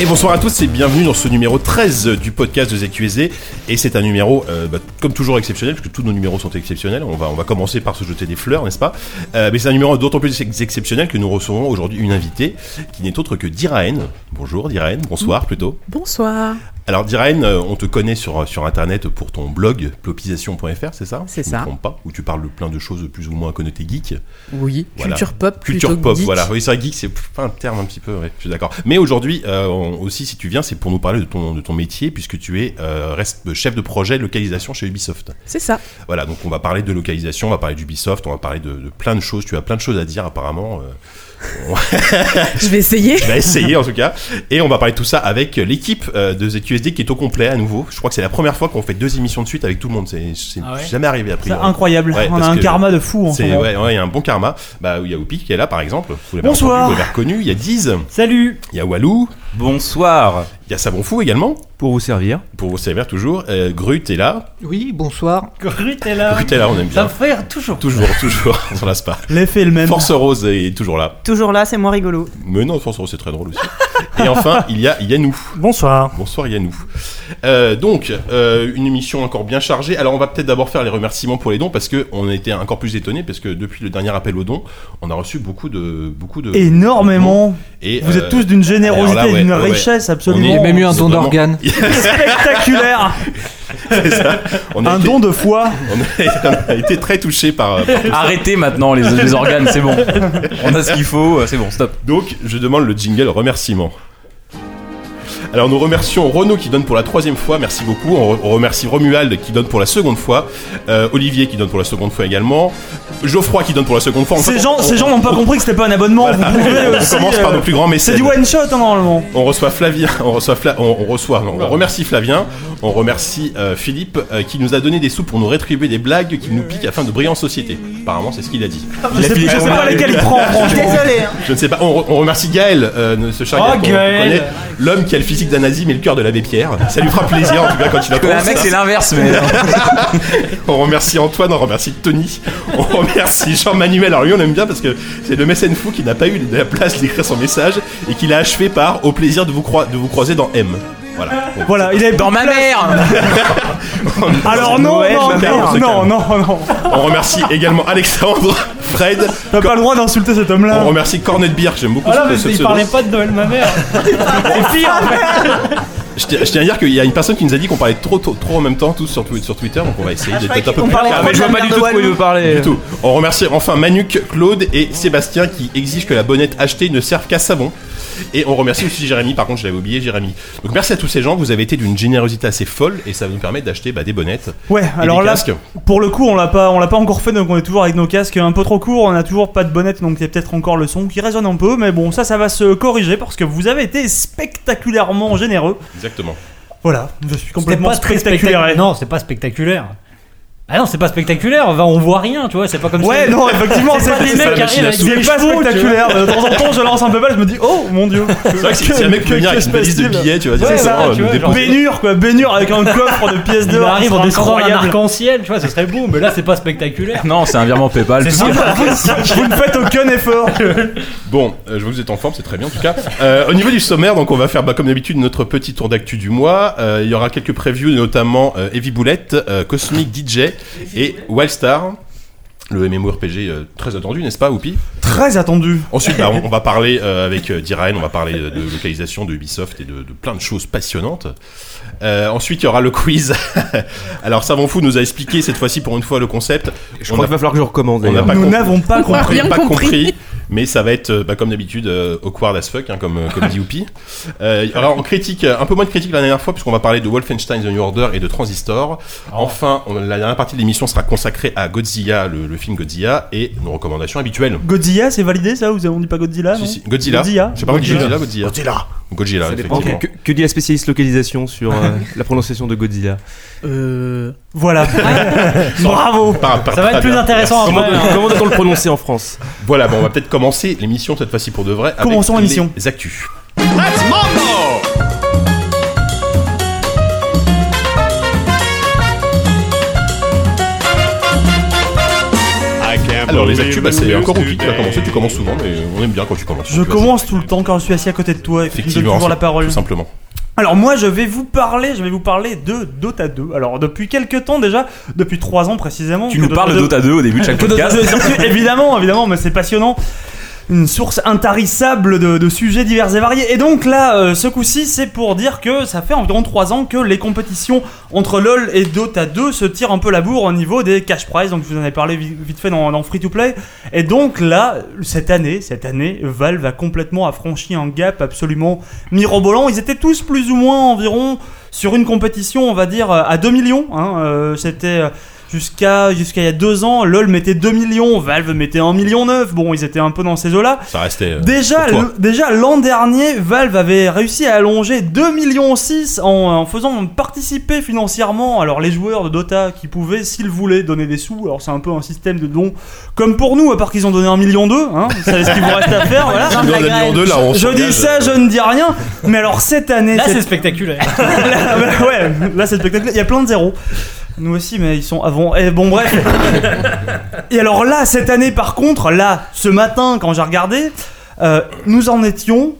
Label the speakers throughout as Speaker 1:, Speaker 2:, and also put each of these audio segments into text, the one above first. Speaker 1: Et bonsoir à tous et bienvenue dans ce numéro 13 du podcast de ZQSD. Et c'est un numéro, euh, bah, comme toujours, exceptionnel, puisque tous nos numéros sont exceptionnels. On va, on va commencer par se jeter des fleurs, n'est-ce pas Euh, Mais c'est un numéro d'autant plus ex- exceptionnel que nous recevons aujourd'hui une invitée qui n'est autre que Diraen. Bonjour Diraen, bonsoir plutôt.
Speaker 2: Bonsoir.
Speaker 1: Alors Diraen, euh, on te connaît sur, sur internet pour ton blog plopisation.fr, c'est ça
Speaker 2: C'est
Speaker 1: Je me
Speaker 2: ça.
Speaker 1: trompe pas, où tu parles de plein de choses plus ou moins connotées geek.
Speaker 2: Oui,
Speaker 1: Voilà.
Speaker 2: culture pop.
Speaker 1: Culture
Speaker 2: plutôt que
Speaker 1: pop,
Speaker 2: geek.
Speaker 1: voilà. Oui, c'est vrai, geek, c'est pas un terme un petit peu, ouais, je suis d'accord. Mais aujourd'hui, euh, on- aussi, si tu viens, c'est pour nous parler de ton, de ton métier, puisque tu es euh, reste- chef de projet localisation chez Ubisoft.
Speaker 2: C'est ça.
Speaker 1: Voilà, donc on va parler de localisation, on va parler d'Ubisoft, on va parler de, de plein de choses. Tu as plein de choses à dire, apparemment. euh,
Speaker 2: Je vais essayer.
Speaker 1: je vais essayer, en tout cas. Et on va parler de tout ça avec l'équipe euh, de ZQSD qui est au complet à nouveau. Je crois que c'est la première fois qu'on fait deux émissions de suite avec tout le monde. C'est c'est
Speaker 3: Ah ouais
Speaker 1: jamais arrivé après.
Speaker 3: C'est incroyable,
Speaker 1: Ouais,
Speaker 3: on
Speaker 1: parce
Speaker 3: a un
Speaker 1: que
Speaker 3: karma de fou hein, en ce
Speaker 1: C'est
Speaker 3: moment.
Speaker 1: ouais, ouais, il y a un bon karma. Bah, il y a Oupi qui est là par exemple. Vous l'avez
Speaker 3: Bonsoir.
Speaker 1: entendu, Vous l'avez reconnu. Il y a Diz.
Speaker 3: Salut
Speaker 1: Il y a Walou,
Speaker 4: Bonsoir
Speaker 1: il y a Savon Fou également,
Speaker 4: pour vous servir.
Speaker 1: pour vous servir toujours. Euh, Grut est là.
Speaker 5: Oui, bonsoir.
Speaker 3: Grut est là
Speaker 1: Grut est là, on aime bien.
Speaker 3: frère, toujours
Speaker 1: Toujours, toujours, on s'en lasse pas.
Speaker 3: L'effet est le même.
Speaker 1: Force Rose est toujours là.
Speaker 6: Toujours là, c'est moins rigolo.
Speaker 1: Mais non, Force Rose, c'est très drôle aussi. Et enfin, il y a Yanou.
Speaker 7: Bonsoir.
Speaker 1: Bonsoir Yanou. Euh, donc, euh, une émission encore bien chargée. Alors, on va peut-être d'abord faire les remerciements pour les dons parce qu'on a été encore plus étonnés parce que depuis le dernier appel aux dons, on a reçu beaucoup de. Beaucoup de
Speaker 3: Énormément
Speaker 1: Et,
Speaker 3: Vous
Speaker 1: euh,
Speaker 3: êtes tous d'une générosité,
Speaker 1: alors là, ouais,
Speaker 3: d'une
Speaker 1: ouais, ouais.
Speaker 3: richesse
Speaker 1: On
Speaker 3: absolument
Speaker 1: est-
Speaker 5: J'ai
Speaker 1: Bon,
Speaker 5: même eu un
Speaker 1: c'est
Speaker 5: don
Speaker 1: vraiment-
Speaker 5: d'organe.
Speaker 3: spectaculaire
Speaker 1: c'est ça. On a
Speaker 3: Un
Speaker 1: été-
Speaker 3: don de foi
Speaker 1: on a- on a été très touchés par,
Speaker 4: Arrêtez maintenant les, les organes, c'est bon. On a ce qu'il faut, euh, c'est bon, stop.
Speaker 1: Donc, je demande le jingle remerciement. Alors, nous remercions Renaud qui donne pour la troisième fois, merci beaucoup. On, re- on remercie Romuald qui donne pour la seconde fois, euh, Olivier qui donne pour la seconde fois également, Geoffroy qui donne pour la seconde fois.
Speaker 3: Ces
Speaker 1: Enfin,
Speaker 3: gens,
Speaker 1: on-
Speaker 3: ces gens
Speaker 1: on-
Speaker 3: n'ont pas compris que c'était pas un abonnement,
Speaker 1: Voilà.
Speaker 3: vous pouvez
Speaker 1: on
Speaker 3: aussi,
Speaker 1: commence par
Speaker 3: euh,
Speaker 1: nos plus grands
Speaker 3: C'est
Speaker 1: mécènes.
Speaker 3: du one shot hein, normalement
Speaker 1: On reçoit Flavien, on reçoit Fla- on, on reçoit, non, on remercie Flavien, on remercie euh, Philippe euh, qui nous a donné des sous pour nous rétribuer des blagues qu'il nous pique afin de briller en société. Apparemment, c'est ce qu'il a dit.
Speaker 3: Je sais, je sais pas lesquels il prend franchement
Speaker 6: Désolé. hein.
Speaker 1: Je ne sais pas, on, re- on remercie Gaël, euh, ce chat
Speaker 3: Oh,
Speaker 1: Gaël qu'on- qu'on
Speaker 3: Gaël.
Speaker 1: connaît, l'homme qui a le physique d'un nazi mais le cœur de l'abbé Pierre. Ça lui fera plaisir en tout cas quand il entend
Speaker 4: Le mec,
Speaker 1: ça.
Speaker 4: c'est l'inverse, mais.
Speaker 1: On remercie Antoine, on remercie Tony, on remercie Jean-Manuel. Alors lui, on aime bien parce que c'est le mécène fou qui n'a pas eu de la place d'écrire son message et qui l'a achevé par au plaisir de vous, croi- de vous croiser dans M. Voilà. Donc,
Speaker 3: Voilà, il est
Speaker 4: Dans ma mère
Speaker 3: Alors non,
Speaker 4: Noël,
Speaker 3: non,
Speaker 4: ma
Speaker 1: mère, on se
Speaker 3: non, non,
Speaker 1: calme.
Speaker 3: non, non.
Speaker 1: On remercie également Alexandre, Fred.
Speaker 3: T'as pas le droit d'insulter cet homme-là
Speaker 1: On remercie Cornet Beer, j'aime
Speaker 8: Ah
Speaker 1: beaucoup ce- ce pseudo.
Speaker 3: pas de Noël ma mère C'est pire en fait
Speaker 1: Je tiens, je tiens à dire qu'il y a une personne qui nous a dit qu'on parlait trop, trop, trop en même temps, tous sur, Twi- sur Twitter, donc on va essayer
Speaker 6: Ah, je
Speaker 1: d'être
Speaker 6: croyais
Speaker 1: un peu
Speaker 6: qu'on
Speaker 1: plus
Speaker 6: parlait
Speaker 1: clair.
Speaker 6: trop
Speaker 1: Mais je vois
Speaker 6: de
Speaker 1: pas du
Speaker 6: merde
Speaker 1: tout
Speaker 6: de
Speaker 1: de quoi il
Speaker 6: Walou.
Speaker 1: veut parler. Du tout. On remercie enfin Manuc, Claude et Sébastien qui exigent que la bonnette achetée ne serve qu'à savon. Et on remercie aussi Jérémy, par contre je l'avais oublié Jérémy. Donc merci à tous ces gens, vous avez été d'une générosité assez folle et ça va nous permettre d'acheter bah, des bonnettes.
Speaker 3: Ouais,
Speaker 1: et
Speaker 3: alors
Speaker 1: des
Speaker 3: là,
Speaker 1: casques.
Speaker 3: Pour le coup, on l'a pas, on l'a pas encore fait, donc on est toujours avec nos casques un peu trop courts. On a toujours pas de bonnette, donc il y a peut-être encore le son qui résonne un peu, mais bon, ça, ça va se corriger parce que vous avez été spectaculairement généreux.
Speaker 1: Exactement.
Speaker 3: Voilà, je suis
Speaker 8: C'était
Speaker 3: complètement
Speaker 8: pas très
Speaker 3: spectaculaire.
Speaker 8: spectaculaire. Non, c'est pas spectaculaire. Ah non, c'est pas spectaculaire. Enfin, on voit rien, tu vois. C'est pas comme
Speaker 3: Ouais,
Speaker 8: si.
Speaker 3: non, effectivement, c'est
Speaker 8: pas des mecs qui arrivent avec
Speaker 3: c'est
Speaker 8: des
Speaker 3: pas
Speaker 8: chevaux, tu
Speaker 3: spectaculaire. De temps en temps, je lance un peu mal, je me dis, oh mon dieu.
Speaker 1: C'est vrai que si si un mec peut venir avec une valise de billets, tu vas dire
Speaker 3: Ouais,
Speaker 1: c'est
Speaker 3: ça,
Speaker 1: ça,
Speaker 8: tu vois, genre-
Speaker 3: Bénure, quoi, bénure avec un coffre de pièces
Speaker 8: Il
Speaker 3: d'or.
Speaker 8: arrive en
Speaker 3: c'est
Speaker 8: descendant un
Speaker 3: incroyable.
Speaker 8: arc-en-ciel, tu vois, ce serait beau, mais là c'est pas spectaculaire.
Speaker 4: Non, c'est un virement PayPal. tout ça.
Speaker 3: Vous ne faites aucun effort.
Speaker 1: Bon, euh, je vois que vous êtes en forme, c'est très bien en tout cas. Euh, au niveau du sommaire, donc on va faire bah, comme d'habitude notre petit tour d'actu du mois. Euh, Il y aura quelques previews, notamment euh, Heavy Boulette, euh, Cosmic DJ et Wildstar. Le MMORPG euh, très attendu, n'est-ce pas, Oupi
Speaker 3: Très attendu.
Speaker 1: Ensuite, bah, on, on va parler euh, avec euh, Diraen, on va parler euh, de localisation de Ubisoft et de, de plein de choses passionnantes. Euh, ensuite, il y aura le quiz. Alors, Savant Fou nous a expliqué cette fois-ci pour une fois le concept.
Speaker 4: Je
Speaker 1: On
Speaker 4: crois
Speaker 1: a-
Speaker 4: qu'il va falloir que je recommande.
Speaker 1: on n'a
Speaker 4: d'ailleurs.
Speaker 1: pas
Speaker 3: Nous
Speaker 1: compris-
Speaker 3: n'avons pas
Speaker 1: pas
Speaker 3: compris.
Speaker 1: compris,
Speaker 2: rien
Speaker 1: pas
Speaker 2: compris.
Speaker 1: compris, mais ça va être euh, bah, comme d'habitude euh, awkward as fuck, hein, comme, euh, comme dit Whoopi. Euh, alors on critique, euh, un peu moins de critique la dernière fois, puisqu'on va parler de Wolfenstein The New Order et de Transistor.
Speaker 4: Oh.
Speaker 1: Enfin, on- la dernière partie de l'émission sera consacrée à Godzilla, le, le film Godzilla, et nos recommandations habituelles.
Speaker 3: Godzilla, c'est validé ça Vous avez- on dit pas Godzilla non
Speaker 1: Si, si, Godzilla.
Speaker 3: Godzilla.
Speaker 1: Je sais pas, Godzilla, Godzilla. Godzilla. Godzilla,
Speaker 4: Ça dépend.
Speaker 1: effectivement.
Speaker 4: Que, que dit la spécialiste localisation sur euh, la prononciation de Godzilla
Speaker 2: Euh...
Speaker 3: Voilà. Bravo.
Speaker 1: Par- par-
Speaker 8: Ça va
Speaker 1: très
Speaker 8: être plus
Speaker 1: bien.
Speaker 8: intéressant
Speaker 4: Comment,
Speaker 8: après. hein.
Speaker 4: comment doit-on le prononcer en France
Speaker 1: Voilà, bon, on va peut-être commencer l'émission cette fois-ci pour de vrai. avec
Speaker 3: Commençons l'émission.
Speaker 1: Les actus.
Speaker 9: I can't
Speaker 1: Alors les actus, bah, c'est encore Oupi qui va commencer. Tu commences souvent, mais on aime bien quand tu commences.
Speaker 3: Je
Speaker 1: Tu vois,
Speaker 3: commence tout le temps quand je suis assis à côté de toi et
Speaker 1: c'est-
Speaker 3: que tu me donnes
Speaker 1: Effectivement, c'est-
Speaker 3: toujours la parole.
Speaker 1: Tout simplement.
Speaker 3: Alors moi je vais vous parler, je vais vous parler de Dota 2. Alors depuis quelques temps déjà, depuis 3 ans précisément.
Speaker 4: Tu
Speaker 3: que
Speaker 4: nous parles de Dota 2 au début de chaque
Speaker 3: Que Dota 2
Speaker 4: podcast.
Speaker 3: est sorti, évidemment, évidemment, mais c'est passionnant. Une source intarissable de, de sujets divers et variés. Et donc là, euh, ce coup-ci, c'est pour dire que ça fait environ 3 ans que les compétitions entre LoL et Dota 2 se tirent un peu la bourre au niveau des cash prizes. Donc je vous en ai parlé vi- vite fait dans, dans Free to Play. Et donc là, cette année, cette année, Valve a complètement affranchi un gap absolument mirobolant. Ils étaient tous plus ou moins environ sur une compétition, on va dire, à 2 millions. hein. Euh, C'était euh, jusqu'à jusqu'à il y a 2 ans, LoL mettait 2 millions, Valve mettait 1 million 9. Bon, ils étaient un peu dans ces eaux-là.
Speaker 1: Ça restait. euh,
Speaker 3: Déjà,
Speaker 1: pour toi.
Speaker 3: l- déjà l'an dernier, Valve avait réussi à allonger 2 millions 6 en, en faisant participer financièrement alors les joueurs de Dota qui pouvaient s'ils voulaient donner des sous. Alors c'est un peu un système de dons comme pour nous à part qu'ils ont donné 1 million 2, hein. Vous savez ce qu'il vous reste à faire, voilà.
Speaker 1: Nous, on a mis en deux, là, on
Speaker 3: Je dis
Speaker 1: s'engage.
Speaker 3: ça, je ne dis rien, mais alors cette année,
Speaker 8: Là,
Speaker 3: cette-
Speaker 8: c'est spectaculaire.
Speaker 3: là, bah, ouais, là c'est le spectacle. Il y a plein de zéros. Nous aussi, mais ils sont avant. Et bon, bref. Et alors là, cette année, par contre, là, ce matin, quand j'ai regardé, euh, nous en étions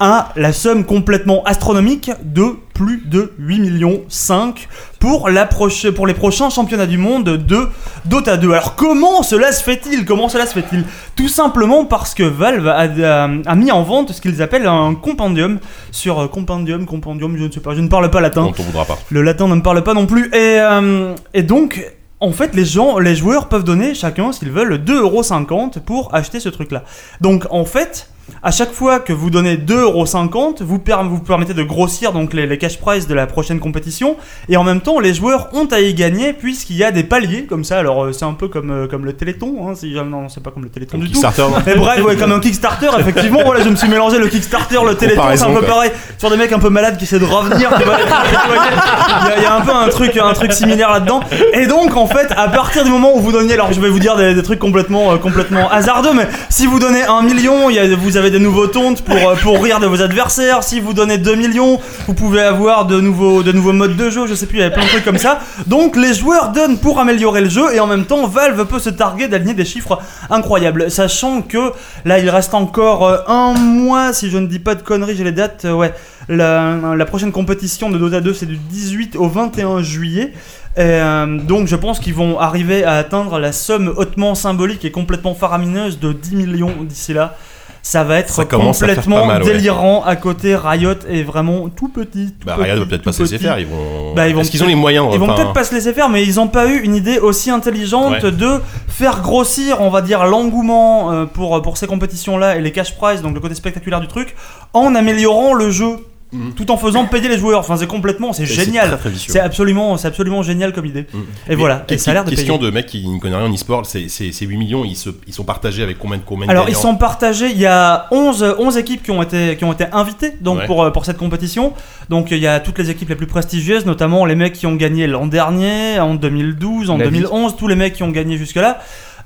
Speaker 3: à la somme complètement astronomique de plus de 8 millions 5 pour, la proche- pour les prochains championnats du monde de Dota 2. Alors comment cela se fait-il Comment cela se fait-il Tout simplement parce que Valve a, a- a mis en vente ce qu'ils appellent un compendium sur euh, compendium, compendium, je ne sais pas, je ne parle pas latin.
Speaker 1: On t'en voudra pas.
Speaker 3: Le latin ne me parle pas non plus. Et, euh, et donc, en fait, les gens, les joueurs peuvent donner chacun, s'ils veulent, 2,50€ pour acheter ce truc-là. Donc, en fait, à chaque fois que vous donnez 2,50€, vous, per- vous permettez de grossir donc les, les cash prizes de la prochaine compétition. Et en même temps, les joueurs ont à y gagner puisqu'il y a des paliers comme ça. Alors, euh, c'est un peu comme, euh, comme le Téléthon. Hein, si jamais, non, c'est pas comme le Téléthon
Speaker 1: Donc,
Speaker 3: du tout.
Speaker 1: Kickstarter, non
Speaker 3: Mais bref, ouais, comme un Kickstarter, effectivement, voilà, je me suis mélangé le Kickstarter, le Téléthon, c'est un
Speaker 1: Comparaison,
Speaker 3: peu
Speaker 1: quoi.
Speaker 3: pareil. Sur des mecs un peu malades qui essaient de revenir, tu vois, tu vois, il y a- il y, a un peu un truc, un truc similaire là-dedans. Et donc, en fait, à partir du moment où vous donnez, alors je vais vous dire des, des trucs complètement, euh, complètement hasardeux, mais si vous donnez un million, il y a- vous avez des nouveaux taunts pour, euh, pour rire de vos adversaires. Si vous donnez 2 millions, vous pouvez avoir de nouveaux, de nouveaux modes de jeu, je sais plus, il y avait plein de trucs comme ça. Donc, les joueurs donnent pour améliorer le jeu et en même temps, Valve peut se targuer d'aligner des chiffres incroyables. Sachant que là, il reste encore euh, un mois, si je ne dis pas de conneries, j'ai les dates, euh, ouais. La, la prochaine compétition de Dota 2, c'est du 18 au 21 juillet. Et, euh, donc je pense qu'ils vont arriver à atteindre la somme hautement symbolique et complètement faramineuse de 10 millions d'ici là. Ça va être
Speaker 1: Ça commence à faire
Speaker 3: complètement
Speaker 1: pas mal, ouais.
Speaker 3: délirant à côté. Riot est vraiment tout petit. tout
Speaker 1: Bah, regarde,
Speaker 3: petit,
Speaker 1: va peut-être
Speaker 3: tout
Speaker 1: pas se laisser
Speaker 3: petit.
Speaker 1: faire. Ils vont.
Speaker 3: Bah, ils vont
Speaker 1: euh, Est-ce qu'ils ont les moyens
Speaker 3: Ils vont
Speaker 1: enfin,
Speaker 3: peut-être pas se laisser faire, mais ils n'ont pas eu une idée aussi intelligente
Speaker 1: Ouais.
Speaker 3: de faire grossir, on va dire, l'engouement euh, pour, pour ces compétitions-là et les cash prizes, donc le côté spectaculaire du truc, en améliorant le jeu,
Speaker 1: Mhm.
Speaker 3: tout en faisant payer les joueurs. Enfin, c'est complètement, c'est
Speaker 1: c'est
Speaker 3: génial.
Speaker 1: très, très vicieux.
Speaker 3: C'est absolument, c'est absolument génial comme idée.
Speaker 1: Mm.
Speaker 3: Et voilà, et ça a l'air de
Speaker 1: question
Speaker 3: payer.
Speaker 1: de mec qui ne connaît rien en e-sport, c'est- c'est c'est 8 millions, ils, se- ils sont partagés avec combien de combien de
Speaker 3: Alors ils
Speaker 1: gagnants
Speaker 3: sont partagés, il y a 11, 11 équipes qui ont été, qui ont été invitées donc,
Speaker 1: Ouais.
Speaker 3: pour, euh, pour cette compétition. Donc il y a toutes les équipes les plus prestigieuses, notamment les mecs qui ont gagné l'an dernier, en 2012, en
Speaker 4: Navi.
Speaker 3: 2011, tous les mecs qui ont gagné jusque-là.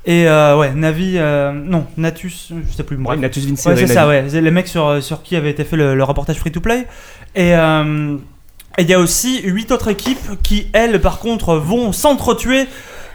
Speaker 3: Et euh, ouais, Navi, euh, non, Natus, je sais plus, bref.
Speaker 4: Natus Vinci,
Speaker 3: Ouais, c'est ça, ouais. C'est Les mecs sur, euh, sur qui avait été fait le, le reportage free to play. Et euh, et il y a aussi huit autres équipes qui, elles, par contre, vont s'entretuer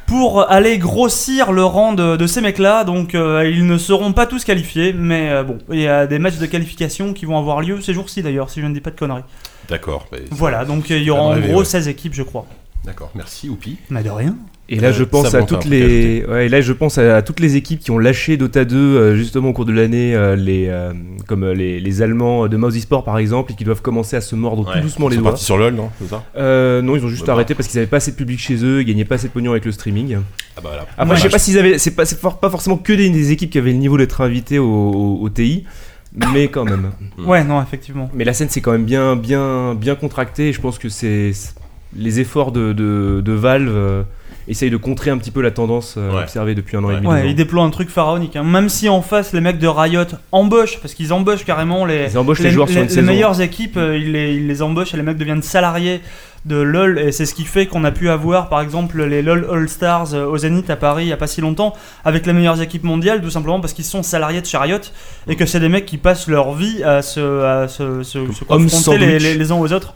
Speaker 3: pour aller grossir le rang de, de ces mecs-là. Donc, euh, ils ne seront pas tous qualifiés. Mais euh, bon, il y a des matchs de qualification qui vont avoir lieu ces jours-ci, d'ailleurs, si je ne dis pas de conneries.
Speaker 1: D'accord, bah,
Speaker 3: Voilà, donc euh, il y
Speaker 1: Ah,
Speaker 3: aura en
Speaker 1: rêver,
Speaker 3: gros
Speaker 1: ouais.
Speaker 3: 16 équipes, je crois.
Speaker 1: d'accord, merci Oupi.
Speaker 3: Mais de rien.
Speaker 5: Et là, je
Speaker 1: Euh,
Speaker 5: pense
Speaker 1: ça
Speaker 5: à
Speaker 1: manque un
Speaker 5: toutes
Speaker 1: peu
Speaker 5: les, ouais, et là, je pense à toutes les équipes qui ont lâché Dota 2 euh, justement au cours de l'année, euh, les euh, comme euh, les, les Allemands de Mouse Sport par exemple, et qui doivent commencer à se mordre
Speaker 1: Ouais.
Speaker 5: tout doucement
Speaker 1: Ils
Speaker 5: les
Speaker 1: sont
Speaker 5: doigts.
Speaker 1: partis sur LoL, non C'est ça
Speaker 5: Euh, non, ils ont juste
Speaker 1: Bah, bah.
Speaker 5: arrêté parce qu'ils avaient pas assez de public chez eux, ils gagnaient pas assez de pognon avec le streaming.
Speaker 1: Ah bah voilà.
Speaker 5: Après, je sais pas s'ils avaient, c'est pas, c'est for- pas forcément que des, des équipes qui avaient le niveau d'être invitées au, au- au TI, mais quand même.
Speaker 1: Mm.
Speaker 3: Ouais, non, effectivement.
Speaker 5: Mais la scène c'est quand même bien, bien, bien contractée. Et je pense que c'est c'est- les efforts de, de- de Valve euh, essayent de contrer un petit peu la tendance euh,
Speaker 1: Ouais.
Speaker 5: observée depuis un an
Speaker 1: Ouais.
Speaker 5: et demi. deux
Speaker 3: Ouais,
Speaker 5: ans.
Speaker 3: ils déploient un truc pharaonique. hein. Même si en face, les mecs de Riot embauchent, parce qu'ils embauchent carrément les,
Speaker 5: Ils embauchent les joueurs sur une
Speaker 3: les
Speaker 5: saison.
Speaker 3: meilleures équipes, euh, ils les, ils les embauchent et les mecs deviennent salariés de LoL. Et c'est ce qui fait qu'on a pu avoir, par exemple, les LoL All-Stars euh, au Zénith à Paris il n'y a pas si longtemps, avec les meilleures équipes mondiales, tout simplement parce qu'ils sont salariés de Chariot et que c'est des mecs qui passent leur vie à se, à se, se- se
Speaker 5: Hommes
Speaker 3: confronter les,
Speaker 5: sandwich.
Speaker 3: les- les uns aux autres.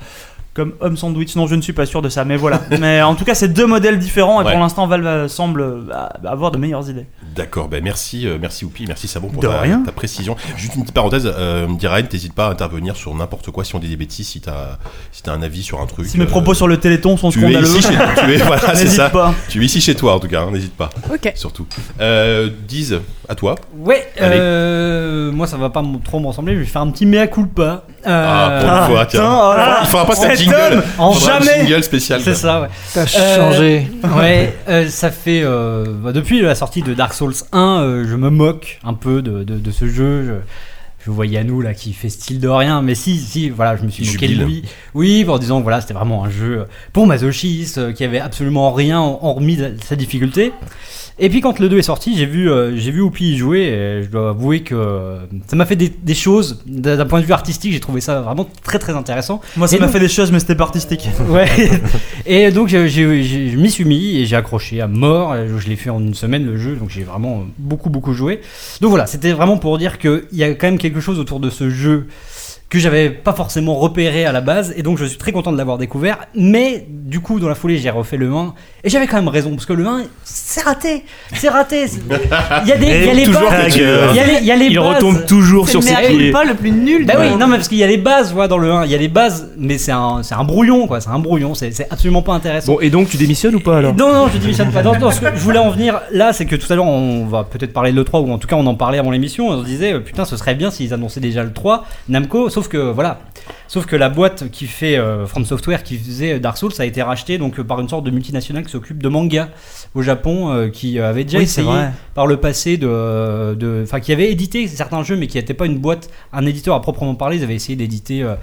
Speaker 3: comme Homme Sandwich. Non, je ne suis pas sûr de ça, mais voilà. mais en tout cas, c'est deux modèles différents et
Speaker 1: Ouais.
Speaker 3: pour l'instant, Valve euh, semble euh, bah, avoir de meilleures idées.
Speaker 1: D'accord, ben merci, euh, merci Oupi, merci Sabon pour
Speaker 3: De
Speaker 1: ta,
Speaker 3: rien.
Speaker 1: ta précision. Juste une petite parenthèse, euh, Diraen, t'hésites pas à intervenir sur n'importe quoi si on dit des bêtises, si t'as si t'as un avis sur un truc.
Speaker 3: Si mes propos sur le Téléthon sont
Speaker 1: euh, tu es
Speaker 3: scandaleux,
Speaker 1: ici chez tu es, voilà, c'est
Speaker 3: n'hésite
Speaker 1: ça.
Speaker 3: pas.
Speaker 1: Tu es ici chez toi en tout cas, hein, n'hésite pas,
Speaker 2: Ok.
Speaker 1: surtout. Euh, Diz, à toi.
Speaker 8: Ouais,
Speaker 1: Allez.
Speaker 8: euh, moi ça va pas m- trop me ressembler, je vais faire un petit mea culpa. Euh,
Speaker 1: Ah, pour une fois, tiens.
Speaker 3: Putain, oh là là.
Speaker 1: Il faudra pas que ça
Speaker 3: cet
Speaker 1: jingle.
Speaker 3: homme,
Speaker 8: en
Speaker 1: Faudra un
Speaker 8: ah, jamais.
Speaker 1: jingle spécial.
Speaker 8: C'est ça, ouais.
Speaker 6: T'as
Speaker 8: Euh,
Speaker 6: changé.
Speaker 8: Ouais, euh, ça fait. euh, bah, depuis la sortie de Dark Souls 1, euh, je me moque un peu de, de- de ce jeu. Je, je vois Yannou là qui fait style de rien, mais si, si, voilà, je me suis
Speaker 1: Il
Speaker 8: moqué de
Speaker 1: jubile.
Speaker 8: lui. Oui, en disant que voilà, c'était vraiment un jeu pour masochiste, euh, qui avait absolument rien hormis la- sa difficulté. Et puis quand le 2 est sorti, j'ai vu, euh, j'ai vu Oupi y jouer, et je dois avouer que euh, ça m'a fait des, des choses, d'un d'un point de vue artistique, j'ai trouvé ça vraiment très très intéressant.
Speaker 3: Moi, ça
Speaker 8: Et
Speaker 3: m'a
Speaker 8: donc-
Speaker 3: fait des choses, mais c'était pas artistique.
Speaker 8: Ouais. Et donc euh, j'ai- j'ai- je m'y suis mis et j'ai accroché à mort. Euh, Je l'ai fait en une semaine le jeu, donc j'ai vraiment euh, beaucoup beaucoup joué. Donc voilà, c'était vraiment pour dire qu'il y a quand même quelque chose autour de ce jeu que j'avais pas forcément repéré à la base et donc je suis très content de l'avoir découvert. Mais du coup dans la foulée j'ai refait le 1 et j'avais quand même raison parce que le 1 c'est raté, c'est raté. C'est- Il y a des, il y a les
Speaker 5: toujours
Speaker 8: bases,
Speaker 5: que
Speaker 8: il
Speaker 5: tu-
Speaker 8: y a les, il y a les
Speaker 5: Il
Speaker 8: bases.
Speaker 5: retombe toujours
Speaker 7: C'est
Speaker 5: sur
Speaker 7: le
Speaker 5: ses
Speaker 7: mea
Speaker 5: pieds.
Speaker 7: culpa le plus nul.
Speaker 8: Bah
Speaker 7: du
Speaker 8: oui,
Speaker 9: Euh,
Speaker 7: monde.
Speaker 8: non, mais parce qu'il y a les bases, voilà, dans le 1, il y a les bases, mais c'est un, c'est un brouillon, quoi, c'est un brouillon, c'est c'est absolument pas intéressant.
Speaker 5: Bon, et donc tu démissionnes ou pas alors
Speaker 8: Non, non, je démissionne pas. Non, non, ce que je voulais en venir là, c'est que tout à l'heure, on va peut-être parler de l'E3, ou en tout cas, on en parlait avant l'émission. On se disait, euh, putain, ce serait bien s'ils annonçaient déjà le 3, Namco. Sauf que, voilà. Sauf que la boîte qui fait euh, From Software, qui faisait Dark Souls, a été rachetée donc, euh, par une sorte de multinationale qui s'occupe de manga au Japon, euh, qui euh, avait déjà
Speaker 3: Oui, c'est
Speaker 8: essayé
Speaker 3: vrai.
Speaker 8: par le passé de. de- Enfin, qui avait édité certains jeux, mais qui n'était pas une boîte, un éditeur à proprement parler. Ils avaient essayé d'éditer, euh,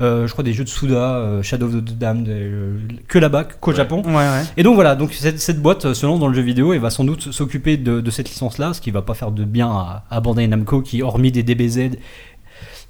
Speaker 8: euh, je crois, des jeux de Suda, euh, Shadow of the Damned, euh, que là-bas, qu'au Japon.
Speaker 3: Ouais, ouais.
Speaker 8: Et donc voilà, donc cette, cette boîte euh, se lance dans le jeu vidéo et va sans doute s'occuper de, de cette licence-là, ce qui va pas faire de bien à, à Bandai Namco qui, hormis des DBZ,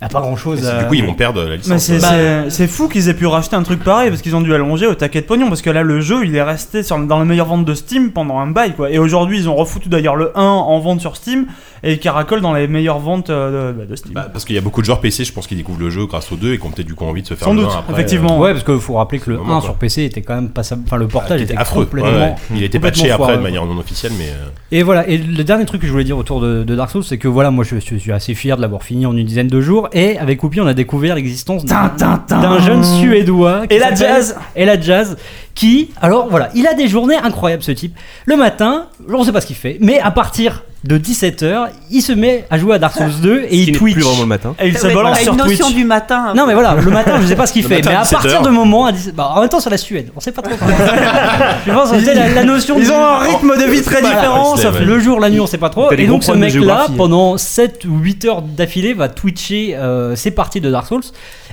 Speaker 8: n'a pas grand-chose à...
Speaker 1: Du coup, ils vont perdre la
Speaker 3: Mais
Speaker 1: licence.
Speaker 3: c'est
Speaker 8: Bah-
Speaker 3: c'est- c'est fou qu'ils aient pu racheter un truc pareil parce qu'ils ont dû allonger au taquet de pognon parce que là le jeu il est resté sur, dans les meilleures ventes de Steam pendant un bail quoi et aujourd'hui ils ont refoutu d'ailleurs le 1 en vente sur Steam et caracole dans les meilleures ventes euh, de, bah, de Steam.
Speaker 1: Bah, parce qu'il y a beaucoup de joueurs PC, je pense, qui découvrent le jeu grâce aux deux et qui ont peut-être du coup envie de se faire
Speaker 3: Sans
Speaker 1: le
Speaker 3: doute,
Speaker 1: un après,
Speaker 3: effectivement.
Speaker 8: Ouais, parce qu'il faut rappeler que le
Speaker 1: C'est vraiment
Speaker 8: 1
Speaker 1: quoi.
Speaker 8: sur PC était quand même passable, enfin le
Speaker 1: euh,
Speaker 8: portage
Speaker 1: qui
Speaker 8: était,
Speaker 1: était affreux. Ouais,
Speaker 8: complètement...
Speaker 1: ouais. Il était
Speaker 8: complètement
Speaker 1: patché après
Speaker 8: foireux.
Speaker 1: de manière non officielle, mais euh,
Speaker 8: Et voilà, et le dernier truc que je voulais dire autour de, de Dark Souls, c'est que voilà, moi je, je suis assez fier de l'avoir fini en une dizaine de jours, et avec Oupi on a découvert l'existence d'un d'un jeune suédois. qui
Speaker 3: Et la
Speaker 8: s'appelle-
Speaker 3: jazz
Speaker 8: et la jazz qui alors voilà il a des journées incroyables ce type le matin on sait pas ce qu'il fait mais à partir de 17h il se met à jouer à Dark Souls 2 et
Speaker 5: Ce qui
Speaker 8: il
Speaker 5: n'est
Speaker 8: tweet
Speaker 5: plus vraiment le matin.
Speaker 9: hein.
Speaker 1: Ah,
Speaker 3: Et ils
Speaker 7: T'as-
Speaker 3: se
Speaker 7: ouais,
Speaker 3: balancent
Speaker 7: t'as
Speaker 3: sur
Speaker 7: une
Speaker 3: Twitch.
Speaker 7: notion du matin.
Speaker 8: non mais voilà le matin je sais pas ce qu'il
Speaker 1: Le
Speaker 8: fait
Speaker 1: matin,
Speaker 8: mais à
Speaker 1: 17 heures.
Speaker 8: partir de moment à 17 bah, en même temps sur la Suède on sait pas trop je pense que c'est la, la notion
Speaker 3: Ils
Speaker 8: du-
Speaker 3: ont un rythme de vie très
Speaker 1: Voilà,
Speaker 3: différent
Speaker 1: c'est
Speaker 3: ça
Speaker 1: vrai.
Speaker 3: fait-
Speaker 8: le jour, la nuit, on sait pas trop.
Speaker 5: T'as des
Speaker 8: Et
Speaker 5: gros
Speaker 8: donc ce
Speaker 5: problèmes de
Speaker 8: mec-là,
Speaker 5: géographie, hein.
Speaker 8: pendant 7 ou 8 heures d'affilée, va twitcher euh, ses parties de Dark Souls.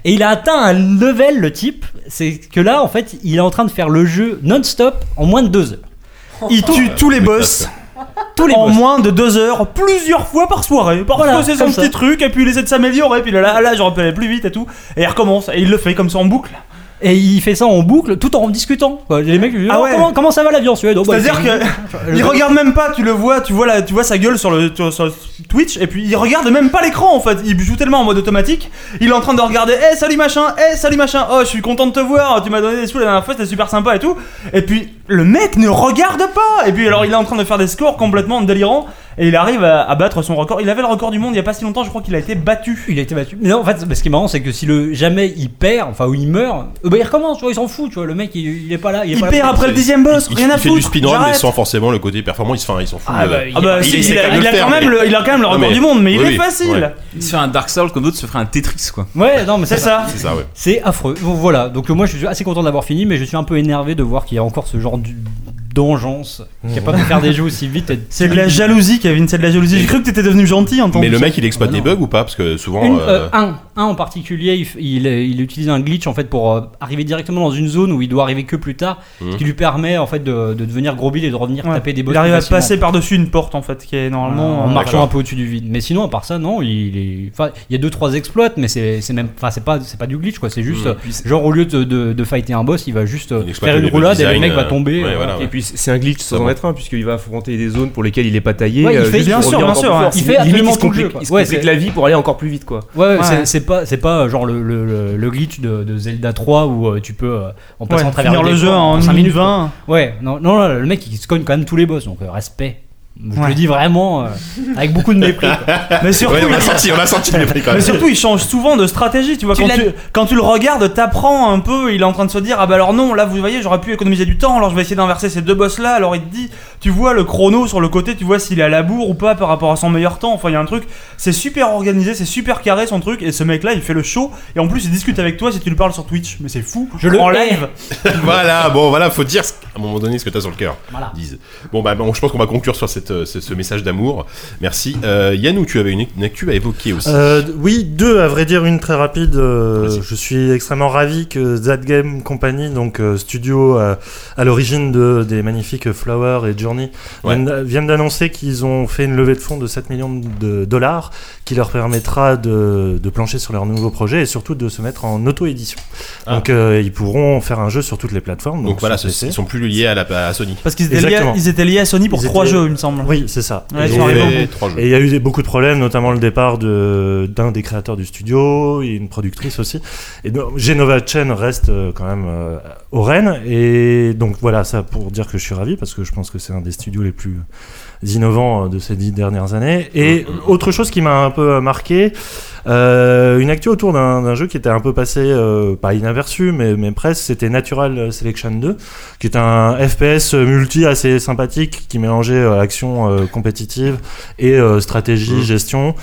Speaker 8: Et il a atteint un level, le type. C'est que là, en fait, il est en train de faire le jeu non-stop en moins de 2 heures. Euh,
Speaker 3: Ils tuent tous les boss
Speaker 8: Tous les
Speaker 3: en
Speaker 8: boss.
Speaker 3: moins de deux heures, plusieurs fois par soirée. Parfois
Speaker 8: Voilà,
Speaker 3: c'est son
Speaker 8: comme ça.
Speaker 3: petit truc, et puis il essaie de s'améliorer, puis là, là, là, je rappelais plus vite et tout. Et il recommence, et il le fait comme ça en boucle.
Speaker 8: Et il fait ça en boucle tout en discutant. quoi. Les mecs, ils disent,
Speaker 3: Ah
Speaker 8: Oh,
Speaker 3: ouais.
Speaker 8: comment, comment ça va la vie en Suède Oh, bah,
Speaker 3: C'est-à-dire
Speaker 8: il-
Speaker 3: que il regarde même pas, tu le vois, tu vois, la, tu vois sa gueule sur le sur- sur Twitch, et puis il regarde même pas l'écran en fait. Il joue tellement en mode automatique, il est en train de regarder, Eh salut machin, Eh salut machin, oh je suis content de te voir, tu m'as donné des sous la dernière fois, c'était super sympa et tout. Et puis le mec ne regarde pas, et puis alors il est en train de faire des scores complètement délirants, et il arrive à, à battre son record. Il avait le record du monde il y a pas si longtemps, je crois qu'il a été battu.
Speaker 8: Il a été battu. Mais non, en fait, ce qui est marrant, c'est que si le jamais il perd, enfin, ou il meurt, euh, bah, il recommence, tu vois, il s'en fout, tu vois, le mec, il, il est pas là. Il, est
Speaker 3: Il
Speaker 8: pas là
Speaker 3: perd
Speaker 8: pour-
Speaker 3: après le
Speaker 1: c'est-
Speaker 3: dixième boss,
Speaker 1: il,
Speaker 3: rien
Speaker 1: il
Speaker 3: à
Speaker 1: fait
Speaker 3: foutre.
Speaker 1: du speedrun, mais
Speaker 3: j'arrête.
Speaker 1: sans forcément le côté performant, il s'en il s'en fout.
Speaker 8: Ah,
Speaker 1: de-
Speaker 8: bah,
Speaker 3: Ah bah
Speaker 1: Il
Speaker 3: si,
Speaker 1: essaie
Speaker 3: il
Speaker 1: quand
Speaker 3: a,
Speaker 1: même
Speaker 3: il
Speaker 1: de le
Speaker 3: a quand
Speaker 1: faire,
Speaker 3: même
Speaker 1: mais-
Speaker 3: le, il a quand même le
Speaker 1: Non,
Speaker 3: record
Speaker 1: mais-
Speaker 3: du monde, mais il
Speaker 1: oui,
Speaker 3: est
Speaker 1: oui,
Speaker 3: facile.
Speaker 1: ouais.
Speaker 4: Se faire un Dark Souls comme d'autres se ferait un Tetris quoi.
Speaker 8: Ouais, non, mais
Speaker 3: C'est ça.
Speaker 1: C'est ça, ouais.
Speaker 8: C'est affreux. Bon, voilà, donc euh, moi je suis assez content d'avoir fini, mais je suis un peu énervé de voir qu'il y a encore ce genre du- d'engeance, capable de faire des jeux aussi vite. et-
Speaker 3: Mmh. C'est de la jalousie, Kevin, c'est de la jalousie. J'ai cru que t'étais devenu gentil en tant
Speaker 1: Mais
Speaker 3: que-
Speaker 1: le mec, il exploite
Speaker 8: Ah,
Speaker 1: des
Speaker 8: non.
Speaker 1: bugs ou pas Parce que souvent.
Speaker 8: Une-
Speaker 1: euh,
Speaker 8: euh, un, un en particulier, il, f- il, euh, il utilise un glitch en fait pour euh, arriver directement dans une zone où il doit arriver que plus tard,
Speaker 1: Mhm.
Speaker 8: ce qui lui permet en fait de, de devenir gros bill et de revenir
Speaker 3: Ouais.
Speaker 8: taper des boss.
Speaker 3: Il arrive
Speaker 8: plus
Speaker 3: à
Speaker 8: facilement. Ah,
Speaker 3: passer par-dessus une porte en fait, qui est normalement.
Speaker 8: en
Speaker 3: euh,
Speaker 8: marchant
Speaker 1: d'accord.
Speaker 8: un peu au-dessus du vide. Mais sinon, à part ça, non, il est. Enfin, il y a deux trois exploits, mais c'est c'est même. Enfin, c'est pas c'est pas du glitch
Speaker 1: Mm.
Speaker 8: quoi. C'est juste euh, genre au lieu de, de, de fighter un boss, il va juste euh,
Speaker 1: Il exploite
Speaker 8: faire
Speaker 1: le
Speaker 8: une
Speaker 1: level
Speaker 8: roulade et le
Speaker 1: design,
Speaker 8: mec va
Speaker 1: euh,
Speaker 8: tomber.
Speaker 1: ouais,
Speaker 8: euh,
Speaker 1: voilà,
Speaker 8: et
Speaker 1: ouais.
Speaker 4: Et puis
Speaker 5: c'est un glitch sans
Speaker 1: Ah bon.
Speaker 5: en être un, puisqu'il va affronter des zones pour lesquelles il est pas taillé.
Speaker 8: Ouais, il
Speaker 5: euh,
Speaker 8: fait-
Speaker 5: juste
Speaker 3: bien
Speaker 5: pour
Speaker 3: sûr,
Speaker 5: revenir
Speaker 3: bien
Speaker 5: encore
Speaker 3: sûr,
Speaker 5: plus
Speaker 3: hein.
Speaker 5: fort.
Speaker 8: Il fait
Speaker 5: Limite,
Speaker 8: absolument
Speaker 5: se
Speaker 8: tout le jeu,
Speaker 5: complique-
Speaker 8: quoi.
Speaker 5: Il se
Speaker 8: Ouais,
Speaker 5: complique
Speaker 8: c'est-
Speaker 5: la vie pour aller encore plus vite, quoi.
Speaker 8: Ouais, ouais,
Speaker 3: Ouais.
Speaker 8: C'est, c'est pas c'est pas genre le, le, le- le glitch de, de Zelda 3 où euh, tu peux euh, en passant à travers
Speaker 3: finir le
Speaker 8: décor
Speaker 3: jeu en
Speaker 8: 5
Speaker 3: minutes
Speaker 8: minutes.
Speaker 3: 20.
Speaker 8: quoi. Ouais, non, non, là, le mec il se cogne quand même tous les boss, donc euh, respect. Je
Speaker 3: Ouais.
Speaker 8: le dis vraiment euh, avec beaucoup de mépris. quoi.
Speaker 3: Mais surtout,
Speaker 1: Ouais, on
Speaker 3: il-
Speaker 1: l'a senti, on l'a senti le mépris quand
Speaker 3: Mais
Speaker 1: même.
Speaker 3: surtout, il change souvent de stratégie. Tu vois,
Speaker 8: Tu
Speaker 3: quand,
Speaker 8: l'as-
Speaker 3: tu, quand tu le regardes, t'apprends un peu. Il est en train de se dire Ah bah alors non, là vous voyez, j'aurais pu économiser du temps. Alors je vais essayer d'inverser ces deux boss là. Alors il te dit Tu vois le chrono sur le côté, tu vois s'il est à la bourre ou pas par rapport à son meilleur temps. Enfin, il y a un truc. C'est super organisé, c'est super carré son truc. Et ce mec là, il fait le show. Et en plus, il discute avec toi si tu lui parles sur Twitch. Mais c'est fou.
Speaker 8: Je le
Speaker 3: en
Speaker 8: hais.
Speaker 3: live.
Speaker 1: Voilà, bon, voilà, faut dire ce- à un moment donné ce que t'as sur le cœur.
Speaker 8: Voilà.
Speaker 1: Disent. Bon, bah, bon, je pense qu'on va conclure sur cette, euh, ce, ce message d'amour. Merci. Euh, Yannou, tu avais une, une actu à évoquer aussi.
Speaker 6: Euh, d- oui, deux, à vrai dire, une très rapide. euh,
Speaker 1: Vas-y.
Speaker 6: je suis extrêmement ravi que That Game Company, donc euh, studio euh, à l'origine de, des magnifiques Flower et Journey,
Speaker 1: Ouais.
Speaker 6: viennent, viennent d'annoncer qu'ils ont fait une levée de fonds de 7 millions de dollars qui leur permettra de, de plancher sur leur nouveau projet et surtout de se mettre en auto-édition.
Speaker 1: Ah.
Speaker 6: Donc euh, ils pourront faire un jeu sur toutes les plateformes.
Speaker 1: donc,
Speaker 6: Donc,
Speaker 1: voilà,
Speaker 6: sur
Speaker 1: ce-
Speaker 6: PC.
Speaker 1: ils sont plus liés à, la, à Sony.
Speaker 3: Parce qu'ils étaient, liés-
Speaker 6: Exactement.
Speaker 3: ils étaient liés à Sony pour
Speaker 6: Ils
Speaker 3: trois
Speaker 6: étaient-
Speaker 3: jeux, il me semble.
Speaker 6: Oui, c'est ça.
Speaker 3: Ouais,
Speaker 6: Et-
Speaker 1: Hein. Ils
Speaker 3: sur
Speaker 1: ont
Speaker 3: les
Speaker 1: fait trois jeux.
Speaker 6: Et il y a eu des- beaucoup de problèmes, notamment le départ de- d'un des créateurs du studio et une productrice aussi. Et donc, Genova Chen reste euh, quand même euh, au Rennes. Et donc voilà, ça pour dire que je suis ravi parce que je pense que c'est un des studios les plus innovants euh, de ces dix dernières années. Et
Speaker 1: Mm.
Speaker 6: autre chose qui m'a un peu marqué, euh, une actu autour d'un d'un jeu qui était un peu passé, euh, pas inaperçu, mais, mais presque, c'était Natural Selection 2, qui est un FPS multi assez sympathique qui mélangeait euh, action euh, compétitive et euh,
Speaker 4: Mmh.
Speaker 6: stratégie, gestion.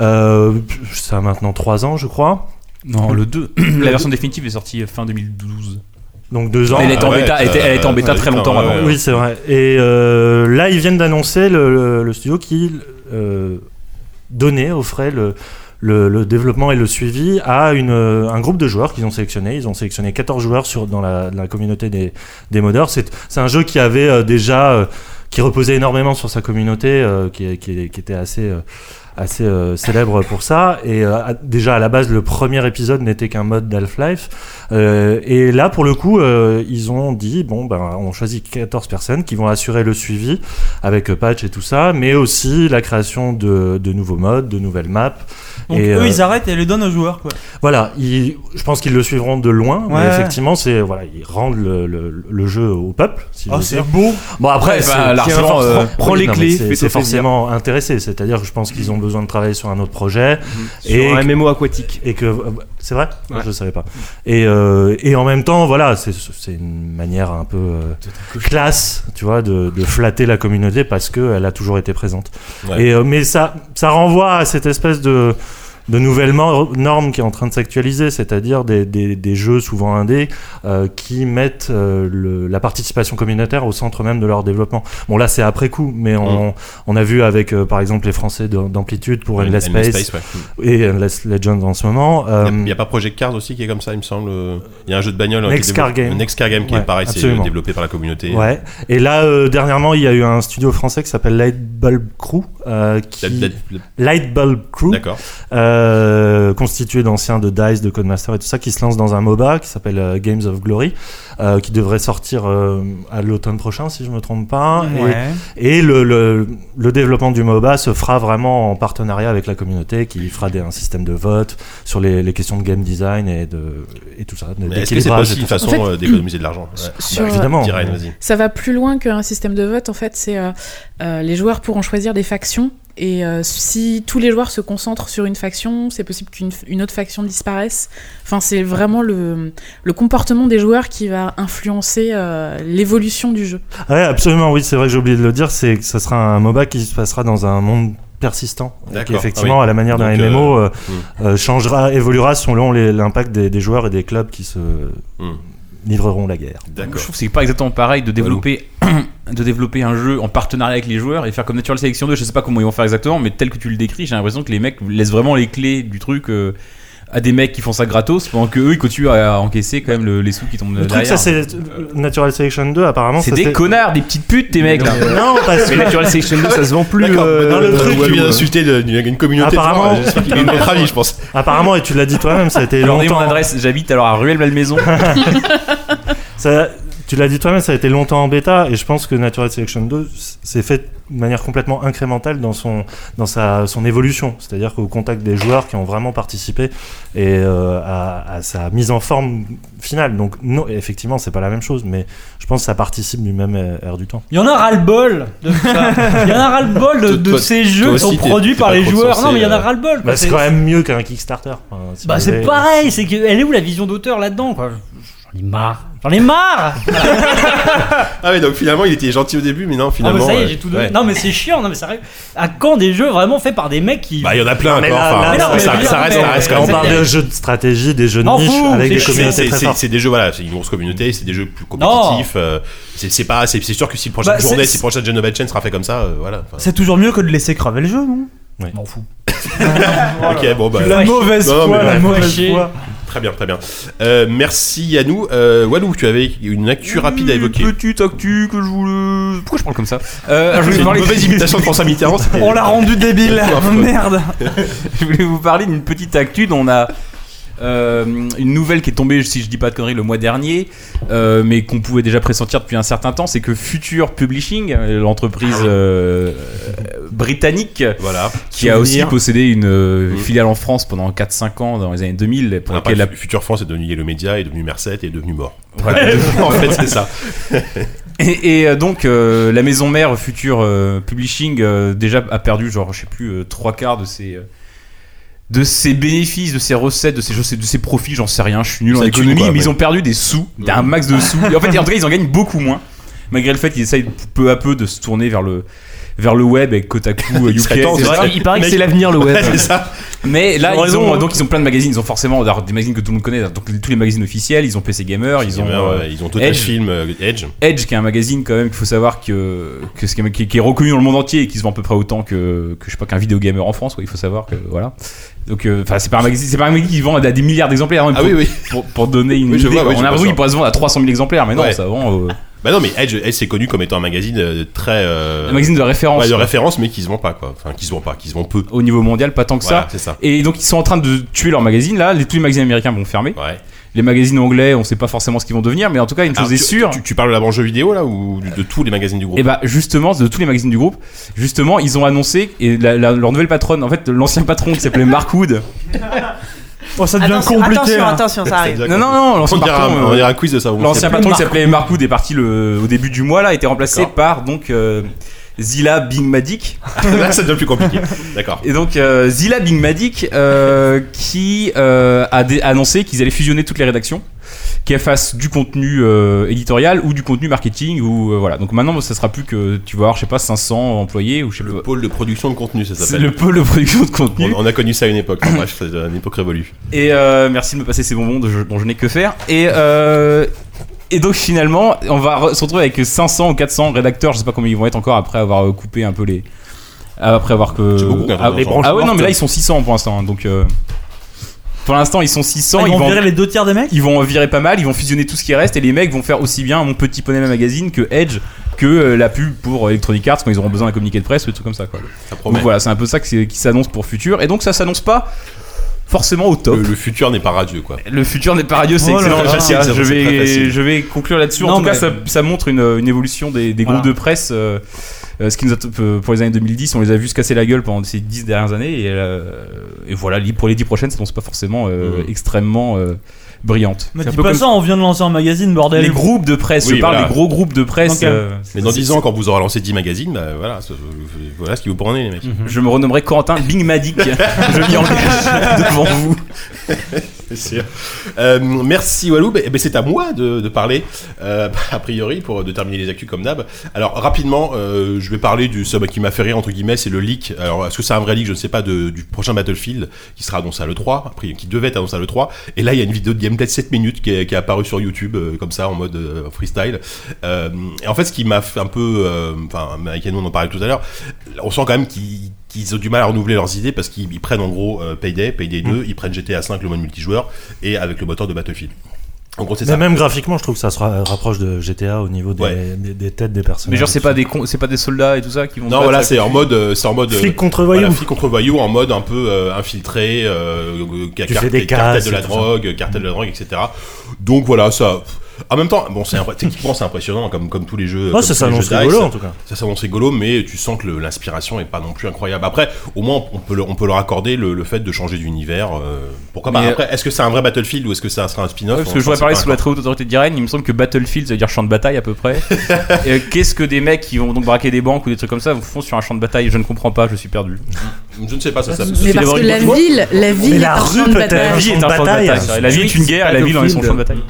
Speaker 6: Euh, ça a maintenant 3 ans, je crois.
Speaker 4: Non, le 2. La version définitive est sortie fin 2012.
Speaker 6: Donc 2 ans.
Speaker 4: Mais elle est en
Speaker 1: Ah ouais,
Speaker 4: bêta, elle était, euh, elle était en bêta
Speaker 1: ouais,
Speaker 4: très
Speaker 1: putain,
Speaker 3: hein.
Speaker 4: longtemps
Speaker 1: ouais,
Speaker 4: avant.
Speaker 1: ouais.
Speaker 6: Oui, c'est vrai. Et euh, là, ils viennent d'annoncer le, le- le studio qui euh, donnait, offrait le, le, le développement et le suivi à une, euh, un groupe de joueurs qu'ils ont sélectionné. Ils ont sélectionné 14 joueurs sur, dans la, la communauté des, des modeurs. C'est c'est un jeu qui avait euh, déjà. euh, qui reposait énormément sur sa communauté, euh, qui, qui- qui était assez. euh, assez euh, célèbre pour ça et euh, à- déjà à la base le premier épisode n'était qu'un mode d'Half-Life euh, et là, pour le coup, euh, ils ont dit bon, ben, on choisit 14 personnes qui vont assurer le suivi avec euh, patch et tout ça, mais aussi la création de, de nouveaux modes, de nouvelles maps.
Speaker 3: Donc
Speaker 6: et,
Speaker 3: eux,
Speaker 6: euh,
Speaker 3: ils arrêtent et le donnent aux joueurs. Quoi.
Speaker 6: Voilà, ils- je pense qu'ils le suivront de loin,
Speaker 3: Ouais.
Speaker 6: mais effectivement, c'est voilà, ils rendent le, le- le jeu au peuple. Si
Speaker 5: Ah,
Speaker 3: Oh,
Speaker 6: j'ose
Speaker 3: c'est
Speaker 6: dire.
Speaker 3: beau.
Speaker 6: Bon après,
Speaker 4: Ouais,
Speaker 6: c'est-
Speaker 4: bah,
Speaker 6: c'est
Speaker 4: l'argent,
Speaker 6: forcément-
Speaker 4: euh, prends les
Speaker 6: non, mais
Speaker 4: clés,
Speaker 6: c'est-
Speaker 4: fais-toi
Speaker 6: C'est
Speaker 4: plaisir.
Speaker 6: forcément intéressé. C'est-à-dire que je pense qu'ils ont besoin de travailler sur un autre projet
Speaker 5: Mmh. Sur un MMO aquatique.
Speaker 6: et que euh, c'est vrai
Speaker 5: Ouais.
Speaker 6: je savais pas et, euh, et en même temps voilà c'est c'est une manière un peu euh, classe tu vois de, de flatter la communauté parce que elle a toujours été présente
Speaker 1: Ouais.
Speaker 6: et euh, mais ça ça renvoie à cette espèce de de nouvelles mor- normes qui est en train de s'actualiser, c'est-à-dire des, des, des jeux souvent indés euh, qui mettent euh, le- la participation communautaire au centre même de leur développement. Bon là c'est après coup, mais on, on a vu avec euh, par exemple les Français d'Am- d'Amplitude pour Endless
Speaker 1: Endless
Speaker 6: Space,
Speaker 1: Mm. ouais.
Speaker 6: et Endless Legends en ce moment.
Speaker 1: Il
Speaker 6: Euh,
Speaker 1: y a- Il y a pas Project Cars aussi qui est comme ça, il me semble. Il y a un jeu de bagnole. hein, qui est
Speaker 6: Next
Speaker 1: développé-
Speaker 6: Car Game.
Speaker 1: Next Car Game qui est
Speaker 6: Ouais,
Speaker 1: pareil, c'est
Speaker 6: absolument.
Speaker 1: développé par la communauté.
Speaker 6: ouais. Et là, euh, dernièrement, il y a eu un studio français qui s'appelle Lightbulb Crew, euh,
Speaker 1: La-
Speaker 6: qui
Speaker 1: la-
Speaker 6: Lightbulb Crew,
Speaker 1: D'accord.
Speaker 6: euh, constitué d'anciens de Dice, de Codemaster et tout ça, qui se lance dans un MOBA qui s'appelle euh, Games of Glory, euh, qui devrait sortir euh, à l'automne prochain, si je me trompe pas. Et-
Speaker 3: Ouais.
Speaker 6: Et, le, le, le développement du MOBA se fera vraiment en partenariat avec la communauté, qui fera des, un système de vote sur les, les questions de game design et de et tout ça.
Speaker 1: Mais Est-ce que c'est pas aussi
Speaker 6: d'équilibrage
Speaker 1: une
Speaker 6: et tout ça.
Speaker 1: façon
Speaker 7: En fait-
Speaker 1: euh, d'économiser de l'argent Ouais.
Speaker 7: Sur-
Speaker 1: Bah,
Speaker 6: Évidemment.
Speaker 1: dis, Ryan, vas-y.
Speaker 7: Ça va plus loin qu'un système de vote. En fait, c'est euh, euh, les joueurs pourront choisir des factions. Et euh, si tous les joueurs se concentrent sur une faction, c'est possible qu'une une autre faction disparaisse. Enfin, c'est vraiment le, le comportement des joueurs qui va influencer euh, l'évolution du jeu.
Speaker 6: Ouais, absolument, oui, c'est vrai que j'ai oublié de le dire, c'est que ce sera un MOBA qui se passera dans un monde persistant,
Speaker 1: D'accord,
Speaker 6: qui effectivement,
Speaker 1: ah oui.
Speaker 6: à la manière d'un
Speaker 1: Donc, euh,
Speaker 6: MMO, euh,
Speaker 1: hmm.
Speaker 6: euh, changera, évoluera selon les- l'impact des, des joueurs et des clubs qui se
Speaker 1: Hmm.
Speaker 6: livreront la guerre.
Speaker 1: D'accord.
Speaker 4: Je trouve que c'est pas exactement pareil de développer, de développer un jeu en partenariat avec les joueurs et faire comme Natural Selection 2. Je sais pas comment ils vont faire exactement, mais tel que tu le décris, j'ai l'impression que les mecs laissent vraiment les clés du truc euh, à des mecs qui font ça gratos pendant que eux ils continuent à encaisser quand même le- les sous qui tombent
Speaker 6: Le truc,
Speaker 4: derrière.
Speaker 6: ça, c'est euh, Natural Selection 2, apparemment.
Speaker 4: c'est des
Speaker 6: c'était-
Speaker 4: connards, des petites putes, tes mecs là.
Speaker 6: Non, parce
Speaker 5: Mais
Speaker 6: que.
Speaker 5: Natural Selection 2, ça se vend plus.
Speaker 1: D'accord,
Speaker 5: euh,
Speaker 1: dans le
Speaker 5: euh,
Speaker 1: truc, tu
Speaker 5: Walou,
Speaker 1: viens
Speaker 5: euh.
Speaker 1: d'insulter de- une une communauté. de gens,
Speaker 6: Apparemment.
Speaker 1: euh, J'espère qu'il est notre avis, je pense.
Speaker 6: Apparemment, et tu l'as dit toi-même, ça a été
Speaker 4: Alors, donnez mon
Speaker 6: longtemps.
Speaker 4: adresse, j'habite alors à Ruelle Malmaison.
Speaker 6: Ça- tu l'as dit toi-même, ça a été longtemps en bêta, et je pense que Natural Selection 2 s'est fait de manière complètement incrémentale dans son dans sa son évolution, c'est-à-dire qu'au contact des joueurs qui ont vraiment participé et euh, à, à sa mise en forme finale. Donc non, effectivement, c'est pas la même chose, mais je pense que ça participe du même euh, air du temps.
Speaker 8: Il y en a ras-le-bol de ça. Il y en a ras-le-bol de,
Speaker 1: Toi-
Speaker 8: de
Speaker 1: toi-
Speaker 8: ces jeux qui
Speaker 1: aussi,
Speaker 8: sont
Speaker 1: t'es-
Speaker 8: produits
Speaker 1: t'es
Speaker 8: par
Speaker 1: pas
Speaker 8: les
Speaker 1: trop
Speaker 8: joueurs.
Speaker 1: censé,
Speaker 8: Non, mais il y en a
Speaker 1: euh,
Speaker 8: ras-le-bol. quoi.
Speaker 6: Bah, c'est quand même mieux qu'un Kickstarter. Enfin, si
Speaker 8: Bah,
Speaker 6: vous
Speaker 8: c'est
Speaker 6: voulez.
Speaker 8: pareil, c'est que elle est où la vision d'auteur là-dedans quoi J'en ai marre. J'en ai marre.
Speaker 1: Ah oui, donc finalement, il était gentil au début, mais non,
Speaker 8: Ah, mais
Speaker 1: finalement.
Speaker 8: ça y est,
Speaker 1: euh,
Speaker 8: j'ai tout donné.
Speaker 1: ouais.
Speaker 8: Non mais c'est chiant, non mais sérieux. À quand des jeux vraiment faits par des mecs qui
Speaker 1: Bah, il y en a plein,
Speaker 6: Mais
Speaker 1: quoi,
Speaker 6: là-
Speaker 1: enfin,
Speaker 6: là,
Speaker 1: ça-
Speaker 6: mais
Speaker 1: ça,
Speaker 8: bien
Speaker 1: ça
Speaker 8: sûr,
Speaker 1: reste,
Speaker 8: mais-
Speaker 1: ça reste
Speaker 8: mais
Speaker 1: quand
Speaker 6: on
Speaker 1: même.
Speaker 8: c'est-
Speaker 6: parle de jeux de stratégie, des jeux de
Speaker 8: M'en
Speaker 6: niche
Speaker 8: fous,
Speaker 6: avec
Speaker 8: c'est
Speaker 6: des
Speaker 8: chiant.
Speaker 1: C'est-
Speaker 6: communautés
Speaker 1: C'est
Speaker 6: très
Speaker 1: c'est-
Speaker 6: fortes.
Speaker 1: c'est des jeux, voilà, c'est une grosse communauté, c'est des jeux plus compétitifs. euh, c'est c'est pas, c'est c'est sûr que si le prochain
Speaker 3: Bah, c'est-
Speaker 1: journée, si
Speaker 3: c'est-
Speaker 1: le prochain Genova Chain sera fait comme ça, euh, voilà. enfin.
Speaker 3: C'est toujours mieux que de laisser crever le jeu, non
Speaker 8: M'en fous.
Speaker 1: Ok, bon bah.
Speaker 3: La
Speaker 8: Ouais.
Speaker 3: mauvaise
Speaker 1: Non, mais
Speaker 3: foi, la
Speaker 1: ouais.
Speaker 3: mauvaise foi.
Speaker 1: Très bien, très bien. Euh, merci à nous. Euh, Walou, tu avais une actu rapide à évoquer.
Speaker 4: Petite actu que je voulais. Pourquoi je parle comme ça Euh, Je
Speaker 1: C'est
Speaker 4: voulais
Speaker 1: une
Speaker 4: parler-
Speaker 1: mauvaise imitation de François Mitterrand. c'était-
Speaker 3: On l'a rendu débile,
Speaker 1: Affreux.
Speaker 3: merde.
Speaker 4: je voulais vous parler d'une petite actu dont on a euh, une nouvelle qui est tombée, si je dis pas de conneries, le mois dernier, euh, mais qu'on pouvait déjà pressentir depuis un certain temps, c'est que Future Publishing, euh, l'entreprise euh, euh, britannique,
Speaker 1: Voilà.
Speaker 4: qui a aussi
Speaker 6: Souvenir.
Speaker 4: possédé une euh,
Speaker 1: Mm. Ah,
Speaker 4: filiale en France pendant 4-5 ans dans les années 2000, pour
Speaker 1: Après,
Speaker 4: laquelle la
Speaker 1: Future France est devenu Yellow Media, est devenu Merced et est devenu mort. en fait, c'est ça.
Speaker 4: Et, et, euh, donc euh, la maison mère Future euh, Publishing euh, déjà a perdu genre je sais plus euh, trois quarts de ses euh, de ses bénéfices, de ses recettes, de ses choses, de ses profits, j'en sais rien, je suis nul en
Speaker 1: Ça tue,
Speaker 4: économie,
Speaker 1: quoi,
Speaker 4: mais
Speaker 1: ouais.
Speaker 4: ils ont perdu des sous, un max de sous. Et en fait, en tout cas, ils en gagnent beaucoup moins, malgré le fait qu'ils essayent peu à peu de se tourner vers le vers le web avec Kotaku, euh,
Speaker 1: Il
Speaker 4: UK.
Speaker 1: serait temps,
Speaker 4: etc.
Speaker 1: c'est vrai.
Speaker 5: Il paraît que
Speaker 1: Mais-
Speaker 5: c'est l'avenir le web.
Speaker 1: Ouais, c'est ça.
Speaker 4: Mais
Speaker 3: Ils
Speaker 4: là, ils
Speaker 3: ont
Speaker 4: ont,
Speaker 3: raison, hein.
Speaker 4: donc ils ont plein de magazines, ils ont forcément alors, des magazines que tout le monde connaît, donc tous les magazines officiels, ils ont PC Gamer, ils ont
Speaker 1: Gamer,
Speaker 4: euh,
Speaker 1: ouais, ils ont Total
Speaker 4: Edge.
Speaker 1: Film, euh, Edge.
Speaker 4: Edge, qui est un magazine quand même qu'il faut savoir que, que c'est quand même- qui, qui est reconnu dans le monde entier et qui se vend à peu près autant que, que je sais pas qu'un vidéo gamer en France. Quoi. Il faut savoir que voilà. Donc euh, enfin c'est pas un magazine, c'est pas un magazine qui vend à des milliards d'exemplaires. hein,
Speaker 1: Ah
Speaker 4: pour,
Speaker 1: oui, oui.
Speaker 4: pour, pour donner une
Speaker 1: Oui, je
Speaker 4: idée.
Speaker 1: vois,
Speaker 4: quoi.
Speaker 1: oui, je
Speaker 4: On a
Speaker 1: vois
Speaker 4: l'impression
Speaker 1: ça.
Speaker 4: qu'il pourrait se vendre à 300 000 exemplaires, mais non,
Speaker 1: Ouais.
Speaker 4: ça vend euh,
Speaker 1: Bah non, mais Edge, Edge c'est connu comme étant un magazine euh, très. euh,
Speaker 4: un magazine de référence
Speaker 1: ouais, de
Speaker 4: quoi.
Speaker 1: référence, mais qui se vend pas, quoi. Enfin, qui se vend pas, qui se vend peu.
Speaker 4: au niveau mondial, pas tant que
Speaker 1: Voilà,
Speaker 4: ça.
Speaker 1: c'est ça.
Speaker 4: Et donc ils sont en train de tuer leur magazine là. Les, tous les magazines américains vont fermer.
Speaker 1: Ouais.
Speaker 4: Les magazines anglais, on sait pas forcément ce qu'ils vont devenir, mais en tout cas une chose
Speaker 1: Alors,
Speaker 4: est
Speaker 1: tu-
Speaker 4: sûre.
Speaker 1: Tu, tu parles de la branche jeux vidéo, là, ou de, de tous les magazines du groupe
Speaker 4: Et bah justement, de tous les magazines du groupe, justement, ils ont annoncé et la- la- leur nouvelle patronne, en fait, l'ancien patron qui s'appelait Mark Wood.
Speaker 3: Oh, ça devient
Speaker 9: Attention,
Speaker 3: compliqué. hein.
Speaker 9: attention,
Speaker 3: là.
Speaker 9: attention, ça arrive.
Speaker 4: Non, non, non,
Speaker 1: On
Speaker 4: l'ancien
Speaker 1: dira, un-
Speaker 4: patron.
Speaker 1: on
Speaker 4: euh,
Speaker 1: dira un quiz de ça. vous
Speaker 4: L'ancien
Speaker 1: savez.
Speaker 4: patron qui s'appelait Mark Wood est parti le, au début du mois là, a été remplacé
Speaker 1: D'accord.
Speaker 4: par donc euh, Zila Bingmadik.
Speaker 1: Là, ça devient plus compliqué. D'accord.
Speaker 4: Et donc euh, Zila Bingmadik euh, qui euh, a dé- annoncé qu'ils allaient fusionner toutes les rédactions, qu'elles fassent du contenu euh, éditorial ou du contenu marketing ou euh, voilà. Donc maintenant ça sera plus que tu vas avoir je sais pas 500 employés ou je sais pas.
Speaker 1: Pôle de production de contenu, ça
Speaker 4: C'est
Speaker 1: s'appelle.
Speaker 4: le pôle de production de contenu.
Speaker 1: On, on a connu ça à une époque. Enfin, bref, c'est une époque révolue.
Speaker 4: Et euh, merci de me passer ces bonbons de- dont je n'ai que faire. Et, euh, et donc finalement, on va re- se retrouver avec 500 ou 400 rédacteurs. Je sais pas combien ils vont être encore après avoir euh, coupé un peu les. euh, Après avoir que.
Speaker 1: C'est beaucoup,
Speaker 4: ah,
Speaker 1: 400. Les branches
Speaker 4: ah ouais, non, mais là ils sont 600 pour l'instant. hein, donc euh, pour l'instant ils sont 600.
Speaker 3: Ils
Speaker 4: ils,
Speaker 3: vont
Speaker 4: vont,
Speaker 3: virer les deux tiers des mecs
Speaker 4: ils vont en virer pas mal. Ils vont fusionner tout ce qui reste. Et les mecs vont faire aussi bien mon petit poney magazine que Edge que euh, la pub pour Electronic Arts quand ils auront besoin d'un communiqué de presse ou des trucs comme ça quoi.
Speaker 1: Ça promet.
Speaker 4: Donc voilà, c'est un peu ça que c'est- qui s'annonce pour futur. Et donc ça s'annonce pas forcément au top.
Speaker 1: Le, le futur n'est pas radieux, quoi.
Speaker 4: Le futur n'est pas radieux, c'est
Speaker 3: Oh là
Speaker 4: excellent.
Speaker 3: là.
Speaker 4: Jacques.
Speaker 1: C'est
Speaker 4: je,
Speaker 1: très facile.
Speaker 4: vais, je vais conclure là-dessus. En
Speaker 8: Non,
Speaker 4: tout cas,
Speaker 8: mais-
Speaker 4: ça, ça montre une, une évolution des, des
Speaker 8: Voilà.
Speaker 4: groupes de presse. euh, euh, ce qui nous a, euh, pour les années 2010, on les a vus se casser la gueule pendant ces 10 dernières années. Et, euh, et voilà, li- pour les 10 prochaines, ça ne pas forcément euh,
Speaker 1: Mhm.
Speaker 4: extrêmement euh, brillante.
Speaker 3: Mais
Speaker 4: C'est un
Speaker 3: dis
Speaker 4: peu
Speaker 3: pas
Speaker 4: comme
Speaker 3: ça, on vient de lancer un magazine, bordel.
Speaker 4: les groupes de presse,
Speaker 1: Oui,
Speaker 4: je parle
Speaker 1: voilà.
Speaker 4: des gros groupes de presse.
Speaker 3: Ok.
Speaker 4: euh,
Speaker 1: Mais dans
Speaker 4: c'est-
Speaker 1: 10 ans, quand vous aurez lancé 10 magazines, bah, voilà, ce- voilà ce qui vous prenez, les mecs.
Speaker 4: Je me renommerai Corentin Bingmadic. je m'y engage devant vous.
Speaker 1: C'est sûr. Euh, merci Walou. Ben, ben, c'est à moi de, de parler, euh, a priori, pour de terminer les actus comme d'hab. Alors rapidement, euh, je vais parler du ça qui m'a fait rire entre guillemets, c'est le leak. Alors est-ce que c'est un vrai leak Je ne sais pas de- du prochain Battlefield qui sera annoncé à le 3, qui devait être annoncé à le 3. Et là, il y a une vidéo de gameplay de 7 minutes qui est, qui est apparue sur YouTube euh, comme ça en mode euh, freestyle. Euh, et en fait, ce qui m'a fait un peu, euh, enfin, avec nous on en parlait tout à l'heure, on sent quand même qu'ils qu'ils ont du mal à renouveler leurs idées parce qu'ils ils prennent en gros euh, Payday, Payday
Speaker 6: Mm.
Speaker 1: 2, ils prennent GTA 5 le mode multijoueur et avec le moteur de Battlefield. En gros, c'est
Speaker 6: Mais
Speaker 1: ça.
Speaker 6: même graphiquement, je trouve que ça se ra- rapproche de GTA au niveau des,
Speaker 1: Ouais.
Speaker 6: des- des têtes des personnages.
Speaker 4: Mais genre, c'est pas des con- c'est pas des soldats et tout ça qui vont.
Speaker 1: Non,
Speaker 4: battre,
Speaker 1: voilà,
Speaker 4: ça-
Speaker 1: c'est en mode, euh, c'est en mode. euh,
Speaker 6: Flic contre
Speaker 1: voilà,
Speaker 6: voyous.
Speaker 1: flic contre voyous en mode un peu euh, infiltré, euh, euh,
Speaker 6: fais des
Speaker 1: cartel
Speaker 6: casses
Speaker 1: de la
Speaker 6: et tout
Speaker 1: drogue, cartel de la drogue, etc. Donc voilà, ça. pff, En même temps, bon, c'est impr- techniquement c'est impressionnant comme comme tous les jeux.
Speaker 6: Oh,
Speaker 1: comme
Speaker 6: ça
Speaker 1: tous les
Speaker 6: s'annonce
Speaker 1: jeux de
Speaker 6: rigolo,
Speaker 1: dice.
Speaker 6: en tout cas.
Speaker 1: Ça s'annonce rigolo, mais tu sens que le- l'inspiration est pas non plus incroyable. Après, au moins on peut le- on peut leur accorder le, le fait de changer d'univers. euh, pourquoi pas
Speaker 4: Mais,
Speaker 1: Après, est-ce que c'est un vrai Battlefield ou est-ce que ça sera un spin-off
Speaker 4: Ouais, parce que je voudrais parler sous la très haute autorité d'Irène, il me semble que Battlefield, ça veut dire champ de bataille à peu près. Et, euh, Qu'est-ce que des mecs qui vont donc braquer des banques ou des trucs comme ça vous font sur un champ de bataille Je ne comprends pas, je suis perdu.
Speaker 1: Je ne sais pas ça. ça
Speaker 7: Mais parce que la ville, la ville
Speaker 6: Mais
Speaker 7: est
Speaker 6: la
Speaker 7: un
Speaker 6: rue
Speaker 7: champ de
Speaker 6: peut-être.
Speaker 4: La
Speaker 7: bataille.
Speaker 4: vie
Speaker 6: champ
Speaker 4: est
Speaker 6: de
Speaker 4: un champ de
Speaker 6: bataille.
Speaker 4: bataille. La vie est une guerre et la ville en est son champ de bataille.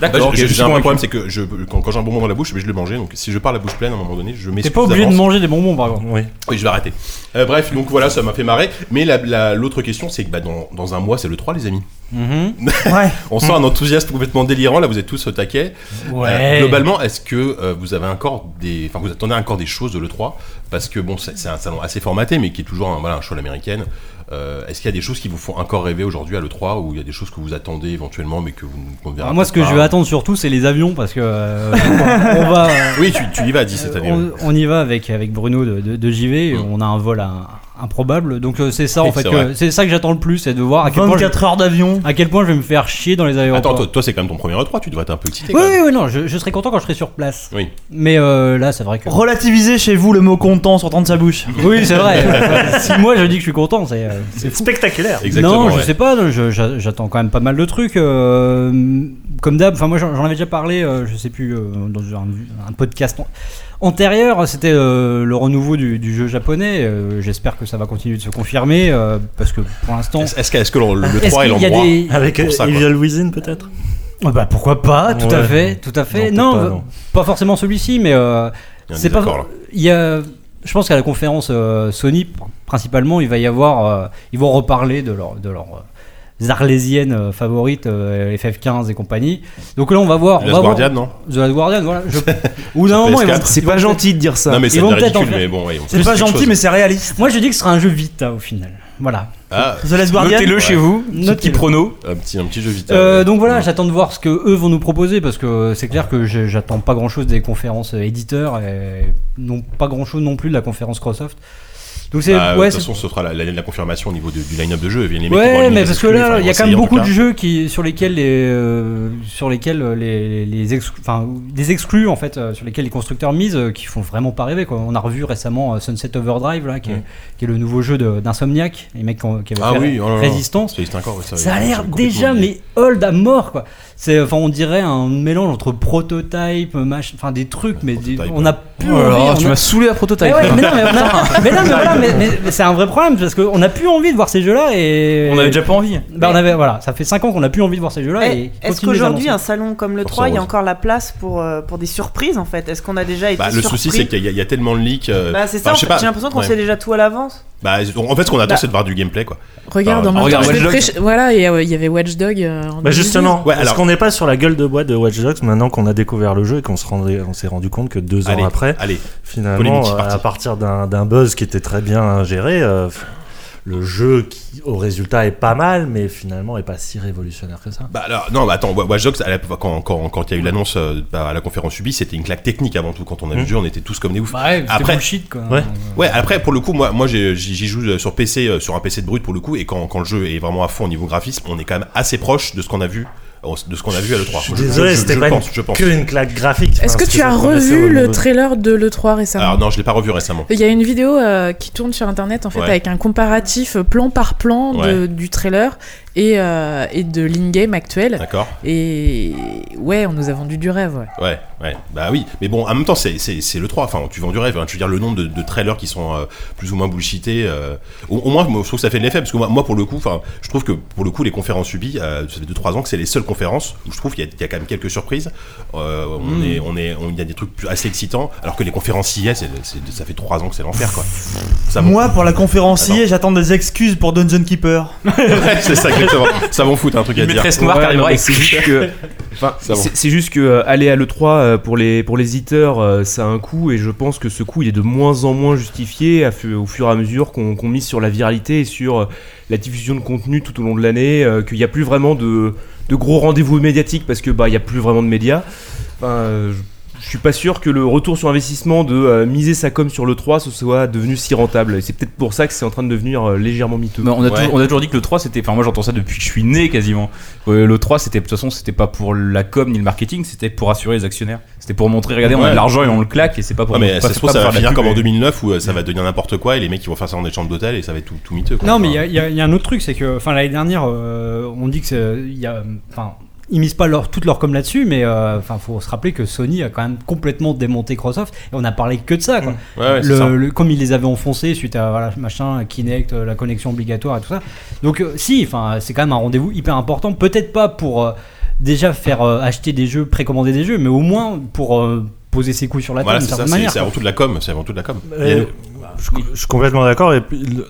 Speaker 1: D'accord,
Speaker 4: ok,
Speaker 1: j'ai
Speaker 4: je
Speaker 1: j'ai
Speaker 4: suis
Speaker 1: un
Speaker 4: convaincu.
Speaker 1: problème, c'est que je, quand, quand j'ai un bonbon dans la bouche, mais je le mangeais, donc si je pars la bouche pleine à un moment donné, je
Speaker 8: T'es
Speaker 1: m'excuse.
Speaker 8: pas obligé de
Speaker 1: d'avance.
Speaker 8: manger des bonbons, par contre.
Speaker 6: Oui.
Speaker 1: Oui, je vais arrêter. Euh, bref, donc voilà, ça m'a fait marrer. Mais l'autre la, l'autre question, c'est que bah, dans, dans un mois, c'est le 3, les amis.
Speaker 3: Mhm.
Speaker 6: Ouais.
Speaker 1: On sent un enthousiasme complètement délirant, là, vous êtes tous au taquet. Euh, globalement, est-ce que euh, vous avez encore des. Enfin, vous attendez encore des choses de l'E3 Parce que bon, c'est c'est un salon assez formaté, mais qui est toujours un, voilà, un show à l'américaine. Euh, est-ce qu'il y a des choses qui vous font encore rêver aujourd'hui à l'E3 Ou il y a des choses que vous attendez éventuellement, mais que vous ne qu'on ne verra
Speaker 8: Alors Ah, moi, ce que
Speaker 1: pas
Speaker 8: je vais attendre surtout, c'est les avions parce que euh, on va,
Speaker 1: Oui, tu, tu y vas, dis cette année.
Speaker 8: on,
Speaker 1: oui.
Speaker 8: on y va avec avec Bruno de, de- de JV.
Speaker 1: Mm.
Speaker 8: On a un vol à- improbable, donc euh, c'est ça en
Speaker 1: Oui,
Speaker 8: fait.
Speaker 1: c'est
Speaker 8: que-
Speaker 1: vrai.
Speaker 8: C'est ça que j'attends le plus, c'est de voir à quel point je,
Speaker 3: 24 heures d'avion.
Speaker 8: à quel point je vais me faire chier dans les aéroports.
Speaker 1: Attends, toi, toi, c'est quand même ton premier E3, tu devrais être un peu excité.
Speaker 8: oui,
Speaker 1: quand
Speaker 8: oui,
Speaker 1: même.
Speaker 8: oui, non, je, je serais content quand je serai sur place.
Speaker 1: Oui.
Speaker 8: Mais euh, là, c'est vrai que.
Speaker 3: Relativisez chez vous le mot content sortant de sa bouche.
Speaker 8: Oui, c'est vrai. si moi je dis que je suis content, c'est. euh, c'est fou.
Speaker 6: Spectaculaire.
Speaker 1: Exactement.
Speaker 8: non, je
Speaker 1: ouais.
Speaker 8: sais pas, je- j'a- j'attends quand même pas mal de trucs. euh, comme d'hab, enfin moi j'en j'en avais déjà parlé, euh, je sais plus, euh, dans un, un podcast an- antérieur, c'était euh, le renouveau du, du jeu japonais. euh, J'espère que ça va continuer de se confirmer, euh, parce que pour l'instant...
Speaker 1: Est-ce que, est-ce que le, le
Speaker 8: Est-ce
Speaker 1: 3 est
Speaker 8: qu'il y a
Speaker 1: l'endroit
Speaker 8: des-
Speaker 6: Avec euh,
Speaker 1: Pour ça, quoi.
Speaker 6: Evil Within peut-être
Speaker 8: Ah bah, pourquoi pas, tout à
Speaker 6: Ouais.
Speaker 8: fait, tout à fait.
Speaker 6: Non,
Speaker 8: Non,
Speaker 6: peut-être
Speaker 8: euh,
Speaker 6: pas,
Speaker 8: pas,
Speaker 6: non.
Speaker 8: forcément celui-ci, mais euh,
Speaker 1: Il y a un
Speaker 8: c'est pas.
Speaker 1: désaccord, là.
Speaker 8: Il y a, je pense qu'à la conférence euh, Sony, pr- principalement, il va y avoir, euh, ils vont reparler de leur, de leurs euh, arlésiennes euh, favorites, euh, FF15 et compagnie. Donc là, on va voir, on
Speaker 1: Last
Speaker 8: va voir
Speaker 1: Guardian, non
Speaker 8: The Last Guardian, voilà. Je, au bout d'un moment, ils vont-
Speaker 1: PS4.
Speaker 5: C'est
Speaker 8: ils
Speaker 5: pas
Speaker 8: vont
Speaker 5: gentil de dire ça.
Speaker 1: Non, mais c'est
Speaker 8: vont
Speaker 1: bien
Speaker 8: peut-être en
Speaker 1: ridicule,
Speaker 8: faire-
Speaker 1: mais bon, oui. on
Speaker 3: C'est
Speaker 1: fait
Speaker 3: pas
Speaker 1: quelque
Speaker 3: gentil,
Speaker 1: chose.
Speaker 3: mais c'est réaliste.
Speaker 8: peut-être- Moi, je dis que ce sera un jeu Vita au final. Voilà.
Speaker 1: Ah,
Speaker 3: The Last Guardian.
Speaker 4: Notez-le chez vous,
Speaker 8: Notez-le.
Speaker 4: petit prono.
Speaker 1: un petit, un petit jeu vite.
Speaker 8: Euh,
Speaker 1: euh,
Speaker 8: donc voilà,
Speaker 1: ouais.
Speaker 8: j'attends de voir ce que eux vont nous proposer parce que euh, c'est clair que je- j'attends pas grand chose des conférences euh, éditeurs et non pas grand chose non plus de la conférence Microsoft. Donc c'est
Speaker 1: Bah,
Speaker 8: ouais,
Speaker 1: de toute
Speaker 8: c'est-
Speaker 1: façon, ce fera la, la- la confirmation au niveau de- du line-up de jeu. Les mecs qui vont
Speaker 8: ouais,
Speaker 1: aligner
Speaker 8: mais
Speaker 1: les
Speaker 8: parce que
Speaker 1: exclus,
Speaker 8: là,
Speaker 1: enfin,
Speaker 8: il
Speaker 1: vont
Speaker 8: y a quand
Speaker 1: essayer, en
Speaker 8: même
Speaker 1: tout
Speaker 8: beaucoup de
Speaker 1: cas.
Speaker 8: jeux qui sur lesquels les euh, sur lesquels les les, les ex- enfin des exclus en fait euh, sur lesquels les constructeurs misent euh, qui font vraiment pas rêver quoi. On a revu récemment euh, Sunset Overdrive là qui, est,
Speaker 1: Ouais.
Speaker 8: qui est le nouveau jeu de- d'Insomniac, les mecs qui, ont- qui avaient
Speaker 1: Mm. Ah
Speaker 8: fait
Speaker 1: oui, oh là là.
Speaker 8: Résistance.
Speaker 1: Ça existe encore, ouais, ça,
Speaker 8: Ça a
Speaker 1: ouais,
Speaker 8: l'air
Speaker 1: c'est
Speaker 8: déjà
Speaker 1: complètement-
Speaker 8: mais old à mort quoi. C'est enfin on dirait un mélange entre prototype, mach... enfin des trucs mais des-
Speaker 1: Prototype,
Speaker 8: on n'a plus
Speaker 4: Oh là là,
Speaker 8: envie.
Speaker 4: tu
Speaker 8: on a-
Speaker 4: m'as saoulé à
Speaker 8: Mais,
Speaker 4: prototype.
Speaker 8: ouais, mais non mais, on a- mais non, mais voilà, mais- mais- mais c'est un vrai problème parce qu'on n'a plus envie de voir ces jeux-là et
Speaker 4: On avait déjà pas envie.
Speaker 8: Bah, on avait voilà ça fait 5 ans qu'on n'a plus envie de voir ces jeux-là
Speaker 9: Eh,
Speaker 8: et
Speaker 9: Est-ce
Speaker 8: continuent de les
Speaker 9: qu'aujourd'hui, un
Speaker 8: annoncer.
Speaker 9: salon comme le
Speaker 1: Force
Speaker 9: 3, il y a
Speaker 1: Rose.
Speaker 9: encore la place pour, euh, pour des surprises en fait Est-ce qu'on a déjà été
Speaker 1: Bah, le
Speaker 9: surpris
Speaker 1: souci, c'est qu'il y, a- il y a tellement de leaks. euh,
Speaker 9: Bah, c'est ça,
Speaker 1: enfin,
Speaker 9: en
Speaker 1: je sais
Speaker 9: fait,
Speaker 1: pas.
Speaker 9: j'ai l'impression qu'on
Speaker 1: Ouais.
Speaker 9: sait déjà tout à l'avance.
Speaker 1: Bah, en fait, ce qu'on attend,
Speaker 7: Bah.
Speaker 1: c'est de voir du gameplay, quoi.
Speaker 7: Regarde,
Speaker 1: Bah,
Speaker 7: en même
Speaker 4: regarde
Speaker 7: temps, je
Speaker 4: Watch
Speaker 7: vais
Speaker 4: Dogs.
Speaker 7: prêcher- Voilà, et, euh, il y avait Watch Dog. euh, en
Speaker 6: Bah justement,
Speaker 1: Ouais,
Speaker 6: est-ce
Speaker 1: alors-
Speaker 6: qu'on n'est pas sur la gueule de bois de Watch Dogs maintenant qu'on a découvert le jeu et qu'on se rendait, on s'est rendu compte que deux ans
Speaker 1: Allez,
Speaker 6: après,
Speaker 1: allez.
Speaker 6: finalement,
Speaker 1: Polémique, c'est
Speaker 6: euh,
Speaker 1: parti.
Speaker 6: à partir d'un d'un buzz qui était très bien géré, euh, f- le jeu qui, au résultat est pas mal, mais finalement est pas si révolutionnaire que ça.
Speaker 1: Bah alors, non, bah attends, Wa- Watch Dogs, à la- quand, quand, quand il y a eu l'annonce euh, bah, à la conférence Ubi, c'était une claque technique avant tout. Quand on a vu le
Speaker 6: Mm.
Speaker 1: jeu, on était tous comme des oufs.
Speaker 8: Mmh. Bah ouais, c'était
Speaker 1: Après-
Speaker 8: bullshit, quoi.
Speaker 6: Ouais.
Speaker 1: Ouais, après, pour le coup, moi, moi j'ai- j'y j'y joue euh, sur PC, euh, sur un PC de brut pour le coup, et quand, quand le jeu est vraiment à fond au niveau graphisme, on est quand même assez proche de ce qu'on a vu, euh, de ce qu'on a vu à l'E3.
Speaker 6: Je suis désolé, c'était
Speaker 1: je
Speaker 6: pas
Speaker 1: pense,
Speaker 6: une-
Speaker 1: je pense.
Speaker 6: Que une claque graphique.
Speaker 7: Est-ce que
Speaker 6: enfin, ce
Speaker 7: tu as
Speaker 6: ça connaissait au
Speaker 7: revu le
Speaker 6: niveau-
Speaker 7: trailer de l'E3 récemment
Speaker 1: Alors non, je l'ai pas revu récemment.
Speaker 7: Il y a une vidéo euh, qui tourne sur internet en fait
Speaker 1: Ouais.
Speaker 7: avec un comparatif euh, plan par plan de- du trailer et, euh, et de l'in-game actuel.
Speaker 1: D'accord.
Speaker 7: Et ouais, on nous a vendu du rêve. ouais.
Speaker 1: Ouais, ouais, bah oui, mais bon, en même temps, c'est, c'est, c'est le 3, enfin, tu vends du rêve, hein. je veux dire, le nombre de, de trailers qui sont euh, plus ou moins bullshités, euh, au, au moins, moi, je trouve que ça fait de l'effet, parce que moi, moi, pour le coup, enfin, je trouve que, pour le coup, les conférences subies, euh, ça fait 2-3 ans que c'est les seules conférences où je trouve qu'il y a, qu'il y a quand même quelques surprises, Euh, on
Speaker 4: Hmm.
Speaker 1: est, on est, on- il y a des trucs plus- assez excitants, alors que les conférences IA, c'est, c'est- ça fait 3 ans que c'est l'enfer, quoi. Ça m'en-
Speaker 3: Moi, pour la
Speaker 1: Attends.
Speaker 3: conférencier, j'attends des excuses pour Dungeon Keeper.
Speaker 1: Ouais, c'est ça, exactement, ça m'en fout, un truc à dire.
Speaker 4: Maîtresse noire qui
Speaker 5: Ouais, non,
Speaker 4: arrivera
Speaker 5: mais
Speaker 4: avec
Speaker 5: c'est
Speaker 4: ses
Speaker 5: juste que, enfin,
Speaker 1: Ça va.
Speaker 5: c'est c'est juste que euh, aller à l'E3 euh, pour les, pour les éditeurs, euh, ça a un coût et je pense que ce coût il est de moins en moins justifié à fu- au fur et à mesure qu'on qu'on mise sur la viralité et sur euh, la diffusion de contenu tout au long de l'année, euh, qu'il n'y a plus vraiment de, de gros rendez-vous médiatiques parce que bah il n'y a plus vraiment de médias. Enfin, euh, je- je suis pas sûr que le retour sur investissement de euh, miser sa com sur le 3 ce soit devenu si rentable. Et c'est peut-être pour ça que c'est en train de devenir euh, légèrement miteux.
Speaker 4: Mais on, a toujours, on a toujours dit que le 3 c'était. Enfin, moi j'entends ça depuis que je suis né quasiment. Euh, le 3 c'était de toute façon c'était pas pour la com ni le marketing, c'était pour assurer les actionnaires. C'était pour montrer, regardez, on a
Speaker 1: Ouais.
Speaker 4: de l'argent et on le claque et c'est pas pour.
Speaker 1: Ouais, mais
Speaker 4: pas-
Speaker 1: ça se trouve,
Speaker 4: pas
Speaker 1: ça
Speaker 4: pour
Speaker 1: va
Speaker 4: faire de la
Speaker 1: finir comme en
Speaker 4: pub, Mm.
Speaker 1: 2009 où euh, ça va devenir n'importe quoi et les mecs ils vont faire ça dans des chambres d'hôtel et ça va être tout, tout miteux. Quoi.
Speaker 8: Non, mais il y a- il y, a- il y a un autre truc, c'est que enfin l'année dernière, euh, on dit que c'est- il y a, enfin, ils misent pas leur, toute leur com là-dessus, mais euh, enfin faut se rappeler que Sony a quand même complètement démonté Microsoft et on a parlé que de ça. Quoi.
Speaker 1: Mmh. Ouais, ouais, c'est
Speaker 8: Le-
Speaker 1: ça.
Speaker 8: le- comme ils les avaient enfoncés suite à voilà, machin, Kinect, euh, la connexion obligatoire et tout ça. Donc euh, si, enfin c'est quand même un rendez-vous hyper important. Peut-être pas pour euh, déjà faire euh, acheter des jeux, précommander des jeux, mais au moins pour euh, poser ses coups sur la
Speaker 1: Voilà,
Speaker 8: table d'une
Speaker 1: c'est ça,
Speaker 8: certaine
Speaker 1: c'est
Speaker 8: manière.
Speaker 1: c'est avant tout de la com. C'est avant tout de la com. Il y a
Speaker 6: Euh,
Speaker 1: une-
Speaker 6: je, je suis complètement d'accord. Et puis, le,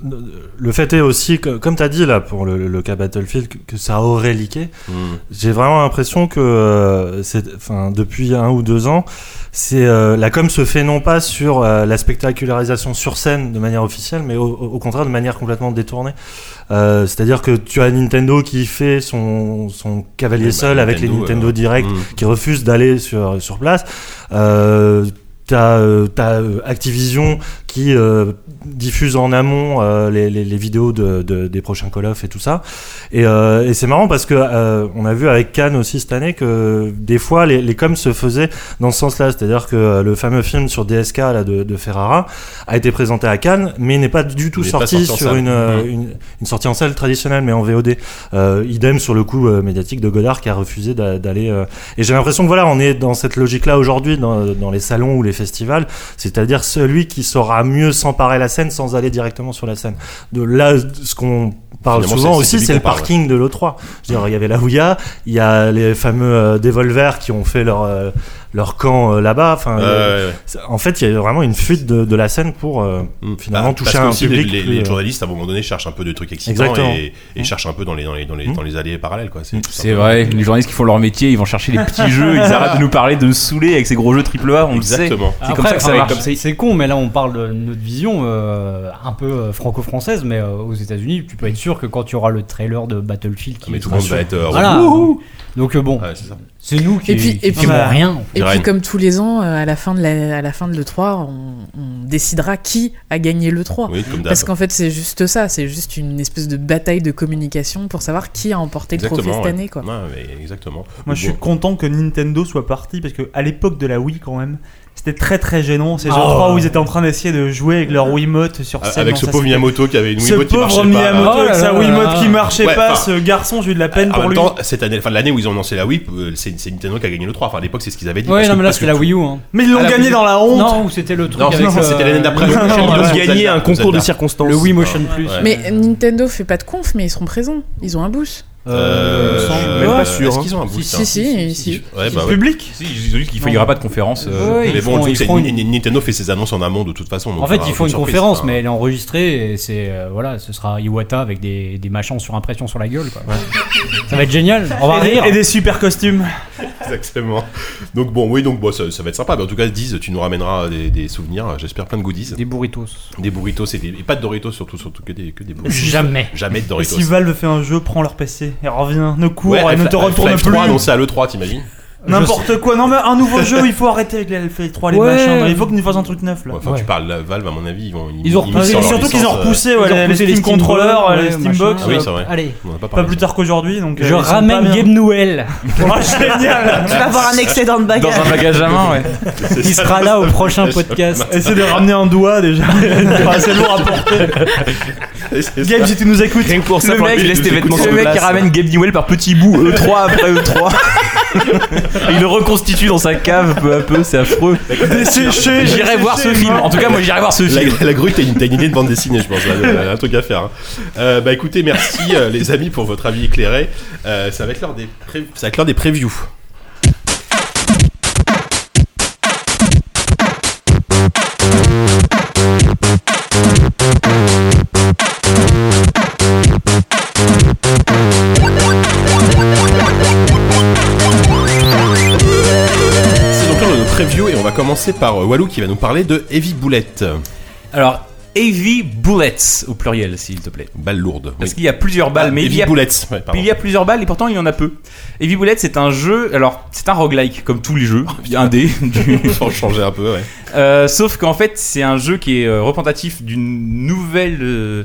Speaker 6: le fait est aussi, que, comme tu as dit là pour le, le cas Battlefield, que, que ça aurait leaké.
Speaker 1: Hmm.
Speaker 6: J'ai vraiment l'impression que euh, c'est- enfin, depuis un ou deux ans, c'est euh, la com se fait non pas sur euh, la spectacularisation sur scène de manière officielle, mais au, au contraire de manière complètement détournée. Euh, C'est-à-dire que tu as Nintendo qui fait son, son cavalier
Speaker 1: Oui, bah,
Speaker 6: seul avec les
Speaker 1: Nintendo,
Speaker 6: Nintendo
Speaker 1: euh,
Speaker 6: Direct
Speaker 1: hmm.
Speaker 6: qui refusent d'aller sur, sur place. Euh, T'as euh, t'as, euh, Activision qui euh, diffuse en amont euh, les, les- les vidéos de, de- des prochains Call of et tout ça. Et, euh, et c'est marrant parce que euh, on a vu avec Cannes aussi cette année que des fois les, les coms se faisaient dans ce sens-là, c'est-à-dire que euh, le fameux film sur DSK là de, de Ferrara a été présenté à Cannes, mais n'est pas du tout
Speaker 1: Il n'est pas
Speaker 6: sorti,
Speaker 1: sorti en
Speaker 6: sur
Speaker 1: salle.
Speaker 6: une, euh,
Speaker 1: Mhm.
Speaker 6: une, une sortie en salle traditionnelle, mais en VOD. Euh, idem sur le coup euh, médiatique de Godard qui a refusé d'a- d'aller. euh, Et j'ai l'impression que voilà, on est dans cette logique-là aujourd'hui dans, dans les salons ou les festivals, c'est-à-dire celui qui saura mieux s'emparer la scène sans aller directement sur la scène. De là, ce qu'on parle
Speaker 1: Finalement,
Speaker 6: souvent
Speaker 1: c'est- c'est
Speaker 6: aussi,
Speaker 1: lui
Speaker 6: c'est
Speaker 1: qu'on
Speaker 6: le
Speaker 1: parle,
Speaker 6: parking de l'E3. Je veux dire, il y avait la Ouya, il y a les fameux euh, Devolver qui ont fait leur euh, leur camp euh, là-bas. Enfin, euh,
Speaker 1: Euh, ouais, ouais.
Speaker 6: c'est- en fait, il y a eu vraiment une fuite de, de la scène pour euh,
Speaker 1: Hmm.
Speaker 6: finalement
Speaker 1: Bah,
Speaker 6: toucher
Speaker 1: parce que
Speaker 6: un
Speaker 1: aussi,
Speaker 6: public.
Speaker 1: Les, les-
Speaker 6: plus,
Speaker 1: les
Speaker 6: euh,
Speaker 1: journalistes à un moment donné cherchent un peu de trucs excitants
Speaker 6: Exactement.
Speaker 1: et, et
Speaker 3: Mm.
Speaker 1: cherchent un peu dans les dans les dans les, dans les allées parallèles quoi. C'est tout
Speaker 4: Mm. C'est
Speaker 1: simple.
Speaker 4: vrai, les journalistes qui font leur métier, ils vont chercher les petits jeux, ils arrêtent de nous parler, de nous saouler avec ces gros jeux AAA, on le sait.
Speaker 1: Exactement.
Speaker 4: C'est comme ça que ça
Speaker 8: enfin,
Speaker 4: va- ah, comme ça-
Speaker 8: C'est con, mais là on parle de notre vision euh, un peu euh, franco-française, mais euh, aux États-Unis, tu peux être sûr que quand tu auras le trailer de Battlefield qui
Speaker 1: Mais tout le monde
Speaker 8: sera
Speaker 1: va
Speaker 8: sur-
Speaker 1: être. euh,
Speaker 8: Voilà.
Speaker 1: wouhou.
Speaker 8: Donc euh, bon,
Speaker 1: Ouais, c'est ça.
Speaker 8: c'est nous qui
Speaker 7: Et puis- et
Speaker 8: qui
Speaker 7: puis-
Speaker 8: faisons rien.
Speaker 7: Et
Speaker 1: Irène.
Speaker 7: puis, comme tous les ans, euh, à la fin de la, à la fin de l'E3, on, on décidera qui a gagné l'E3.
Speaker 1: Oui, comme d'hab.
Speaker 7: Parce qu'en fait, c'est juste ça, c'est juste une espèce de bataille de communication pour savoir qui a emporté le trophée
Speaker 1: Exactement.
Speaker 7: cette
Speaker 1: ouais.
Speaker 7: année, quoi.
Speaker 1: Ouais, mais exactement.
Speaker 3: Moi, je suis
Speaker 1: Bon.
Speaker 3: content que Nintendo soit parti parce que à l'époque de la Wii, quand même, c'était très très gênant ces
Speaker 8: Oh.
Speaker 3: jeux 3 où ils étaient en train d'essayer de jouer avec leur Wiimote sur scène.
Speaker 1: Ah, Avec
Speaker 3: Non,
Speaker 1: ce
Speaker 3: ça,
Speaker 1: pauvre
Speaker 3: c'était-
Speaker 1: Miyamoto qui avait une
Speaker 3: Ce
Speaker 1: Wiimote qui marchait
Speaker 3: pauvre
Speaker 1: pas.
Speaker 3: Miyamoto
Speaker 8: Oh là
Speaker 3: avec
Speaker 8: là
Speaker 3: sa
Speaker 8: là
Speaker 3: Wiimote
Speaker 8: là.
Speaker 3: qui marchait
Speaker 1: Ouais,
Speaker 3: pas,
Speaker 1: enfin, ah,
Speaker 3: ce garçon, j'ai eu de la peine
Speaker 1: en
Speaker 3: pour
Speaker 1: même
Speaker 3: lui.
Speaker 1: temps, cette année, enfin l'année où ils ont lancé la Wii, euh, c'est c'est Nintendo qui a gagné le 3. Enfin, à l'époque, c'est ce qu'ils avaient dit.
Speaker 8: Ouais,
Speaker 1: Parce
Speaker 8: non,
Speaker 1: que-
Speaker 8: mais là
Speaker 1: parce
Speaker 8: c'était
Speaker 1: que
Speaker 8: la Wii U. Hein.
Speaker 3: Mais ils l'ont
Speaker 8: Ah, la
Speaker 3: gagné
Speaker 8: Wii-
Speaker 3: dans la honte.
Speaker 8: Non, ou c'était le truc
Speaker 1: Non,
Speaker 8: avec
Speaker 1: non, c'était
Speaker 8: euh,
Speaker 1: l'année d'après.
Speaker 8: le-
Speaker 1: Ils
Speaker 8: le-
Speaker 1: ont
Speaker 8: le-
Speaker 1: gagné
Speaker 5: un concours de circonstances.
Speaker 8: Le Wii Motion
Speaker 1: Ouais.
Speaker 8: Plus.
Speaker 1: Ouais.
Speaker 7: Mais Nintendo fait pas de conf, mais ils seront présents. Ils ont un boost.
Speaker 1: Euh,
Speaker 8: il me semble.
Speaker 1: je suis
Speaker 5: Ouais.
Speaker 1: même pas
Speaker 5: Ouais.
Speaker 1: sûr. Est-ce
Speaker 5: hein.
Speaker 1: qu'ils ont un
Speaker 7: Si,
Speaker 1: bout
Speaker 7: si, si, si.
Speaker 1: Ouais, bah ouais.
Speaker 3: Public
Speaker 4: Si, ils ont dit qu'il faut- il y aura pas de conférence. euh,
Speaker 8: Ouais,
Speaker 1: Mais
Speaker 8: ils
Speaker 1: bon, le
Speaker 8: feront-
Speaker 1: truc,
Speaker 8: ils
Speaker 1: c'est que
Speaker 8: feront
Speaker 1: Ni- Ni- Nintendo fait ses annonces en amont de toute façon. donc
Speaker 8: En fait,
Speaker 1: il y aura
Speaker 8: ils font
Speaker 1: aucune
Speaker 8: une
Speaker 1: surprise,
Speaker 8: conférence,
Speaker 1: enfin.
Speaker 8: mais elle est enregistrée et c'est euh, voilà, ce sera Iwata avec des, des machins sur impression sur la gueule. Quoi. Ça va être génial. On va
Speaker 3: et, des-
Speaker 8: rire.
Speaker 3: et des super costumes.
Speaker 1: Exactement. Donc bon, oui, donc bon, ça, ça va être sympa. Mais en tout cas, disent, tu nous ramèneras des, des souvenirs. J'espère plein de goodies,
Speaker 8: Des burritos.
Speaker 1: des burritos et, des, et pas de Doritos surtout, surtout que des que des burritos.
Speaker 8: Jamais.
Speaker 1: Jamais de
Speaker 3: Et
Speaker 1: Doritos.
Speaker 3: si Valve fait un jeu, prends leur PC et reviens, ne cours
Speaker 1: Ouais,
Speaker 3: et ne te
Speaker 1: Half-Life
Speaker 3: retourne
Speaker 1: 3
Speaker 3: plus.
Speaker 1: annoncé à l'E3, t'imagines
Speaker 3: N'importe quoi. Non, mais un nouveau jeu, il faut arrêter avec les Half-Life 3, les
Speaker 8: Ouais.
Speaker 3: machins. Il faut qu'ils nous fassent un truc neuf là.
Speaker 1: Ouais, Enfin,
Speaker 8: Ouais.
Speaker 1: tu parles là, Valve, à mon avis, ils vont. Ils,
Speaker 8: Ils ont
Speaker 1: misent
Speaker 8: repris-
Speaker 1: sur leur
Speaker 3: surtout qu'ils ont
Speaker 1: licence, euh,
Speaker 3: repoussé, ouais,
Speaker 8: Ils ont
Speaker 3: les,
Speaker 8: repoussé
Speaker 3: les Steam Controller,
Speaker 8: Controller,
Speaker 3: les
Speaker 8: ouais,
Speaker 3: Steam
Speaker 8: machin.
Speaker 3: Box,
Speaker 1: Ah oui,
Speaker 3: euh,
Speaker 1: c'est vrai.
Speaker 8: Allez.
Speaker 1: On en a pas
Speaker 3: pas
Speaker 1: parlé.
Speaker 3: plus tard qu'aujourd'hui. Donc euh,
Speaker 8: Je ramène Game Noël.
Speaker 3: génial.
Speaker 9: Tu vas avoir un excédent de
Speaker 4: Dans
Speaker 9: bagage.
Speaker 4: un bagage à main, ouais.
Speaker 8: Il sera là au prochain podcast.
Speaker 3: Essaye de ramener un doigt déjà. Enfin, c'est lourd à porter.
Speaker 1: C'est ça.
Speaker 3: Gabe, si tu nous écoutes,
Speaker 5: Rien que pour ça,
Speaker 4: Le
Speaker 5: pour
Speaker 4: mec,
Speaker 5: laisser
Speaker 4: laisse tes
Speaker 5: les
Speaker 4: vêtements
Speaker 5: coups
Speaker 4: sur
Speaker 5: de
Speaker 4: le mec
Speaker 5: place.
Speaker 4: qui ramène Gabe Newell par petits bouts, E3 après E3. Et il le reconstitue dans sa cave peu à peu, c'est affreux.
Speaker 1: Bah,
Speaker 3: desséché.
Speaker 4: J'irai voir ce film. En tout cas, moi j'irai voir ce
Speaker 1: La,
Speaker 4: film.
Speaker 1: la grue, t'as une, t'as une idée de bande dessinée, je pense. là, euh, un truc à faire. hein. Euh, bah écoutez, merci euh, les amis pour votre avis éclairé. Euh, ça va être l'heure des, pré- ça va être l'heure des previews. C'est donc l'heure de nos previews et on va commencer par euh, Walou qui va nous parler de Heavy Bullet.
Speaker 4: Alors, Heavy Bullets au pluriel, s'il te plaît.
Speaker 1: Balles lourdes. Ah,
Speaker 4: Parce qu'il y a plusieurs balles, mais il y a
Speaker 1: boulettes. Ouais, pardon.
Speaker 4: il y a plusieurs balles et pourtant il y en a peu. Heavy Bullet c'est un jeu, alors c'est un roguelike comme tous les
Speaker 1: Oh,
Speaker 4: jeux, un dé. du-
Speaker 1: Faut changer un peu, ouais.
Speaker 4: Euh, sauf qu'en fait c'est un jeu qui est euh, représentatif d'une nouvelle, euh,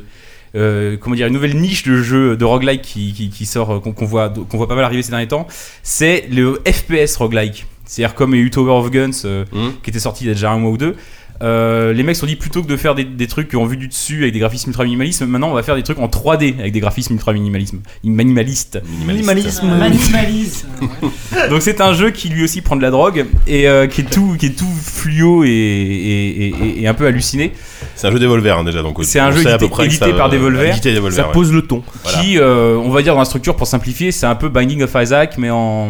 Speaker 4: euh, comment dire, une nouvelle niche de jeu de roguelike qui, qui, qui sort, euh, qu'on qu'on voit, qu'on voit pas mal arriver ces derniers temps. C'est le FPS roguelike. C'est-à-dire comme eu Tower of Guns euh,
Speaker 1: Mhm.
Speaker 4: qui était sorti il y a déjà un mois ou deux. euh, les mecs se sont dit plutôt que de faire des, des trucs en vue du dessus avec des graphismes ultra minimalistes, maintenant on va faire des trucs en 3D avec des graphismes ultra minimalisme, minimalistes.
Speaker 1: Minimaliste.
Speaker 4: Donc c'est un jeu qui lui aussi prend de la drogue et euh, qui est tout qui est tout fluo et, et- et- et un peu halluciné.
Speaker 1: C'est un jeu Devolver hein, déjà, donc.
Speaker 4: C'est
Speaker 1: on
Speaker 4: un jeu
Speaker 1: sait à
Speaker 4: édité-
Speaker 1: peu près que
Speaker 4: édité
Speaker 1: ça-
Speaker 4: par Devolver.
Speaker 1: Édité
Speaker 5: Ça
Speaker 1: Devolver. ouais.
Speaker 5: pose le ton.
Speaker 1: Voilà.
Speaker 4: Qui, euh, on va dire dans la structure pour simplifier, c'est un peu Binding of Isaac mais en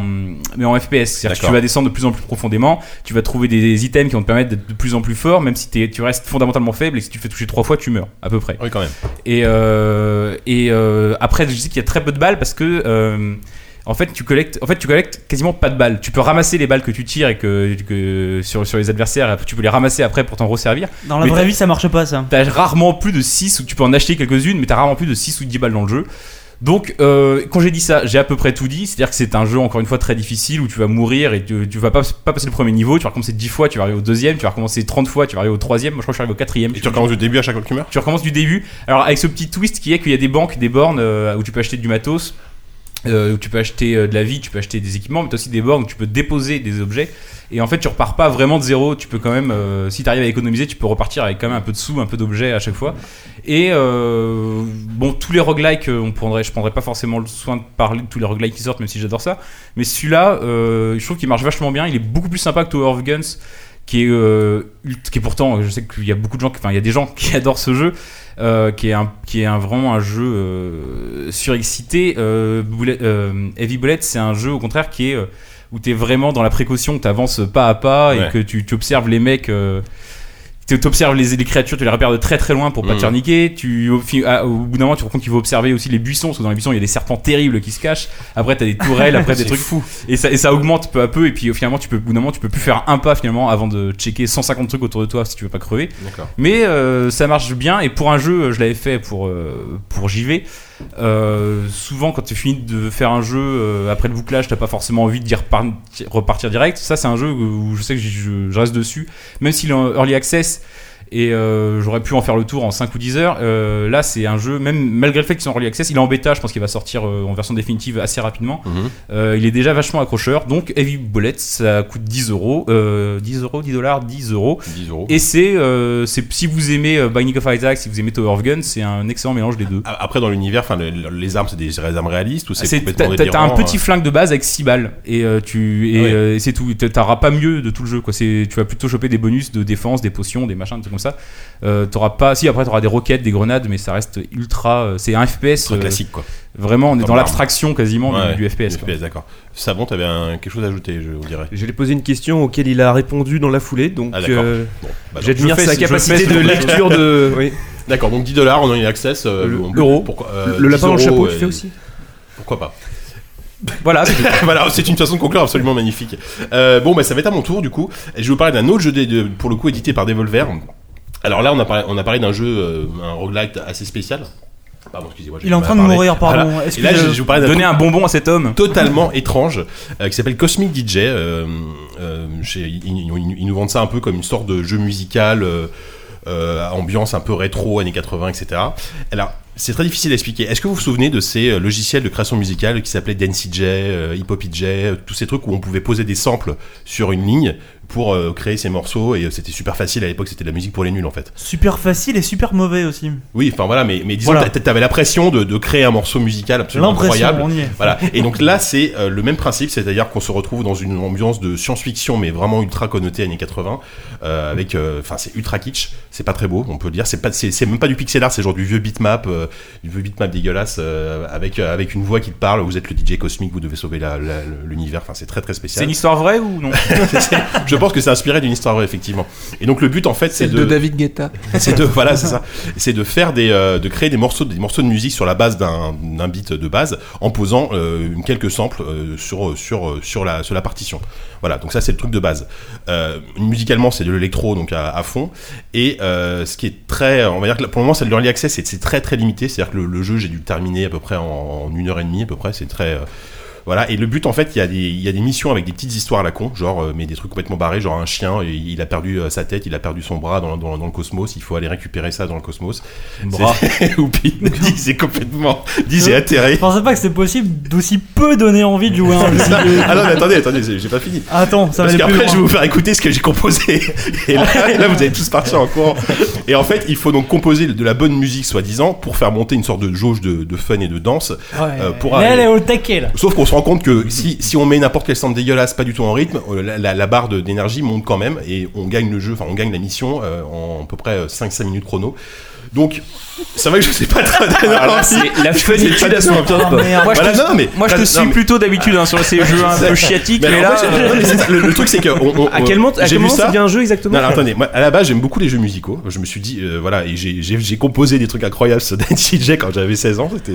Speaker 4: mais en FPS. C'est-à-dire que tu
Speaker 1: D'accord.
Speaker 4: vas descendre de plus en plus profondément, tu vas trouver des, des items qui vont te permettre d'être de plus en plus fort, même si t'es- tu restes fondamentalement faible et que si tu te fais toucher trois fois, tu meurs à peu près.
Speaker 1: Oui, quand même.
Speaker 4: Et, euh, et euh, après, je sais qu'il y a très peu de balles parce que. euh, en fait, tu collectes, en fait, tu collectes quasiment pas de balles. Tu peux ramasser les balles que tu tires et que, que sur, sur les adversaires, tu peux les ramasser après pour t'en resservir.
Speaker 3: Dans la
Speaker 4: Mais
Speaker 3: vraie
Speaker 4: t'as-
Speaker 3: vie, ça marche pas ça.
Speaker 4: T'as rarement plus de 6 ou tu peux en acheter quelques-unes, mais t'as rarement plus de 6 ou 10 balles dans le jeu. Donc, euh, quand j'ai dit ça, j'ai à peu près tout dit. C'est-à-dire que c'est un jeu, encore une fois, très difficile où tu vas mourir et tu, tu vas pas, pas passer le premier niveau. Tu vas recommencer 10 fois, tu vas arriver au deuxième, tu vas recommencer 30 fois, tu vas arriver au troisième. Moi, je crois que je suis arrivé au quatrième.
Speaker 1: Et tu recommences du début à chaque fois que tu meurs
Speaker 4: Tu recommences du début. Alors avec ce petit twist qui est qu'il y a des banques, des bornes euh, où tu peux acheter du matos, euh, où tu peux acheter euh, de la vie, tu peux acheter des équipements, mais tu as aussi des bornes où tu peux déposer des objets. Et en fait, tu repars pas vraiment de zéro. Tu peux quand même, euh, si tu arrives à économiser, tu peux repartir avec quand même un peu de sous, un peu d'objets à chaque fois. Et euh, bon, tous les roguelikes, euh, on prendrait, je prendrais pas forcément le soin de parler de tous les roguelikes qui sortent, même si j'adore ça. Mais celui-là, euh, je trouve qu'il marche vachement bien. Il est beaucoup plus sympa que Tower of Guns, qui est, euh, ult- qui est pourtant, euh, je sais qu'il y a beaucoup de gens, qui- enfin, il y a des gens qui adorent ce jeu, euh, qui est, un, qui est un- vraiment un jeu euh, surexcité. Euh, Bullet- euh, Heavy Bullet, c'est un jeu au contraire qui est euh, où t'es vraiment dans la précaution, t'avances pas à pas
Speaker 1: Ouais.
Speaker 4: et que tu, tu observes les mecs. euh, tu observes les, les créatures, tu les repères de très très loin pour pas
Speaker 1: Mhm.
Speaker 4: te faire niquer. Tu, au, fi- à- au bout d'un moment, tu te rends compte qu'il faut observer aussi les buissons, parce que dans les buissons, il y a des serpents terribles qui se cachent. Après, t'as des tourelles, après des trucs fous. Et ça, et ça augmente peu à peu. Et puis finalement, tu peux, au bout d'un moment, tu peux plus faire un pas finalement avant de checker 150 trucs autour de toi si tu veux pas crever.
Speaker 1: D'accord.
Speaker 4: Mais euh, ça marche bien. Et pour un jeu, je l'avais fait pour, euh, pour JV. Euh, souvent, quand tu finis de faire un jeu euh, après le bouclage, t'as pas forcément envie d'y repar- repartir direct. Ça, c'est un jeu où je sais que j'y- je, je reste dessus, même s'il est en early access. Et euh, j'aurais pu en faire le tour en 5 ou 10 heures. Euh, là, c'est un jeu, même malgré le fait qu'il soit en early access, il est en bêta. Je pense qu'il va sortir euh, en version définitive assez rapidement.
Speaker 1: Mhm.
Speaker 4: Euh, il est déjà vachement accrocheur. Donc, Heavy Bullet, ça coûte 10 euros. Euh, 10 euros, 10 dollars, 10 euros.
Speaker 1: 10 euros.
Speaker 4: Et c'est, euh, c'est- si vous aimez euh, Binding of Isaac, si vous aimez Tower of Gun, c'est un excellent mélange des deux.
Speaker 1: A- Après, dans l'univers, enfin, le- le- les armes, c'est des armes réalistes ou c'est
Speaker 4: C'est-
Speaker 1: complètement
Speaker 4: t'as, t'as- t'as un
Speaker 1: délirant,
Speaker 4: petit
Speaker 1: euh,
Speaker 4: flingue de base avec 6 balles et euh, tu et,
Speaker 1: Ah ouais.
Speaker 4: euh, et c'est tout. T'a- T'auras pas mieux de tout le jeu. Quoi. C'est, tu vas plutôt choper des bonus de défense, des potions, des machins, des trucs comme ça. Euh, t'auras pas. Si après t'auras des roquettes, des grenades, mais ça reste ultra. euh, c'est un FPS.
Speaker 1: très
Speaker 4: euh,
Speaker 1: classique quoi.
Speaker 4: vraiment, on est
Speaker 1: Comme
Speaker 4: dans
Speaker 1: l'arme.
Speaker 4: l'abstraction quasiment du-
Speaker 1: Ouais,
Speaker 4: du, FPS. quoi.
Speaker 1: FPS, d'accord. Sabon, t'avais un- quelque chose à ajouter, je on dirait.
Speaker 5: Je lui ai posé une question auquel il a répondu dans la foulée, donc
Speaker 1: Ah, d'accord.
Speaker 5: euh,
Speaker 1: Bon, bah,
Speaker 5: j'admire
Speaker 4: Je fais-
Speaker 5: sa
Speaker 4: je
Speaker 5: capacité
Speaker 4: fais-
Speaker 5: de lecture de. oui.
Speaker 1: non. D'accord, donc 10 dollars, on a une access. euh,
Speaker 5: Le-
Speaker 1: on peut-
Speaker 5: l'euro.
Speaker 1: pourquoi- euh,
Speaker 5: le
Speaker 1: 10
Speaker 5: lapin dans le
Speaker 1: euros,
Speaker 5: chapeau,
Speaker 1: euh,
Speaker 5: tu fais aussi
Speaker 1: Pourquoi pas
Speaker 4: Voilà. c'est-
Speaker 1: Voilà, c'est une façon de conclure absolument magnifique. Euh, bon, bah ça va être à mon tour du coup. Et je vais vous parler d'un autre jeu, dé- de- pour le coup, édité par Devolver. Alors là, on a parlé, on a parlé d'un jeu, euh, un roguelite assez spécial. Pardon, excusez-moi. j'ai
Speaker 3: Il est en
Speaker 1: du mal
Speaker 3: train
Speaker 1: à
Speaker 3: de
Speaker 1: parler.
Speaker 3: mourir, pardon.
Speaker 1: Voilà. Et
Speaker 3: Excusez-
Speaker 1: là, je, je vous parle d'un
Speaker 4: Donner un bonbon à cet homme.
Speaker 1: totalement étrange euh, qui s'appelle Cosmic DJ. euh, euh, chez- ils, ils- ils nous vendent ça un peu comme une sorte de jeu musical, euh, euh, à ambiance un peu rétro, années 80, etc. Alors, c'est très difficile à expliquer. Est-ce que vous vous souvenez de ces euh, logiciels de création musicale qui s'appelaient DNCJ, euh, Hip Hop DJ, euh, tous ces trucs où on pouvait poser des samples sur une ligne pour euh, créer ces morceaux et euh, c'était super facile à l'époque, c'était de la musique pour les nuls en fait.
Speaker 3: Super facile et super mauvais aussi.
Speaker 1: Oui, enfin voilà, mais, mais disons,
Speaker 3: Voilà.
Speaker 1: t'a- t'avais la pression de, de créer un morceau musical absolument
Speaker 3: L'impression,
Speaker 1: incroyable.
Speaker 3: on y est.
Speaker 1: Voilà. Et donc là, c'est euh, le même principe, c'est-à-dire qu'on se retrouve dans une ambiance de science-fiction, mais vraiment ultra connotée années 80, euh, avec, euh, enfin, c'est ultra kitsch, c'est pas très beau, on peut le dire, c'est pas, c'est c'est même pas du pixel art, c'est genre du vieux bitmap, euh, du vieux bitmap dégueulasse, euh, avec euh, avec une voix qui te parle, vous êtes le DJ cosmique, vous devez sauver la- la- l'univers, enfin, c'est très très
Speaker 4: C'est
Speaker 1: spécial.
Speaker 4: une histoire vraie ou non
Speaker 1: Je pense que c'est inspiré d'une histoire vraie, effectivement. Et donc le but en fait c'est
Speaker 10: Celle
Speaker 1: de,
Speaker 10: de David Guetta.
Speaker 1: c'est de voilà c'est ça c'est de faire des euh, de créer des morceaux des morceaux de musique sur la base d'un d'un beat de base en posant euh, quelques samples euh, sur sur sur la sur la partition voilà donc ça c'est le truc de base Euh, musicalement c'est de l'électro donc à, à fond et euh, ce qui est très on va dire que pour le moment c'est de l'early access c'est- c'est très très limité c'est à dire que le, le jeu j'ai dû le terminer à peu près en, en une heure et demie à peu près c'est très euh, voilà, et le but en fait, il y, a des- il y a des missions avec des petites histoires à la con, genre, euh, mais des trucs complètement barrés, genre un chien, et il a perdu euh, sa tête, il a perdu son bras dans, dans- dans le cosmos, il faut aller récupérer ça dans le cosmos.
Speaker 5: Bras.
Speaker 1: C'est- Oupi, Diz est complètement. Diz est atterré.
Speaker 3: Je pensais pas que c'était possible d'aussi peu donner envie de jouer à un jeu vidéo.
Speaker 1: ah non, mais attendez, attendez, j'ai j'ai pas fini.
Speaker 3: Ah, Attends, ça va
Speaker 1: Parce
Speaker 3: aller
Speaker 1: qu'après,
Speaker 3: plus loin.
Speaker 1: je vais vous faire écouter ce que j'ai composé. Et là, et là, vous allez tous partir en courant. Et en fait, il faut donc composer de la bonne musique, soi-disant, pour faire monter une sorte de jauge de, de fun et de danse. euh, pour
Speaker 8: Mais elle
Speaker 1: arriver-
Speaker 8: est au taquet là.
Speaker 1: Sauf qu'on se rend compte que si, si on met n'importe quel sound dégueulasse, pas du tout en rythme, euh, la, la- la barre de- d'énergie monte quand même et on gagne le jeu, enfin on gagne la mission euh, en à peu près 5-5 minutes chrono. Donc, c'est vrai que je sais pas très très
Speaker 4: Voilà,
Speaker 1: envie.
Speaker 4: c'est la
Speaker 1: Je sais
Speaker 4: funitude
Speaker 1: pas
Speaker 4: à
Speaker 1: du
Speaker 4: son
Speaker 1: tout.
Speaker 4: top.
Speaker 1: Moi, je
Speaker 4: Voilà,
Speaker 1: te-
Speaker 4: non, mais-
Speaker 1: moi, je te
Speaker 4: non,
Speaker 1: suis
Speaker 4: mais- plutôt d'habitude hein, sur ces jeux un peu chiatiques,
Speaker 1: Mais
Speaker 4: mais
Speaker 1: alors,
Speaker 4: là.
Speaker 1: moi, j'ai-
Speaker 4: euh,
Speaker 1: non, mais c'est- le, le truc c'est que on- on-
Speaker 5: À quel moment, à
Speaker 1: j'ai
Speaker 5: quel
Speaker 1: vu
Speaker 5: moment
Speaker 1: ça.
Speaker 5: c'est bien un jeu exactement
Speaker 1: Non, non, attendez, moi, à la base, j'aime beaucoup les jeux musicaux. Je me suis dit, euh, voilà, et j'ai- j'ai j'ai composé des trucs incroyables sur Danny J quand j'avais 16 ans, c'était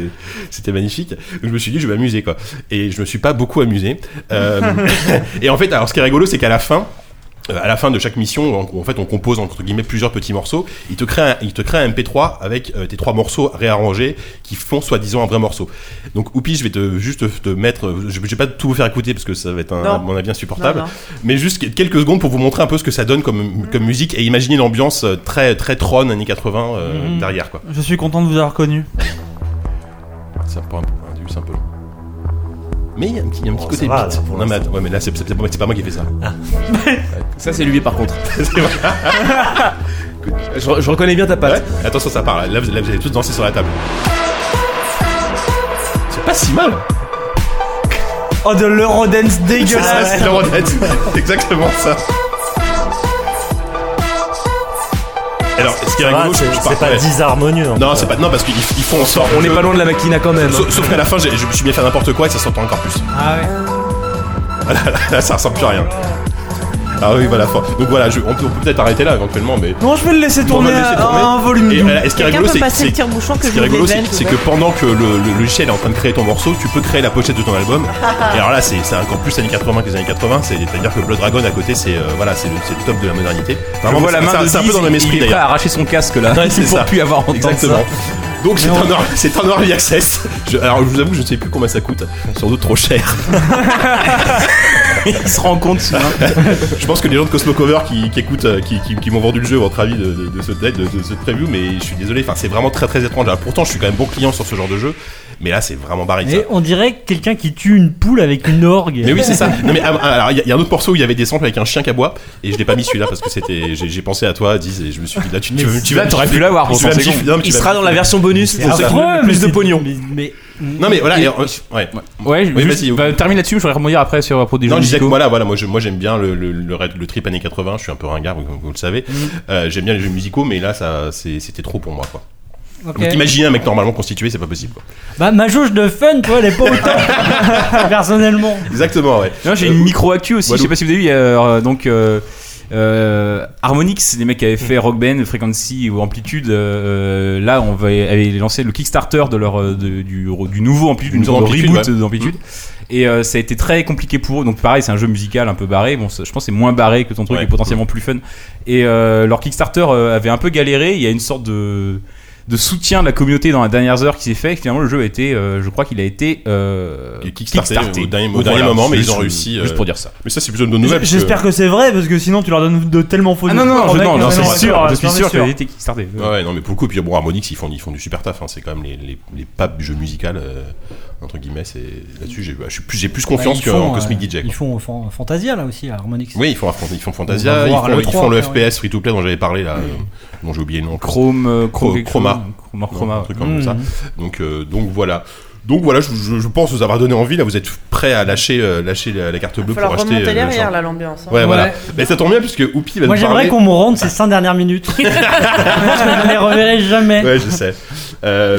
Speaker 1: c'était magnifique. Donc, je me suis dit, je vais m'amuser, quoi. Et je me suis pas beaucoup amusé. Euh, et en fait, alors, ce qui est rigolo, c'est qu'à la fin, euh, à la fin de chaque mission, en, en fait, on compose entre guillemets plusieurs petits morceaux. Il te crée un, il te crée un MP3 avec euh, tes trois morceaux réarrangés qui font soi-disant un vrai morceau. Donc, Oupi, je vais te juste te, te mettre, je, je vais pas tout vous faire écouter parce que ça va être un,
Speaker 9: Non.
Speaker 1: à mon avis insupportable
Speaker 9: Non, Mm. non.
Speaker 1: mais juste quelques secondes pour vous montrer un peu ce que ça donne comme, comme musique et imaginer l'ambiance euh, très très trône années 80 euh,
Speaker 9: Mm.
Speaker 3: Mhm.
Speaker 1: derrière quoi.
Speaker 3: Je suis content de vous avoir connu.
Speaker 1: C'est un peu Ah, un, un début, c'est un peu long. Mais il y a un petit, il y a un petit
Speaker 6: Oh,
Speaker 1: côté
Speaker 6: ça va,
Speaker 1: beat.
Speaker 6: ça, pour Ah.
Speaker 1: non, mais, attends, ouais, mais là, c'est c'est pas, c'est pas moi qui ai fait ça.
Speaker 10: Ça, c'est lui, par contre.
Speaker 1: C'est vrai.
Speaker 5: je, je reconnais bien ta patte.
Speaker 1: Ouais. Attention, ça part. Là, Là, vous, là, vous allez tous danser sur la table. C'est pas si mal.
Speaker 3: Oh, de l'Eurodance dégueulasse.
Speaker 1: C'est l'Eurodance. C'est exactement ça. Alors, ce qui est
Speaker 6: Ça va,
Speaker 1: rigolo,
Speaker 6: c'est
Speaker 1: je, je
Speaker 6: c'est
Speaker 1: pars-
Speaker 6: pas
Speaker 1: ouais.
Speaker 6: disharmonieux. en
Speaker 1: Non,
Speaker 6: fait.
Speaker 1: c'est pas. Non, parce qu'ils ils font en sorte.
Speaker 5: On n'est pas loin de la maquina quand même.
Speaker 1: Sauf, sauf qu'à la fin, j'ai- je me suis bien fait n'importe quoi et ça s'entend encore plus. Ah,
Speaker 8: Ah ouais.
Speaker 1: Là, ça ressemble plus à rien. Ah oui, voilà. faut- Donc voilà, je- on peut, on peut peut-être arrêter là éventuellement, mais.
Speaker 3: Non, je vais le laisser
Speaker 1: on va
Speaker 3: tourner
Speaker 1: le laisser
Speaker 3: à,
Speaker 1: tourner.
Speaker 3: à un volume
Speaker 1: Et,
Speaker 3: doux.
Speaker 1: euh, et ce qui est
Speaker 9: Quelqu'un
Speaker 1: rigolo,
Speaker 9: peut
Speaker 1: c'est
Speaker 9: passer le
Speaker 1: c'est-
Speaker 9: tire-bouchon que
Speaker 1: ce
Speaker 9: je
Speaker 1: qui est
Speaker 9: vous
Speaker 1: rigolo, c'est
Speaker 9: révèle,
Speaker 1: c'est
Speaker 9: tout
Speaker 1: que pendant que le, le logiciel est en train de créer ton morceau, tu peux créer la pochette de ton album.
Speaker 9: Ah.
Speaker 1: Et alors là, c'est c'est encore plus années 80 que les années 80. c'est- C'est-à-dire que Blood Dragon à côté, c'est euh, voilà, c'est le, c'est le top de la modernité.
Speaker 4: Je
Speaker 1: Vraiment,
Speaker 4: vois la
Speaker 1: c'est-
Speaker 4: main de
Speaker 1: c'est un peu
Speaker 4: Diz,
Speaker 1: dans le même esprit
Speaker 4: il est prêt à
Speaker 1: d'ailleurs.
Speaker 4: arracher son casque là.
Speaker 1: Ouais, c'est
Speaker 4: pour
Speaker 1: ça.
Speaker 4: plus avoir entendu ça.
Speaker 1: Exactement. Donc c'est un, or- c'est un early access. Je- alors je vous avoue, que je ne sais plus combien ça coûte. Sans doute trop cher.
Speaker 4: Il se rend compte souvent.
Speaker 1: Je pense que les gens de Cosmo Cover qui, qui écoutent, euh, qui, qui, qui m'ont vendu le jeu, votre avis de, de, de ce tête, de, de cette preview, mais je suis désolé, enfin c'est vraiment très très étrange. Alors, pourtant, je suis quand même bon client sur ce genre de jeu, mais là c'est vraiment barré. ça.
Speaker 8: Mais on dirait quelqu'un qui tue une poule avec une orgue.
Speaker 1: Mais oui, c'est ça. Non, mais ah, ah, alors il y, a- il y a un autre morceau où il y avait des samples avec un chien qui aboie, et je l'ai pas mis celui-là parce que c'était, j'ai j'ai pensé à toi, Diz, et je me suis dit là tu, tu, tu vas,
Speaker 4: T'aurais pu l'avoir pour
Speaker 1: tu vas me
Speaker 4: 100
Speaker 1: gifler.
Speaker 4: secondes.
Speaker 1: Non, mais tu
Speaker 5: Il
Speaker 1: vas-
Speaker 5: sera dans la version bonus.
Speaker 1: C'est ça.
Speaker 8: Ouais, mais
Speaker 5: Plus de
Speaker 8: c'est-
Speaker 5: pognon.
Speaker 8: Mais, mais-
Speaker 1: Non mais voilà, et, euh, ouais.
Speaker 4: Ouais,
Speaker 1: Oui,
Speaker 4: juste-
Speaker 1: vas-y, oui.
Speaker 4: bah, termine là-dessus, je voudrais rebondir après sur à propos des
Speaker 1: Non,
Speaker 4: jeux
Speaker 1: je disais que
Speaker 4: musicaux.
Speaker 1: voilà, voilà, moi je- moi, j'aime bien le, le, le, red- le trip années 80, je suis un peu ringard, vous, vous le savez.
Speaker 4: Mm.
Speaker 1: Euh, j'aime bien les jeux musicaux, mais là ça c'est- c'était trop pour moi quoi.
Speaker 8: ok.
Speaker 1: Donc imaginez un mec normalement constitué, c'est pas possible quoi.
Speaker 8: Bah, ma jauge de fun, toi, elle est pas autant. Personnellement.
Speaker 1: Exactement, ouais.
Speaker 4: Non, j'ai
Speaker 1: Euh,
Speaker 4: une micro-actu aussi, je
Speaker 1: Walou.
Speaker 4: sais pas si vous avez vu, il y a, euh, donc. euh, euh, Harmonix, les mecs qui avaient fait Rock Band, Frequency ou Amplitude, euh, là on va avait lancé le Kickstarter de leur euh, de- du, du nouveau Amplitude,
Speaker 1: Du
Speaker 4: du
Speaker 1: nouveau Amplitude,
Speaker 4: reboot
Speaker 1: ouais. Mm.
Speaker 4: d'Amplitude, et euh, ça a été très compliqué pour eux. Donc pareil, c'est un jeu musical un peu barré. Bon, ça- je pense que c'est moins barré que ton truc,
Speaker 1: Ouais.
Speaker 4: et potentiellement plus fun. Et euh, leur Kickstarter euh, avait un peu galéré. Il y a une sorte de de soutien de la communauté dans les dernières heures qui s'est fait. Et finalement, le jeu a été, euh, je crois qu'il a été euh,
Speaker 1: Et kickstarté au dernier- au dernier moment, mais ils ont réussi,
Speaker 4: Juste
Speaker 1: euh,
Speaker 4: pour dire ça.
Speaker 1: Mais ça, c'est plutôt une bonne nouvelle. euh, parce que-
Speaker 3: J'espère que c'est vrai parce que sinon tu leur donnes de tellement faux.
Speaker 4: Ah non, non,
Speaker 3: discours,
Speaker 4: je,
Speaker 3: mec.
Speaker 4: non, non,
Speaker 1: non,
Speaker 4: je
Speaker 1: non,
Speaker 4: suis sûr,
Speaker 3: non,
Speaker 4: je suis
Speaker 3: non,
Speaker 4: sûr
Speaker 3: sûr.
Speaker 4: qu'elle a été kickstartée.
Speaker 1: Ouais, ouais, non, mais pour le coup, puis bon, Harmonix, ils font, ils font du super taf. hein, c'est quand même les, les, les papes du jeu musical, euh, entre guillemets. C'est là-dessus, j'ai bah, je suis plus, j'ai plus confiance
Speaker 8: Bah, ils
Speaker 1: qu'en
Speaker 8: font,
Speaker 1: Cosmic
Speaker 8: euh,
Speaker 1: DJ. quoi.
Speaker 8: Ils font fan- Fantasia, là aussi, à Harmonix.
Speaker 1: Oui, ils font, affronter- ils font
Speaker 8: On
Speaker 1: Fantasia,
Speaker 8: va
Speaker 1: ils
Speaker 8: voir
Speaker 1: font
Speaker 8: le
Speaker 1: le, ils font le
Speaker 8: trois, ouais.
Speaker 1: FPS free to play dont j'avais parlé là, euh, dont j'ai oublié le nom.
Speaker 4: Chrome, euh, Chrome, quelque
Speaker 1: Chroma.
Speaker 4: chose. Chroma,
Speaker 1: Non,
Speaker 4: Chroma,
Speaker 1: un
Speaker 4: ouais.
Speaker 1: truc comme ça. Donc, euh, donc voilà. Donc voilà, je, je- je pense vous avoir donné envie. Là, vous êtes prêts à lâcher, euh, lâcher la, la carte
Speaker 9: Il va
Speaker 1: bleue pour
Speaker 9: falloir
Speaker 1: acheter.
Speaker 9: remonter
Speaker 1: euh, le
Speaker 9: derrière,
Speaker 1: champ.
Speaker 9: là, l'ambiance. hein.
Speaker 1: Ouais, voilà.
Speaker 8: Ouais.
Speaker 1: Mais ça tombe bien puisque Oupi va
Speaker 8: Moi,
Speaker 1: nous parler.
Speaker 8: j'aimerais qu'on me rende ces 5 dernières minutes. je pense que je ne les reverrai jamais.
Speaker 1: Ouais, je sais. Euh,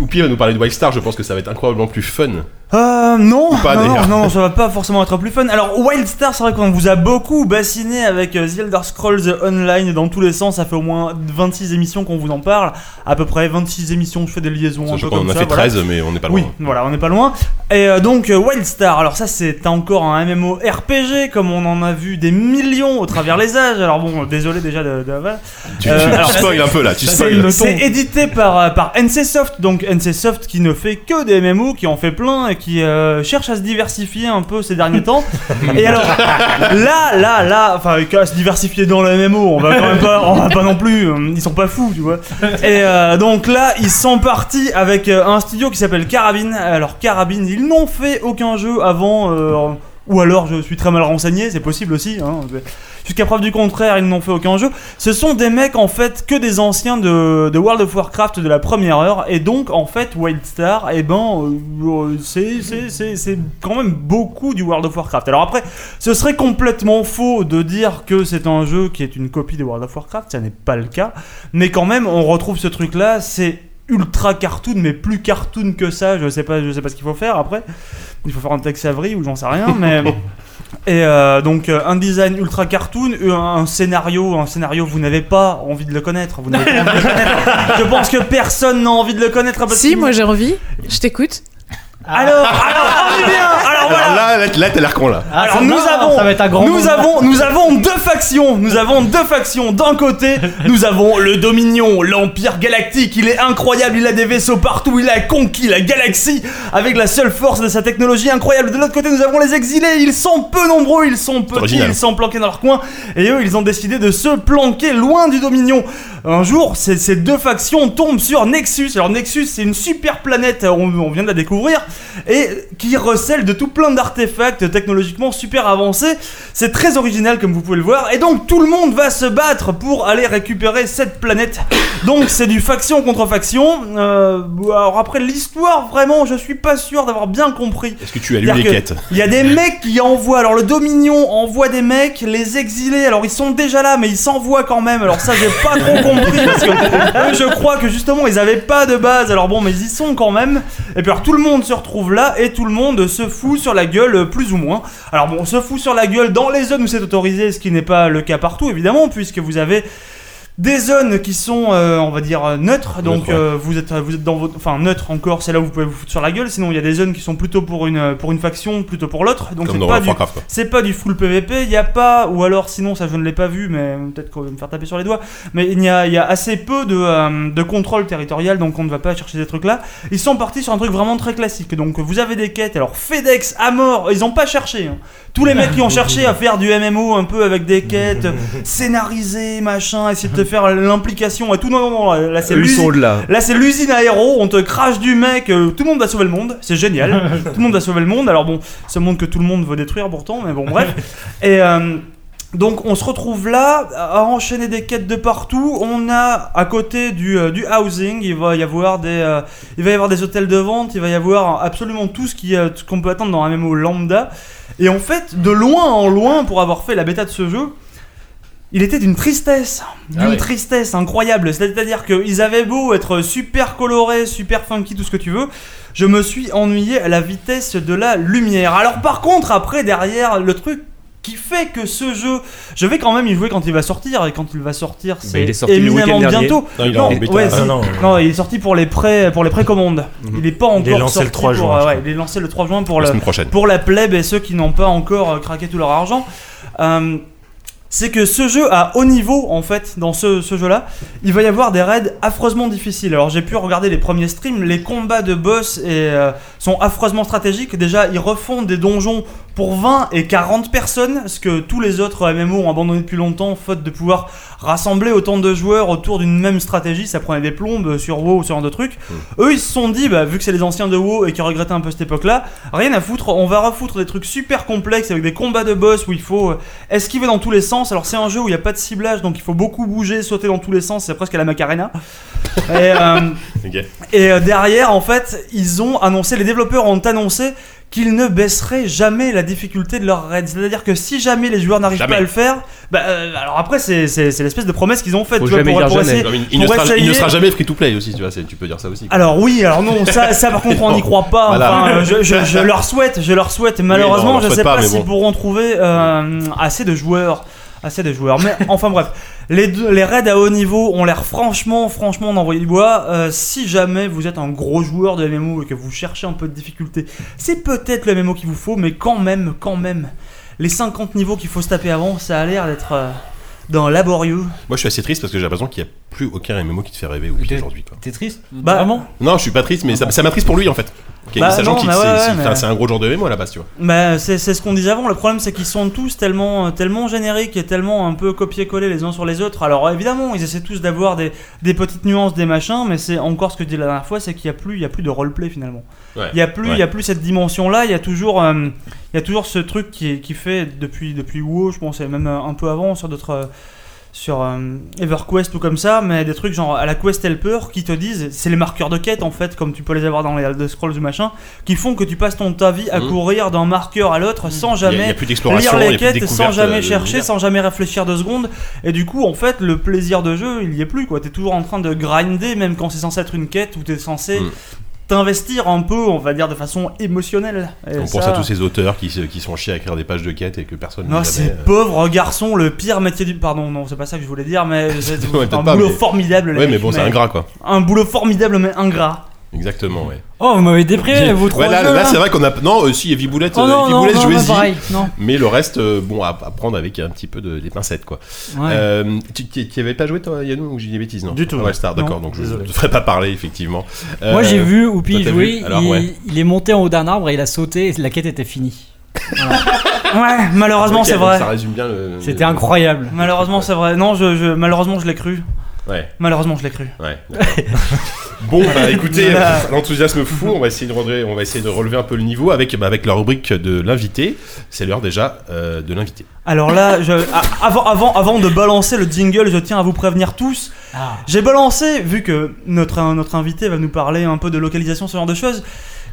Speaker 1: Oupi va nous parler de Wild Star, je pense que ça va être incroyablement plus fun.
Speaker 3: Euh, non,
Speaker 1: Ou pas,
Speaker 3: non, non,
Speaker 1: d'ailleurs.
Speaker 3: non, ça va pas forcément être plus fun. Alors, Wild Star, c'est vrai qu'on vous a beaucoup bassiné avec euh, The Elder Scrolls Online dans tous les sens. Ça fait au moins 26 émissions qu'on vous en parle. À peu près 26 émissions, je fais des liaisons un
Speaker 1: Sachant
Speaker 3: peu
Speaker 1: qu'on
Speaker 3: comme
Speaker 1: en a
Speaker 3: ça,
Speaker 1: fait
Speaker 3: voilà.
Speaker 1: 13, mais on n'est pas loin.
Speaker 3: Oui, voilà, on n'est pas loin. Et euh, donc, euh, Wild Star, alors ça, c'est encore un MMORPG, comme on en a vu des millions au travers les âges. Alors bon, euh, désolé déjà de... de- voilà.
Speaker 1: Tu,
Speaker 3: Euh,
Speaker 1: tu- tu
Speaker 3: alors,
Speaker 1: spoil un peu là, tu
Speaker 3: c'est-
Speaker 1: spoil.
Speaker 3: C'est édité par, euh, par NCSoft, donc NCSoft qui ne fait que des MMO, qui en fait plein et qui euh, cherche à se diversifier un peu ces derniers temps. Et alors, là, là, là, enfin, à se diversifier dans le MMO, on va quand même pas, on va pas non plus, euh, ils sont pas fous, tu vois. Et euh, donc là, ils sont partis avec euh, un studio qui s'appelle Carabine. Alors, Carabine, ils n'ont fait aucun jeu avant. euh, ou alors je suis très mal renseigné, c'est possible aussi. hein. Jusqu'à preuve du contraire, ils n'ont fait aucun jeu. Ce sont des mecs en fait que des anciens de, de World of Warcraft de la première heure. Et donc en fait, Wildstar, eh ben, euh, euh, c'est- c'est- c'est c'est quand même beaucoup du World of Warcraft. Alors après, ce serait complètement faux de dire que c'est un jeu qui est une copie de World of Warcraft, ça n'est pas le cas. Mais quand même, on retrouve ce truc là, c'est ultra cartoon, mais plus cartoon que ça, je sais pas, je sais pas ce qu'il faut faire après. Il faut faire un texte Avery ou j'en sais rien, mais. Et euh, donc euh, un design ultra cartoon, euh, un, un scénario, un scénario vous n'avez pas envie de le connaître, vous n'avez pas envie de le connaître. Je pense que personne n'a envie de le connaître. parce
Speaker 7: Si,
Speaker 3: qu'il-
Speaker 7: moi j'ai envie. Je t'écoute.
Speaker 3: Alors, alors, on est bien. Alors voilà.
Speaker 1: Alors là, là, là, t'as l'air con là.
Speaker 8: Ah,
Speaker 3: Alors
Speaker 8: ça
Speaker 3: nous
Speaker 8: va,
Speaker 3: avons,
Speaker 8: ça va être un grand
Speaker 3: nous
Speaker 8: moment.
Speaker 3: avons, nous avons deux factions. Nous avons deux factions. D'un côté, nous avons le Dominion, l'Empire galactique. Il est incroyable. Il a des vaisseaux partout. Il a conquis la galaxie avec la seule force de sa technologie incroyable. De l'autre côté, nous avons les exilés. Ils sont peu nombreux. Ils sont petits.
Speaker 1: original.
Speaker 3: Ils sont planqués dans leur coin. Et eux, ils ont décidé de se planquer loin du Dominion. Un jour, ces, ces deux factions tombent sur Nexus. Alors Nexus, c'est une super planète. On, on vient de la découvrir et qui recèle de tout plein d'artefacts technologiquement super avancés. C'est très original comme vous pouvez le voir. Et donc tout le monde va se battre pour aller récupérer cette planète. Donc c'est du faction contre faction. Euh, alors après l'histoire, vraiment, je suis pas sûr d'avoir bien compris.
Speaker 1: Est-ce que tu as lu les
Speaker 3: C'est-à-dire
Speaker 1: quêtes
Speaker 3: que Il y a des mecs qui envoient. Alors le Dominion envoie des mecs, les exilés. Alors ils sont déjà là, mais ils s'envoient quand même. Alors ça, j'ai pas trop compris parce que eux, je crois que justement ils avaient pas de base. Alors bon, mais ils y sont quand même. Et puis alors tout le monde se retrouve là et tout le monde se fout sur la gueule euh, plus ou moins. Alors bon, on se fout sur la gueule dans les zones où c'est autorisé, ce qui n'est pas le cas partout évidemment, puisque vous avez des zones qui sont, euh, on va dire, euh, neutres.
Speaker 1: Neutres,
Speaker 3: Donc
Speaker 1: ouais.
Speaker 3: euh, vous êtes, vous êtes dans votre, enfin neutre encore. C'est là où vous pouvez vous foutre sur la gueule. Sinon, il y a des zones qui sont plutôt pour une euh, pour une faction, plutôt pour l'autre. Donc
Speaker 1: Comme
Speaker 3: c'est
Speaker 1: dans
Speaker 3: pas
Speaker 1: World of
Speaker 3: du
Speaker 1: Warcraft quoi.
Speaker 3: c'est pas du full PVP, il n'y a pas, ou alors sinon ça je ne l'ai pas vu, mais peut-être qu'on va me faire taper sur les doigts, mais il y a, il y a assez peu de, euh, de contrôle territorial, donc on ne va pas chercher ces trucs-là. Ils sont partis sur un truc vraiment très classique, donc vous avez des quêtes, alors FedEx à mort, ils n'ont pas cherché. hein. Tous les mecs qui ont cherché à faire du MMO un peu avec des quêtes scénarisées, machin, essayer de te faire l'implication, et tout, non, non, non, là c'est
Speaker 5: Eux, ils
Speaker 3: l'usine-
Speaker 5: sont au-delà.
Speaker 3: Là, c'est l'usine à héros, on te crache du mec, euh, tout le monde va sauver le monde, c'est génial. tout le monde va sauver le monde, alors bon, ce monde que tout le monde veut détruire pourtant, mais bon, bref. Et. euh, donc on se retrouve là à enchaîner des quêtes de partout. On a à côté du, euh, du housing, il va y avoir des, euh, il va y avoir des hôtels de vente, il va y avoir absolument tout ce qui, euh, tout ce qu'on peut attendre dans un MMO lambda. Et en fait, de loin en loin, pour avoir fait la bêta de ce jeu, il était d'une tristesse, d'une
Speaker 4: Ah ouais.
Speaker 3: tristesse incroyable. C'est-à-dire qu'ils avaient beau être super colorés, super funky, tout ce que tu veux, je me suis ennuyé à la vitesse de la lumière. Alors par contre, après, derrière, le truc qui fait que ce jeu, je vais quand même y jouer quand il va sortir, et quand il va sortir,
Speaker 5: Bah,
Speaker 3: c'est
Speaker 5: il est sorti le
Speaker 3: éminemment
Speaker 5: week-end dernier.
Speaker 3: bientôt.
Speaker 1: Non, il est en bêta.
Speaker 3: ouais,
Speaker 6: Ah,
Speaker 3: si.
Speaker 6: non.
Speaker 3: Non, il est sorti pour les pré, pour les précommandes.
Speaker 5: Mhm.
Speaker 3: Il est pas encore
Speaker 6: est lancé le
Speaker 3: sorti
Speaker 6: 3
Speaker 3: pour,
Speaker 6: juin,
Speaker 3: euh,
Speaker 6: je
Speaker 3: ouais,
Speaker 6: crois.
Speaker 3: il est lancé le 3 juin pour
Speaker 1: La
Speaker 3: le,
Speaker 1: semaine prochaine.
Speaker 3: pour la plèbe et ceux qui n'ont pas encore euh, craqué tout leur argent. Euh, c'est que ce jeu à haut niveau, en fait, dans ce, ce jeu-là, il va y avoir des raids affreusement difficiles. Alors j'ai pu regarder les premiers streams, les combats de boss et, euh, sont affreusement stratégiques. Déjà, ils refont des donjons pour 20 et 40 personnes, ce que tous les autres MMO ont abandonné depuis longtemps, faute de pouvoir rassembler autant de joueurs autour d'une même stratégie. Ça prenait des plombes sur WoW ou ce genre de trucs. Eux, ils se sont dit, bah, vu que c'est les anciens de WoW et qui regrettaient un peu cette époque-là, rien à foutre, on va refoutre des trucs super complexes avec des combats de boss où il faut euh, esquiver dans tous les sens. Alors c'est un jeu où il n'y a pas de ciblage, donc il faut beaucoup bouger, sauter dans tous les sens, c'est presque à la Macarena. Et, euh,
Speaker 1: Ok.
Speaker 3: et euh, derrière, en fait, ils ont annoncé, les développeurs ont annoncé qu'ils ne baisseraient jamais la difficulté de leur raid. C'est-à-dire que si jamais les joueurs n'arrivent
Speaker 1: Jamais.
Speaker 3: pas à le faire, bah, euh, alors après, c'est c'est- c'est l'espèce de promesse qu'ils ont faite.
Speaker 5: Faut
Speaker 3: tu vois,
Speaker 5: jamais
Speaker 3: pour,
Speaker 5: dire
Speaker 3: pour
Speaker 5: jamais.
Speaker 3: essayer-
Speaker 1: Comme il, il ne
Speaker 3: pour
Speaker 1: sera, il ne
Speaker 3: essayer-
Speaker 1: sera jamais free to play aussi, tu vois, c'est- tu peux dire ça aussi. quoi.
Speaker 3: alors oui, alors non, ça, ça par contre on n'y croit pas.
Speaker 1: Voilà.
Speaker 3: Enfin, euh, je, je- je leur souhaite, je leur souhaite.
Speaker 1: non, on
Speaker 3: Malheureusement,
Speaker 1: leur
Speaker 3: je ne
Speaker 1: souhaite
Speaker 3: sais
Speaker 1: pas,
Speaker 3: pas,
Speaker 1: mais
Speaker 3: s'ils
Speaker 1: bon.
Speaker 3: pourront trouver euh, assez de joueurs, assez de joueurs. Mais enfin bref, les deux, les raids à haut niveau ont l'air franchement, franchement d'envoyer du bois. Euh, si jamais vous êtes un gros joueur de MMO et que vous cherchez un peu de difficulté, c'est peut-être le MMO qu'il vous faut, mais quand même, quand même, les 50 niveaux qu'il faut se taper avant, ça a l'air d'être euh, d'un laborieux.
Speaker 1: Moi, je suis assez triste parce que j'ai l'impression qu'il n'y a plus aucun MMO qui te fait rêver au pire
Speaker 8: Peut-être.
Speaker 1: aujourd'hui. quoi.
Speaker 8: T'es triste
Speaker 3: Bah,
Speaker 8: Vraiment
Speaker 1: Non, je suis pas triste, mais ça, ça m'attriste pour lui en fait. Ok,
Speaker 3: Bah,
Speaker 1: sachant
Speaker 3: non,
Speaker 1: qu'il
Speaker 3: mais
Speaker 1: c'est
Speaker 3: ouais,
Speaker 1: c'est-
Speaker 3: ouais,
Speaker 1: enfin,
Speaker 3: mais-
Speaker 1: c'est un gros genre de MMO à la base, tu vois.
Speaker 3: Bah, c'est c'est ce qu'on disait avant, le problème c'est qu'ils sont tous tellement, euh, tellement génériques et tellement un peu copier-coller les uns sur les autres. Alors évidemment, ils essaient tous d'avoir des, des petites nuances, des machins, mais c'est encore ce que je disais la dernière fois, c'est qu'il n'y a, plus- il y a plus de roleplay finalement.
Speaker 1: Ouais.
Speaker 3: Il n'y a, plus-
Speaker 1: Ouais.
Speaker 3: il y a plus cette dimension-là, il y, a toujours, euh, il y a toujours ce truc qui, est- qui fait depuis, depuis WoW, je pense, et même euh, un peu avant sur d'autres... euh, sur euh, EverQuest ou comme ça, mais des trucs genre à la Quest Helper qui te disent, c'est les marqueurs de quête en fait, comme tu peux les avoir dans les Elder Scrolls ou machin, qui font que tu passes ton ta vie à
Speaker 1: Mhm.
Speaker 3: courir d'un marqueur à l'autre sans
Speaker 1: Il y a- Il n'y a,
Speaker 3: jamais
Speaker 1: plus
Speaker 3: lire
Speaker 1: d'exploration, il y
Speaker 3: les
Speaker 1: a plus de
Speaker 3: quêtes, sans
Speaker 1: découverte, euh,
Speaker 3: jamais
Speaker 1: de
Speaker 3: chercher,
Speaker 1: l'univers.
Speaker 3: sans jamais réfléchir deux secondes. Et du coup, en fait, le plaisir de jeu, il y est plus quoi. T'es toujours en train de grinder, même quand c'est censé être une quête où t'es censé
Speaker 1: Mhm.
Speaker 3: t'investir un peu, on va dire de façon émotionnelle. Et
Speaker 1: On pense à tous ces auteurs qui, se- qui sont chiés à écrire des pages de quêtes et que personne ne
Speaker 3: non,
Speaker 1: lit
Speaker 3: ces
Speaker 1: jamais, euh.
Speaker 3: pauvres garçons, le pire métier du. Pardon, non, c'est pas ça que je voulais dire, mais c'est
Speaker 1: Ouais, peut-être
Speaker 3: un
Speaker 1: pas,
Speaker 3: boulot
Speaker 1: mais-
Speaker 3: formidable. les
Speaker 1: Ouais, mais
Speaker 3: mecs,
Speaker 1: bon, c'est ingrat quoi.
Speaker 3: Un boulot formidable, mais ingrat.
Speaker 1: Exactement, ouais.
Speaker 8: Oh, vous m'avez déprimé, vous trois.
Speaker 1: Ouais, là,
Speaker 8: jeux,
Speaker 1: là,
Speaker 8: là.
Speaker 1: c'est vrai qu'on a. Non, euh, si, Heavy Bullet,
Speaker 8: Oh
Speaker 1: euh,
Speaker 8: non,
Speaker 1: Heavy
Speaker 8: non,
Speaker 1: Bullet,
Speaker 8: non, pas
Speaker 1: jouez-y.
Speaker 8: pareil. Non.
Speaker 1: Mais le reste, euh, bon, à, à prendre avec un petit peu de, des pincettes, quoi.
Speaker 8: Ouais.
Speaker 1: Euh, tu tu- tu y avais pas joué, toi, Yannou, ou j'ai dit des bêtises, non
Speaker 6: Du tout.
Speaker 1: Ah ouais, Star, d'accord,
Speaker 6: Non.
Speaker 1: donc je ne
Speaker 6: Désolé.
Speaker 1: te ferai pas parler, effectivement. Euh,
Speaker 8: Moi j'ai vu Oupi
Speaker 1: t'as
Speaker 8: jouer,
Speaker 1: vu Alors,
Speaker 8: il,
Speaker 1: ouais.
Speaker 8: il est monté en haut d'un arbre et il a sauté et la quête était finie.
Speaker 3: Ouais, malheureusement,
Speaker 1: ok,
Speaker 3: c'est
Speaker 1: donc
Speaker 3: vrai.
Speaker 1: Ça résume bien le.
Speaker 8: C'était incroyable.
Speaker 3: Malheureusement, c'est vrai. Non, je, je- malheureusement, je l'ai cru.
Speaker 1: Ouais,
Speaker 3: Malheureusement, je l'ai cru.
Speaker 1: ouais. d'accord. bon, bah écoutez,
Speaker 3: Voilà.
Speaker 1: euh, l'enthousiasme fou, on va essayer de relever, on va essayer de relever un peu le niveau avec, bah, avec la rubrique de l'invité. C'est l'heure déjà euh, de l'invité.
Speaker 3: Alors là, je, a- avant, avant, avant de balancer le jingle, je tiens à vous prévenir tous.
Speaker 8: Ah.
Speaker 3: J'ai balancé, vu que notre, notre invité va nous parler un peu de localisation, ce genre de choses.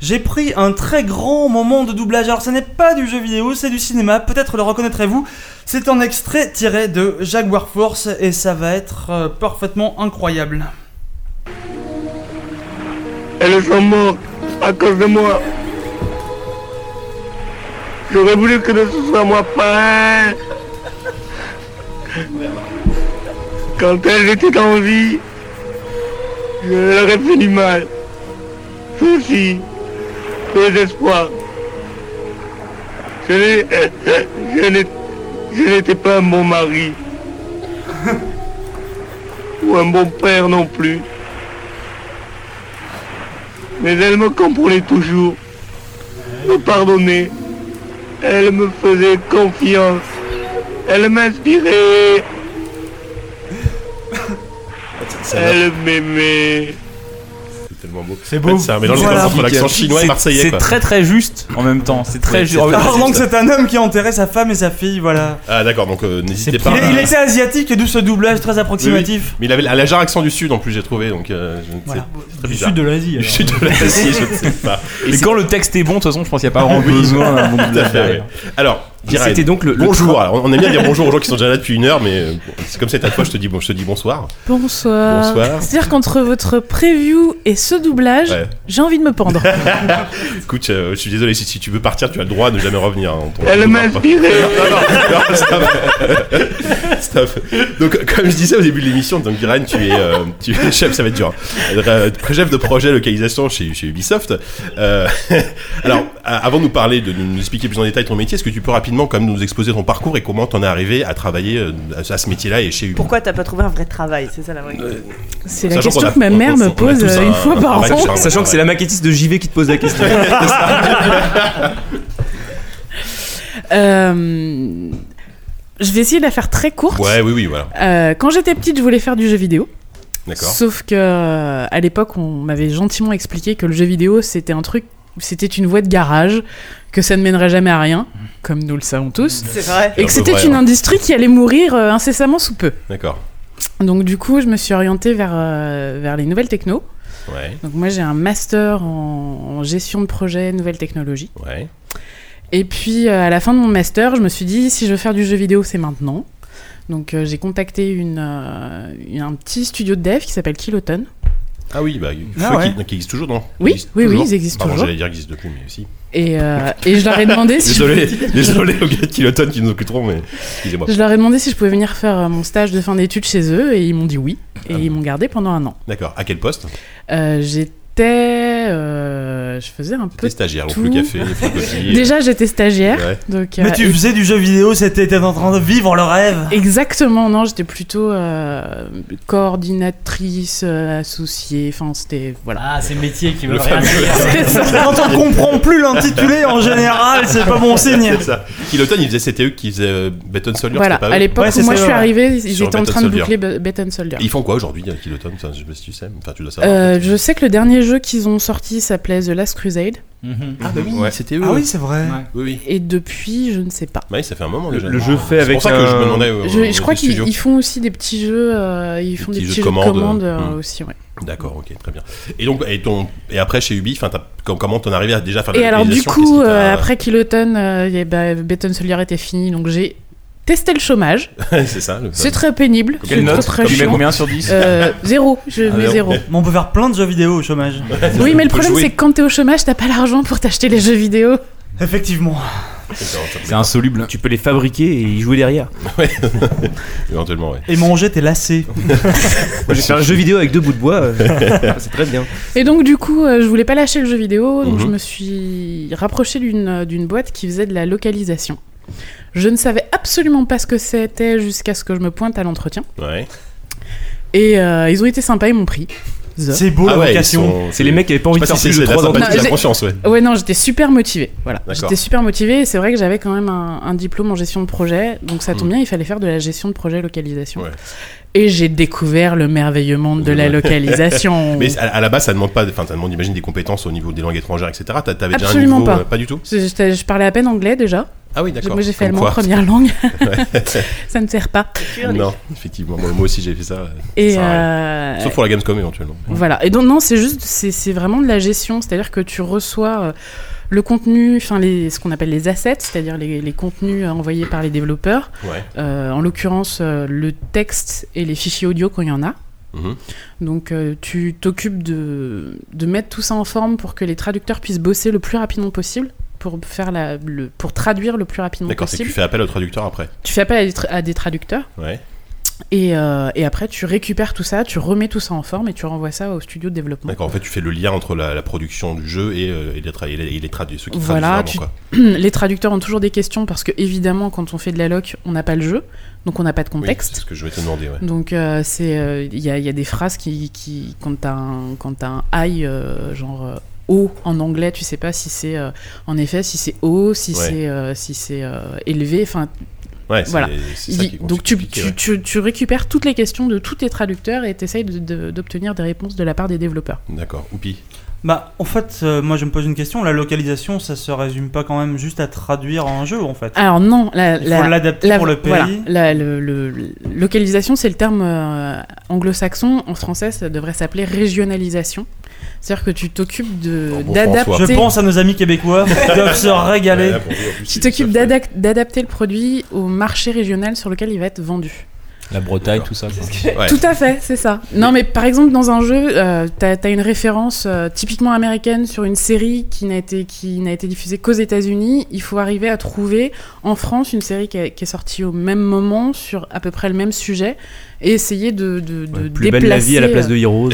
Speaker 3: J'ai pris un très grand moment de doublage. Alors, ce n'est pas du jeu vidéo, c'est du cinéma. Peut-être le reconnaîtrez-vous. C'est un extrait tiré de Jaguar Force et ça va être euh, parfaitement incroyable.
Speaker 11: Elles sont mortes à cause de moi. J'aurais voulu que ce soit moi pas. Quand elles étaient en vie, je leur ai fait du mal. Souci, désespoir. Je n'ai- je n'ai- je n'étais pas un bon mari. Ou un bon père non plus mais elle me comprenait toujours, me pardonnait, elle me faisait confiance, elle m'inspirait,
Speaker 1: Ça va,
Speaker 11: elle m'aimait.
Speaker 1: C'est tellement beau.
Speaker 6: C'est
Speaker 1: En fait, C'est un mélange
Speaker 3: Voilà.
Speaker 1: entre l'accent chinois et
Speaker 4: C'est-
Speaker 1: marseillais,
Speaker 4: C'est
Speaker 1: quoi.
Speaker 4: très très juste en même temps. C'est très juste.
Speaker 3: Apparemment Ah, que c'est un homme qui a enterré sa femme et sa fille, voilà.
Speaker 1: Ah d'accord, donc euh, n'hésitez
Speaker 8: C'est
Speaker 1: pas.
Speaker 3: Il, il était asiatique et d'où ce doublage très approximatif.
Speaker 1: Mais il avait un léger accent du sud en plus, j'ai trouvé, donc euh, je ne sais-
Speaker 3: Voilà.
Speaker 1: c'est très bizarre.
Speaker 8: de l'Asie.
Speaker 1: Du sud de l'Asie, je ne sais pas.
Speaker 4: Et quand le texte est bon, de toute façon, je pense qu'il n'y a pas vraiment besoin hein, d'un
Speaker 1: hein,
Speaker 4: bon
Speaker 1: Tout à
Speaker 4: doublage
Speaker 1: fait, ouais.
Speaker 4: derrière.
Speaker 1: Alors, Jirène,
Speaker 5: C'était donc le, le
Speaker 1: bonjour. Alors, on aime bien dire bonjour aux gens qui sont déjà là depuis une heure, mais euh, bon, c'est comme cette fois, je te dis, bon, je te dis bonsoir.
Speaker 7: Bonsoir.
Speaker 1: Bonsoir.
Speaker 7: C'est-à-dire qu'entre votre preview et ce doublage,
Speaker 1: Ouais.
Speaker 7: j'ai envie de me pendre.
Speaker 1: Écoute, euh, je suis désolé, si, si tu veux partir, tu as le droit de ne jamais revenir. hein, on t'en- on
Speaker 11: Elle
Speaker 1: t'en
Speaker 11: m'inspirait.
Speaker 1: Non, stop. Stop. Donc, comme je disais au début de l'émission, donc Ryan, tu es, euh, tu es chef, ça va être dur. hein. Euh, chef de projet localisation chez, chez Ubisoft. Euh, alors, a- avant de nous parler, de nous expliquer plus en détail ton métier, est-ce que tu peux rapidement quand même nous exposer ton parcours et comment t'en es arrivé à travailler euh, à, à ce métier-là et chez Ubisoft
Speaker 9: Pourquoi t'as pas trouvé un vrai travail C'est ça la vraie question.
Speaker 8: Euh,
Speaker 7: C'est la
Speaker 1: Sachant
Speaker 7: question
Speaker 1: qu'on a-
Speaker 7: que ma
Speaker 1: on-
Speaker 7: mère
Speaker 1: on-
Speaker 7: me
Speaker 1: on a
Speaker 7: pose
Speaker 1: tous
Speaker 7: euh, une
Speaker 1: un-
Speaker 7: fois
Speaker 1: un
Speaker 7: par
Speaker 1: bac
Speaker 7: an.
Speaker 1: sur un-
Speaker 5: Sachant que c'est la maquettiste de JV qui te pose la question.
Speaker 7: Euh, je vais essayer de la faire très courte.
Speaker 1: Ouais, oui, oui, voilà.
Speaker 7: Euh, quand j'étais petite, je voulais faire du jeu vidéo.
Speaker 1: D'accord.
Speaker 7: Sauf que euh, à l'époque, on m'avait gentiment expliqué que le jeu vidéo, c'était un truc, c'était une voie de garage, que ça ne mènerait jamais à rien, comme nous le savons tous,
Speaker 9: C'est vrai.
Speaker 1: C'est un
Speaker 7: et
Speaker 1: peu
Speaker 7: que c'était
Speaker 1: vrai,
Speaker 7: une
Speaker 1: ouais.
Speaker 7: industrie qui allait mourir euh, incessamment sous peu.
Speaker 1: D'accord.
Speaker 7: Donc du coup, je me suis orientée vers, euh, vers les nouvelles techno.
Speaker 1: Ouais.
Speaker 7: Donc moi j'ai un master en, en gestion de projet, nouvelles technologies.
Speaker 1: Ouais.
Speaker 7: Et puis euh, à la fin de mon master, je me suis dit si je veux faire du jeu vidéo, c'est maintenant. Donc euh, j'ai contacté une, euh, une- un petit studio de dev qui s'appelle Kiloton.
Speaker 1: Ah oui, bah,
Speaker 7: Ah
Speaker 1: faut
Speaker 7: ouais.
Speaker 1: qu'il- qu'il existe toujours, non
Speaker 7: Oui,
Speaker 1: Il existe
Speaker 7: oui, oui,
Speaker 1: toujours
Speaker 7: ils existent
Speaker 1: Pardon,
Speaker 7: toujours.
Speaker 1: J'allais dire qu'ils existent depuis, mais si.
Speaker 7: Et, euh, et je leur ai demandé si je
Speaker 1: désolé,
Speaker 7: pouvais-
Speaker 1: désolé aux gars de Kiloton qui nous occuperont, mais excusez-moi.
Speaker 7: Je leur ai demandé si je pouvais venir faire euh, mon stage de fin d'études chez eux et ils m'ont dit oui.
Speaker 1: Ah
Speaker 7: Et ils m'ont gardé pendant un an.
Speaker 1: D'accord. À quel poste
Speaker 7: Euh, j'étais. euh, je faisais un peu.
Speaker 1: T'es stagiaire,
Speaker 7: tout.
Speaker 1: on fait le café, les fricotis.
Speaker 7: Déjà, j'étais stagiaire.
Speaker 1: Ouais.
Speaker 7: Donc,
Speaker 3: Mais
Speaker 7: euh,
Speaker 3: tu
Speaker 7: et-
Speaker 3: faisais du jeu vidéo, c'était t'étais en train de vivre le rêve.
Speaker 7: Exactement, non, j'étais plutôt euh, coordinatrice, euh, associée, enfin c'était. Voilà.
Speaker 8: Ah, c'est le métier qui
Speaker 7: veut
Speaker 8: veut
Speaker 7: Le rien fameux- dire. C'est ça.
Speaker 3: Quand on comprend plus l'intitulé en général, c'est pas bon signe.
Speaker 1: C'est ça. Kiloton, ils faisaient CTE, qui faisaient euh, Beton Soldier,
Speaker 7: Voilà,
Speaker 1: c'était pas
Speaker 7: à
Speaker 1: eux
Speaker 7: l'époque où moi je suis arrivée, ils
Speaker 1: Sur
Speaker 7: étaient en
Speaker 1: Beton
Speaker 7: train de boucler
Speaker 1: Soldier.
Speaker 7: Be- Beton Soldier.
Speaker 1: Ils font quoi aujourd'hui, euh, Kiloton Enfin, Je sais pas si tu sais, mais enfin, tu dois savoir.
Speaker 7: Euh, je sais que le dernier jeu qu'ils ont sorti s'appelait The Last Crusade. Mhm.
Speaker 1: Ah, bah oui, Ouais. c'était eux.
Speaker 3: Ah oui, c'est vrai.
Speaker 1: Oui, oui.
Speaker 7: Et depuis, je ne sais pas.
Speaker 1: Ouais, Bah ça fait un moment
Speaker 5: Le-
Speaker 1: déjà.
Speaker 5: le jeu fait
Speaker 1: C'est
Speaker 5: avec
Speaker 1: pour ça que je me
Speaker 5: un-
Speaker 1: demandais. euh,
Speaker 7: Je,
Speaker 1: au-
Speaker 7: je
Speaker 1: au
Speaker 7: crois qu'ils
Speaker 1: studio.
Speaker 7: ils font aussi des petits jeux, euh, ils font des, petits jeux de commandes, euh,
Speaker 1: Hmm.
Speaker 7: aussi, ouais.
Speaker 1: D'accord, ok, très bien. Et donc, et, ton, et après chez Ubi, enfin, t'as- com- comment t'en arrives à déjà faire de
Speaker 7: Et
Speaker 1: la
Speaker 7: alors du
Speaker 1: localisation Qu'est-ce
Speaker 7: coup,
Speaker 1: qui t'a-
Speaker 7: euh, après Kiloton, euh, et bah, Beton Soldier était fini, donc j'ai testé le chômage.
Speaker 1: c'est ça. le-
Speaker 7: C'est très pénible.
Speaker 1: Comme-
Speaker 7: c'est trop, très
Speaker 4: Tu mets
Speaker 7: chiant.
Speaker 4: combien sur 10
Speaker 7: Euh, Zéro, je
Speaker 4: Ah,
Speaker 7: mets zéro.
Speaker 4: zéro.
Speaker 3: Mais on peut faire plein de jeux vidéo au chômage.
Speaker 7: Oui, mais le problème c'est que quand t'es au chômage, t'as pas l'argent pour t'acheter les jeux vidéo.
Speaker 3: Effectivement.
Speaker 4: C'est insoluble.
Speaker 5: Tu peux les fabriquer et y jouer derrière.
Speaker 1: Ouais. Éventuellement, ouais.
Speaker 3: Et manger, t'es lassé.
Speaker 5: Moi, j'ai fait un jeu vidéo avec deux bouts de bois. euh, c'est très bien.
Speaker 7: Et donc du coup, euh, je voulais pas lâcher le jeu vidéo, donc
Speaker 5: Mhm.
Speaker 7: je me suis rapprochée d'une euh, d'une boîte qui faisait de la localisation. Je ne savais absolument pas ce que c'était jusqu'à ce que je me pointe à l'entretien.
Speaker 1: Ouais.
Speaker 7: Et euh, ils ont été sympas, ils m'ont pris. The.
Speaker 3: C'est beau
Speaker 1: Ah
Speaker 3: la
Speaker 1: ouais,
Speaker 3: vocation.
Speaker 1: ils sont-
Speaker 5: C'est les mecs qui avaient pas envie
Speaker 1: Je
Speaker 5: de
Speaker 1: sais
Speaker 5: faire
Speaker 1: pas si
Speaker 5: plus de
Speaker 1: c'est la
Speaker 5: 3 ans.
Speaker 1: sympathie,
Speaker 7: Non,
Speaker 1: la
Speaker 7: j'ai-
Speaker 1: conscience, ouais.
Speaker 7: Ouais, non, j'étais super motivée. Voilà.
Speaker 1: D'accord.
Speaker 7: J'étais super motivée et c'est vrai que j'avais quand même un, un diplôme en gestion de projet. Donc ça tombe
Speaker 1: Mm.
Speaker 7: bien, il fallait faire de la gestion de projet localisation. Et j'ai découvert le merveilleux monde de la localisation.
Speaker 1: Mais à, à la base, ça demande pas, enfin, ça demande, imagine, des compétences au niveau des langues étrangères, etc. T'as- T'avais déjà un
Speaker 7: Absolument
Speaker 1: niveau,
Speaker 7: pas.
Speaker 1: euh, pas du tout.
Speaker 7: Je, j'étais- je parlais à peine anglais déjà.
Speaker 1: Ah oui, d'accord.
Speaker 7: Moi j'ai fait
Speaker 1: Comme
Speaker 7: allemand
Speaker 1: quoi.
Speaker 7: première langue.
Speaker 1: Ouais.
Speaker 7: ça ne sert pas.
Speaker 1: non, effectivement, moi, moi aussi j'ai fait ça. euh,
Speaker 7: Et,
Speaker 1: ça sert à rien.
Speaker 7: euh,
Speaker 1: Sauf pour la Gamescom éventuellement.
Speaker 7: Voilà. Et donc, non, c'est juste, c'est c'est vraiment de la gestion. C'est-à-dire que tu reçois euh, le contenu, enfin, les- ce qu'on appelle les assets, c'est-à-dire les, les contenus euh, envoyés par les développeurs.
Speaker 1: Ouais.
Speaker 7: Euh, en l'occurrence, euh, le texte et les fichiers audio quand il y en a.
Speaker 1: Mhm.
Speaker 7: Donc, euh, tu t'occupes de, de mettre tout ça en forme pour que les traducteurs puissent bosser le plus rapidement possible, pour, faire la, le, pour traduire le plus rapidement
Speaker 1: D'accord, c'est que
Speaker 7: possible.
Speaker 1: tu fais appel au traducteur après.
Speaker 7: Tu fais appel à des tra- à des traducteurs.
Speaker 1: Ouais.
Speaker 7: Et, euh, et après, tu récupères tout ça, tu remets tout ça en forme et tu renvoies ça au studio de développement.
Speaker 1: D'accord, en fait, tu fais le lien entre la, la production du jeu et, euh, et les, tra- et les, et les traduits, ceux qui
Speaker 7: Voilà,
Speaker 1: traduisent
Speaker 7: tu-
Speaker 1: vraiment,
Speaker 7: les traducteurs ont toujours des questions parce que évidemment, quand on fait de la loc, on n'a pas le jeu, donc on n'a pas de
Speaker 1: quoi. Oui,
Speaker 7: contexte.
Speaker 1: c'est ce que je vais te demander, ouais.
Speaker 7: Donc euh, c'est euh, il y, a, il y a des phrases qui, qui quand t'as un quand t'as un I euh, genre euh, haut en anglais tu sais pas si c'est euh, en effet si c'est haut si
Speaker 1: Ouais.
Speaker 7: c'est euh, si c'est euh, élevé enfin
Speaker 1: Ouais, c'est-
Speaker 7: voilà
Speaker 1: c'est ça
Speaker 7: Il-
Speaker 1: qui est
Speaker 7: donc tu,
Speaker 1: compliqué,
Speaker 7: tu,
Speaker 1: ouais.
Speaker 7: tu- tu récupères toutes les questions de tous tes traducteurs et t'essayes de- de- d'obtenir des réponses de la part des développeurs
Speaker 1: D'accord, oupi.
Speaker 3: Bah, en fait, euh, moi je me pose une question. La localisation, ça se résume pas quand même juste à traduire en jeu, en fait.
Speaker 7: alors non la,
Speaker 3: Il faut
Speaker 7: la-
Speaker 3: l'adapter
Speaker 7: la-
Speaker 3: pour le pays.
Speaker 7: voilà, la- le- le- le- localisation c'est le terme euh, anglo-saxon en français ça devrait s'appeler régionalisation c'est-à-dire que tu t'occupes de
Speaker 3: Bon François.
Speaker 7: d'adapter
Speaker 3: Je pense à nos amis québécois qui doivent se régaler.
Speaker 7: Tu t'occupes d'adac- d'adapter le produit au marché régional sur lequel il va être vendu.
Speaker 4: La Bretagne, tout ça. quoi.
Speaker 7: Tout à fait, c'est ça. Non, mais par exemple, dans un jeu, euh, t'as as une référence euh, typiquement américaine sur une série qui n'a été, qui n'a été diffusée qu'aux États-Unis. Il faut arriver à trouver en France une série qui, a- qui est sortie au même moment sur à peu près le même sujet et essayer de, de, de
Speaker 5: Plus
Speaker 7: déplacer.
Speaker 5: belle la vie à la place de
Speaker 7: euh,
Speaker 5: Heroes.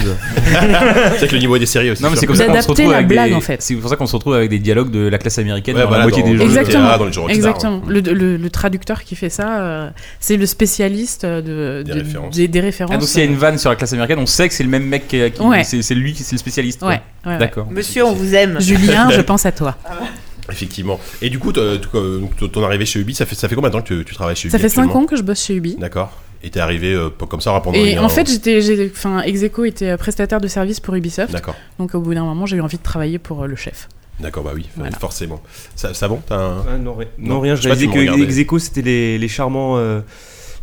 Speaker 1: c'est que le niveau des séries aussi.
Speaker 4: Non, mais
Speaker 1: sûr.
Speaker 4: c'est comme ça qu'on se
Speaker 7: D'adapter
Speaker 4: retrouve
Speaker 7: la
Speaker 4: avec
Speaker 7: blague,
Speaker 4: des-
Speaker 7: en fait.
Speaker 4: C'est pour ça qu'on se retrouve avec des dialogues de la classe américaine
Speaker 1: Ouais,
Speaker 4: dans la
Speaker 1: voilà,
Speaker 4: moitié
Speaker 1: dans-
Speaker 4: des jeux.
Speaker 7: Exactement.
Speaker 1: GTA, dans les jeux Rockstar,
Speaker 7: Exactement. Le, le- le traducteur qui fait ça, euh, c'est le spécialiste de, de- des, des références.
Speaker 4: Ah, donc s'il y a une vanne sur la classe américaine, on sait que c'est le même mec qui, qui-
Speaker 7: Ouais.
Speaker 4: c'est, c'est lui qui c'est le spécialiste. quoi.
Speaker 7: Ouais, ouais, ouais.
Speaker 4: D'accord.
Speaker 9: Monsieur, on vous aime.
Speaker 7: Julien, je pense à toi.
Speaker 1: Effectivement. Et du coup, t'as- t'as- euh, donc, ton arrivée chez Ubi, ça fait, ça fait combien de temps que tu, tu travailles chez
Speaker 7: Ça
Speaker 1: Ubi
Speaker 7: fait 5
Speaker 1: actuellement
Speaker 7: ans que je bosse chez Ubi.
Speaker 1: D'accord. Et t'es arrivé euh, pas comme ça alors, pendant
Speaker 7: Et
Speaker 1: une-
Speaker 7: en fait, j'étais, j'ai- enfin, Execo était euh, prestataire de service pour Ubisoft.
Speaker 1: D'accord.
Speaker 7: Donc au bout d'un moment, j'ai eu envie de travailler pour euh, le chef.
Speaker 1: D'accord, bah oui,
Speaker 7: Voilà.
Speaker 1: forcément. Ça, ça bon T'as un...
Speaker 5: Ah, non, rien. Non, rien, je
Speaker 1: sais pas si
Speaker 5: réalisais
Speaker 1: vous
Speaker 5: que
Speaker 1: regardez.
Speaker 5: Execo, c'était les, les charmants. euh,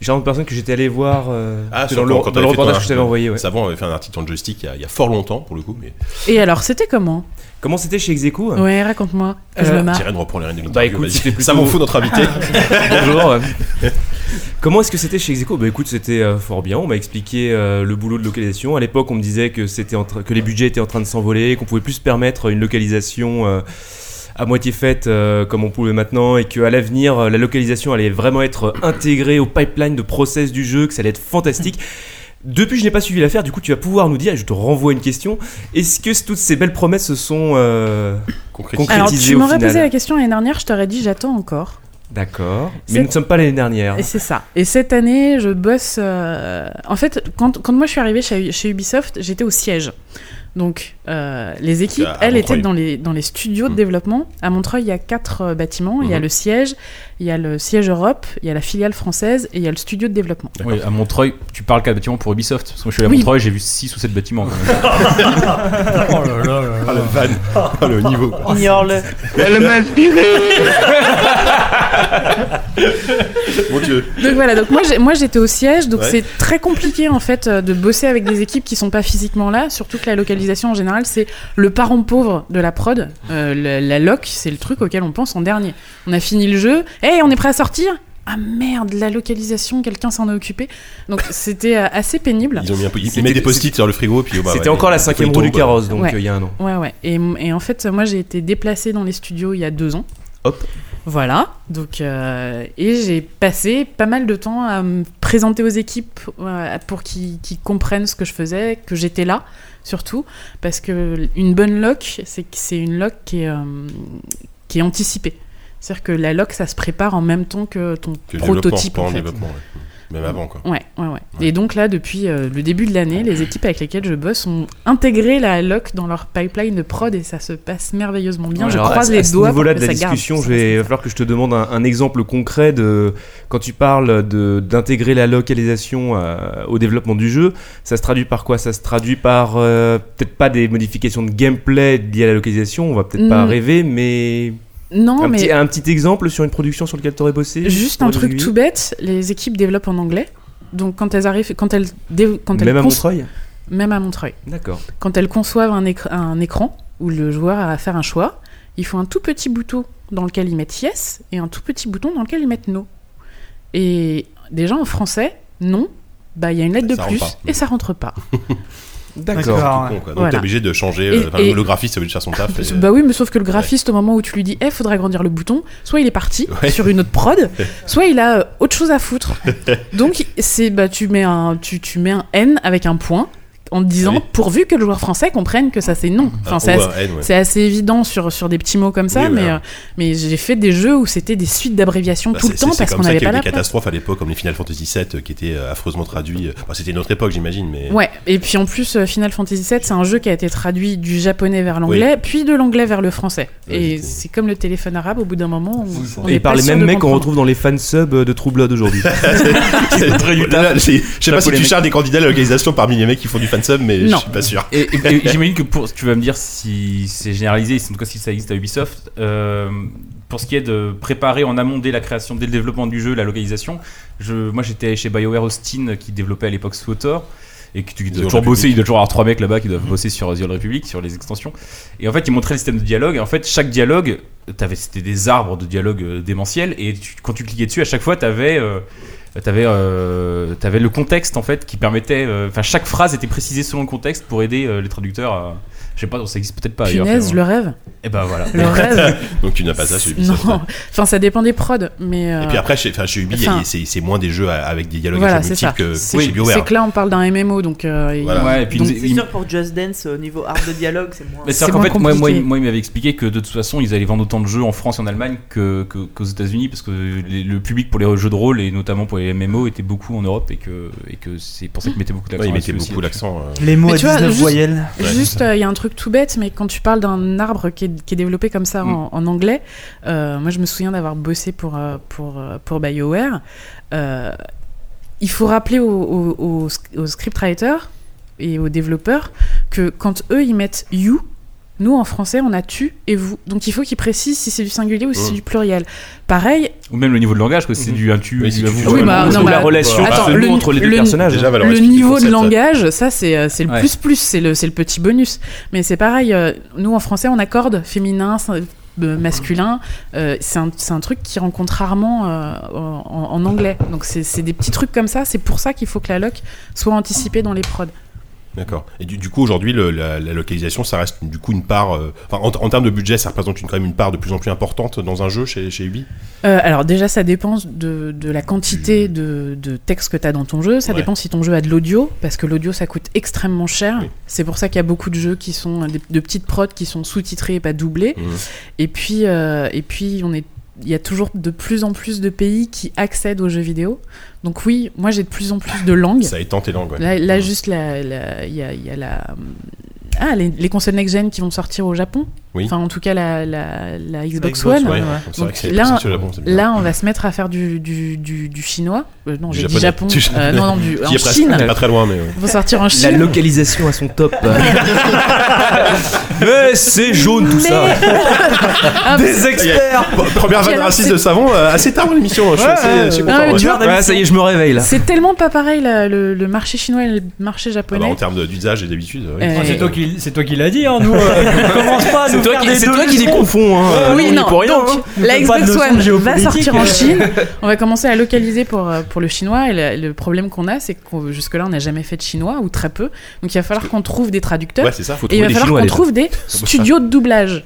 Speaker 5: J'ai un autre personne que j'étais allé voir euh,
Speaker 1: Ah,
Speaker 5: que
Speaker 1: sur
Speaker 5: dans le,
Speaker 1: quand- quand
Speaker 5: dans
Speaker 1: t'avais
Speaker 5: le
Speaker 1: fait
Speaker 5: reportage
Speaker 1: ton
Speaker 5: que je t'avais
Speaker 1: article.
Speaker 5: envoyé. ouais.
Speaker 1: Savant avait fait un article dans Joystick il y, a, il y a fort longtemps pour le coup. Mais...
Speaker 7: Et alors, c'était comment
Speaker 5: Comment c'était chez Execo
Speaker 7: Ouais, raconte-moi. que je me marre.
Speaker 1: Thierry reprend les rênes de
Speaker 5: Bah
Speaker 1: l'interview.
Speaker 5: écoute,
Speaker 1: vas-y.
Speaker 5: c'était plutôt...
Speaker 1: Ça m'en fout notre invité.
Speaker 5: Bonjour. ouais. Comment est-ce que c'était chez Execo Bah écoute, c'était euh, fort bien. On m'a expliqué euh, le boulot de localisation. À l'époque, on me disait que c'était en tra- que les budgets étaient en train de s'envoler, qu'on pouvait plus se permettre une localisation euh, à moitié faite euh, comme on pouvait maintenant, et qu'à l'avenir, euh, la localisation allait vraiment être intégrée au pipeline de process du jeu, que ça allait être fantastique. Depuis, je n'ai pas suivi l'affaire. Du coup, tu vas pouvoir nous dire. et Je te renvoie une question. Est-ce que toutes ces belles promesses se sont euh, concrétisées
Speaker 7: Alors, tu
Speaker 5: au
Speaker 7: m'aurais
Speaker 5: final
Speaker 7: posé la question l'année dernière, je t'aurais dit j'attends encore.
Speaker 5: D'accord. Mais
Speaker 7: C'est-
Speaker 5: nous ne sommes pas l'année dernière.
Speaker 7: Et c'est ça. Et cette année, je bosse. euh, En fait, quand, quand moi je suis arrivée chez, chez Ubisoft, j'étais au siège. Donc, euh, les
Speaker 2: C'est
Speaker 7: équipes,
Speaker 2: à
Speaker 7: elles,
Speaker 2: Montreuil.
Speaker 7: étaient dans les, dans les studios de développement. À Montreuil, il y a quatre euh, bâtiments. Il y a
Speaker 4: Mhm.
Speaker 7: le siège, il y a le siège Europe, il y a la filiale française et il y a le studio de développement.
Speaker 4: Oui, à Montreuil, tu parles qu'à bâtiment pour Ubisoft. Parce que moi, je suis allé à
Speaker 7: Oui.
Speaker 4: Montreuil, j'ai vu 6 ou 7 bâtiments. quand même.
Speaker 11: Oh
Speaker 8: là là Oh, là.
Speaker 1: Ah, le van. Ah, le niveau. quoi.
Speaker 9: Ignore-le.
Speaker 11: Elle m'a
Speaker 1: Mon dieu.
Speaker 7: Donc voilà, donc moi j'ai- moi, j'étais au siège, donc
Speaker 1: Ouais.
Speaker 7: c'est très compliqué en fait euh, de bosser avec des équipes qui sont pas physiquement là, surtout que la localisation en général c'est le parent pauvre de la prod, Euh, la, la loc c'est le truc auquel on pense en dernier. On a fini le jeu, hey on est prêt à sortir Ah merde, la localisation, quelqu'un s'en est occupé. Donc c'était euh, assez pénible.
Speaker 1: Ils ont mis un peu- ils mettent des post-it sur le frigo. Puis, oh, bah,
Speaker 5: C'était
Speaker 1: ouais,
Speaker 5: encore la
Speaker 1: il faut
Speaker 5: cinquième
Speaker 1: une
Speaker 5: roue du
Speaker 1: tombe.
Speaker 5: carrosse, donc
Speaker 7: Ouais.
Speaker 5: euh, il y a un an.
Speaker 7: Ouais, ouais. Et, et en fait, moi, j'ai été déplacée dans les studios il y a deux ans.
Speaker 5: Hop.
Speaker 7: Voilà. Donc, euh, et j'ai passé pas mal de temps à me présenter aux équipes euh, pour qu'ils qu'ils comprennent ce que je faisais, que j'étais là, surtout. Parce que une bonne loc, c'est que c'est une loc qui est, euh, qui est anticipée. C'est-à-dire que la loc, ça se prépare en même temps que ton
Speaker 1: Que le développement,
Speaker 7: prototype.
Speaker 1: pas en
Speaker 7: en fait.
Speaker 1: développement, ouais. Même avant, quoi.
Speaker 7: Ouais, ouais, ouais. Et donc là, depuis euh, le début de l'année, les équipes avec lesquelles je bosse ont intégré la loc dans leur pipeline de prod et ça se passe merveilleusement bien. je
Speaker 5: Alors,
Speaker 7: croise
Speaker 5: à,
Speaker 7: les
Speaker 5: à ce
Speaker 7: doigts pour
Speaker 5: niveau-là
Speaker 7: que
Speaker 5: de la
Speaker 7: ça garde.
Speaker 5: discussion, je vais, il va falloir que je te demande un, un exemple concret de quand tu parles de d'intégrer la localisation euh, au développement du jeu. Ça se traduit par quoi Ça se traduit par euh, peut-être pas des modifications de gameplay liées à la localisation. On va peut-être pas
Speaker 7: Mm.
Speaker 5: rêver, mais
Speaker 7: Non,
Speaker 5: un
Speaker 7: mais-
Speaker 5: petit, un petit exemple sur une production sur laquelle tu aurais bossé.
Speaker 7: Juste
Speaker 5: pour
Speaker 7: un truc
Speaker 5: aiguiller
Speaker 7: tout bête, les équipes développent en anglais. Donc quand elles arrivent, quand elles, dé- quand elles
Speaker 5: Même à
Speaker 7: cons-
Speaker 5: Montreuil
Speaker 7: même à Montreuil.
Speaker 5: D'accord.
Speaker 7: Quand elles conçoivent un, écr- un écran où le joueur a à faire un choix, il faut un tout petit bouton dans lequel ils mettent yes et un tout petit bouton dans lequel ils mettent no. Et déjà en français, non, bah il y a une lettre
Speaker 1: Ça
Speaker 7: de
Speaker 1: rentre
Speaker 7: plus
Speaker 1: pas.
Speaker 7: et ça rentre pas.
Speaker 1: C'est tout
Speaker 7: D'accord,
Speaker 1: con,
Speaker 7: ouais.
Speaker 1: quoi. Donc
Speaker 7: Voilà.
Speaker 1: t'es obligé de changer.
Speaker 7: Et-
Speaker 1: euh, enfin,
Speaker 7: et-
Speaker 1: Le graphiste est obligé de faire son taf. et- euh,
Speaker 7: Bah oui, mais sauf que le graphiste, au moment où tu lui dis, eh, faudrait agrandir le bouton, soit il est parti
Speaker 1: Ouais.
Speaker 7: sur une autre prod,
Speaker 1: Bah,
Speaker 7: soit il a euh, autre chose à foutre. Donc, c'est, bah, tu mets un, tu, tu mets un N avec un point en te disant, pourvu que le joueur français comprenne que ça c'est non. Enfin,
Speaker 1: Un
Speaker 7: c'est
Speaker 1: O,
Speaker 7: assez,
Speaker 1: Ah, un N, ouais.
Speaker 7: c'est assez évident sur, sur des petits mots comme ça,
Speaker 1: Oui,
Speaker 7: mais,
Speaker 1: voilà.
Speaker 7: euh, mais j'ai fait des jeux où c'était des suites d'abréviations
Speaker 1: Bah,
Speaker 7: tout le
Speaker 1: c'est-
Speaker 7: temps
Speaker 1: c'est-
Speaker 7: parce
Speaker 1: C'est
Speaker 7: qu'on
Speaker 1: comme ça
Speaker 7: n'avait
Speaker 1: qu'il
Speaker 7: pas
Speaker 1: y a eu
Speaker 7: la
Speaker 1: des
Speaker 7: place.
Speaker 1: catastrophes à l'époque, comme les Final Fantasy VII euh, qui étaient euh, affreusement traduits. Enfin, c'était notre époque, j'imagine, mais.
Speaker 7: Ouais, et puis en plus, euh, Final Fantasy VII, c'est un jeu qui a été traduit du japonais vers l'anglais,
Speaker 1: Oui.
Speaker 7: puis de l'anglais vers le français. et c'est comme le téléphone arabe, au bout d'un moment, on, on
Speaker 5: Et
Speaker 7: est
Speaker 5: par
Speaker 7: pas
Speaker 5: les
Speaker 7: sûr
Speaker 5: mêmes
Speaker 7: de
Speaker 5: mecs qu'on
Speaker 7: comprendre.
Speaker 5: retrouve dans les fansubs de True Blood aujourd'hui.
Speaker 1: Voilà, c'est- Je sais pas si
Speaker 5: les
Speaker 1: tu
Speaker 5: mecs.
Speaker 1: cherches des candidats à la localisation parmi les mecs qui font du fansub, mais je
Speaker 4: Non.
Speaker 1: suis pas sûr.
Speaker 4: Et, et- et j'imagine que pour, tu vas me dire si c'est généralisé, en tout cas si ça existe à Ubisoft, euh, pour ce qui est de préparer en amont dès la création, dès le développement du jeu, la localisation, je, moi j'étais chez BioWare Austin qui développait à l'époque SWTOR. Et qui qui
Speaker 1: The
Speaker 4: doit
Speaker 1: Old
Speaker 4: toujours
Speaker 1: Republic.
Speaker 4: bosser, il doit toujours avoir trois mecs là-bas qui doivent bosser sur The Old Republic, sur les extensions. Et en fait, ils montraient le système de dialogue. Et en fait, chaque dialogue, t'avais- c'était des arbres de dialogue euh, démentiels. Et tu- quand tu cliquais dessus, à chaque fois, t'avais euh, t'avais euh, t'avais le contexte en fait qui permettait euh, enfin chaque phrase était précisée selon le contexte pour aider euh, les traducteurs à je sais pas ça existe peut-être pas ailleurs
Speaker 7: Punaise,
Speaker 4: finalement.
Speaker 7: le rêve.
Speaker 4: et ben voilà
Speaker 7: Le rêve.
Speaker 1: Donc tu n'as pas ça chez
Speaker 7: Non,
Speaker 1: Ubisoft.
Speaker 7: enfin ça dépend des prods, mais. euh,
Speaker 1: Et puis après, chez, enfin, chez Ubi, il y a-
Speaker 7: enfin,
Speaker 1: c'est c'est moins des jeux à- avec des dialogues
Speaker 7: Voilà,
Speaker 1: assez
Speaker 7: c'est ça.
Speaker 1: multiples que
Speaker 7: C'est
Speaker 1: chez BioWare.
Speaker 7: c'est que là on parle d'un MMO, donc. euh, il-
Speaker 1: Voilà. Ouais, et puis
Speaker 7: donc-
Speaker 1: une-
Speaker 9: C'est sûr pour Just Dance au niveau art de dialogue, c'est moins.
Speaker 4: mais c'est qu'en fait moi, moi, il- moi, il m'avait expliqué que de toute façon ils allaient vendre autant de jeux en France et en Allemagne que, que- qu'aux États-Unis parce que les- le public pour les jeux de rôle et notamment pour les MMO était beaucoup en Europe et que et que c'est pour ça qu'ils mettaient beaucoup
Speaker 1: Ouais,
Speaker 4: d'accent
Speaker 1: ils mettaient
Speaker 4: là-dessus aussi,
Speaker 1: beaucoup
Speaker 4: là-dessus.
Speaker 1: l'accent. euh,
Speaker 3: Les mots
Speaker 7: Mais
Speaker 3: à
Speaker 7: tu vois,
Speaker 3: 19
Speaker 7: juste-
Speaker 3: voyelles.
Speaker 7: Juste, euh, il y a un truc tout bête, mais quand tu parles d'un arbre qui est, qui est développé comme ça
Speaker 1: Mm.
Speaker 7: en, en anglais, euh, moi je me souviens d'avoir bossé pour, euh, pour, euh, pour BioWare. euh, il faut rappeler aux, aux, aux sc- aux scriptwriters et aux développeurs que quand eux ils mettent you, Nous, en français, on a tu et vous. Donc il faut qu'ils précisent si c'est du singulier ou si
Speaker 1: Oh.
Speaker 7: c'est du pluriel. Pareil,
Speaker 4: Ou même le niveau de langage, que c'est du un tu, du vous,
Speaker 7: Oui,
Speaker 4: un
Speaker 7: bah,
Speaker 4: vous,
Speaker 7: non,
Speaker 4: ou
Speaker 7: bah,
Speaker 4: la relation
Speaker 7: attends,
Speaker 4: absolue
Speaker 7: le-
Speaker 4: entre les deux
Speaker 7: le-
Speaker 4: personnages. hein.
Speaker 7: le niveau de langage, ça c'est euh, c'est le
Speaker 4: Ouais.
Speaker 7: plus plus, c'est le c'est le petit bonus. Mais c'est pareil, euh, nous en français on accorde féminin, sin- euh, masculin, euh, c'est un, c'est un truc qui rencontre rarement euh, en, en anglais. Donc c'est c'est des petits trucs comme ça. C'est pour ça qu'il faut que la loc soit anticipée dans les prods.
Speaker 1: D'accord. Et du, du coup, aujourd'hui, le- la, la localisation, ça reste du coup une part. euh, enfin, en, en termes de budget, ça représente une, quand même une part de plus en plus importante dans un jeu chez, chez Ubi.
Speaker 7: Euh, alors déjà, ça dépend de, de la quantité de, de texte que tu as dans ton jeu. Ça
Speaker 1: Ouais.
Speaker 7: dépend si ton jeu a de l'audio, parce que l'audio, ça coûte extrêmement cher. C'est pour ça qu'il y a beaucoup de jeux qui sont des- de petites prods qui sont sous-titrées et pas doublées.
Speaker 1: Mhm.
Speaker 7: Et puis, euh, et puis on est, il y a toujours de plus en plus de pays qui accèdent aux jeux vidéo. Donc oui, moi j'ai de plus en plus de langues.
Speaker 1: Ça étend tes langues, ouais. Mhm.
Speaker 7: Là, là, juste, la- la- il y, a, il y a la... Ah, les, les consoles next-gen qui vont sortir au Japon.
Speaker 1: Oui.
Speaker 7: Enfin, en tout cas, la, la- la Xbox,
Speaker 1: Xbox,
Speaker 7: One.
Speaker 1: ouais. C'est vrai
Speaker 7: Donc
Speaker 1: que c'est
Speaker 7: là,
Speaker 1: sorti au Japon, c'est bien.
Speaker 7: là, on va se mettre à faire du, du, du, du chinois. Euh, non,
Speaker 1: Du
Speaker 7: j'ai dit Japon.
Speaker 1: japonais. Du japonais.
Speaker 7: Euh, non, non, du, en
Speaker 1: Qui est presque-
Speaker 7: Chine.
Speaker 1: qui est pas très loin, mais ouais.
Speaker 7: Ils vont sortir en Chine.
Speaker 5: La localisation à son top. Mais c'est jaune tout ça.
Speaker 7: Ah, mais-
Speaker 5: Des experts.
Speaker 1: Bon, première vanne
Speaker 7: alors,
Speaker 1: raciste
Speaker 7: c'est-
Speaker 1: de savon, euh, assez tard dans l'émission. hein, Je suis
Speaker 5: Ouais,
Speaker 1: assez,
Speaker 5: ouais,
Speaker 1: assez
Speaker 5: ouais.
Speaker 1: content,
Speaker 7: Ah, mais
Speaker 1: ouais.
Speaker 7: tu vois,
Speaker 5: Ouais, ça y est, je me réveille là.
Speaker 7: C'est tellement pas pareil là, le, le marché chinois et le marché
Speaker 1: Ah bah,
Speaker 7: japonais.
Speaker 1: en termes de- d'usage et d'habitude. oui.
Speaker 7: Euh, Ah, c'est toi
Speaker 8: qui- c'est toi qui l'as dit, hein, nous. euh, commence pas à
Speaker 5: C'est
Speaker 8: nous
Speaker 5: toi
Speaker 8: faire
Speaker 5: qui-
Speaker 8: des
Speaker 5: c'est toi
Speaker 8: deux
Speaker 5: qui les
Speaker 8: leçons.
Speaker 5: confonds, hein.
Speaker 8: Ouais,
Speaker 7: oui,
Speaker 8: on est
Speaker 7: non.
Speaker 8: pour rien,
Speaker 7: donc,
Speaker 8: hein.
Speaker 7: la
Speaker 8: Pas de
Speaker 7: Xbox
Speaker 8: leçons
Speaker 7: One va
Speaker 8: géopolitiques. hein.
Speaker 7: sortir en Chine. On va commencer à localiser pour, euh, pour le chinois. Et la- le problème qu'on a, c'est que jusque-là, on n'a jamais fait de chinois ou très peu. Donc il va falloir qu'on trouve des traducteurs.
Speaker 1: Ouais, c'est ça. Faut
Speaker 7: et il
Speaker 1: trouver
Speaker 7: va
Speaker 1: des
Speaker 7: falloir
Speaker 1: Chinois,
Speaker 7: qu'on
Speaker 1: les
Speaker 7: trouve
Speaker 1: gens.
Speaker 7: des studios de doublage.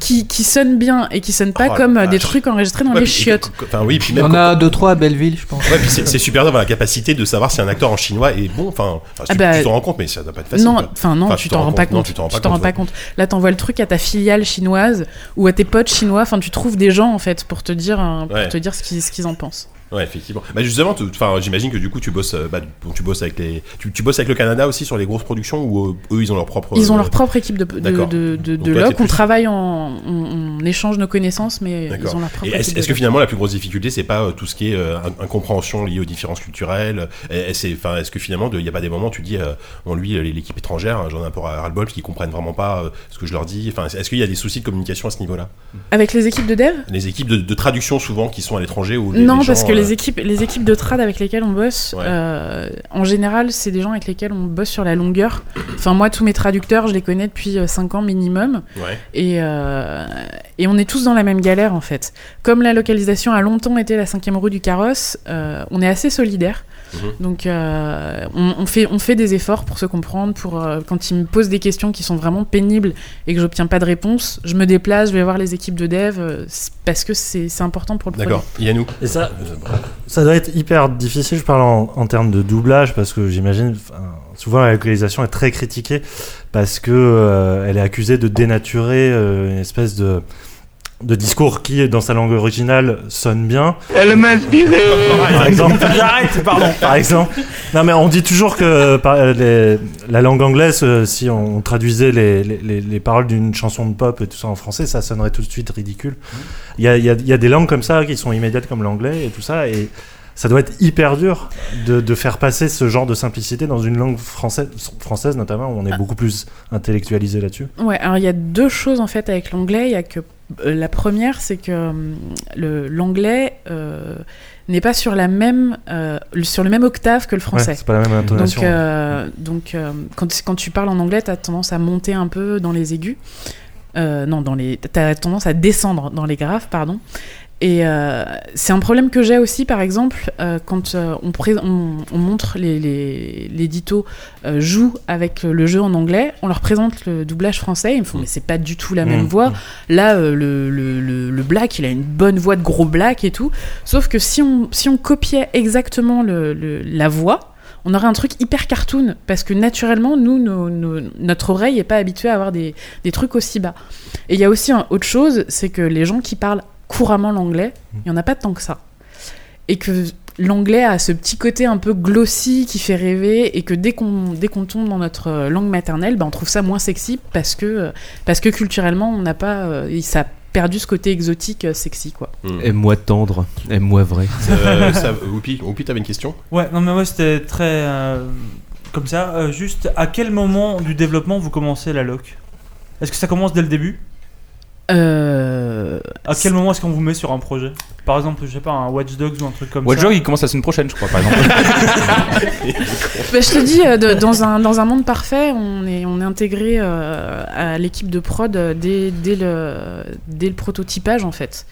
Speaker 7: Qui, qui sonnent bien et qui sonnent pas
Speaker 1: Oh la
Speaker 7: comme euh, des
Speaker 1: vache.
Speaker 7: trucs enregistrés dans
Speaker 1: Ouais,
Speaker 7: les
Speaker 1: puis-
Speaker 7: chiottes.
Speaker 1: Enfin, oui, puis
Speaker 12: Il y
Speaker 1: même.
Speaker 12: en a deux trois à Belleville, je pense.
Speaker 1: Ouais, puis c'est c'est super d'avoir la capacité de savoir si un acteur en chinois est bon. Enfin, enfin,
Speaker 7: Ah
Speaker 1: tu
Speaker 7: bah,
Speaker 1: tu t'en rends compte, mais ça doit pas être facile.
Speaker 7: non,
Speaker 1: quoi.
Speaker 7: enfin non, tu t'en rends pas
Speaker 1: Non,
Speaker 7: compte.
Speaker 1: tu t'en rends
Speaker 7: Tu t'en rends
Speaker 1: ouais.
Speaker 7: pas compte. Là, t'envoies le truc à ta filiale chinoise ou à tes potes chinois. Enfin, tu trouves des gens en fait pour te dire hein, pour
Speaker 1: Ouais.
Speaker 7: te dire ce qu'ils ce qu'ils en pensent.
Speaker 1: Ouais, effectivement. Bah justement, tu- enfin, j'imagine que du coup, tu bosses, euh, bah, bon, tu bosses avec les, tu, tu bosses avec le Canada aussi sur les grosses productions ou euh, eux, ils ont leur propre.
Speaker 7: Ils ont
Speaker 1: euh,
Speaker 7: leur propre équipe de de,
Speaker 1: D'accord.
Speaker 7: de, de,
Speaker 1: Donc
Speaker 7: de
Speaker 1: toi, t'es
Speaker 7: loc. On
Speaker 1: plus-
Speaker 7: travaille en on, on échange nos connaissances, mais ils
Speaker 1: D'accord.
Speaker 7: ont leur propre
Speaker 1: Et
Speaker 7: équipe.
Speaker 1: est-ce
Speaker 7: de
Speaker 1: est-ce que
Speaker 7: loc.
Speaker 1: finalement la plus grosse difficulté c'est pas euh, tout ce qui est euh, in- incompréhension liée aux différences culturelles euh, et c'est- enfin, Est-ce que finalement il n'y a pas des moments où tu dis, euh, bon lui euh, l'équipe étrangère, euh, j'en ai un peu ras-le-bol parce qu'ils comprennent vraiment pas euh, ce que je leur dis Enfin, Est-ce qu'il y a des soucis de communication à ce niveau-là
Speaker 7: avec les équipes de dev
Speaker 1: Les équipes de, de traduction souvent qui sont à l'étranger ou les-
Speaker 7: Non,
Speaker 1: les gens,
Speaker 7: parce que
Speaker 1: euh,
Speaker 7: les équipes, les équipes de trad avec lesquelles on bosse,
Speaker 1: Ouais.
Speaker 7: euh, en général, c'est des gens avec lesquels on bosse sur la longueur. Enfin, moi, tous mes traducteurs, je les connais depuis 5 ans minimum.
Speaker 1: Ouais.
Speaker 7: Et, euh, et on est tous dans la même galère, en fait. Comme la localisation a longtemps été la cinquième roue du carrosse, euh, on est assez solidaires.
Speaker 1: Mhm.
Speaker 7: Donc, euh, on, on fait, on fait des efforts pour se comprendre. Pour, euh, quand ils me posent des questions qui sont vraiment pénibles et que j'obtiens pas de réponse, je me déplace, je vais voir les équipes de dev euh, c'est- parce que c'est c'est important pour le projet.
Speaker 1: D'accord. Yannou. Euh,
Speaker 6: Et ça, Ça doit être hyper difficile, je parle en, en termes de doublage, parce que j'imagine, enfin, souvent la localisation est très critiquée, parce que euh, elle est accusée de dénaturer euh, une espèce de, de discours qui, dans sa langue originale, sonne bien.
Speaker 11: Elle m'inspirait.
Speaker 6: Par exemple.
Speaker 11: Arrête, pardon.
Speaker 6: Par exemple. Non, mais on dit toujours que euh, par- euh, les- la langue anglaise, euh, si on traduisait les, les- les- les paroles d'une chanson de pop et tout ça en français, ça sonnerait tout de suite ridicule. Il y a, il y a- il y a des langues comme ça qui sont immédiates comme l'anglais et tout ça. Et ça doit être hyper dur de, de faire passer ce genre de simplicité dans une langue française, française notamment, où on est beaucoup plus intellectualisé là-dessus.
Speaker 7: Ouais, alors il y a deux choses en fait avec l'anglais. Il y a que euh, la première, c'est que hum, le- l'anglais euh, n'est pas sur la même euh, le- sur le même octave que le français.
Speaker 6: c'est pas la même intonation.
Speaker 7: Donc, euh, donc euh, quand quand tu parles en anglais, t'as tendance à monter un peu dans les aigus. Euh, non, dans les, t'as tendance à descendre dans les graves, pardon. Et euh, c'est un problème que j'ai aussi, par exemple, euh, quand euh, on, pré- on, on montre les, les, les ditos euh, jouent avec euh, le jeu en anglais, on leur présente le doublage français, ils me font mais c'est pas du tout la même
Speaker 2: Mm.
Speaker 7: voix. Là, euh, le, le, le, le black, il a une bonne voix de gros black et tout. Sauf que si on, si on copiait exactement le, le- la voix, on aurait un truc hyper cartoon parce que naturellement, nous, nos- nos- notre oreille est pas habituée à avoir des, des trucs aussi bas. Et il y a aussi un autre chose, c'est que les gens qui parlent couramment l'anglais, il y en a pas tant que ça. Et que l'anglais a ce petit côté un peu glossy qui fait rêver et que dès qu'on dès qu'on tombe dans notre euh, langue maternelle, bah, on trouve ça moins sexy parce que euh, parce que culturellement, on n'a pas euh, ça a perdu ce côté exotique euh, sexy quoi.
Speaker 5: Aime-moi tendre, aime-moi vrai.
Speaker 1: Euh, ça- Whoopi, Whoopi, t'avais une question
Speaker 3: Ouais, non mais moi c'était très euh, comme ça. Euh, juste, à quel moment du développement vous commencez la loc Est-ce que ça commence dès le début
Speaker 7: Euh...
Speaker 3: À quel moment est-ce qu'on vous met sur un projet Par exemple, je sais pas, un Watch Dogs ou un truc comme
Speaker 4: Watch
Speaker 3: ça.
Speaker 4: Dogs, il commence la semaine prochaine, je crois, par exemple.
Speaker 7: Bah, je te dis, euh, de- dans, un, dans un monde parfait, on est, on est intégré euh, à l'équipe de prod euh, dès, dès le, dès le prototypage, en fait.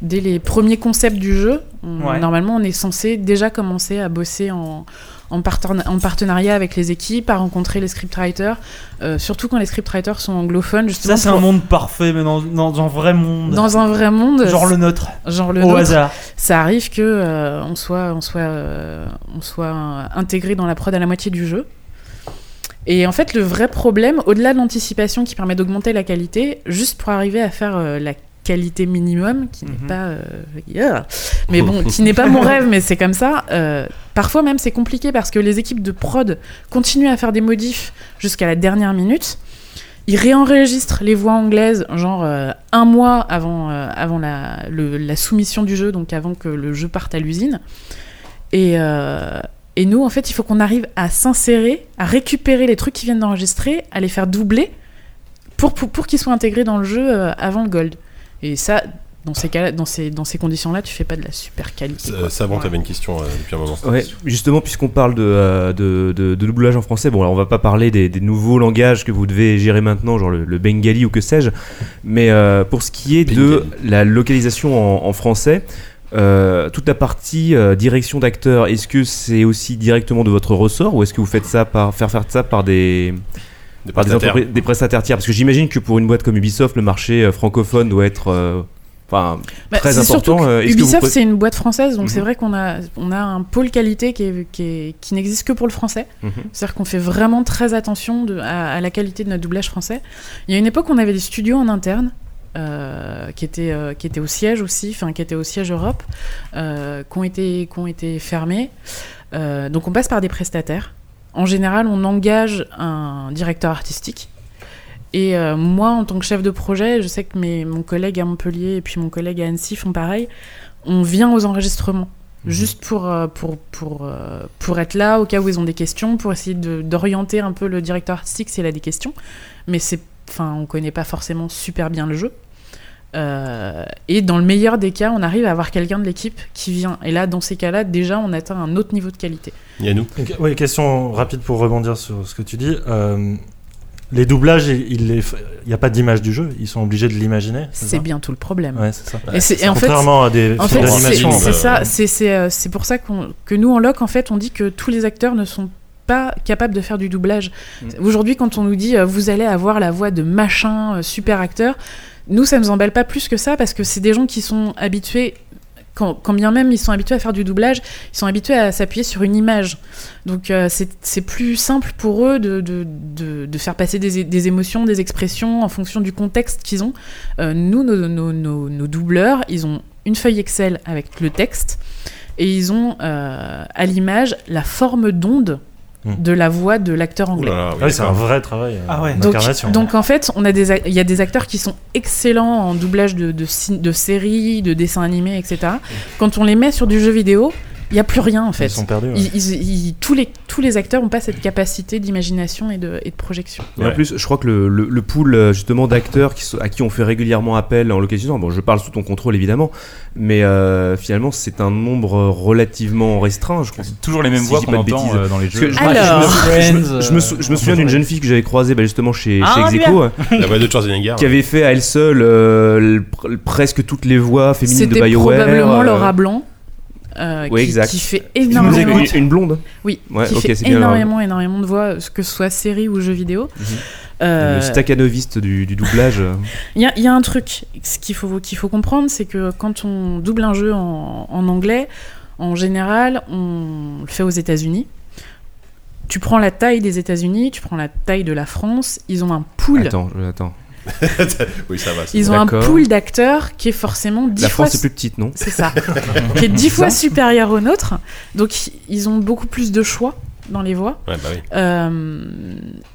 Speaker 7: Dès les premiers concepts du jeu, on-
Speaker 3: Ouais.
Speaker 7: normalement, on est censé déjà commencer à bosser en, en, parten- en partenariat avec les équipes, à rencontrer les scriptwriters, euh, surtout quand les scriptwriters sont anglophones. justement,
Speaker 3: Ça, c'est
Speaker 7: pour-
Speaker 3: un monde parfait, mais dans, dans un vrai monde.
Speaker 7: dans un vrai monde
Speaker 3: Genre le nôtre.
Speaker 7: genre le
Speaker 3: Au
Speaker 7: nôtre,
Speaker 3: hasard.
Speaker 7: ça arrive que euh, on soit on soit euh, on soit euh, intégré dans la prod à la moitié du jeu et en fait le vrai problème au-delà de l'anticipation qui permet d'augmenter la qualité juste pour arriver à faire euh, la qualité minimum qui n'est pas euh, yeah, mais bon qui n'est pas mon rêve mais c'est comme ça euh, parfois même c'est compliqué parce que les équipes de prod continuent à faire des modifs jusqu'à la dernière minute ils réenregistrent les voix anglaises, genre euh, un mois avant, euh, avant la, le- la soumission du jeu, donc avant que le jeu parte à l'usine. Et, euh, et nous, en fait, il faut qu'on arrive à s'insérer, à récupérer les trucs qui viennent d'enregistrer, à les faire doubler pour, pour, pour qu'ils soient intégrés dans le jeu euh, avant le gold. Et ça, dans ces, cas dans ces, dans ces conditions-là, tu fais pas de la super qualité.
Speaker 1: Euh,
Speaker 7: quoi.
Speaker 1: Savant,
Speaker 7: Ouais.
Speaker 1: t'avais une question euh, depuis un moment.
Speaker 5: Ouais, justement, puisqu'on parle de, euh, de, de- de doublage en français, bon, alors on va pas parler des, des nouveaux langages que vous devez gérer maintenant, genre le, le bengali ou que sais-je, mais euh, pour ce qui est de la localisation en, en français, euh, toute la partie euh, direction d'acteur, est-ce que c'est aussi directement de votre ressort ou est-ce que vous faites ça par faire faire ça par des
Speaker 1: Des
Speaker 5: par
Speaker 1: prestataires.
Speaker 5: entreprises- des prestataires tiers Parce que j'imagine que pour une boîte comme Ubisoft, le marché euh, francophone doit être euh, enfin
Speaker 7: Bah,
Speaker 5: très
Speaker 7: c'est surtout
Speaker 5: important.
Speaker 7: que
Speaker 5: Euh, est-ce que vous
Speaker 7: Ubisoft,
Speaker 5: pre-
Speaker 7: c'est une boîte française, donc
Speaker 5: Mhm.
Speaker 7: c'est vrai qu'on a, on a un pôle qualité qui, est- qui, est- qui n'existe que pour le français.
Speaker 5: Mhm.
Speaker 7: C'est-à-dire qu'on fait vraiment très attention de- à, à la qualité de notre doublage français. Il y a une époque, on avait des studios en interne. euh, qui étaient euh, qui étaient au siège aussi, enfin qui étaient au siège Europe, euh, qui ont été qui ont été fermés. Euh, donc on passe par des prestataires. En général, on engage un directeur artistique et euh, moi, en tant que chef de projet, je sais que mes, mon collègue à Montpellier et puis mon collègue à Annecy font pareil. On vient aux enregistrements, juste pour, euh, pour, pour, euh, pour être là au cas où ils ont des questions, pour essayer de- d'orienter un peu le directeur artistique s'il a des questions. Mais c'est, enfin, on connaît pas forcément super bien le jeu. Euh, et dans le meilleur des cas, on arrive à avoir quelqu'un de l'équipe qui vient. Et là, dans ces cas-là, déjà, on atteint un autre niveau de qualité.
Speaker 1: Yannou
Speaker 6: Une que- Oui, question rapide pour rebondir sur ce que tu dis. Euh, les doublages, il il les f- il n'y a pas d'image du jeu, ils sont obligés de l'imaginer.
Speaker 7: C'est
Speaker 6: ça
Speaker 7: bien tout le problème.
Speaker 6: Ouais, c'est ça.
Speaker 7: Et c'est- et en fait,
Speaker 6: Contrairement à des
Speaker 7: en
Speaker 6: films
Speaker 7: fait,
Speaker 6: d'animation,
Speaker 7: c'est- C'est
Speaker 6: euh,
Speaker 7: ça, c'est- c'est euh, c'est pour ça qu'on que nous en loc en fait on dit que tous les acteurs ne sont pas capables de faire du doublage.
Speaker 2: Mm.
Speaker 7: Aujourd'hui quand on nous dit euh, vous allez avoir la voix de machin euh, super acteur, nous ça nous emballe pas plus que ça parce que c'est des gens qui sont habitués quand, quand bien même ils sont habitués à faire du doublage, ils sont habitués à s'appuyer sur une image. Donc euh, c'est c'est plus simple pour eux de, de, de, de faire passer des, é- des émotions, des expressions en fonction du contexte qu'ils ont. Euh, nous, nos, nos, nos, nos doubleurs, ils ont une feuille Excel avec le texte et ils ont euh, à l'image la forme d'onde
Speaker 6: Hmm.
Speaker 7: de la voix de l'acteur anglais.
Speaker 6: Ouh là là, oui, Ah oui, c'est un d'accord. vrai travail, euh, Ah ouais.
Speaker 7: Donc,
Speaker 6: d'incarnation.
Speaker 7: donc en fait, on a des, a- il y a des acteurs qui sont excellents en doublage de, de, cin- de séries, de dessins animés, etc. Quand on les met sur du jeu vidéo, il n'y a plus rien en fait.
Speaker 6: sont perdus, ouais.
Speaker 7: Ils- ils- ils- tous, les, tous les acteurs n'ont pas cette capacité d'imagination et de, et de projection.
Speaker 5: Et en plus, je crois que le, le- le pool euh, justement d'acteurs qui, sont- à qui on fait régulièrement appel en location, bon, je parle sous ton contrôle évidemment, mais euh, finalement c'est un nombre euh, relativement restreint. Je crois.
Speaker 4: toujours les mêmes
Speaker 5: Si je
Speaker 4: voix
Speaker 5: dis
Speaker 4: qu'on
Speaker 5: pas de
Speaker 4: entend,
Speaker 5: bêtises.
Speaker 4: euh, dans les
Speaker 5: Parce
Speaker 4: jeux.
Speaker 5: que je-
Speaker 4: Alors.
Speaker 5: je, me- je me- je me- je me,
Speaker 4: Friends,
Speaker 5: je me souviens d'une jeune fille que j'avais croisée bah, justement chez,
Speaker 4: Ah,
Speaker 5: chez Execo, hein,
Speaker 4: bien. La voix de Schwarzenegger.
Speaker 5: qui avait fait à elle seule euh, le- pr- presque toutes les voix féminines de
Speaker 7: C'était
Speaker 5: BioWare.
Speaker 7: probablement
Speaker 5: euh,
Speaker 7: Laura Blanc. euh,
Speaker 5: Oui,
Speaker 7: qui,
Speaker 5: exact.
Speaker 7: qui fait
Speaker 5: Qui nous
Speaker 7: énormément
Speaker 5: écoute. Une- une blonde
Speaker 7: oui
Speaker 5: Ouais,
Speaker 7: qui
Speaker 5: ok,
Speaker 7: fait
Speaker 5: c'est bien euh, Mhm. Laura Blanc.
Speaker 7: énormément énormément de voix euh, que ce soit série ou jeu vidéo
Speaker 5: Le
Speaker 7: Euh,
Speaker 5: staccanoviste du, du doublage.
Speaker 7: il y, a- il y a un truc ce qu'il faut, qu'il faut comprendre, c'est que quand on double un jeu en, en anglais, en général, on le fait aux États-Unis. Tu prends la taille des États-Unis, tu prends la taille de la France, ils ont un pool.
Speaker 5: Attends, je- attends.
Speaker 1: oui, ça va. c'est
Speaker 7: Ils
Speaker 1: bon.
Speaker 7: ont un
Speaker 5: D'accord.
Speaker 7: pool d'acteurs qui est forcément 10
Speaker 5: La
Speaker 7: fois.
Speaker 5: France est plus petite, non
Speaker 7: C'est ça. qui est 10 fois supérieur au nôtre. Donc ils ont beaucoup plus de choix dans les voix.
Speaker 1: Ouais, bah oui.
Speaker 7: Euh,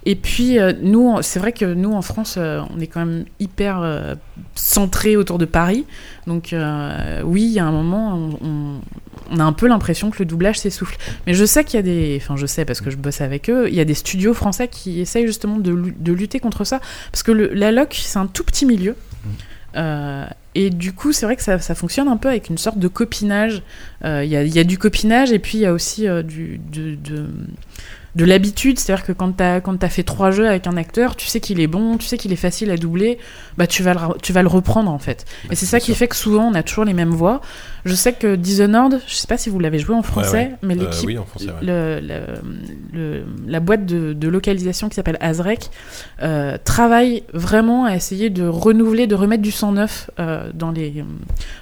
Speaker 7: et puis, euh, nous, on- c'est vrai que nous, en France, euh, on est quand même hyper euh, centré autour de Paris. Donc, euh, oui, il y a un moment, on, on- on a un peu l'impression que le doublage s'essouffle. Mais je sais qu'il y a des. Enfin, je sais parce que je bosse avec eux. Il y a des studios français qui essayent justement de, lu- de lutter contre ça. Parce que le- la loc, c'est un tout petit milieu. Euh, et du coup, c'est vrai que ça, ça fonctionne un peu avec une sorte de copinage. Euh, Il y, a, il y a du copinage et puis il y a aussi euh, du, de, de, de l'habitude. C'est-à-dire que quand tu as, fait trois jeux avec un acteur, tu sais qu'il est bon, tu sais qu'il est facile à doubler, bah, tu, vas le, ra- tu vas le reprendre en fait.
Speaker 1: Bah,
Speaker 7: et c'est ça qui fait que souvent on a toujours les mêmes voix. Je sais que Dishonored, je sais pas si vous l'avez joué en français,
Speaker 1: ouais.
Speaker 7: mais
Speaker 1: Euh,
Speaker 7: l'équipe,
Speaker 1: oui, en français, ouais.
Speaker 7: le- le- le- la boîte de, de localisation qui s'appelle Azrec euh, travaille vraiment à essayer de renouveler, de remettre du sang neuf euh, dans, les,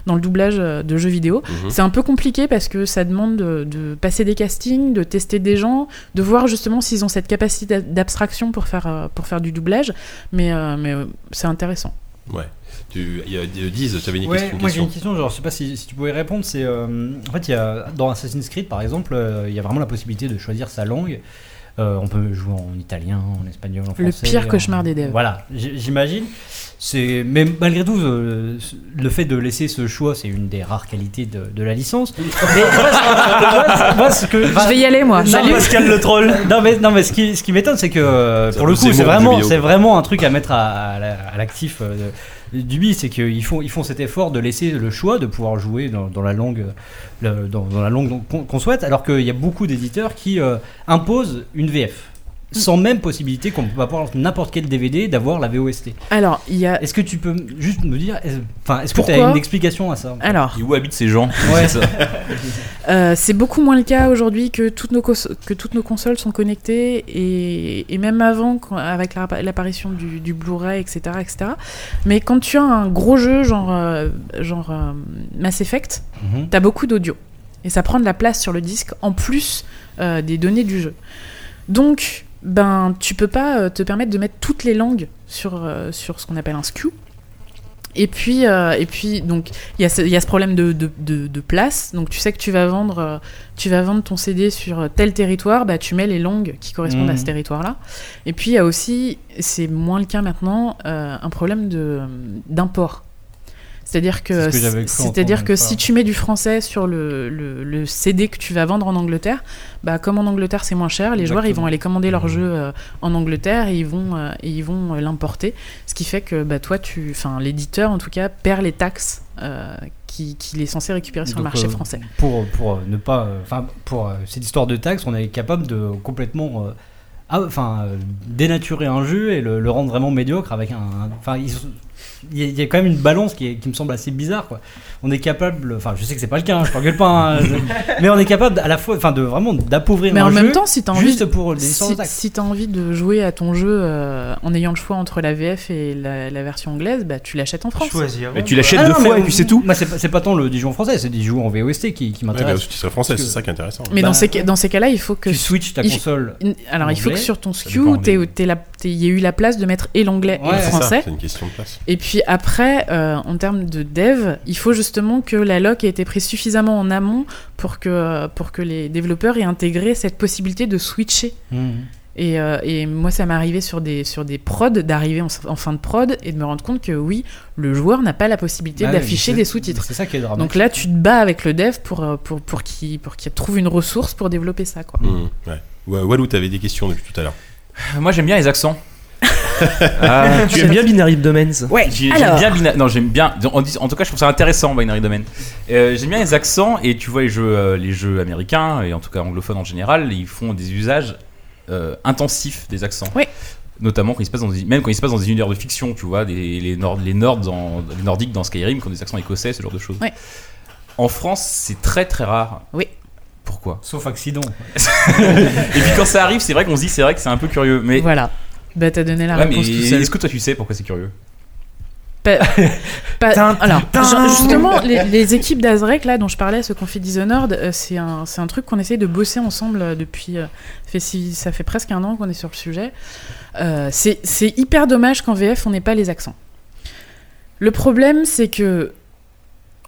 Speaker 7: dans le doublage euh, de jeux vidéo.
Speaker 12: Mhm.
Speaker 7: C'est un peu compliqué parce que ça demande de, de passer des castings, de tester des gens, de voir justement s'ils ont cette capacité d'abstraction pour faire, euh, pour faire du doublage, mais, euh, mais euh, c'est intéressant.
Speaker 1: Ouais. Tu, il y a, euh, Diz, tu avais une
Speaker 8: Ouais,
Speaker 1: question.
Speaker 8: moi j'ai une question, genre je sais pas si, si tu pouvais répondre, c'est euh, en fait il y a, dans Assassin's Creed par exemple, euh, il y a vraiment la possibilité de choisir sa langue. Euh, on peut jouer en italien, en espagnol, en
Speaker 7: Le
Speaker 8: français.
Speaker 7: pire
Speaker 8: en-
Speaker 7: cauchemar des devs.
Speaker 8: Voilà, j- j'imagine. C'est mais malgré tout euh, le fait de laisser ce choix, c'est une des rares qualités de, de la licence. Mais moi, ce- moi, ce que-
Speaker 7: Je vais y aller, moi.
Speaker 8: Non,
Speaker 7: Salut.
Speaker 8: Pascal le troll. Non mais non mais ce qui, ce qui m'étonne c'est que euh,
Speaker 3: C'est
Speaker 8: pour le
Speaker 3: un
Speaker 8: coup c'est
Speaker 3: Zemmour du
Speaker 8: vraiment
Speaker 3: vidéo.
Speaker 8: c'est vraiment un truc à mettre à, à la- à l'actif euh, du bi, c'est qu'ils font ils font cet effort de laisser le choix de pouvoir jouer dans, dans la langue euh, le- dans, dans la langue qu'on- qu'on souhaite alors qu'il y a beaucoup d'éditeurs qui euh, imposent une VF sans même possibilité qu'on peut avoir n'importe quel DVD d'avoir la VOST.
Speaker 7: Alors, il y a.
Speaker 8: Est-ce que tu peux juste me dire, est-ce- enfin, est-ce que tu
Speaker 7: Pourquoi
Speaker 8: as une explication à ça en fait
Speaker 7: Alors.
Speaker 4: Et où habitent ces gens
Speaker 8: Ouais.
Speaker 4: C'est ça.
Speaker 7: Euh, c'est beaucoup moins le cas aujourd'hui que toutes nos, cons- que toutes nos consoles sont connectées et, et même avant, quand- avec la- l'apparition du, du Blu-ray, etc., etc. Mais quand tu as un gros jeu genre, euh, genre euh, Mass Effect,
Speaker 12: Mhm.
Speaker 7: t'as beaucoup d'audio et ça prend de la place sur le disque en plus euh, des données du jeu. Donc, ben, tu peux pas euh, te permettre de mettre toutes les langues sur, euh, sur ce qu'on appelle un SKU. Et puis, euh, et puis donc il y, a ce- il y a ce problème de, de- de- de place. Donc tu sais que tu vas vendre, euh, tu vas vendre ton CD sur tel territoire, bah tu mets les langues qui correspondent
Speaker 12: Mhm.
Speaker 7: à ce territoire-là. Et puis il y a aussi, c'est moins le cas maintenant, euh, un problème de d'import. C'est-à-dire
Speaker 12: C'est
Speaker 7: que,
Speaker 12: ce que j'avais cru
Speaker 7: c'est-à-dire
Speaker 12: entendre
Speaker 7: que
Speaker 12: une
Speaker 7: si
Speaker 12: fois.
Speaker 7: tu mets du français sur le, le- le CD que tu vas vendre en Angleterre, bah comme en Angleterre c'est moins cher, les joueurs ils
Speaker 12: Exactement.
Speaker 7: vont aller commander
Speaker 8: Mmh.
Speaker 7: leur jeu euh, en Angleterre et ils vont euh, et ils vont euh, l'importer, ce qui fait que bah toi tu, enfin l'éditeur en tout cas perd les taxes euh, qui- qu'il est censé récupérer sur le
Speaker 8: Donc,
Speaker 7: marché
Speaker 8: euh,
Speaker 7: français.
Speaker 8: Pour, pour euh, ne pas. euh, Enfin, pour euh, cette histoire de taxe, on est capable de complètement. euh, ah, Enfin, euh, dénaturer un jeu et le, le rendre vraiment médiocre avec un. un- Enfin, ils sont- il y, a- il y a quand même une balance qui, est- qui me semble assez bizarre. Quoi. On est capable, enfin, je sais que c'est pas le cas, hein, je t'engueule pas, hein, je- mais on est capable à la fois, enfin, de vraiment d'appauvrir
Speaker 7: Mais
Speaker 8: un
Speaker 7: en même
Speaker 8: jeu
Speaker 7: temps, si t'as envie,
Speaker 8: juste pour les histoires de
Speaker 7: si,
Speaker 8: taxes.
Speaker 7: si t'as envie de jouer à ton jeu euh, en ayant le choix entre la VF et la, la version anglaise, bah tu l'achètes en France.
Speaker 1: Mais tu
Speaker 8: Ah
Speaker 1: l'achètes deux fois et puis c'est
Speaker 8: tout. c'est pas, c'est pas tant le Dijon français, c'est des joueurs en VOST qui, qui
Speaker 1: Ouais, bah,
Speaker 8: m'intéressent.
Speaker 1: tu serais français,
Speaker 8: Parce
Speaker 1: c'est ça qui est intéressant.
Speaker 7: Mais
Speaker 8: Bah,
Speaker 7: dans ces, ca- dans ces cas-là, il faut que.
Speaker 8: tu switches ta
Speaker 7: il-
Speaker 8: console
Speaker 7: il- alors,
Speaker 8: en
Speaker 7: il faut que
Speaker 8: anglais,
Speaker 7: sur ton
Speaker 8: ça
Speaker 7: SKU,
Speaker 8: dépend
Speaker 7: t'aies- t'aies la- t'aies- il y ait eu la place de mettre et l'anglais et
Speaker 1: Ouais,
Speaker 7: le
Speaker 1: c'est ça,
Speaker 7: français.
Speaker 1: c'est une question de place.
Speaker 7: Et puis après, euh, en termes de dev, il faut justement que la loc ait été prise suffisamment en amont pour que, pour que les développeurs aient intégré cette possibilité de switcher.
Speaker 8: Mmh.
Speaker 12: Mhm.
Speaker 7: Et, euh, et moi, ça m'est arrivé sur des, sur des prods, d'arriver en, en fin de prod et de me rendre compte que oui, le joueur n'a pas la possibilité
Speaker 8: Bah oui,
Speaker 7: d'afficher
Speaker 8: c'est-
Speaker 7: des sous-titres.
Speaker 8: c'est ça qui est dramatique.
Speaker 7: Donc là, tu te bats avec le dev pour, euh, pour, pour qu'il pour qu'il trouve une ressource pour développer ça. Quoi.
Speaker 4: Mm.
Speaker 1: Mmh, ouais. Ouais, Walou, t'avais des questions depuis tout à l'heure.
Speaker 4: Moi j'aime bien les accents.
Speaker 5: Ah, tu aimes bien Binary Domains
Speaker 4: Ouais, j'aime
Speaker 5: alors.
Speaker 7: euh,
Speaker 4: bien Bina- Non, j'aime bien. En, en tout cas, je trouve ça intéressant Binary Domain. Euh, j'aime bien les accents et tu vois les jeux, euh, les jeux américains et en tout cas anglophones en général, ils font des usages euh, intensifs des accents.
Speaker 7: Oui.
Speaker 4: Notamment quand il se passe dans des- même quand il se passe dans des univers de fiction, tu vois, des- les Nord- les Nords dans- les nordiques dans Skyrim qui ont des accents écossais, ce genre de choses.
Speaker 7: Ouais.
Speaker 4: En France, c'est très très rare.
Speaker 7: Oui.
Speaker 4: Pourquoi
Speaker 8: Sauf accident.
Speaker 4: Et puis quand ça arrive, c'est vrai qu'on se dit, c'est vrai que c'est un peu curieux. Mais
Speaker 7: Voilà. Bah, t'as donné la
Speaker 4: Ouais,
Speaker 7: réponse
Speaker 4: mais
Speaker 7: tout seul.
Speaker 4: Est-ce que toi tu sais pourquoi c'est curieux
Speaker 7: Pas- pas- alors,
Speaker 12: tin.
Speaker 7: genre, justement, les, les équipes d'Azrec, là, dont je parlais, ce qu'on fait Dishonored, euh, c'est un, c'est un truc qu'on essaie de bosser ensemble euh, depuis. euh, ça fait six- ça fait presque un an qu'on est sur le sujet. Euh, c'est c'est hyper dommage qu'en VF, on n'ait pas les accents. Le problème, c'est que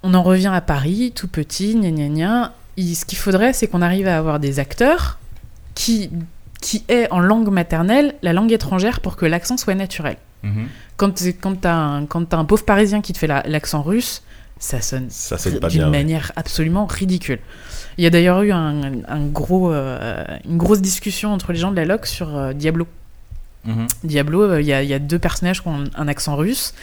Speaker 7: on en revient à Paris, tout petit, gna gna gna. Il- ce qu'il faudrait, c'est qu'on arrive à avoir des acteurs qui, qui aient en langue maternelle la langue étrangère pour que l'accent soit naturel.
Speaker 12: Mhm.
Speaker 7: Quand t'es- quand t'as un, quand t'as un pauvre Parisien qui te fait la- l'accent russe, ça sonne,
Speaker 1: Ça sonne pas
Speaker 7: d'une
Speaker 1: bien, ouais.
Speaker 7: manière absolument ridicule. Il y a d'ailleurs eu un, un gros, euh, une grosse discussion entre les gens de la LOC sur euh, Diablo.
Speaker 4: Mhm.
Speaker 7: Diablo, euh, il y, a- il y a deux personnages qui ont un accent russe.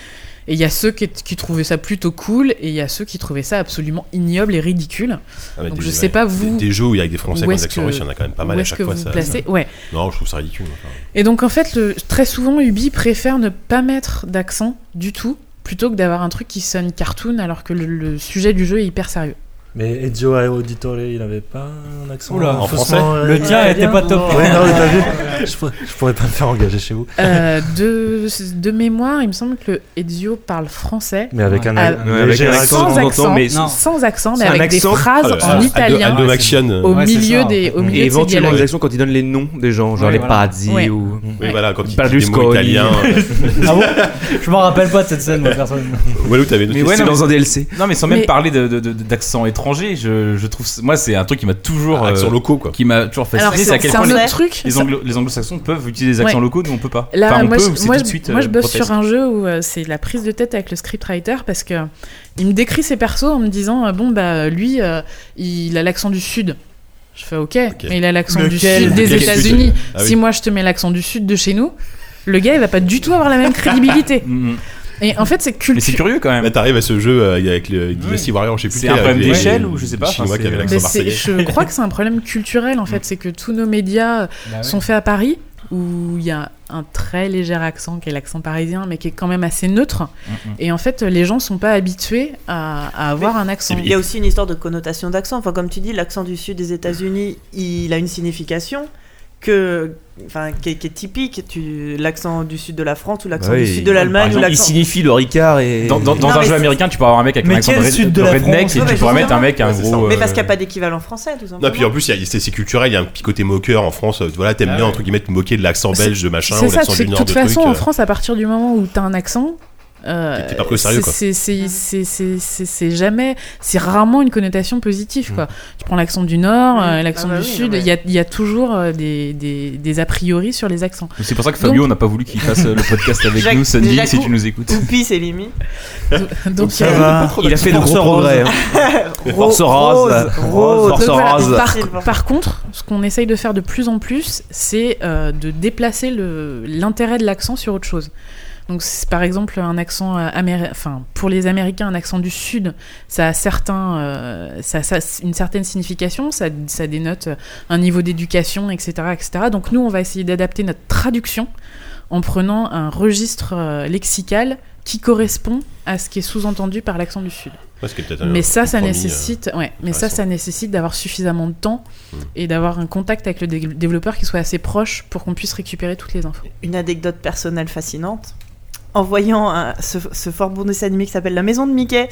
Speaker 7: Et il y a ceux qui, qui trouvaient ça plutôt cool, et il y a ceux qui trouvaient ça absolument ignoble et ridicule.
Speaker 1: Ah, mais
Speaker 7: Donc
Speaker 1: des-
Speaker 7: je sais pas vous.
Speaker 1: Des, des jeux où il y a des Français
Speaker 7: où
Speaker 1: avec
Speaker 7: est-ce
Speaker 1: des accents
Speaker 7: que-
Speaker 1: russes, il y en a quand même pas mal
Speaker 7: où
Speaker 1: à
Speaker 7: est-ce
Speaker 1: chaque
Speaker 7: que
Speaker 1: fois.
Speaker 7: vous
Speaker 1: ça-
Speaker 7: placez
Speaker 1: ça-
Speaker 7: Ouais.
Speaker 1: Non, je trouve ça ridicule. enfin.
Speaker 7: Et donc en fait, le- très souvent, Ubi préfère ne pas mettre d'accent du tout, plutôt que d'avoir un truc qui sonne cartoon alors que le- le sujet du jeu est hyper sérieux.
Speaker 6: Mais Ezio Auditore, il avait pas un accent
Speaker 3: Oula, en
Speaker 6: faussement,
Speaker 3: français
Speaker 6: euh,
Speaker 3: Le tien
Speaker 6: italien
Speaker 3: était pas top.
Speaker 6: Ouais, non, mais t'as vu je, pourrais, je pourrais pas me faire engager chez vous.
Speaker 7: Euh, de, de mémoire, il me semble que le Ezio parle français.
Speaker 6: Mais avec un-
Speaker 7: Ah,
Speaker 6: Ouais, avec un accent
Speaker 7: sans
Speaker 6: qu'on entend,
Speaker 7: accent,
Speaker 6: mais-
Speaker 7: sans- sans accent, Oh mais
Speaker 6: C'est un
Speaker 7: avec des
Speaker 6: accent.
Speaker 7: phrases
Speaker 6: Ah,
Speaker 7: en
Speaker 6: ouais.
Speaker 7: italien.
Speaker 1: Adobe Action, euh.
Speaker 7: Au milieu des, au milieu de
Speaker 5: Et
Speaker 7: ces
Speaker 5: éventuellement
Speaker 7: dialogues.
Speaker 5: des actions quand ils donnent les noms des gens, genre
Speaker 8: Ouais,
Speaker 5: les
Speaker 8: voilà.
Speaker 5: paradis
Speaker 7: Ouais.
Speaker 5: ou.
Speaker 1: Oui, voilà, quand il dit des mots
Speaker 5: Berlusconi.
Speaker 1: italiens. euh,
Speaker 8: Ah bon Je m'en rappelle pas de cette scène, moi, personnellement.
Speaker 1: Walou, t'avais noté.
Speaker 4: Mais ouais,
Speaker 5: c'est
Speaker 4: non,
Speaker 5: dans
Speaker 4: mais-
Speaker 5: un DLC.
Speaker 4: Non, mais sans même
Speaker 7: Mais-
Speaker 4: parler de- de- de- d'accent étranger, je, je trouve. Moi, c'est un truc qui m'a toujours.
Speaker 1: Ah, accents
Speaker 4: euh,
Speaker 1: locaux, quoi.
Speaker 4: Qui m'a toujours
Speaker 7: Alors,
Speaker 4: fasciné.
Speaker 7: c'est
Speaker 4: C'est à quel
Speaker 7: c'est un
Speaker 4: point
Speaker 7: autre
Speaker 4: les,
Speaker 7: truc.
Speaker 4: les
Speaker 7: ça-
Speaker 4: anglo- les anglo-saxons peuvent utiliser des accents
Speaker 7: Ouais.
Speaker 4: locaux, nous on peut pas.
Speaker 7: Là,
Speaker 4: enfin, on
Speaker 7: moi,
Speaker 4: peut,
Speaker 7: je-
Speaker 4: mais c'est
Speaker 7: moi,
Speaker 4: tout de
Speaker 7: je-
Speaker 4: suite.
Speaker 7: moi, je
Speaker 4: euh,
Speaker 7: bosse
Speaker 4: grotesque.
Speaker 7: sur un jeu où euh, c'est la prise de tête avec le scriptwriter parce que il me décrit ses persos en me disant euh, bon bah lui euh, il a l'accent du sud. Je fais ok, mais il a l'accent du
Speaker 3: Lequel
Speaker 7: sud des
Speaker 1: Lequel sud
Speaker 7: États-Unis.
Speaker 1: Ah oui.
Speaker 7: Si moi je te mets l'accent du sud de chez nous, le gars il va pas du tout avoir la même crédibilité.
Speaker 4: Mm, mm.
Speaker 7: Et en fait c'est
Speaker 4: Mais c'est
Speaker 7: culturel.
Speaker 4: curieux quand
Speaker 1: Là,
Speaker 4: même.
Speaker 1: t'arrives à ce jeu euh, avec le Dynasty Warrior, je sais plus.
Speaker 4: C'est
Speaker 1: quel,
Speaker 4: un problème
Speaker 1: avec les-
Speaker 4: d'échelle ou je sais pas,
Speaker 1: les Chinois
Speaker 4: enfin,
Speaker 1: qui avaient
Speaker 9: euh,
Speaker 1: l'accent
Speaker 4: c'est-
Speaker 7: Mais c'est-
Speaker 1: marseillais.
Speaker 7: je crois que c'est un problème culturel en
Speaker 9: Mm.
Speaker 7: fait, c'est que tous nos médias
Speaker 9: Bah
Speaker 7: sont faits à Paris où il y a un très léger accent qui est l'accent parisien mais qui est quand même assez neutre
Speaker 9: Mm,
Speaker 7: et en fait les gens sont pas habitués à, à avoir un accent.
Speaker 9: Il y a aussi une histoire de connotation d'accent. Enfin, comme tu dis, l'accent du sud des États-Unis, il a une signification que, enfin, qui, est, qui est typique. Tu, l'accent du sud de la France ou l'accent
Speaker 5: Bah
Speaker 9: du
Speaker 5: oui,
Speaker 9: sud de
Speaker 5: par
Speaker 9: l'Allemagne ou
Speaker 5: exemple, Il
Speaker 9: l'accent.
Speaker 5: signifie le Ricard et.
Speaker 4: Dans, dans- dans
Speaker 9: Non,
Speaker 4: un
Speaker 9: mais
Speaker 4: jeu
Speaker 9: c'est-
Speaker 4: américain, tu peux avoir un mec avec
Speaker 3: Mais
Speaker 4: un accent
Speaker 3: quel
Speaker 4: de red-
Speaker 3: sud de
Speaker 4: de
Speaker 3: la
Speaker 4: redneck
Speaker 3: France
Speaker 4: et
Speaker 9: Ouais,
Speaker 4: tu
Speaker 9: mais
Speaker 4: pourrais mettre
Speaker 9: justement.
Speaker 4: un mec, un
Speaker 1: Ouais, c'est
Speaker 4: gros.
Speaker 9: Mais parce
Speaker 4: euh,
Speaker 9: qu'il n'y a pas d'équivalent français, tout simplement.
Speaker 1: Non, puis en plus, il y a- c'est c'est culturel, il y a un petit côté moqueur en France. euh, Voilà, t'aimes
Speaker 4: Ah
Speaker 1: bien,
Speaker 4: ouais.
Speaker 1: entre guillemets, te moquer de l'accent
Speaker 7: Bah, C'est-
Speaker 1: belge, de machin,
Speaker 7: C'est
Speaker 1: ou
Speaker 7: ça,
Speaker 1: l'accent
Speaker 7: c'est que de
Speaker 1: du nord
Speaker 7: toute
Speaker 1: de euh.
Speaker 7: façon en
Speaker 1: trucs.
Speaker 7: France à partir du moment où t'as un accent euh,
Speaker 1: T'es- t'es pas pris au sérieux, quoi.
Speaker 7: c'est-
Speaker 9: Mm.
Speaker 7: c'est- c'est- c'est- c'est- c'est jamais c'est rarement une connotation positive quoi tu prends l'accent du nord euh,
Speaker 9: Mm.
Speaker 7: l'accent
Speaker 9: Ah bah
Speaker 7: du
Speaker 9: oui,
Speaker 7: sud
Speaker 9: non, mais-
Speaker 7: il y a- il y, a toujours euh, des, des- des a priori sur les accents
Speaker 4: C'est pour ça que Fabio, on n'a pas voulu qu'il fasse euh, le podcast avec
Speaker 9: Jacques-
Speaker 4: nous, Sunny,
Speaker 9: Jacques-
Speaker 4: si tu nous écoutes.
Speaker 9: Oupi, c'est Limi.
Speaker 7: donc
Speaker 6: Ça
Speaker 7: euh,
Speaker 6: va.
Speaker 5: Il a fait de gros progrès. hein. Force
Speaker 9: Rose,
Speaker 5: rose.
Speaker 9: Rose.
Speaker 5: Force
Speaker 7: Donc voilà,
Speaker 5: rose.
Speaker 7: par,
Speaker 9: Facile, par-
Speaker 7: par contre, ce qu'on essaye de faire de plus en plus, c'est euh, de déplacer le- l'intérêt de l'accent sur autre chose. Donc, c'est par exemple, un accent euh, améri- enfin, pour les Américains, un accent du Sud, ça a certains, euh, ça, ça- une certaine signification, ça, ça dénote euh, un niveau d'éducation, etc., etc. Donc, nous, on va essayer d'adapter notre traduction en prenant un registre euh, lexical qui correspond à ce qui est sous-entendu par l'accent du Sud.
Speaker 1: Ouais, ce qui est peut-être un-
Speaker 7: Mais ça, ça
Speaker 1: compromis, euh,
Speaker 7: nécessite, ouais, mais ça,
Speaker 1: intéressant.
Speaker 7: ça nécessite d'avoir suffisamment de temps et d'avoir un contact avec le dé- développeur qui soit assez proche pour qu'on puisse récupérer toutes les infos.
Speaker 9: Une anecdote personnelle fascinante. En voyant un- ce, ce fort bon dessin animé qui s'appelle La Maison de Mickey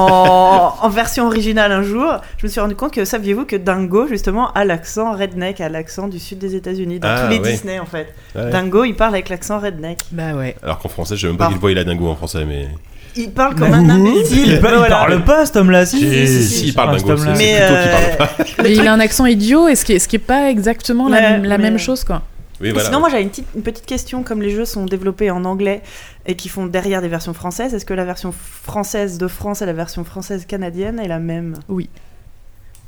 Speaker 9: en, en version originale un jour, je me suis rendu compte que saviez-vous que Dingo justement a l'accent redneck, a l'accent du sud des États-Unis, dans
Speaker 1: Ah,
Speaker 9: tous les
Speaker 1: ouais.
Speaker 9: Disney en fait.
Speaker 1: Ouais.
Speaker 9: Dingo il parle avec l'accent redneck.
Speaker 7: Bah ouais.
Speaker 1: Alors qu'en français, je sais même pas
Speaker 9: Par-
Speaker 1: quelle voix il a dingo en français, mais.
Speaker 9: Il parle comme
Speaker 1: Bah
Speaker 9: un imbécile.
Speaker 3: Il, pa- il
Speaker 9: voilà.
Speaker 3: parle pas, cet homme-là. Si,
Speaker 1: Si,
Speaker 3: si,
Speaker 1: si, il parle
Speaker 3: Ah,
Speaker 1: dingo,
Speaker 3: cet homme-là.
Speaker 1: c'est-
Speaker 9: Mais,
Speaker 1: plutôt qu'il parle
Speaker 9: euh,
Speaker 7: Mais il a un accent idiot et ce qui est, ce qui est pas exactement la,
Speaker 9: Ouais,
Speaker 7: même- la
Speaker 9: mais-
Speaker 7: même chose quoi.
Speaker 1: Oui,
Speaker 9: Et
Speaker 1: voilà.
Speaker 9: Sinon, moi j'avais une petite, une petite question. Comme les jeux sont développés en anglais et qui font derrière des versions françaises, est-ce que la version française de France et la version française canadienne est la même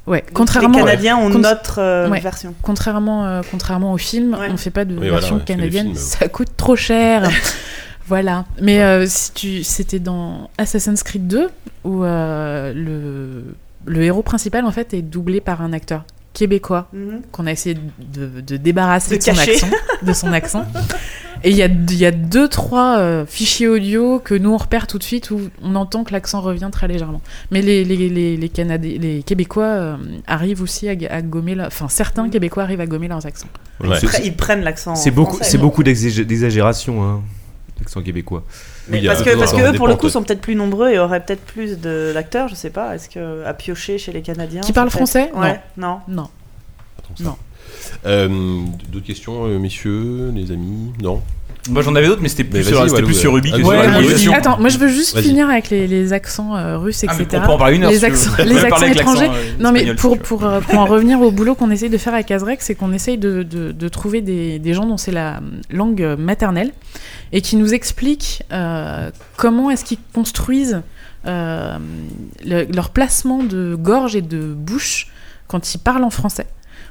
Speaker 7: Ouais.
Speaker 9: Donc,
Speaker 7: Contrairement,
Speaker 9: Les Canadiens ont
Speaker 7: Cons-
Speaker 9: notre euh,
Speaker 7: Ouais.
Speaker 9: version.
Speaker 7: contrairement, euh, contrairement au film,
Speaker 9: Ouais.
Speaker 7: on fait pas de
Speaker 1: Oui, voilà,
Speaker 7: version
Speaker 1: ouais, parce que les
Speaker 7: canadienne,
Speaker 1: films, euh,
Speaker 7: ça coûte trop cher. voilà. Mais euh, si tu, c'était dans Assassin's Creed 2 où euh, le le héros principal en fait est doublé par un acteur québécois.
Speaker 9: Mhm.
Speaker 7: qu'on a essayé euh, de, de débarrasser
Speaker 9: De
Speaker 7: de, son
Speaker 9: cacher.
Speaker 7: accent, de son accent. Et il y a, il y a deux, trois euh, fichiers audio que nous on repère tout de suite où on entend que l'accent revient très légèrement. Mais les, les, les, les, Canadi- les Québécois euh, arrivent aussi à, ga- à gommer, leur- enfin certains Québécois arrivent à gommer leurs accents.
Speaker 1: Ouais.
Speaker 9: Après, ils prennent l'accent.
Speaker 5: C'est beaucoup,
Speaker 9: français.
Speaker 5: c'est beaucoup d'exég- d'exagération, hein. L'accent québécois.
Speaker 9: Mais
Speaker 1: Oui, il y a- hein,
Speaker 9: parce que,
Speaker 1: non,
Speaker 9: parce
Speaker 1: ça
Speaker 9: que eux,
Speaker 1: dépend,
Speaker 9: pour le coup,
Speaker 1: peut-être.
Speaker 9: sont peut-être plus nombreux et auraient peut-être plus de- d'acteurs, je sais pas. Est-ce que à piocher chez les Canadiens
Speaker 7: Qui parlent
Speaker 9: c'est
Speaker 7: français
Speaker 9: peut-être- Ouais, non.
Speaker 7: Non.
Speaker 1: Euh, D'autres questions, euh, messieurs, les amis Non
Speaker 4: Moi j'en avais d'autres, mais c'était
Speaker 1: Mais
Speaker 4: plus sur-
Speaker 1: vas-y,
Speaker 4: c'était plus
Speaker 1: Walou,
Speaker 4: sur
Speaker 1: euh,
Speaker 4: Ruby que
Speaker 1: vas-y,
Speaker 4: sur
Speaker 1: Walou,
Speaker 4: la
Speaker 1: vas-y.
Speaker 4: négociation.
Speaker 7: Attends, moi je veux juste
Speaker 1: Vas-y.
Speaker 7: finir avec les, les accents euh, russes,
Speaker 4: Ah, mais
Speaker 7: etc.
Speaker 4: on peut en parler une heure,
Speaker 7: les
Speaker 4: si tu veux.
Speaker 7: accents, les
Speaker 4: On peut parler
Speaker 7: accents
Speaker 4: avec l'accent,
Speaker 7: étrangers.
Speaker 4: euh,
Speaker 7: Non, mais
Speaker 4: espagnol,
Speaker 7: pour,
Speaker 4: si tu
Speaker 7: pour, euh, pour en revenir au boulot qu'on essaye de faire avec Azrec, c'est qu'on essaye de, de, de trouver des, des gens dont c'est la euh, langue euh, maternelle et qui nous expliquent euh, comment est-ce qu'ils construisent euh, le- leur placement de gorge et de bouche quand ils parlent en français,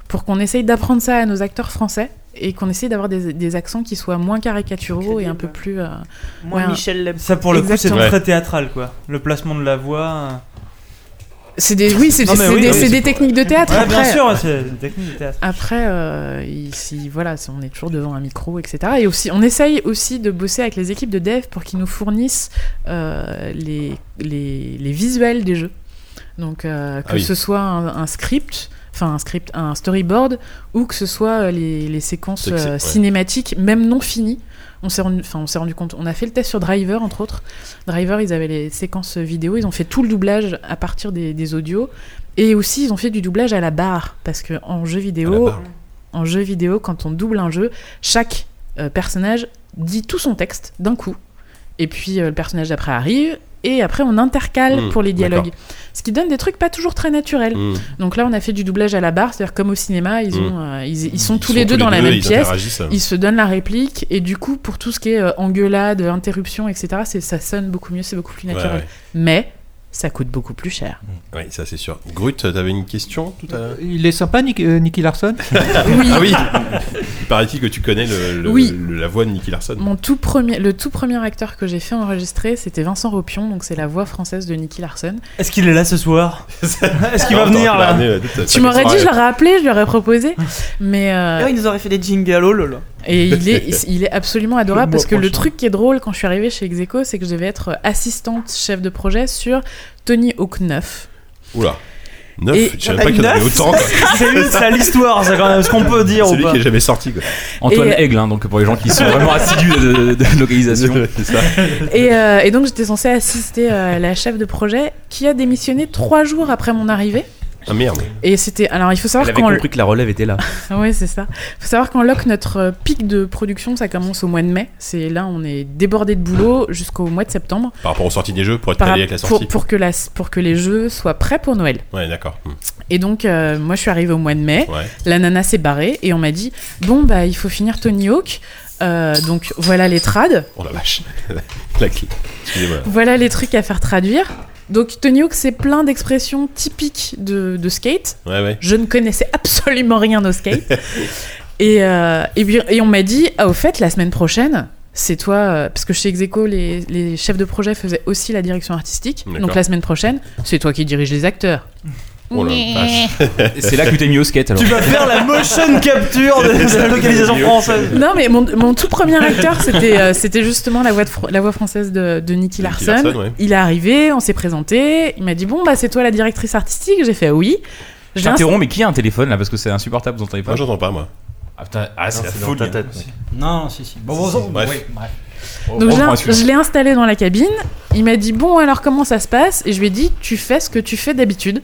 Speaker 7: pour qu'on essaye d'apprendre ça à nos acteurs français et qu'on essaye d'avoir des, des accents qui soient moins caricaturaux et un peu plus... euh,
Speaker 9: Moins
Speaker 7: ouais,
Speaker 9: Michel Leb.
Speaker 3: Ça pour le coup, c'est
Speaker 7: Exactement.
Speaker 3: très théâtral quoi. Le placement de la voix. euh.
Speaker 7: C'est des, oui, c'est
Speaker 3: Non, mais
Speaker 7: c'est
Speaker 3: oui,
Speaker 7: des,
Speaker 3: oui,
Speaker 7: c'est
Speaker 3: c'est
Speaker 7: des
Speaker 3: pour-
Speaker 7: techniques de théâtre.
Speaker 3: Ouais,
Speaker 7: après.
Speaker 3: bien sûr, c'est des techniques de théâtre.
Speaker 7: Après, euh, ici, voilà, c'est- on est toujours devant un micro, etc. Et aussi, on essaye aussi de bosser avec les équipes de dev pour qu'ils nous fournissent euh, les, les, les visuels des jeux. Donc, euh, que
Speaker 12: Ah oui.
Speaker 7: ce soit un, un script, enfin un script, un storyboard, ou que ce soit euh, les, les séquences
Speaker 12: C'est que c'est-
Speaker 7: euh,
Speaker 12: ouais.
Speaker 7: cinématiques, même non finies. On s'est rendu, enfin, on s'est rendu compte. On a fait le test sur Driver, entre autres. Driver, ils avaient les séquences vidéo, ils ont fait tout le doublage à partir des, des audios. Et aussi, ils ont fait du doublage à la barre, parce que en jeu vidéo, en jeu vidéo, quand on double un jeu, chaque euh, personnage dit tout son texte d'un coup. Et puis euh, le personnage d'après arrive, et après on intercale
Speaker 12: Mmh,
Speaker 7: pour les dialogues.
Speaker 12: d'accord.
Speaker 7: Ce qui donne des trucs pas toujours très naturels.
Speaker 12: Mmh.
Speaker 7: Donc là, on a fait du doublage à la barre, c'est-à-dire comme au cinéma, ils, ont,
Speaker 12: Mmh.
Speaker 7: euh, ils, ils sont tous
Speaker 12: sont
Speaker 7: les deux
Speaker 12: tous les
Speaker 7: dans la
Speaker 12: deux,
Speaker 7: même
Speaker 12: ils
Speaker 7: pièce,
Speaker 12: interagissent.
Speaker 7: ils se donnent la réplique, et du coup, pour tout ce qui est euh, engueulade, interruption, etc., c'est- ça sonne beaucoup mieux, c'est beaucoup plus
Speaker 1: Ouais,
Speaker 7: naturel.
Speaker 1: ouais.
Speaker 7: Mais ça coûte beaucoup plus cher.
Speaker 1: Oui, ça c'est sûr. Grut, t'avais une question tout à l'heure
Speaker 10: Il est sympa, Nick- euh, Nicky Larson
Speaker 1: Ah oui Il Paraît-il que tu connais le, le-
Speaker 7: Oui.
Speaker 1: le- la voix de Nicky Larson
Speaker 7: Mon tout premier, le tout premier acteur que j'ai fait enregistrer, c'était Vincent Ropion, donc c'est la voix française de Nicky Larson.
Speaker 3: Est-ce qu'il est là ce soir Est-ce qu'il va
Speaker 1: Non,
Speaker 3: venir
Speaker 1: t'aurais pu
Speaker 3: là
Speaker 1: l'amener, euh, toute-
Speaker 7: Tu
Speaker 1: toute-
Speaker 7: m'aurais dit,
Speaker 1: toute-
Speaker 7: je l'aurais appelé, je lui aurais proposé, mais euh,
Speaker 9: Là, il nous aurait fait des jingles, oh là là.
Speaker 7: et il est, il est absolument adorable
Speaker 9: Le
Speaker 7: parce
Speaker 9: mois
Speaker 7: que le
Speaker 9: prochain.
Speaker 7: truc qui est drôle quand je suis arrivée chez Execo, c'est que je devais être euh, assistante chef de projet sur Tony Hawk 9.
Speaker 1: Oula. Neuf
Speaker 7: Et-
Speaker 1: Je savais pas qu'il y en avait
Speaker 7: Neuf
Speaker 1: autant. quoi.
Speaker 3: C'est lui, c'est à l'histoire, c'est quand même ce qu'on peut dire
Speaker 1: C'est
Speaker 3: ou
Speaker 1: lui
Speaker 3: pas.
Speaker 1: qui est jamais sorti quoi.
Speaker 4: Antoine
Speaker 7: Et, euh,
Speaker 4: Aigle, hein, donc pour les gens qui sont vraiment assidus de, de- de localisation.
Speaker 7: Et, euh, et donc j'étais censée assister euh, la chef de projet qui a démissionné trois jours après mon arrivée.
Speaker 1: Ah merde.
Speaker 7: Et c'était. Alors il faut
Speaker 5: Elle
Speaker 7: savoir
Speaker 5: avait
Speaker 7: quand.
Speaker 5: compris que la relève était là.
Speaker 7: Oui, c'est ça. faut savoir qu'en LOC, notre euh, pic de production, ça commence au mois de mai. C'est là, on est débordé de boulot jusqu'au mois de septembre.
Speaker 1: Par rapport aux sorties des jeux, pour être
Speaker 7: Par-
Speaker 1: calé avec la sortie.
Speaker 7: Pour, pour que la, pour que les jeux soient prêts pour Noël.
Speaker 1: Ouais, d'accord. Hmm.
Speaker 7: Et donc, euh, moi, je suis arrivée au mois de mai.
Speaker 1: Ouais.
Speaker 7: La nana s'est barrée et on m'a dit Bon, bah, il faut finir Tony Hawk. Euh, donc, voilà les trades.
Speaker 1: Oh la vache. la clé. Excusez-moi.
Speaker 7: Voilà les trucs à faire traduire. Donc, Tony Hawk, c'est plein d'expressions typiques de, de skate.
Speaker 1: Ouais, ouais.
Speaker 7: Je ne connaissais absolument rien au skate. et, euh, et, puis- et on m'a dit Ah, au fait, la semaine prochaine. C'est toi, euh, parce que chez Execo, les, les chefs de projet faisaient aussi la direction artistique.
Speaker 4: D'accord.
Speaker 7: Donc la semaine prochaine, c'est toi qui dirige les acteurs.
Speaker 4: Oh la
Speaker 7: Nyeh.
Speaker 4: vache. Et C'est là que tu t'es mis au skate alors.
Speaker 3: Tu vas faire la motion capture de de la localisation française.
Speaker 7: Non, mais mon, mon tout premier acteur, c'était euh, c'était justement la voix, de fr- la voix française de, de Nicky Larson.
Speaker 12: Larson, ouais.
Speaker 7: Il est arrivé, on s'est présenté, il m'a dit Bon, bah, c'est toi la directrice artistique J'ai fait Oui.
Speaker 4: Je
Speaker 7: J'ai
Speaker 4: t'interromps, mais qui a un téléphone là Parce que c'est insupportable, vous entendez pas
Speaker 1: Moi, j'entends pas moi.
Speaker 4: Ah putain, ah,
Speaker 1: Non,
Speaker 4: c'est la
Speaker 1: c'est dans
Speaker 4: folie.
Speaker 1: ta
Speaker 4: hein.
Speaker 1: tête.
Speaker 8: Non, si, si. Bon, bon, bon,
Speaker 4: Bref.
Speaker 8: oui, bref.
Speaker 7: ins- Donc, je l'ai- je l'ai installé dans la cabine. Il m'a dit Bon, alors comment ça se passe Et je lui ai dit Tu fais ce que tu fais d'habitude.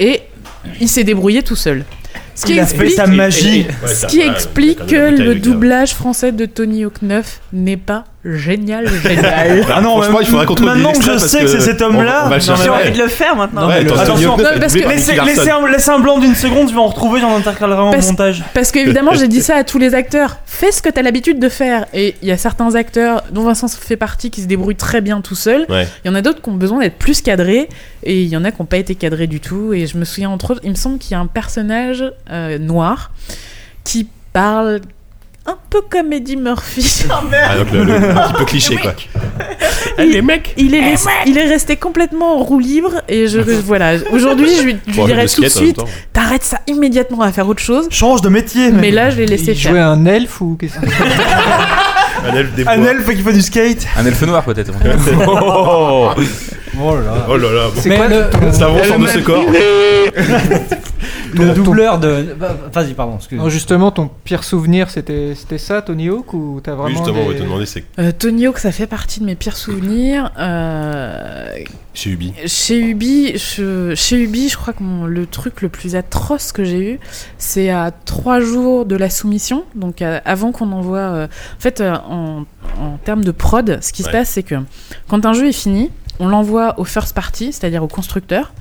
Speaker 7: Et il s'est débrouillé tout seul. Ce qui
Speaker 3: Il a fait
Speaker 7: explique,
Speaker 3: sa magie.
Speaker 7: ce qui explique que le doublage français de Tony Hawk 9 n'est pas génial, génial.
Speaker 3: Ah non,
Speaker 1: Bah, Franchement,
Speaker 3: mais-
Speaker 1: il faudrait qu'on trouve
Speaker 3: Maintenant
Speaker 1: des
Speaker 3: que je
Speaker 1: extraits
Speaker 3: sais que
Speaker 1: parce
Speaker 3: c'est
Speaker 1: que
Speaker 3: cet homme-là,
Speaker 1: on- on va le chercher.
Speaker 3: j'ai
Speaker 1: Ouais.
Speaker 3: envie
Speaker 9: de le faire maintenant.
Speaker 1: Ouais, attends, Tony Hawk
Speaker 3: attention,
Speaker 1: neuf, elle est doublée par
Speaker 3: laissez,
Speaker 1: Nicky
Speaker 3: laissez
Speaker 1: Larson.
Speaker 3: un, laissez un blanc d'une seconde, je vais en retrouver, j'en intercalerai en
Speaker 7: Parce-
Speaker 3: montage.
Speaker 7: Parce qu'évidemment, j'ai dit ça à tous les acteurs. Fais ce que t'as l'habitude de faire. Et il y a certains acteurs, dont Vincent fait partie, qui se débrouillent très bien tout seul. Il
Speaker 12: Ouais.
Speaker 7: y en a d'autres qui ont besoin d'être plus cadrés. Et il y en a qui n'ont pas été cadrés du tout. Et je me souviens, entre autres, il me semble qu'il y a un personnage euh, noir qui parle un peu comme Eddie Murphy.
Speaker 1: Ah, donc le, le- un petit peu cliché quoi.
Speaker 7: il, il est, res- il est resté complètement en roue libre et je voilà. Aujourd'hui, je, lui- je lui
Speaker 1: Bon,
Speaker 7: dirais
Speaker 1: le
Speaker 7: tout de
Speaker 1: skate, en même
Speaker 7: suite,
Speaker 1: temps.
Speaker 7: t'arrêtes ça immédiatement à faire autre chose.
Speaker 3: Change de métier.
Speaker 7: Mais là, je l'ai laissé
Speaker 10: Il
Speaker 7: faire.
Speaker 10: jouait un elfe ou qu'est-ce que
Speaker 1: Un elfe des
Speaker 3: Un
Speaker 1: bois.
Speaker 3: elfe qui fait du skate.
Speaker 4: Un elfe noir peut-être.
Speaker 1: Oh
Speaker 8: Oh là là.
Speaker 1: Oh là là.
Speaker 8: C'est quoi le-
Speaker 4: Euh,
Speaker 1: Ton savon sort de ce corps.
Speaker 8: Le doubleur de. bah, Vas-y, pardon, excuse.
Speaker 10: Non, justement, ton pire souvenir, c'était c'était ça, Tony Hawk Ou t'as
Speaker 1: Oui,
Speaker 10: vraiment.
Speaker 1: justement, on
Speaker 10: des-
Speaker 1: va te demander c'est
Speaker 7: Euh, Tony Hawk, ça fait partie de mes pires souvenirs. Euh,
Speaker 1: chez Ubi.
Speaker 7: Chez Ubi, je, chez Ubi, je crois que mon- le truc le plus atroce que j'ai eu, c'est à trois jours de la soumission, donc euh, avant qu'on envoie. euh, en fait, euh, en, en termes de prod, ce qui se
Speaker 12: Ouais.
Speaker 7: passe, c'est que quand un jeu est fini, on l'envoie au first party, c'est-à-dire au constructeur,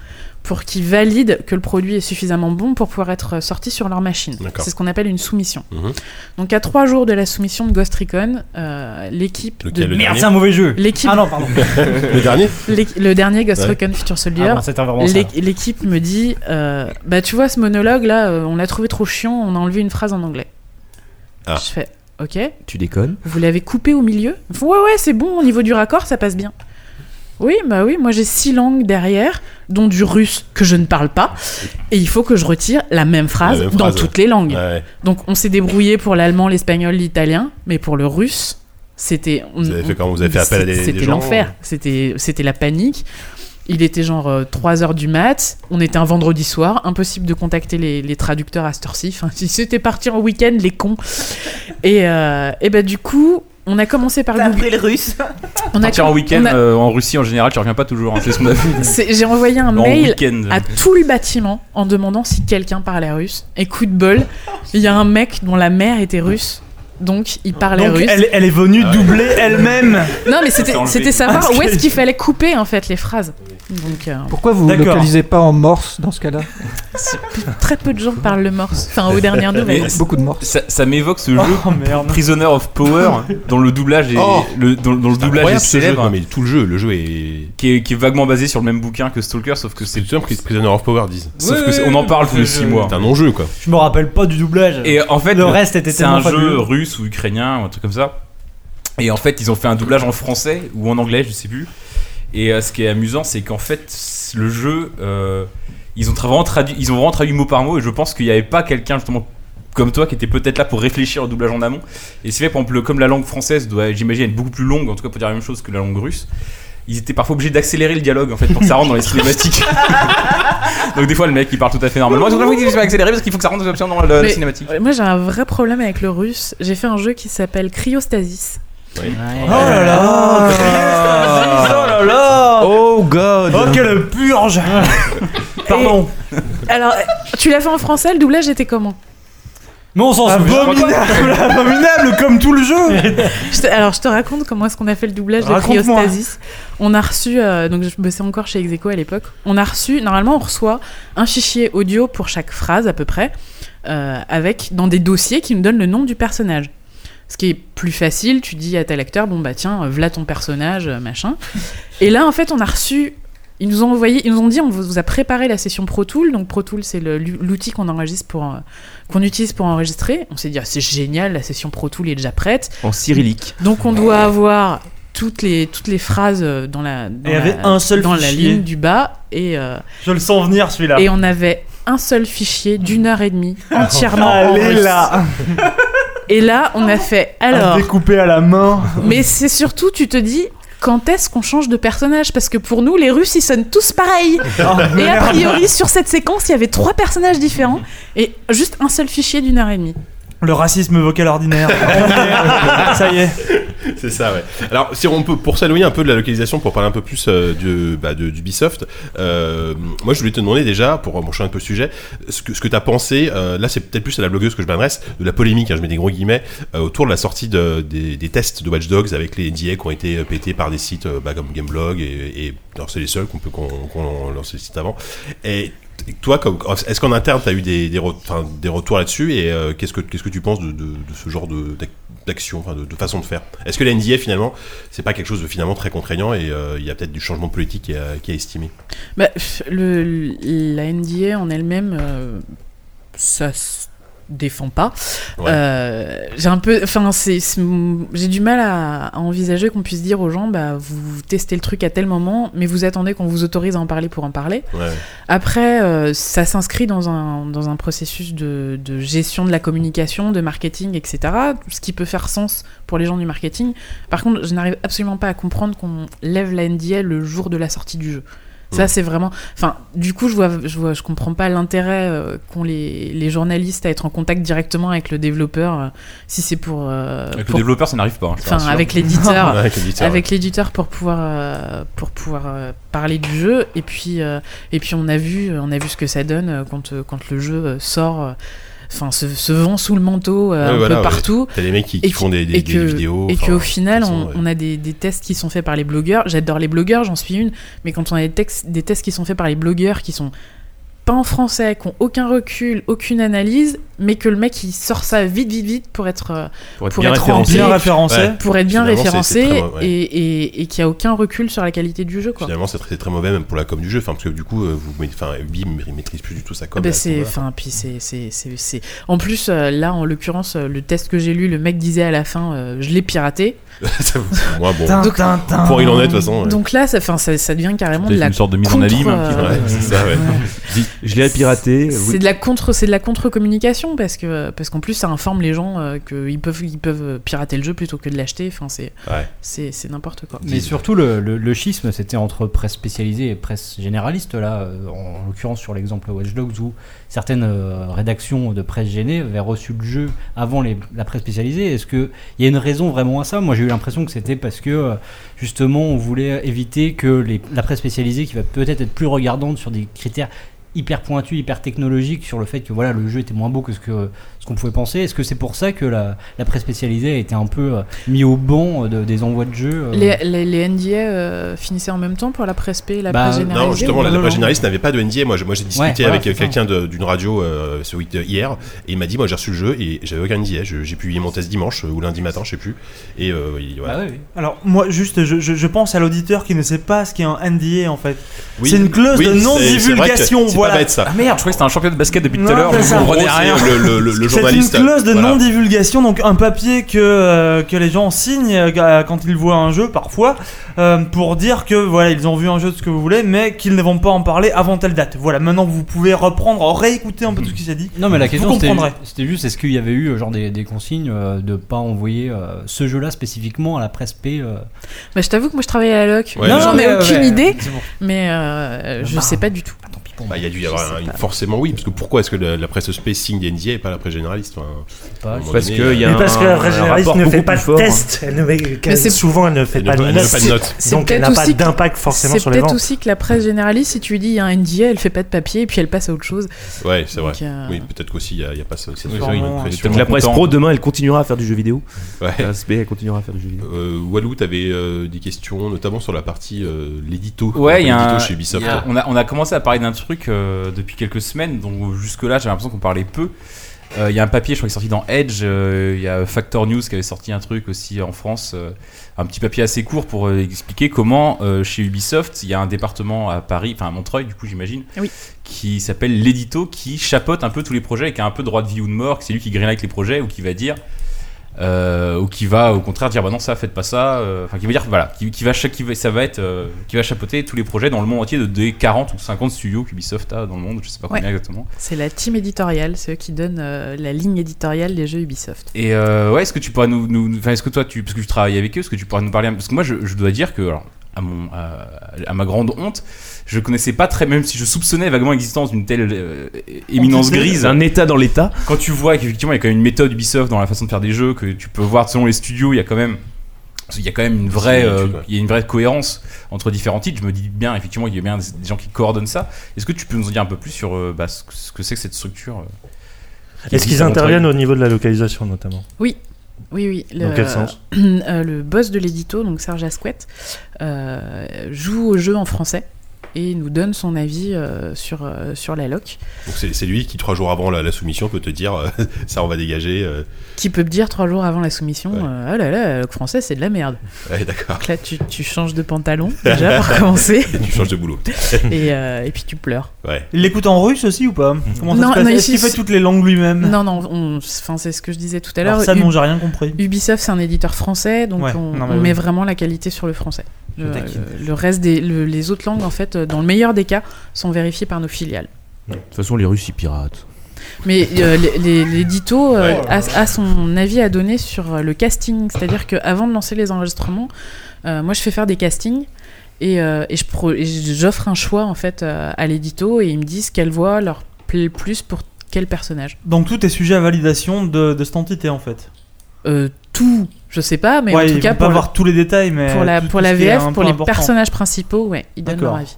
Speaker 7: pour qu'ils valident que le produit est suffisamment bon pour pouvoir être sorti sur leur machine.
Speaker 1: D'accord.
Speaker 7: C'est ce qu'on appelle une soumission.
Speaker 1: Mhm.
Speaker 7: Donc à trois jours de la soumission de Ghost Recon, euh, l'équipe de...
Speaker 1: Lequel, le Merde, dernier c'est un
Speaker 3: mauvais jeu
Speaker 7: L'équipe...
Speaker 3: Ah non, pardon.
Speaker 1: Le dernier
Speaker 7: L'équ- Le dernier Ghost
Speaker 1: Ouais.
Speaker 7: Recon Future Soldier.
Speaker 1: Ah bon, c'était vraiment ça,
Speaker 7: L'équ- L'équipe me dit, euh, bah tu vois ce monologue là, euh, on l'a trouvé trop chiant, on a enlevé une phrase en anglais.
Speaker 1: Ah.
Speaker 7: Je fais, ok.
Speaker 12: Tu déconnes
Speaker 7: Vous l'avez coupé au milieu Ils font, Ouais, ouais, c'est bon, au niveau du raccord, ça passe bien. Oui, bah oui, moi j'ai six langues derrière, dont du russe que je ne parle pas, et il faut que je retire la même phrase
Speaker 1: La même
Speaker 7: dans
Speaker 1: phrase,
Speaker 7: toutes les langues.
Speaker 1: ouais.
Speaker 7: Donc on s'est débrouillé pour l'allemand, l'espagnol, l'italien, mais pour le russe, c'était. on-
Speaker 1: Vous avez fait
Speaker 7: on-
Speaker 1: comment Vous avez fait appel à des- des
Speaker 7: C'était
Speaker 1: gens
Speaker 7: l'enfer, c'était c'était la panique. Il était genre 3h du mat, on était un vendredi soir, impossible de contacter les, les traducteurs à cette heure-ci. Enfin, si c'était parti en week-end, les cons. Et, euh, et bah du coup, on a commencé par Google.
Speaker 9: le russe
Speaker 7: On a
Speaker 4: Partir en
Speaker 7: com-
Speaker 4: week-end
Speaker 7: on a-
Speaker 4: euh, en Russie en général, tu reviens pas toujours. hein, c'est ce qu'on a vu.
Speaker 7: c'est- J'ai envoyé un
Speaker 4: Non,
Speaker 7: mail
Speaker 4: week-end.
Speaker 7: à tout le bâtiment en demandant si quelqu'un parlait russe. Et coup de bol, il y a un mec dont la mère était russe. Donc, il parlait
Speaker 3: Donc
Speaker 7: russe.
Speaker 3: elle, elle est
Speaker 1: Ah
Speaker 3: venue doubler elle-même.
Speaker 7: Ah, Non, mais c'était
Speaker 3: s'est enlevée.
Speaker 7: c'était savoir
Speaker 3: Ah,
Speaker 7: où est-ce
Speaker 3: c'est-
Speaker 7: qu'il fallait couper en fait les phrases. Donc, euh,
Speaker 10: Pourquoi vous ne
Speaker 3: D'accord.
Speaker 10: localisez pas en morse dans ce cas-là
Speaker 7: très peu de gens parlent le morse. Enfin, aux dernières nouvelles.
Speaker 4: Mais c-
Speaker 10: Beaucoup de morts. Oh,
Speaker 4: Ça, ça m'évoque ce jeu Prisoner of Power dont le doublage est,
Speaker 1: Oh
Speaker 4: le, dont, dont le doublage est
Speaker 1: incroyable, ce jeu,
Speaker 4: célèbre
Speaker 1: quoi, mais tout le jeu, le jeu est.
Speaker 4: qui est, qui est vaguement basé sur le même bouquin que Stalker, sauf que c'est.
Speaker 1: C'est simple que Prisoner of Power disent.
Speaker 4: Sauf
Speaker 3: Ouais,
Speaker 4: que c'est-
Speaker 3: ouais,
Speaker 4: on en parle
Speaker 3: ouais,
Speaker 4: tous les
Speaker 3: ouais,
Speaker 4: 6
Speaker 3: ouais.
Speaker 4: mois.
Speaker 1: C'est un non-jeu, quoi.
Speaker 3: Je me rappelle pas du doublage.
Speaker 4: Et en fait,
Speaker 8: Le reste était
Speaker 4: c'est
Speaker 8: tellement
Speaker 4: un jeu
Speaker 8: fabuleux.
Speaker 4: russe ou ukrainien ou un truc comme ça. Et en fait, ils ont fait un doublage en français ou en anglais, je sais plus. Et euh, ce qui est amusant, c'est qu'en fait, c- le jeu, euh, ils ont tra- vraiment traduit, ils ont vraiment traduit mot par mot. Et je pense qu'il n'y avait pas quelqu'un justement comme toi qui était peut-être là pour réfléchir au doublage en amont. Et c'est fait, par exemple, le- comme la langue française doit, j'imagine, être beaucoup plus longue, en tout cas pour dire la même chose que la langue russe. Ils étaient parfois obligés d'accélérer le dialogue en fait pour que ça rentre dans les cinématiques. Donc des fois le mec il parle tout à fait normalement. Ils ont dit je vais accélérer parce qu'il faut que ça rentre absolument dans la- la
Speaker 7: Mais-
Speaker 4: cinématique.
Speaker 7: Ouais, Moi, j'ai un vrai problème avec le russe. J'ai fait un jeu qui s'appelle Cryostasis.
Speaker 3: Oh là là Oh là là
Speaker 12: Oh god
Speaker 3: Oh quelle purge
Speaker 7: Ah.
Speaker 3: Pardon
Speaker 7: Alors, tu l'as fait en français, le doublage était comment
Speaker 3: Mais on s'en Abominable Abominable comme tout le jeu
Speaker 7: Je te- Alors, je te raconte comment est-ce qu'on a fait le doublage de
Speaker 3: Raconte-moi.
Speaker 7: Cryostasis. On a reçu, euh, donc je bossais encore chez Execo à l'époque, on a reçu, normalement on reçoit un fichier audio pour chaque phrase à peu près, euh, avec dans des dossiers qui nous donnent le nom du personnage. Ce qui est plus facile, tu dis à tel acteur, bon bah tiens, voilà ton personnage, euh, machin. Et là, en fait, on a reçu. Ils nous ont envoyé, ils nous ont dit, on vous a préparé la session Pro Tool. Donc Pro Tool, c'est le- l'outil qu'on enregistre pour, euh, qu'on utilise pour enregistrer. On s'est dit, ah, c'est génial, la session Pro Tool est déjà prête.
Speaker 12: En cyrillique.
Speaker 7: Donc on doit avoir toutes les, toutes les phrases euh, dans la, dans
Speaker 3: Et il y
Speaker 7: la-
Speaker 3: avait un seul
Speaker 7: dans la
Speaker 3: fichier.
Speaker 7: ligne du bas et, euh,
Speaker 3: Je le sens venir celui-là.
Speaker 7: et on avait un seul fichier d'une heure et demie entièrement en
Speaker 3: Allez
Speaker 7: russe.
Speaker 3: là Ah,
Speaker 7: Et là, on a fait
Speaker 3: Alors.
Speaker 7: alors.
Speaker 3: Découpé à la main
Speaker 7: Mais c'est surtout, tu te dis. Quand est-ce qu'on change de personnage Parce que pour nous, les Russes, ils sonnent tous pareils.
Speaker 3: Ah, bah
Speaker 7: Et a priori, sur cette séquence, il y avait trois personnages différents et juste un seul fichier d'une heure et demie.
Speaker 3: Le racisme vocal ordinaire. Ça y est.
Speaker 1: C'est ça, ouais. Alors, si on peut, pour s'éloigner un peu de la localisation, pour parler un peu plus euh, de, bah, de- d'Ubisoft, euh, moi je voulais te demander déjà, pour brancher un peu le sujet, ce que, ce que tu as pensé, euh, là c'est peut-être plus à la blogueuse que je m'adresse, de la polémique, hein, je mets des gros guillemets, euh, autour de la sortie de- des, des tests de Watch Dogs avec les NDA qui ont été euh, pétés par des sites euh, bah, comme Gameblog, et, et alors c'est les seuls qu'on peut qu'on, qu'on lance les sites avant. Et et toi, comme, est-ce qu'en interne, tu as eu des, des, re- enfin, des retours là-dessus et euh, qu'est-ce, que, qu'est-ce que tu penses de, de- de ce genre de, d'ac- d'action, enfin, de, de façon de faire Est-ce que la NDA, finalement, c'est pas quelque chose de finalement très contraignant et euh, il y a peut-être du changement de politique qui a, qui a estimé
Speaker 7: Bah, pff, le, la NDA en elle-même, euh, ça se défend pas.
Speaker 1: Ouais.
Speaker 7: Euh, j'ai un peu, enfin, c'est, c'est- j'ai du mal à, à envisager qu'on puisse dire aux gens, bah, vous testez le truc à tel moment, mais vous attendez qu'on vous autorise à en parler pour en parler.
Speaker 1: Ouais.
Speaker 7: Après, euh, ça s'inscrit dans un, dans un processus de, de gestion de la communication, de marketing, etc. Ce qui peut faire sens pour les gens du marketing. Par contre, je n'arrive absolument pas à comprendre qu'on lève la NDA le jour de la sortie du jeu. Ça,
Speaker 1: Mhm.
Speaker 7: c'est vraiment. Enfin, du coup, je vois, je vois, je comprends pas l'intérêt euh, qu'ont les, les journalistes à être en contact directement avec le développeur, euh, si c'est pour. euh,
Speaker 4: Avec
Speaker 7: pour-
Speaker 4: le développeur, ça n'arrive pas. hein, je te
Speaker 7: Enfin,
Speaker 4: rassure.
Speaker 7: avec l'éditeur.
Speaker 1: Avec l'éditeur,
Speaker 7: Avec l'éditeur pour pouvoir, euh, pour pouvoir euh, parler du jeu. Et puis, euh, et puis on, a vu, on a vu ce que ça donne euh, quand, euh, quand le jeu euh, sort. euh, enfin, se, se vend sous le manteau euh,
Speaker 1: Ouais,
Speaker 7: un
Speaker 1: voilà,
Speaker 7: peu
Speaker 1: ouais.
Speaker 7: partout.
Speaker 1: T'as des mecs qui-
Speaker 7: Et
Speaker 1: qui
Speaker 7: que-
Speaker 1: font des- des-
Speaker 7: et
Speaker 1: des
Speaker 7: que-
Speaker 1: vidéos,
Speaker 7: Et
Speaker 1: enfin,
Speaker 7: qu'au final, on,
Speaker 1: ouais.
Speaker 7: on a des, des tests qui sont faits par les blogueurs. J'adore les blogueurs, j'en suis une. Mais quand on a des, textes, des tests qui sont faits par les blogueurs qui sont pas en français, qui ont aucun recul, aucune analyse, mais que le mec il sort ça vite, vite, vite pour être euh,
Speaker 4: Pour être bien référencé.
Speaker 7: rempli,
Speaker 4: Bien référencé. Ouais.
Speaker 7: pour être bien
Speaker 1: Finalement, c'est- c'est
Speaker 7: référencé
Speaker 1: très vrai, ouais.
Speaker 7: et, et, et qu'il y a aucun recul sur la qualité du jeu quoi.
Speaker 1: Finalement, c'est très, très mauvais même pour la com du jeu. Enfin, parce que du coup, euh, vous, met- enfin, Ubi ma- maîtrise plus du tout sa com.
Speaker 7: Ben,
Speaker 1: à ce
Speaker 7: c'est,
Speaker 1: niveau-là.
Speaker 7: enfin, puis c'est, c'est, c'est, c'est- En plus, euh, là, en l'occurrence, euh, le test que j'ai lu, le mec disait à la fin, euh, je l'ai piraté.
Speaker 1: Ça- moi, bon. Pour il en est de toute façon. ouais.
Speaker 7: Donc là, ça, enfin, ça, ça devient carrément de
Speaker 1: C'est
Speaker 7: la
Speaker 1: une sorte de mise en
Speaker 7: contre,
Speaker 1: abîme, un petit peu.
Speaker 7: euh,
Speaker 1: Ouais, c'est ça, ouais.
Speaker 12: Dis, Je l'ai piraté.
Speaker 5: euh,
Speaker 12: vous-
Speaker 7: C'est de la contre, c'est de la contre-communication parce que parce qu'en plus ça informe les gens euh, qu'ils peuvent ils peuvent pirater le jeu plutôt que de l'acheter. Enfin c'est
Speaker 1: Ouais.
Speaker 7: c'est, c'est n'importe quoi.
Speaker 8: Mais surtout, le, le- le schisme, c'était entre presse spécialisée et presse généraliste, là, euh, en l'occurrence sur l'exemple Watch Dogs, où certaines euh, rédactions de presse gênées avaient reçu le jeu avant les- la presse spécialisée. Est-ce qu'il y a une raison vraiment à ça Moi, j'ai eu l'impression que c'était parce que, euh, justement, on voulait éviter que les- la presse spécialisée, qui va peut-être être plus regardante sur des critères hyper pointus, hyper technologiques, sur le fait que voilà le jeu était moins beau que ce que ce qu'on pouvait penser est-ce que c'est pour ça que la, la presse spécialisée a été un peu euh, mis au banc euh, de- des envois de jeux euh
Speaker 7: Les, les, les NDA euh, finissaient en même temps pour la presse P et la
Speaker 8: Bah,
Speaker 7: presse généralisée.
Speaker 1: Non, justement,
Speaker 7: ou
Speaker 1: la
Speaker 7: pas
Speaker 1: la presse généraliste n'avait pas de NDA. Moi, j'ai moi, j'ai discuté
Speaker 7: Ouais, voilà,
Speaker 1: avec
Speaker 7: c'est
Speaker 1: euh,
Speaker 7: ça.
Speaker 1: quelqu'un de- d'une radio euh, ce week hier, et il m'a dit, moi, j'ai reçu le jeu et j'avais aucun NDA. Je- J'ai publié mon test dimanche euh, ou lundi matin, je sais plus. Et euh, il-
Speaker 7: Bah
Speaker 1: voilà.
Speaker 3: Alors moi juste je, je- je pense à l'auditeur qui ne sait pas ce qu'est un NDA en fait.
Speaker 1: Oui.
Speaker 3: c'est une clause
Speaker 1: Oui,
Speaker 3: de
Speaker 1: c'est- c'est
Speaker 3: non-divulgation,
Speaker 1: vrai que c'est
Speaker 3: voilà.
Speaker 1: pas bête, ça.
Speaker 3: Ah merde, je
Speaker 4: crois que c'était un champion de basket depuis tout à
Speaker 3: Non,
Speaker 4: l'heure,
Speaker 3: c'est
Speaker 4: je
Speaker 3: ça.
Speaker 4: comprenais
Speaker 1: En gros,
Speaker 4: rien.
Speaker 1: c'est le- le- le- le
Speaker 3: C'est une
Speaker 1: journaliste.
Speaker 3: clause de
Speaker 1: Voilà.
Speaker 3: non-divulgation, donc un papier que, euh, que les gens signent euh, quand ils voient un jeu parfois euh, pour dire que voilà ils ont vu un jeu de ce que vous voulez, mais qu'ils ne vont pas en parler avant telle date. Voilà, maintenant vous pouvez reprendre, réécouter un peu tout ce qui s'est dit.
Speaker 8: Non, mais la question
Speaker 3: vous
Speaker 8: c'était
Speaker 3: comprendrez.
Speaker 8: c'était juste est-ce qu'il y avait eu euh, genre des, des consignes euh, de pas envoyer euh, ce jeu-là spécifiquement à la presse P euh.
Speaker 7: Bah, je t'avoue que moi je travaillais à la loc.
Speaker 8: Ouais,
Speaker 7: non,
Speaker 8: je
Speaker 7: j'en ai
Speaker 8: sais.
Speaker 7: aucune
Speaker 8: Ouais,
Speaker 7: idée,
Speaker 8: c'est bon.
Speaker 7: mais euh, je sais pas du tout.
Speaker 1: Bah, il y a dû y avoir un- forcément oui parce que pourquoi est-ce que la, la presse spé signe des NDA et pas la presse généraliste enfin, à un moment
Speaker 12: Parce
Speaker 1: donné,
Speaker 12: que
Speaker 1: euh,
Speaker 12: il y a Mais parce un- que la presse un généraliste
Speaker 6: ne fait pas de test, elle ne met- qu'elle-
Speaker 7: c'est-
Speaker 6: souvent elle ne fait
Speaker 1: Elle
Speaker 6: pas,
Speaker 1: ne-
Speaker 6: de
Speaker 1: elle ne
Speaker 6: notes,
Speaker 1: fait pas de notes.
Speaker 7: C'est
Speaker 6: donc elle
Speaker 7: peut-être
Speaker 6: n'a pas
Speaker 7: aussi que-
Speaker 6: d'impact forcément
Speaker 7: c'est
Speaker 6: sur les
Speaker 7: peut-être
Speaker 6: ventes.
Speaker 7: aussi que la presse généraliste, si tu lui dis il y a un NDA, elle fait pas de papier et puis elle passe à autre chose.
Speaker 1: ouais c'est vrai
Speaker 7: Donc, euh,
Speaker 1: oui peut-être qu'aussi il y a- il y, a pas ce- cette
Speaker 12: Oui,
Speaker 1: forme
Speaker 12: oui,
Speaker 1: de
Speaker 12: oui.
Speaker 1: pression.
Speaker 12: Donc la presse pro demain, elle continuera à faire du jeu vidéo.
Speaker 1: Ouais.
Speaker 12: La SB, elle continuera à faire du jeu vidéo.
Speaker 1: Euh, Walou, t'avais euh, des questions, notamment sur la partie euh, l'édito.
Speaker 4: Ouais, il y a
Speaker 1: L'édito
Speaker 4: un-
Speaker 1: chez Ubisoft.
Speaker 4: il y a- on, a, on a commencé à parler d'un truc euh, depuis quelques semaines, donc jusque-là, j'ai l'impression qu'on parlait peu. Euh, Il y a un papier, je crois, qui est sorti dans Edge. euh, Il y a Factor News qui avait sorti un truc aussi en France. euh, un petit papier assez court pour euh, expliquer comment, euh, chez Ubisoft, il y a un département à Paris, enfin à Montreuil, du coup, j'imagine, qui s'appelle l'édito, qui chapeaute un peu tous les projets et qui a un peu droit de vie ou de mort. que C'est lui qui greenlight les projets ou qui va dire. euh, ou qui va au contraire dire bah non ça faites pas ça euh, enfin qui va dire voilà qui, qui va cha- qui va- ça va être euh, qui va chapeauter tous les projets dans le monde entier de des 40 ou 50 studios qu'Ubisoft a dans le monde je sais pas combien
Speaker 7: Ouais.
Speaker 4: exactement
Speaker 7: C'est la team éditoriale, c'est eux qui donnent euh, la ligne éditoriale des jeux Ubisoft.
Speaker 4: Et euh, ouais, est-ce que tu pourrais nous, nous- nous- enfin, est-ce que toi, tu, parce que tu travailles avec eux, est-ce que tu pourrais nous parler, un- parce que moi, je, je dois dire que, alors, à mon, à, à ma grande honte, je connaissais pas très, même si je soupçonnais vaguement l'existence d'une telle euh, éminence
Speaker 12: Entité.
Speaker 4: grise,
Speaker 12: Un état dans l'état.
Speaker 4: Quand tu vois qu'effectivement, il y a quand même une méthode Ubisoft dans la façon de faire des jeux, que tu peux voir selon les studios, il y a quand même parce qu'il y a quand même une vraie, euh,
Speaker 1: Similitude, ouais.
Speaker 4: il y a une vraie cohérence entre différents titres. Je me dis bien, effectivement, il y a bien des, des gens qui coordonnent ça. Est-ce que tu peux nous en dire un peu plus sur euh, bah, ce que- ce que c'est que cette structure euh, qui
Speaker 6: Est-ce
Speaker 4: existe
Speaker 6: qu'ils
Speaker 4: à Montreuil
Speaker 6: interviennent au niveau de la localisation notamment
Speaker 7: Oui, oui, oui.
Speaker 6: Dans quel sens
Speaker 7: euh, Le boss de l'édito, donc Serge Asquette, euh, joue au jeu en français et nous donne son avis euh, sur, euh, sur la loc.
Speaker 1: Donc c'est c'est lui qui trois jours avant la, la soumission peut te dire euh, ça on va dégager. euh.
Speaker 7: Qui peut me dire trois jours avant la soumission euh, Oh là là, la loc française, c'est de la merde.
Speaker 1: Ouais, d'accord.
Speaker 7: Donc là, tu, tu changes de pantalon déjà pour commencer.
Speaker 1: Et tu changes de boulot.
Speaker 7: et, euh, et puis tu pleures.
Speaker 1: Ouais.
Speaker 3: Il l'écoute en russe aussi ou pas Comment ça
Speaker 7: Non,
Speaker 3: se passe
Speaker 7: non,
Speaker 3: Est-ce
Speaker 7: ici,
Speaker 3: qu'il fait
Speaker 7: c'est-
Speaker 3: toutes les langues lui-même
Speaker 7: Non, non, on- enfin, c'est ce que je disais tout à
Speaker 3: Alors
Speaker 7: l'heure.
Speaker 3: ça, non,
Speaker 7: Ub-
Speaker 3: j'ai rien compris.
Speaker 7: Ubisoft, c'est un éditeur français, donc
Speaker 3: Ouais,
Speaker 7: on,
Speaker 3: non, mais
Speaker 7: on
Speaker 3: oui.
Speaker 7: met vraiment la qualité sur le français.
Speaker 3: Je
Speaker 7: Le,
Speaker 3: taquine.
Speaker 7: le- le reste des le- les autres langues, en fait, euh, dans le meilleur des cas, sont vérifiées par nos filiales.
Speaker 12: De toute façon, les Russes, ils piratent.
Speaker 7: Mais euh, les- les- l'édito euh,
Speaker 12: Ouais.
Speaker 7: a, a son avis à donner sur euh, le casting. C'est-à-dire qu'avant de lancer les enregistrements, euh, moi je fais faire des castings et, euh, et je pro- et j'offre un choix en fait euh, à l'édito et ils me disent quelle voix leur plaît le plus pour quel personnage.
Speaker 3: Donc tout est sujet à validation de, de cette entité en fait.
Speaker 7: Euh, tout, je sais pas, mais
Speaker 3: Ouais,
Speaker 7: en tout
Speaker 3: ils
Speaker 7: cas
Speaker 3: vont pas
Speaker 7: pour le-
Speaker 3: voir tous les détails, mais
Speaker 7: pour la
Speaker 3: tout-
Speaker 7: pour
Speaker 3: tout
Speaker 7: la
Speaker 3: ce qui est
Speaker 7: VF,
Speaker 3: un
Speaker 7: pour
Speaker 3: peu
Speaker 7: les
Speaker 3: important.
Speaker 7: personnages principaux, ouais, ils donnent
Speaker 3: D'accord.
Speaker 7: leur avis.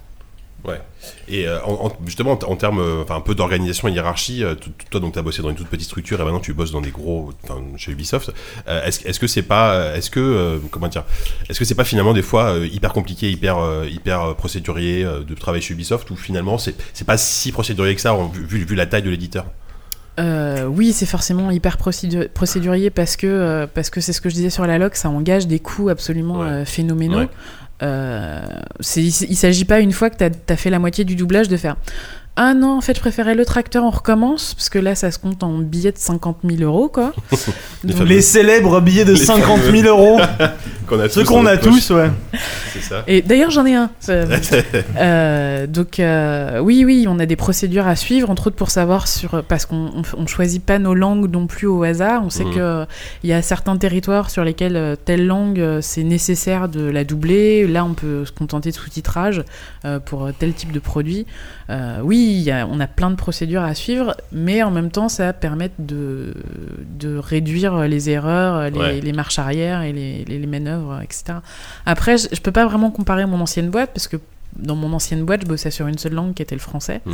Speaker 1: Ouais. Et euh, en- en- justement, en, en termes, euh, enfin, un peu d'organisation et hiérarchie, euh, t- toi, donc, tu as bossé dans une toute petite structure et maintenant tu bosses dans des gros, enfin, chez Ubisoft. Euh, est-ce, est-ce que c'est pas, euh, est-ce que, euh, comment dire, est-ce que c'est pas finalement des fois euh, hyper compliqué, hyper, euh, hyper euh, procédurier euh, de travailler chez Ubisoft ou finalement c'est, c'est pas si procédurier que ça, en- vu, vu- vu la taille de l'éditeur
Speaker 7: Euh, oui, c'est forcément hyper procédu- procédurier parce que euh, parce que c'est ce que je disais sur la loc, ça engage des coûts absolument euh, phénoménaux.
Speaker 13: Ouais.
Speaker 7: Euh, c'est- il ne s'agit pas une fois que tu as, fait la moitié du doublage de faire ah non en fait je préférais le tracteur on recommence parce que là ça se compte en billets de 50 000 euros quoi.
Speaker 3: Les,
Speaker 7: Donc-
Speaker 3: célèbres billets de
Speaker 7: Les
Speaker 3: 50
Speaker 7: fameux.
Speaker 3: 000 euros.
Speaker 1: qu'on a
Speaker 3: Ceux
Speaker 1: tous
Speaker 3: qu'on
Speaker 1: dans
Speaker 3: a
Speaker 1: notre poche.
Speaker 3: tous, ouais.
Speaker 1: C'est ça.
Speaker 7: Et d'ailleurs, j'en ai un. Euh, euh, donc, euh, oui, oui, on a des procédures à suivre, entre autres pour savoir sur. Parce qu'on on, on choisit pas nos langues non plus au hasard. On sait
Speaker 13: Mhm.
Speaker 7: que euh, il y a certains territoires sur lesquels euh, telle langue, euh, c'est nécessaire de la doubler. Là, on peut se contenter de sous-titrage euh, pour tel type de produit. Euh, oui, il y a- on a plein de procédures à suivre, mais en même temps, ça permet de, de réduire les erreurs, les,
Speaker 13: Ouais.
Speaker 7: les marches arrière et les, les- les manœuvres, euh, etc. Après, je, je peux pas vraiment comparer mon ancienne boîte parce que dans mon ancienne boîte, je bossais sur une seule langue qui était le français
Speaker 13: Mm.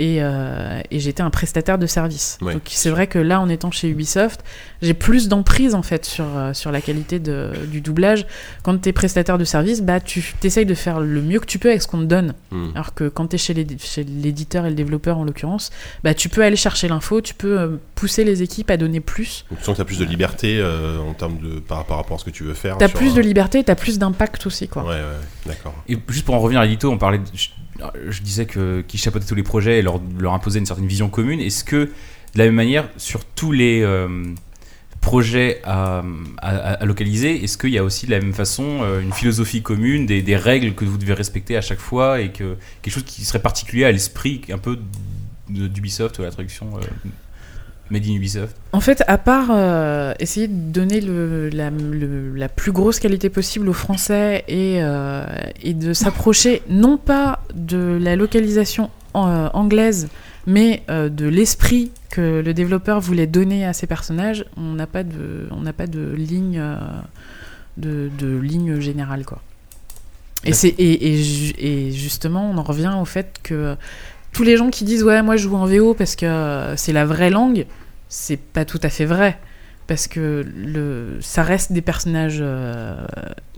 Speaker 7: et, euh, et j'étais un prestataire de service.
Speaker 13: Ouais.
Speaker 7: Donc c'est vrai que là, en étant chez Ubisoft, j'ai plus d'emprise en fait sur, euh, sur la qualité de- du doublage. Quand tu es prestataire de service, bah, tu essayes de faire le mieux que tu peux avec ce qu'on te donne.
Speaker 13: Mm.
Speaker 7: Alors que quand tu es chez l'édi- chez l'éditeur et le développeur en l'occurrence, bah, tu peux aller chercher l'info, tu peux euh, pousser les équipes à donner plus.
Speaker 1: Donc, tu sens que tu as plus de liberté euh, en termes de par, par rapport à ce que tu veux faire.
Speaker 7: T'as
Speaker 1: sur
Speaker 7: plus
Speaker 1: un-
Speaker 7: de liberté, t'as plus d'impact aussi, quoi.
Speaker 1: Ouais, ouais, ouais. d'accord.
Speaker 4: Et juste pour en revenir à Lito, on parlait. de- je, je disais que qui chapeautait tous les projets et leur, leur imposait une certaine vision commune. Est-ce que de la même manière sur tous les euh, projets à, à- à localiser, est-ce qu'il y a aussi de la même façon euh, une philosophie commune, des, des règles que vous devez respecter à chaque fois et que quelque chose qui serait particulier à l'esprit un peu de- d'Ubisoft ou la traduction euh, Made in Ubisoft
Speaker 7: En fait, à part euh, essayer de donner le- la, le- la plus grosse qualité possible aux Français et, euh, et de s'approcher non pas de la localisation euh, anglaise, mais euh, de l'esprit que le développeur voulait donner à ses personnages, on n'a pas de, on n'a pas de ligne, euh, de, de ligne générale quoi. Et, c'est, et, et ju- et justement, on en revient au fait que tous les gens qui disent Ouais, moi je joue en VO parce que c'est la vraie langue, c'est pas tout à fait vrai. Parce que le, ça reste des personnages euh,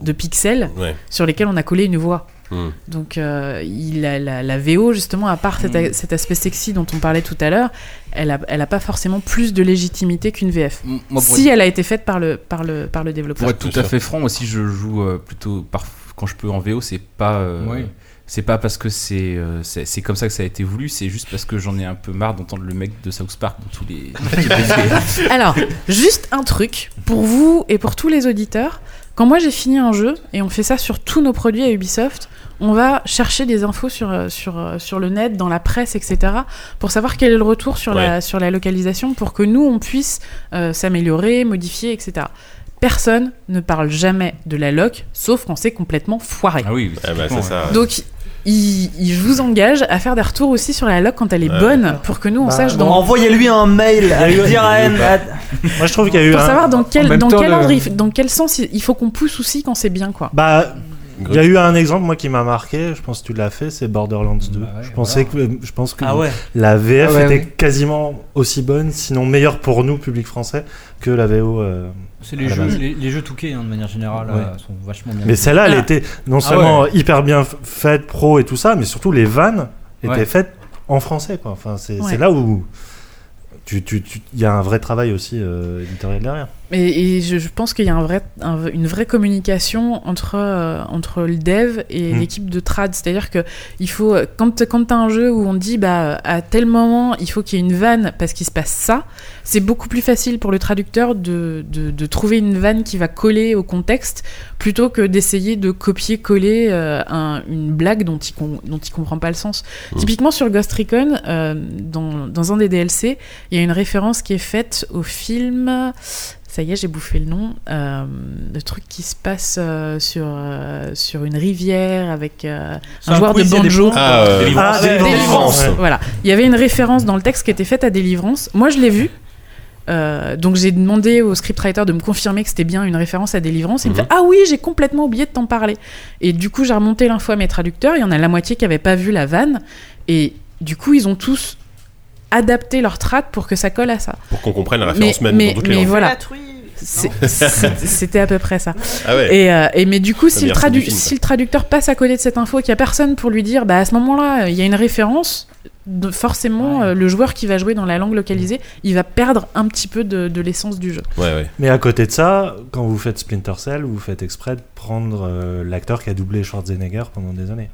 Speaker 7: de pixels
Speaker 13: Ouais.
Speaker 7: sur lesquels on a collé une voix.
Speaker 13: Hmm.
Speaker 7: Donc euh, il a- la, la VO, justement, à part cet, a-
Speaker 13: Hmm.
Speaker 7: cet aspect sexy dont on parlait tout à l'heure, elle n'a elle a pas forcément plus de légitimité qu'une VF.
Speaker 4: moi, pour
Speaker 7: si
Speaker 4: être-
Speaker 7: elle a été faite par le, par le, par le développeur.
Speaker 4: Pour être tout à fait franc, aussi, je joue euh, plutôt par... quand je peux en VO, c'est pas. euh,
Speaker 7: Oui.
Speaker 4: C'est pas parce que c'est euh, c'est c'est comme ça que ça a été voulu, c'est juste parce que j'en ai un peu marre d'entendre le mec de South Park dans tous les.
Speaker 7: Alors, juste un truc pour vous et pour tous les auditeurs. Quand moi j'ai fini un jeu, et on fait ça sur tous nos produits à Ubisoft, on va chercher des infos sur, euh, sur, euh, sur le net, dans la presse, etc., pour savoir quel est le retour sur, la, sur la localisation, pour que nous, on puisse euh, s'améliorer, modifier, etc. Personne ne parle jamais de la loc, sauf qu'on s'est complètement foiré.
Speaker 4: Ah oui,
Speaker 1: Ah bah, c'est ça. ouais.
Speaker 7: Donc, il- il- je vous engage à faire des retours aussi sur la loc quand elle est
Speaker 6: Ouais.
Speaker 7: bonne, pour que nous, on
Speaker 6: Bah,
Speaker 7: sache
Speaker 6: bon,
Speaker 7: dans...
Speaker 3: Envoyez-lui un mail à lui dire à
Speaker 6: Il veut pas. Moi, je trouve qu'il y a eu
Speaker 7: pour
Speaker 6: un-
Speaker 7: savoir dans
Speaker 6: En
Speaker 7: quel,
Speaker 6: même
Speaker 7: dans
Speaker 6: temps,
Speaker 7: quel
Speaker 6: le-
Speaker 7: ordre, il f- dans quel sens il il faut qu'on pousse aussi quand c'est bien, quoi.
Speaker 6: Bah, il y a eu un exemple moi qui m'a marqué, je pense que tu l'as fait, c'est Borderlands 2. je pensais que je pense que
Speaker 3: Ah ouais.
Speaker 6: la VF
Speaker 3: Ah ouais,
Speaker 6: était
Speaker 3: ouais.
Speaker 6: quasiment aussi bonne, sinon meilleure pour nous public français que la VO. euh,
Speaker 8: C'est
Speaker 6: à
Speaker 8: les
Speaker 6: la
Speaker 8: jeux,
Speaker 6: base.
Speaker 8: les, les jeux touqués hein, de manière générale
Speaker 6: Ouais.
Speaker 8: euh, sont vachement bien.
Speaker 6: Mais celle-là, elle
Speaker 8: Ah.
Speaker 6: était non
Speaker 8: Ah
Speaker 6: seulement
Speaker 8: ouais.
Speaker 6: hyper bien f- faite, pro et tout ça, mais surtout les vannes étaient
Speaker 8: Ouais.
Speaker 6: faites en français. Quoi. Enfin, c'est
Speaker 7: Ouais.
Speaker 6: c'est là où tu- tu- tu- il y a un vrai travail aussi euh, éditorial derrière.
Speaker 7: Et, et je, je pense qu'il y a un vrai, un- une vraie communication entre, euh, entre le dev et
Speaker 13: Mm.
Speaker 7: l'équipe de trad. C'est-à-dire que il faut, euh, quand, t- quand tu as un jeu où on dit bah, à tel moment, il faut qu'il y ait une vanne parce qu'il se passe ça, c'est beaucoup plus facile pour le traducteur de, de, de trouver une vanne qui va coller au contexte plutôt que d'essayer de copier-coller euh, un- une blague dont il, com- dont il comprend pas le sens. Typiquement sur Ghost Recon, euh, dans, dans un des DLC, il y a une référence qui est faite au film. Ça y est, j'ai bouffé le nom. euh, le truc qui se passe euh, sur, euh, sur une rivière avec euh,
Speaker 13: C'est
Speaker 7: un,
Speaker 13: un
Speaker 7: joueur de
Speaker 13: quiz, il y a des
Speaker 7: banjo.
Speaker 13: points. Ah, euh, Délivrance. Ah, Délivrance.
Speaker 7: Délivrance,
Speaker 13: Ouais.
Speaker 7: Voilà. Il y avait une référence dans le texte qui était faite à Délivrance. Moi, je l'ai vu. Euh, donc j'ai demandé au scriptwriter de me confirmer que c'était bien une référence à Délivrance. Il me
Speaker 13: Mhm.
Speaker 7: fait Ah oui, j'ai complètement oublié de t'en parler. Et du coup, j'ai remonté l'info à mes traducteurs. Il y en a la moitié qui n'avait pas vu la vanne. Et du coup, ils ont tous adapté leur trad pour que ça colle à ça.
Speaker 1: Pour qu'on comprenne la référence
Speaker 7: mais,
Speaker 1: même
Speaker 7: mais-
Speaker 1: dans toutes
Speaker 7: mais
Speaker 1: les langues.
Speaker 7: voilà.
Speaker 9: La truie,
Speaker 7: C'est- c'est- C'était à peu près ça.
Speaker 1: Ah ouais.
Speaker 7: et, euh, et mais du coup,
Speaker 1: La
Speaker 7: si le,
Speaker 1: version
Speaker 7: tradu-
Speaker 1: du film,
Speaker 7: si le traducteur passe à côté de cette info et qu'il n'y a personne pour lui dire, bah à ce moment-là, il y a une référence, de- forcément, euh, le joueur qui va jouer dans la langue localisée, il va perdre un petit peu de, de l'essence du jeu.
Speaker 6: Mais à côté de ça, quand vous faites Splinter Cell, vous faites exprès de prendre euh, l'acteur qui a doublé Schwarzenegger pendant des années.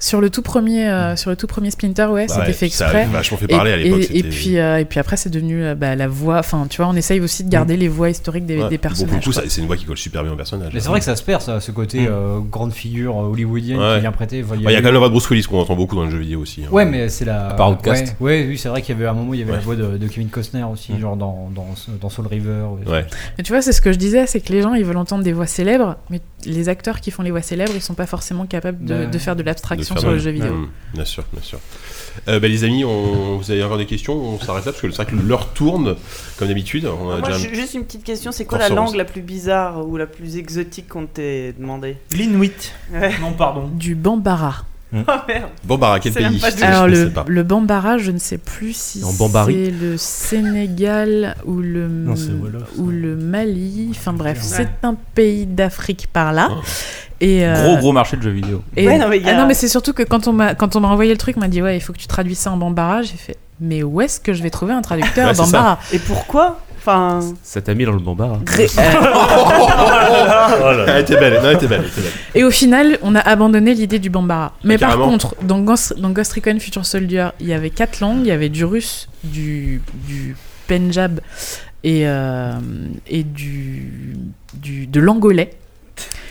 Speaker 7: Sur le tout premier, euh, sur le tout premier Splinter, ouais,
Speaker 6: Bah
Speaker 7: c'était
Speaker 6: ouais,
Speaker 7: fait
Speaker 6: ça
Speaker 7: exprès.
Speaker 6: avait vachement fait
Speaker 7: Et-
Speaker 6: parler à
Speaker 7: Et,
Speaker 6: l'époque,
Speaker 7: et
Speaker 6: c'était-
Speaker 7: puis, euh, et puis après, c'est devenu euh, bah, la voix. Enfin, tu vois, on essaye aussi de garder les voix historiques des,
Speaker 1: Ouais.
Speaker 7: des
Speaker 1: Bon,
Speaker 7: personnages.
Speaker 1: pour le coup,
Speaker 7: quoi.
Speaker 1: ça- c'est une voix qui colle super bien au personnage.
Speaker 8: Mais c'est vrai que ça se perd, ça, ce côté
Speaker 6: Mm.
Speaker 8: euh, grande figure euh, hollywoodienne
Speaker 1: Ouais.
Speaker 8: qui vient prêter.
Speaker 1: Ouais, Il y a quand même la voix de Bruce Willis qu'on entend beaucoup dans le jeu vidéo aussi. hein.
Speaker 8: Ouais, mais c'est la.
Speaker 1: À part Outcast.
Speaker 8: Ouais, ouais, oui, c'est vrai qu'il y avait un moment, il y avait
Speaker 1: Ouais. Mm.
Speaker 8: la voix de, de Kevin Costner aussi, genre dans, dans, dans Soul River.
Speaker 1: Ouais.
Speaker 7: Mais tu vois, c'est ce que je disais, c'est que les gens, ils veulent entendre des voix célèbres, mais les acteurs qui font les voix célèbres, ils sont pas forcément capables de,
Speaker 1: Ouais.
Speaker 7: de faire de l'abstraction
Speaker 1: Bah, De faire
Speaker 7: sur
Speaker 1: de-
Speaker 7: le jeu vidéo.
Speaker 1: Mm, bien sûr, bien sûr. Euh, bah, les amis, on- vous avez encore des questions On s'arrête là parce que c'est vrai que l'heure tourne, comme d'habitude. On a
Speaker 9: Ah, Moi,
Speaker 1: déjà-
Speaker 9: ju- juste une petite question, c'est quoi
Speaker 1: Force
Speaker 9: la
Speaker 1: Rose.
Speaker 9: langue la plus bizarre ou la plus exotique qu'on t'ait demandé
Speaker 3: L'Inuit. Non, pardon.
Speaker 7: Du Bambara.
Speaker 9: Ah, merde.
Speaker 1: Hmm. Bambara, quel
Speaker 9: C'est même
Speaker 1: pays
Speaker 9: pas-
Speaker 7: Alors,
Speaker 1: je
Speaker 7: le,
Speaker 1: sais pas.
Speaker 7: le Bambara, je ne sais plus si
Speaker 1: En Bambari
Speaker 7: c'est le Sénégal ou le,
Speaker 1: Non, c'est Wolof, hein.
Speaker 7: ou le Mali. Enfin bref, c'est un pays d'Afrique par là.
Speaker 1: Oh.
Speaker 7: Et, euh,
Speaker 4: Gros, gros marché de jeux vidéo.
Speaker 7: Et,
Speaker 9: Ouais, non, mais il y a-
Speaker 7: Ah non, mais c'est surtout que quand on m'a quand on m'a envoyé le truc, on m'a dit ouais, il faut que tu traduis ça en Bambara. J'ai fait mais où est-ce que je vais trouver un traducteur
Speaker 12: Ouais, c'est
Speaker 7: Bambara
Speaker 9: Et pourquoi Enfin.
Speaker 12: Ça t'a mis dans le hein. bambara. Oh Ah,
Speaker 1: Elle était belle, non, elle était belle. elle était belle.
Speaker 7: Et au final, on a abandonné l'idée du Bambara. Mais
Speaker 1: Ah,
Speaker 7: par
Speaker 1: carrément.
Speaker 7: contre, dans Ghost, dans Ghost Recon Future Soldier, il y avait quatre langues. Il y avait du russe, du, du Punjab et, euh, et du, du, de l'angolais.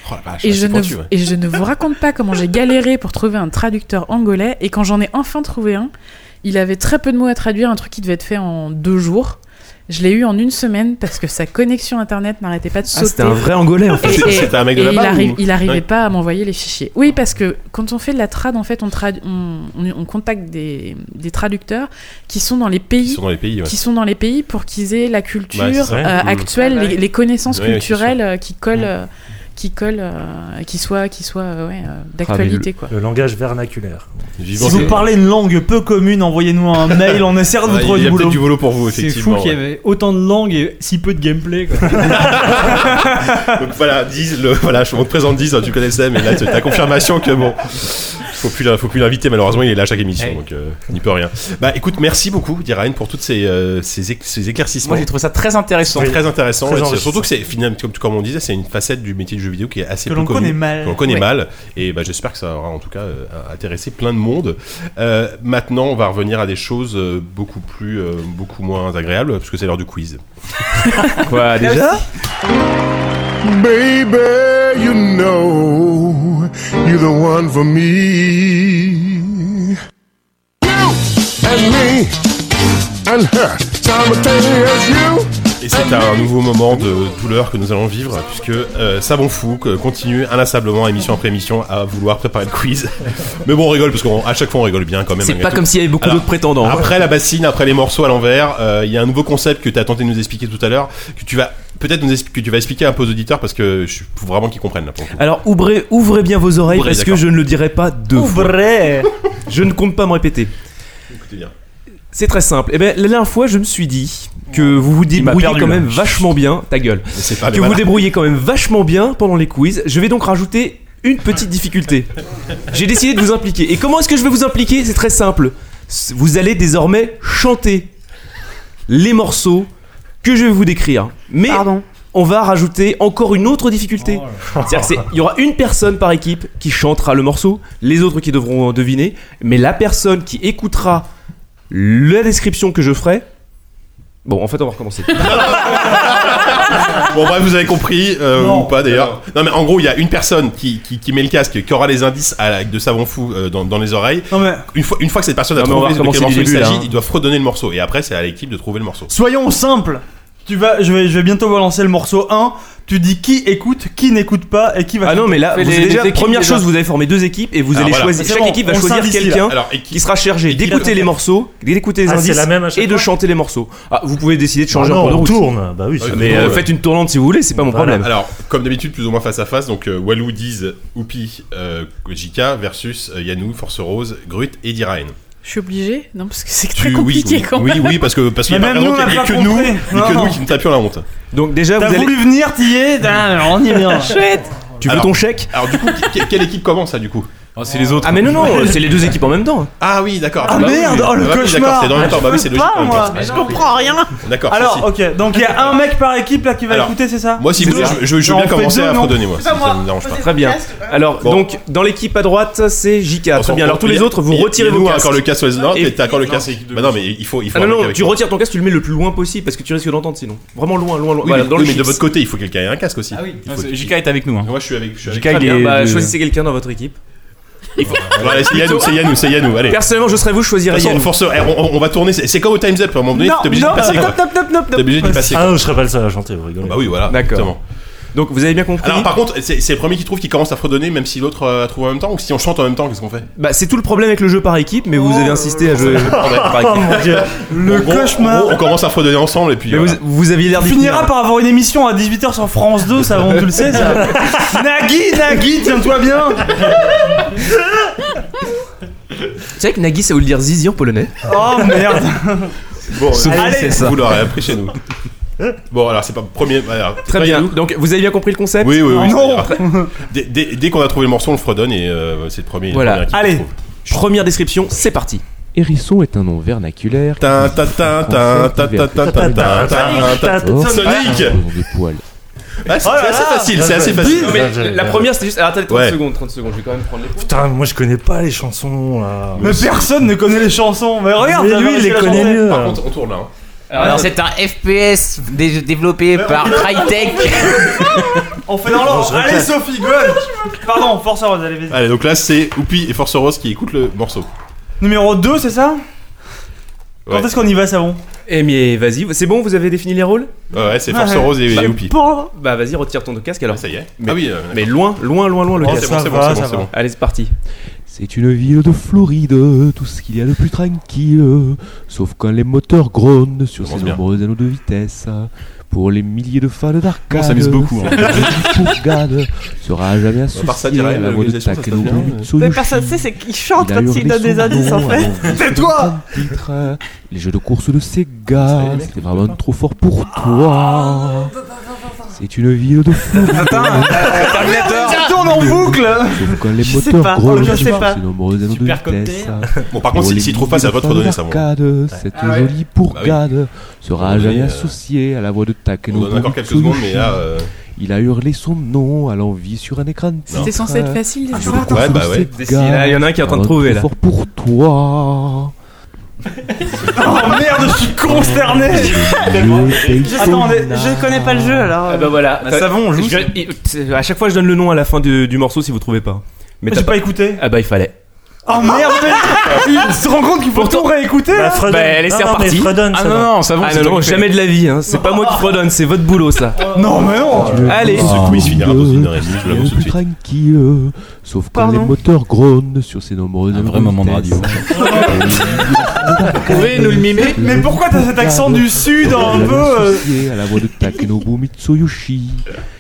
Speaker 1: Oh la vache,
Speaker 7: et,
Speaker 1: ouais,
Speaker 7: je
Speaker 1: c'est
Speaker 7: ne,
Speaker 1: pointu, ouais.
Speaker 7: et je ne vous raconte pas comment j'ai galéré pour trouver un traducteur angolais. Et quand j'en ai enfin trouvé un, il avait très peu de mots à traduire, un truc qui devait être fait en deux jours. Je l'ai eu en une semaine parce que sa connexion internet n'arrêtait pas de
Speaker 12: Ah,
Speaker 7: sauter.
Speaker 12: c'était un vrai Angolais, en fait.
Speaker 7: Et-
Speaker 12: C'était-
Speaker 7: et-
Speaker 12: c'était un mec de
Speaker 7: et
Speaker 12: là-bas,
Speaker 7: Il, arrive-
Speaker 12: ou-
Speaker 7: il arrivait
Speaker 12: Ouais.
Speaker 7: pas à m'envoyer les fichiers. Oui, parce que quand on fait de la trad, en fait, on, trad- on, on- on contacte des, des traducteurs qui sont dans les pays,
Speaker 1: Qui sont dans les pays, ouais.
Speaker 7: qui sont dans les pays pour qu'ils aient la culture
Speaker 1: Ouais, c'est vrai.
Speaker 7: euh,
Speaker 1: Mm.
Speaker 7: actuelle,
Speaker 1: Ah, bah
Speaker 7: les,
Speaker 1: oui.
Speaker 7: les connaissances
Speaker 1: Ouais, ouais, c'est Mm.
Speaker 7: culturelles euh, qui collent. euh, qui collent, euh, qui soient, qui soient euh, ouais,
Speaker 1: Ah,
Speaker 7: euh,
Speaker 8: Ah,
Speaker 7: d'actualité quoi.
Speaker 6: Le langage vernaculaire.
Speaker 3: Si vous parlez une langue peu commune, envoyez-nous un mail, on essaiera de vous
Speaker 6: Ouais,
Speaker 3: trouver
Speaker 6: il y a
Speaker 3: du
Speaker 6: peut-être
Speaker 3: boulot.
Speaker 6: du boulot pour vous,
Speaker 3: C'est fou
Speaker 8: Fou qu'il
Speaker 3: qu'il
Speaker 8: y avait autant de langues et si peu de gameplay. Quoi.
Speaker 1: Donc voilà, Diz, le, voilà, je- on te présente Diz, hein, tu connaissais, mais là tu- t'as confirmation que bon, faut plus, la- faut plus l'inviter, malheureusement il est là à chaque
Speaker 4: Eh.
Speaker 1: émission, donc euh, on n'y peut rien. Bah écoute, merci beaucoup Diraen pour toutes ces, euh, ces, éc- ces éclaircissements.
Speaker 4: Moi, j'ai trouvé ça très intéressant.
Speaker 1: Très intéressant,
Speaker 4: Très
Speaker 1: et c'est-
Speaker 4: enrichissant.
Speaker 1: surtout que c'est finalement, comme, comme on disait, c'est une facette du métier du jeu vidéo qui est assez
Speaker 4: Que
Speaker 1: peu
Speaker 4: l'on
Speaker 1: connue,
Speaker 4: connaît mal.
Speaker 1: que l'on connaît
Speaker 4: Ouais.
Speaker 1: mal, et bah, j'espère que ça aura en tout cas euh, intéressé plein de monde. Euh, maintenant, on va revenir à des choses euh, beaucoup plus, euh, beaucoup moins agréables, parce que c'est l'heure du quiz.
Speaker 12: Quoi
Speaker 1: déjà
Speaker 11: Baby, you know you're the one for me. You and me and her simultaneous you.
Speaker 1: Et c'est un nouveau moment de douleur que nous allons vivre, puisque euh, Savon Fou que continue inlassablement, émission après émission, à vouloir préparer le quiz. Mais bon, on rigole, parce qu'à chaque fois, on rigole bien quand même.
Speaker 12: C'est
Speaker 1: malgré
Speaker 12: pas
Speaker 1: tout.
Speaker 12: comme s'il y avait beaucoup
Speaker 1: Alors,
Speaker 12: d'autres prétendants.
Speaker 1: Après la bassine, après les morceaux à l'envers, euh, il y a un nouveau concept que tu as tenté de nous expliquer tout à l'heure, que tu vas peut-être nous expli- que tu vas expliquer un peu aux auditeurs, parce que je faut vraiment qu'ils comprennent là pour le coup.
Speaker 12: Alors ouvrez, ouvrez bien vos oreilles
Speaker 1: Ouvrez,
Speaker 12: parce que
Speaker 1: d'accord.
Speaker 12: je ne le dirai pas deux
Speaker 3: Ouvrez.
Speaker 12: fois. Je ne compte pas me répéter.
Speaker 1: Écoutez bien.
Speaker 12: C'est très simple. Et ben la dernière fois, je me suis dit que vous vous
Speaker 5: m'a
Speaker 12: débrouillez
Speaker 5: perdu,
Speaker 12: quand
Speaker 5: là.
Speaker 12: même vachement bien. Ta gueule.
Speaker 1: c'est
Speaker 12: que
Speaker 1: pas- Ah, mais
Speaker 12: vous
Speaker 1: voilà.
Speaker 12: débrouillez quand même vachement bien pendant les quiz. Je vais donc rajouter une petite difficulté. J'ai décidé de vous impliquer. Et comment est-ce que je vais vous impliquer C'est très simple. S- Vous allez désormais chanter les morceaux que je vais vous décrire. Mais on va rajouter encore une autre
Speaker 1: Oh
Speaker 12: difficulté. C'est-à-dire que c'est- il y aura une personne par équipe qui chantera le morceau, les autres qui devront euh, deviner, mais la personne qui écoutera la description que je ferai. Bon, en fait, on va recommencer.
Speaker 1: Bon, bref, vous avez compris, euh, ou pas d'ailleurs. Non, mais en gros, il y a une personne qui, qui, qui met le casque, qui aura les indices à la- de savon fou euh, dans, dans les oreilles. une, fois, une fois que cette personne a
Speaker 12: Non, mais on va
Speaker 1: trouvé de quel
Speaker 12: recommencer
Speaker 1: morceau
Speaker 12: du
Speaker 1: il
Speaker 12: début, là,
Speaker 1: s'agit,
Speaker 12: hein.
Speaker 1: ils doivent redonner le morceau. Et après, c'est à l'équipe de trouver le morceau.
Speaker 3: Soyons simples. Tu vas, je vais, je vais bientôt balancer le morceau 1. Tu dis qui écoute, qui n'écoute pas et qui va.
Speaker 11: Ah non, mais là, vous avez déjà, première chose, vous avez formé deux équipes et vous
Speaker 3: Alors
Speaker 11: allez
Speaker 3: voilà.
Speaker 11: choisir.
Speaker 3: C'est
Speaker 11: Chaque
Speaker 3: bon,
Speaker 11: équipe va
Speaker 3: on
Speaker 11: choisir
Speaker 3: s'investit, là.
Speaker 11: quelqu'un
Speaker 1: Alors,
Speaker 11: qui, sera chargé d'écouter les morceaux, d'écouter les
Speaker 6: Ah, c'est
Speaker 11: indices
Speaker 6: la même à chaque
Speaker 11: et de chanter les morceaux. Ah, vous pouvez décider de changer
Speaker 6: Ah
Speaker 11: en cours
Speaker 6: non,
Speaker 11: de
Speaker 6: on
Speaker 11: route.
Speaker 6: tourne. Bah oui,
Speaker 11: mais euh, faites une tournante si vous voulez, c'est pas mon
Speaker 1: Voilà.
Speaker 11: problème.
Speaker 1: Alors, comme d'habitude, plus ou moins face à face, donc euh, Walou, Diz, Oupi, euh, Jika versus euh, Yanou, Force Rose, Grut et Diraen.
Speaker 7: Je suis obligée Non, parce que c'est
Speaker 1: Tu-
Speaker 7: très compliqué
Speaker 1: oui,
Speaker 7: quand
Speaker 1: oui,
Speaker 7: même.
Speaker 1: oui, parce que parce qu'il y a par exemple, il y a que Eh ben, nous, il y a que nous qui nous tapions la honte.
Speaker 11: Donc déjà,
Speaker 3: T'as voulu venir, t'y es Tain, On y vient.
Speaker 7: Chouette.
Speaker 11: Tu veux
Speaker 1: Alors-
Speaker 11: ton chèque
Speaker 1: Alors du coup, qui- quelle équipe commence ça du coup
Speaker 4: Oh, c'est les autres.
Speaker 11: Ah mais non non, c'est les deux équipes en même temps.
Speaker 1: Ah oui, d'accord.
Speaker 3: Ah
Speaker 1: bah oui.
Speaker 3: merde, oh, le
Speaker 1: Ah bah oui,
Speaker 3: cauchemar.
Speaker 1: D'accord, c'est dans le
Speaker 3: Ah,
Speaker 1: temps,
Speaker 3: je
Speaker 1: bah oui,
Speaker 3: peux
Speaker 1: c'est
Speaker 3: pas,
Speaker 1: logique. en même
Speaker 3: moi.
Speaker 1: temps.
Speaker 3: Mais
Speaker 9: Je comprends rien.
Speaker 1: D'accord.
Speaker 3: Alors,
Speaker 1: si, si.
Speaker 3: ok, donc il y a un mec par équipe là qui va
Speaker 1: Alors,
Speaker 3: écouter, c'est ça
Speaker 1: Moi, si vous voulez, je, je, je veux bien commencer à fredonner, moi. si ça ne me dérange pas.
Speaker 11: Très bien. Alors donc dans l'équipe à droite, c'est JK. Très bien. Alors tous les autres, vous retirez vos
Speaker 1: nous,
Speaker 11: casques.
Speaker 1: encore le casque. Non,
Speaker 11: Et-
Speaker 1: t'as encore le
Speaker 4: hein,
Speaker 1: casque. Bah non, mais il faut. il faut
Speaker 11: Ah non
Speaker 1: un mec
Speaker 11: non,
Speaker 1: avec-
Speaker 11: tu retires ton casque, tu le mets le plus loin possible parce que tu risques d'entendre sinon. Vraiment loin loin loin.
Speaker 1: Oui,
Speaker 11: Voilà,
Speaker 1: mais-
Speaker 11: dans
Speaker 1: oui,
Speaker 11: le
Speaker 1: mais de
Speaker 11: mix.
Speaker 1: votre côté, il faut que quelqu'un ait un casque aussi.
Speaker 4: Ah oui.
Speaker 1: Il faut-
Speaker 4: JK est avec nous. hein.
Speaker 1: Moi, je suis avec. Je suis avec.
Speaker 4: JK,
Speaker 11: Très
Speaker 4: il
Speaker 11: bien.
Speaker 4: est-
Speaker 11: Bah,
Speaker 4: de-
Speaker 11: choisissez quelqu'un dans votre équipe.
Speaker 1: Voilà, c'est Yannou, c'est Yannou, c'est Yannou. Allez.
Speaker 11: Personnellement, je serais vous, je
Speaker 1: De toute
Speaker 11: choisirais
Speaker 1: façon,
Speaker 11: Yannou.
Speaker 1: forceur, eh, on, on- on va tourner. C'est c'est comme au Time's Up, à un moment donné, t'es obligé de passer. quoi. T'es obligé d'y passer.
Speaker 6: Ah
Speaker 1: quoi.
Speaker 6: non, je serais pas le seul à chanter, vous rigolez.
Speaker 1: Bah oui, voilà.
Speaker 11: D'accord.
Speaker 1: exactement.
Speaker 11: Donc vous avez bien compris.
Speaker 1: Alors par contre, c'est c'est le premier qui trouve qui commence à fredonner, même si l'autre euh, a trouvé en même temps, ou si on chante en même temps, qu'est-ce qu'on fait
Speaker 11: Bah, c'est tout le problème avec le jeu par équipe, mais vous avez insisté à jouer par
Speaker 6: Oh
Speaker 11: équipe.
Speaker 6: mon dieu.
Speaker 3: Le
Speaker 1: En gros, en
Speaker 3: cauchemar.
Speaker 1: gros, on commence à fredonner ensemble et puis.
Speaker 11: Mais vous,
Speaker 1: voilà.
Speaker 11: vous aviez l'air
Speaker 3: On
Speaker 11: d'y
Speaker 3: finira
Speaker 11: finir.
Speaker 3: par avoir une émission à 18h sur France 2, ça on tu le sais ça. Nagui, Nagui, tiens-toi bien
Speaker 11: C'est vrai que Nagui, ça veut dire zizi en polonais.
Speaker 3: Oh merde
Speaker 1: Bon,
Speaker 11: Souvent,
Speaker 1: allez,
Speaker 11: c'est ça.
Speaker 1: Vous l'aurez appris chez nous. Bon, alors c'est pas premier. alors, c'est
Speaker 11: Très
Speaker 1: pas
Speaker 11: bien.
Speaker 1: Yannou.
Speaker 11: Donc, vous avez bien compris le concept
Speaker 1: Oui, oui, oui.
Speaker 3: Non.
Speaker 1: ça ira. Dès, dès- dès qu'on a trouvé le morceau, on le fredonne et euh, c'est le premier.
Speaker 11: Voilà.
Speaker 1: le premier qui le
Speaker 3: Allez.
Speaker 1: trouve.
Speaker 11: Première description, c'est parti.
Speaker 5: Hérisson est un nom vernaculaire.
Speaker 1: Tin, tin, tin, tin, tin, tin, tin, tin, tin, tin, tin.
Speaker 5: Or,
Speaker 1: Sonic
Speaker 5: un nom du poil.
Speaker 1: Ah, C'est c'est assez facile, c'est assez facile.
Speaker 6: Non, mais la première,
Speaker 11: c'était
Speaker 5: ah,
Speaker 11: juste. Alors, attends,
Speaker 1: 30 Ouais.
Speaker 11: secondes, 30 secondes, je vais quand même prendre les
Speaker 6: Putain, moi je connais pas les chansons là.
Speaker 3: Mais personne ne connaît les chansons, mais regarde
Speaker 6: Mais
Speaker 3: ça
Speaker 6: lui,
Speaker 3: va,
Speaker 6: il
Speaker 3: c'est
Speaker 6: les
Speaker 3: la
Speaker 6: connaît
Speaker 3: chanson.
Speaker 6: mieux.
Speaker 1: Par contre, on tourne là. hein.
Speaker 3: Alors,
Speaker 10: c'est un FPS dé- développé par Crytek.
Speaker 3: On fait dans l'ordre. Allez Sophie, go Pardon, forceur, vous allez vas-y.
Speaker 1: Allez, donc là, c'est Oupi et Force Rose qui écoutent le morceau.
Speaker 3: Numéro 2, c'est ça Quand
Speaker 1: Ouais.
Speaker 3: est-ce qu'on y va, Savon
Speaker 11: Eh, mais vas-y, c'est bon, vous avez défini les rôles
Speaker 1: Ouais, ouais, c'est Force
Speaker 3: Ouais.
Speaker 1: Rose et et Oupi.
Speaker 3: Bon.
Speaker 11: Bah, vas-y, retire ton casque alors.
Speaker 1: Ah, Ça y est.
Speaker 11: Mais-
Speaker 1: Ah oui, euh,
Speaker 11: Mais loin, loin, loin, loin le
Speaker 1: d'accord.
Speaker 11: casque.
Speaker 1: c'est bon, c'est bon,
Speaker 6: va,
Speaker 1: c'est
Speaker 6: ça
Speaker 1: bon, c'est
Speaker 6: va.
Speaker 1: bon.
Speaker 11: Allez, c'est parti.
Speaker 5: C'est une ville de Floride, tout ce qu'il y a de plus tranquille, sauf quand les moteurs grondent sur
Speaker 1: Commence
Speaker 5: ces
Speaker 1: bien.
Speaker 5: nombreux anneaux de vitesse. Pour les milliers de fans d'arcade,
Speaker 4: On s'amuse beaucoup, hein.
Speaker 5: cette petite bourgade sera
Speaker 1: À
Speaker 5: jamais
Speaker 1: part ça,
Speaker 5: associée
Speaker 1: Diraen,
Speaker 5: à la voix de
Speaker 1: l'organisation, ça se passe
Speaker 5: Takenobu
Speaker 1: bien, euh.
Speaker 5: Mitsuyoshi.
Speaker 9: Mais personne ne sait, c'est qu'ils chantent
Speaker 5: Il a
Speaker 9: quand
Speaker 5: hurlé
Speaker 9: ils donnent des
Speaker 5: son
Speaker 9: indices en
Speaker 5: nom
Speaker 9: fait.
Speaker 5: avant de vivre
Speaker 3: Tais-toi
Speaker 5: son titre, Les jeux de course de
Speaker 1: Ça y est,
Speaker 5: Sega,
Speaker 1: mec,
Speaker 5: c'était vraiment trop fort pour toi. C'est une ville de fou.
Speaker 3: Ça tourne en boucle
Speaker 5: Sauf quand les
Speaker 9: Je sais pas,
Speaker 5: moteurs gros,
Speaker 9: je sais pas.
Speaker 5: c'est nombreux anneaux de
Speaker 4: Super
Speaker 5: vitesse.
Speaker 1: Bon, par contre,
Speaker 5: Pour
Speaker 1: s'il
Speaker 5: les
Speaker 1: s'il trouve pas, ça va te
Speaker 5: milliers de
Speaker 1: redonner
Speaker 5: fans
Speaker 1: ça. bon.
Speaker 5: d'arcade, Cette jolie bourgade sera
Speaker 1: Ouais,
Speaker 5: jamais
Speaker 1: euh,
Speaker 5: associée à la voix de
Speaker 1: On
Speaker 5: Takenobu
Speaker 1: donne encore quelques secondes, mais là.
Speaker 5: Mitsuyoshi.
Speaker 1: euh,
Speaker 5: Il a hurlé son nom à l'envie sur un écran.
Speaker 7: C'était censé être facile déjà.
Speaker 1: Ouais, bah ouais.
Speaker 11: Là, il y en a un qui est en train de trouver là.
Speaker 5: Fort pour toi.
Speaker 3: Oh merde, je suis consterné
Speaker 9: Attendez, je connais pas le jeu alors.
Speaker 3: euh.
Speaker 11: Ah bah voilà.
Speaker 4: Bah, ça va, on joue,
Speaker 11: Je- il- À chaque fois, je donne le nom à la fin du, du morceau si vous trouvez pas. Mais t'as
Speaker 3: J'ai pas écouté.
Speaker 11: Ah bah il fallait.
Speaker 3: Oh merde, mais il se rend compte qu'il faut tout réécouter
Speaker 6: Bah,
Speaker 3: là
Speaker 6: Fredon.
Speaker 11: Bah, allez, c'est
Speaker 6: Non, non, mais
Speaker 11: reparti.
Speaker 6: Fredon,
Speaker 4: Ah
Speaker 6: ça
Speaker 4: non,
Speaker 6: va.
Speaker 4: non, ça va.
Speaker 11: Ah non, non, jamais de la vie, hein. c'est pas moi qui fredonne, c'est votre boulot ça.
Speaker 3: Non, mais non
Speaker 11: Allez.
Speaker 1: Ce quiz finira dans une heure et demie, je vous l'annonce tout de
Speaker 5: plus
Speaker 1: suite.
Speaker 5: tranquille, sauf quand les
Speaker 9: Pardon
Speaker 5: moteurs grondent sur ces nombreux
Speaker 4: Un
Speaker 5: anneaux
Speaker 4: vrai moment de
Speaker 5: vitesse.
Speaker 4: radio.
Speaker 5: pouvez nous le mimer
Speaker 3: Mais pourquoi t'as cet accent du sud un peu euh,
Speaker 5: à la voix de Takenobu Mitsuyoshi.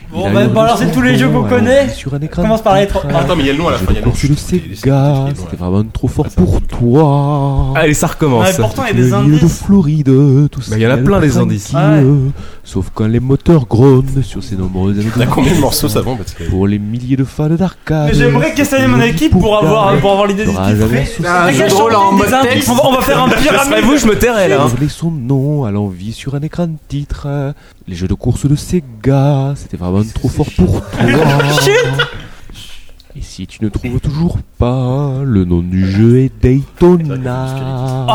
Speaker 14: Bon,
Speaker 5: Il a
Speaker 14: bah,
Speaker 5: eu
Speaker 14: bon, alors,
Speaker 5: son
Speaker 14: c'est tous les
Speaker 5: nom
Speaker 14: jeux qu'on
Speaker 5: à
Speaker 14: connaît.
Speaker 5: l'envie Sur un écran
Speaker 14: Commence par les trois.
Speaker 5: titre.
Speaker 1: Attends, mais il y a le nom à la
Speaker 5: Je
Speaker 1: fin. il y a le nom.
Speaker 5: cours sur le Sega, c'était vraiment trop fort
Speaker 1: Ah, ça.
Speaker 5: pour toi.
Speaker 11: Allez, ça recommence.
Speaker 3: Ouais, Ah, pourtant, il y a
Speaker 5: Le
Speaker 3: des
Speaker 5: milieu de
Speaker 3: indices. Ah
Speaker 5: Floride, tout
Speaker 11: Bah, il y en a plein, les indices.
Speaker 5: Sauf quand les moteurs grondent sur ces nombreuses anneaux de
Speaker 1: T'as combien de
Speaker 5: vitesse.
Speaker 1: morceaux ça vend parce que-
Speaker 5: Pour les milliers de fans d'arcade.
Speaker 3: Mais j'aimerais qu'essayer mon équipe pour avoir, pour avoir l'idée du
Speaker 5: T'auras
Speaker 3: titre.
Speaker 5: jamais
Speaker 3: Mais-
Speaker 5: associé
Speaker 3: Mais
Speaker 10: jeu
Speaker 3: qu'à
Speaker 10: de
Speaker 3: chanter
Speaker 10: rôle en
Speaker 3: des
Speaker 10: mode
Speaker 3: indices,
Speaker 10: texte.
Speaker 3: On va, on va faire un pyramide.
Speaker 11: vous, je me tairai là. hein.
Speaker 5: Hurler son nom à l'envie sur un écran de titre. Euh, Les jeux de course de Sega, c'était vraiment trop fort pour toi. Et si tu ne trouves toujours pas, le nom du jeu
Speaker 3: Ah
Speaker 5: est
Speaker 1: Ah
Speaker 5: Daytona.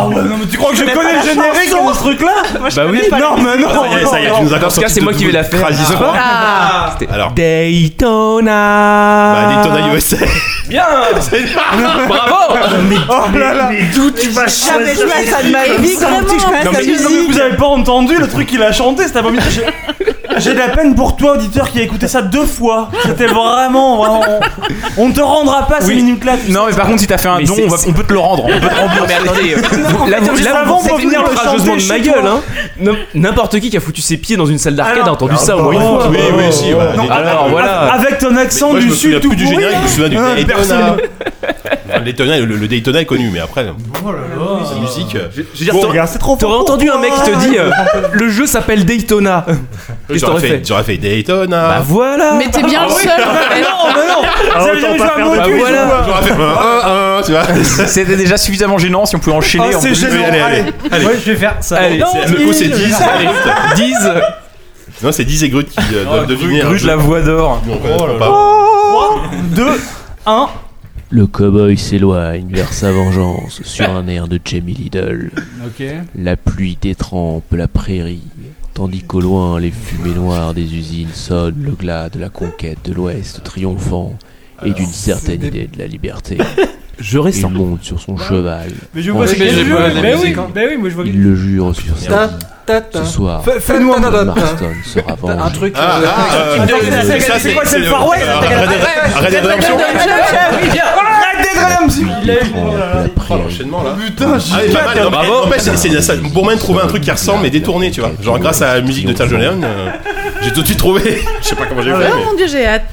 Speaker 3: ouais, non, mais tu crois que je connais le générique dans ce truc là
Speaker 11: Bah oui.
Speaker 3: Non, mais non
Speaker 1: Ça y est, ça y est, tu nous as
Speaker 11: Dans ce cas, c'est moi qui vais la faire.
Speaker 1: Crazy
Speaker 11: Ah.
Speaker 1: Squad.
Speaker 11: Ah.
Speaker 1: Alors,
Speaker 11: Daytona.
Speaker 1: Bah, des tonnes iOS.
Speaker 3: Bien
Speaker 1: Bravo
Speaker 3: Oh là là
Speaker 9: D'où tu vas
Speaker 3: chercher
Speaker 9: Jamais joué à ça de ma vie, vraiment, à
Speaker 3: Non,
Speaker 9: sa
Speaker 3: mais
Speaker 9: musique.
Speaker 3: Vous avez pas entendu le truc qu'il a chanté, c'était abominable. J'ai- J'ai de la peine pour toi, auditeur, qui a écouté ça deux fois. C'était vraiment, vraiment. On te rendra pas ces minutes-là.
Speaker 4: Non, mais par contre, si t'as fait un don, on, va- on peut te le rendre. On peut te rendre. mais
Speaker 3: attendez,
Speaker 4: euh, là, vous- là, vous-
Speaker 8: C'est
Speaker 3: venir le
Speaker 8: outrageusement
Speaker 3: chanter
Speaker 8: de ma
Speaker 3: chez
Speaker 8: gueule,
Speaker 3: toi.
Speaker 8: hein. N'im- N'importe qui qui a foutu ses pieds dans une salle d'arcade a entendu ça au moins une fois.
Speaker 1: Oui, oui, si. bah,
Speaker 8: Non,
Speaker 1: des
Speaker 8: alors,
Speaker 1: tonnes.
Speaker 8: voilà.
Speaker 3: Avec ton accent
Speaker 1: Moi, je
Speaker 3: du
Speaker 1: me souviens
Speaker 3: sud tout
Speaker 1: plus du
Speaker 3: pourri,
Speaker 1: générique,
Speaker 3: là.
Speaker 1: je me souviens du
Speaker 11: Euh,
Speaker 3: Ah,
Speaker 1: Daytona.
Speaker 3: personne.
Speaker 1: Enfin, le Daytona, le, le Daytona est connu, mais après.
Speaker 8: Oh
Speaker 1: La musique. Je,
Speaker 8: Je veux dire, t'aurais- T'aurais entendu un mec qui te dit euh, le jeu s'appelle Daytona. Qu'est-ce que
Speaker 1: J'aurais
Speaker 8: t'aurais
Speaker 1: fait,
Speaker 8: fait
Speaker 1: j'aurais fait Daytona.
Speaker 8: Bah voilà
Speaker 7: Mais t'es
Speaker 11: Ah
Speaker 7: bien le seul.
Speaker 3: Non, mais non
Speaker 1: Ah,
Speaker 3: Vous avez
Speaker 1: autant
Speaker 3: jamais joué
Speaker 1: pas
Speaker 3: à
Speaker 1: faire
Speaker 3: Motus,
Speaker 1: de-
Speaker 3: ou
Speaker 1: Voilà.
Speaker 3: quoi
Speaker 1: J'aurais fait un, un, un, tu vois.
Speaker 4: C'était déjà suffisamment gênant si on pouvait enchaîner.
Speaker 3: Ah,
Speaker 4: en
Speaker 3: c'est
Speaker 4: plus.
Speaker 3: gênant,
Speaker 1: Allez, allez, allez. allez.
Speaker 11: je vais faire ça.
Speaker 1: Allez,
Speaker 4: Non,
Speaker 1: c'est- le coup c'est 10. allez, vite.
Speaker 8: 10
Speaker 1: Non, c'est 10 et Grut qui
Speaker 8: Oh,
Speaker 1: euh, doivent deviner.
Speaker 4: Grut, la voix d'or.
Speaker 1: pas.
Speaker 3: 2, 1.
Speaker 5: Le cowboy s'éloigne vers sa vengeance sur un air de Jamie Lidl.
Speaker 11: Ok.
Speaker 5: La pluie détrempe la prairie, tandis qu'au loin les fumées noires des usines sonnent le glas de la conquête de l'Ouest triomphant et d'une certaine idée de la liberté.
Speaker 8: Je ressens.
Speaker 5: Il monte sur son cheval.
Speaker 11: Mais je vois
Speaker 5: en
Speaker 11: ce que
Speaker 5: chant
Speaker 11: je veux,
Speaker 5: la
Speaker 11: mais oui,
Speaker 5: musique.
Speaker 11: quand- mais oui, moi, je vois-
Speaker 5: Il le jure sur sa
Speaker 11: Ta-
Speaker 5: vie.
Speaker 11: ta- ta.
Speaker 5: Ce soir,
Speaker 11: Fais- fais-nous un
Speaker 5: John
Speaker 11: ta- ta- ta.
Speaker 5: Marston sera vengé.
Speaker 11: Un truc.
Speaker 1: Ah,
Speaker 11: euh,
Speaker 1: ah, euh,
Speaker 11: Attends,
Speaker 1: euh,
Speaker 11: c'est-
Speaker 1: ça,
Speaker 11: c'est quoi,
Speaker 1: c'est
Speaker 11: c'est le
Speaker 1: le-
Speaker 11: Far West
Speaker 1: euh,
Speaker 11: Attaque à la-
Speaker 1: Red Dead-
Speaker 11: Ouais, ouais,
Speaker 1: Red Dead Redemption.
Speaker 11: Red Dead Redemption. Red Dead Redemption. Il a eu-
Speaker 1: Oh, l'enchaînement là.
Speaker 3: Putain, j'ai
Speaker 1: Ah, mais pas mal.
Speaker 3: quatre.
Speaker 1: non, mais-
Speaker 3: Bravo.
Speaker 1: n'empêche, c'est- c'est- ça- Pour moi, de trouver un truc qui ressemble, mais détourné, tu vois. Genre, grâce à la musique de Sergio Leone, euh, j'ai tout de suite trouvé. Je sais Bah, pas comment j'ai fait.
Speaker 7: Oh mon dieu, j'ai hâte.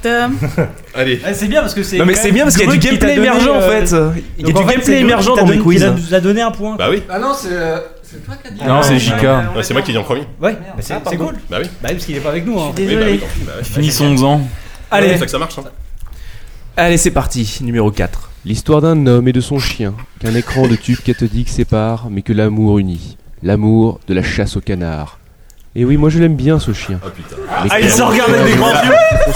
Speaker 1: mais- Allez.
Speaker 3: Ah, C'est bien parce que c'est.
Speaker 8: Ah, Non, mais c'est bien parce qu'il y a du
Speaker 3: Grut qui t'a
Speaker 8: gameplay
Speaker 3: donné,
Speaker 8: émergent en
Speaker 3: euh,
Speaker 8: fait. Il y a
Speaker 3: donc, en fait, c'est
Speaker 8: du gameplay
Speaker 3: Grut
Speaker 8: émergent
Speaker 3: qui t'a
Speaker 8: dans les
Speaker 3: donné-
Speaker 8: quiz.
Speaker 3: Qui nous a donné un point.
Speaker 1: Bah oui.
Speaker 11: Ah non, c'est euh, c'est toi qui as dit.
Speaker 4: Non, c'est JK.
Speaker 1: Ouais, C'est moi qui l'ai dit en premier.
Speaker 11: Ouais, bah,
Speaker 8: Ah,
Speaker 11: c'est c'est
Speaker 1: pardon.
Speaker 11: cool.
Speaker 1: Bah oui.
Speaker 11: Bah oui, parce qu'il est pas avec nous. hein.
Speaker 1: Oui, bah oui, tant pis, bah ouais.
Speaker 4: Finissons-en.
Speaker 1: C'est
Speaker 8: Allez.
Speaker 1: ça que ça marche. hein.
Speaker 8: Allez, c'est parti, numéro 4.
Speaker 5: L'histoire d'un homme et de son chien, qu'un écran de tube cathodique sépare, mais que l'amour unit. L'amour de la chasse au canard. Et oui, moi je l'aime bien ce chien. Mais
Speaker 3: Ah, il se regarde avec des grands yeux.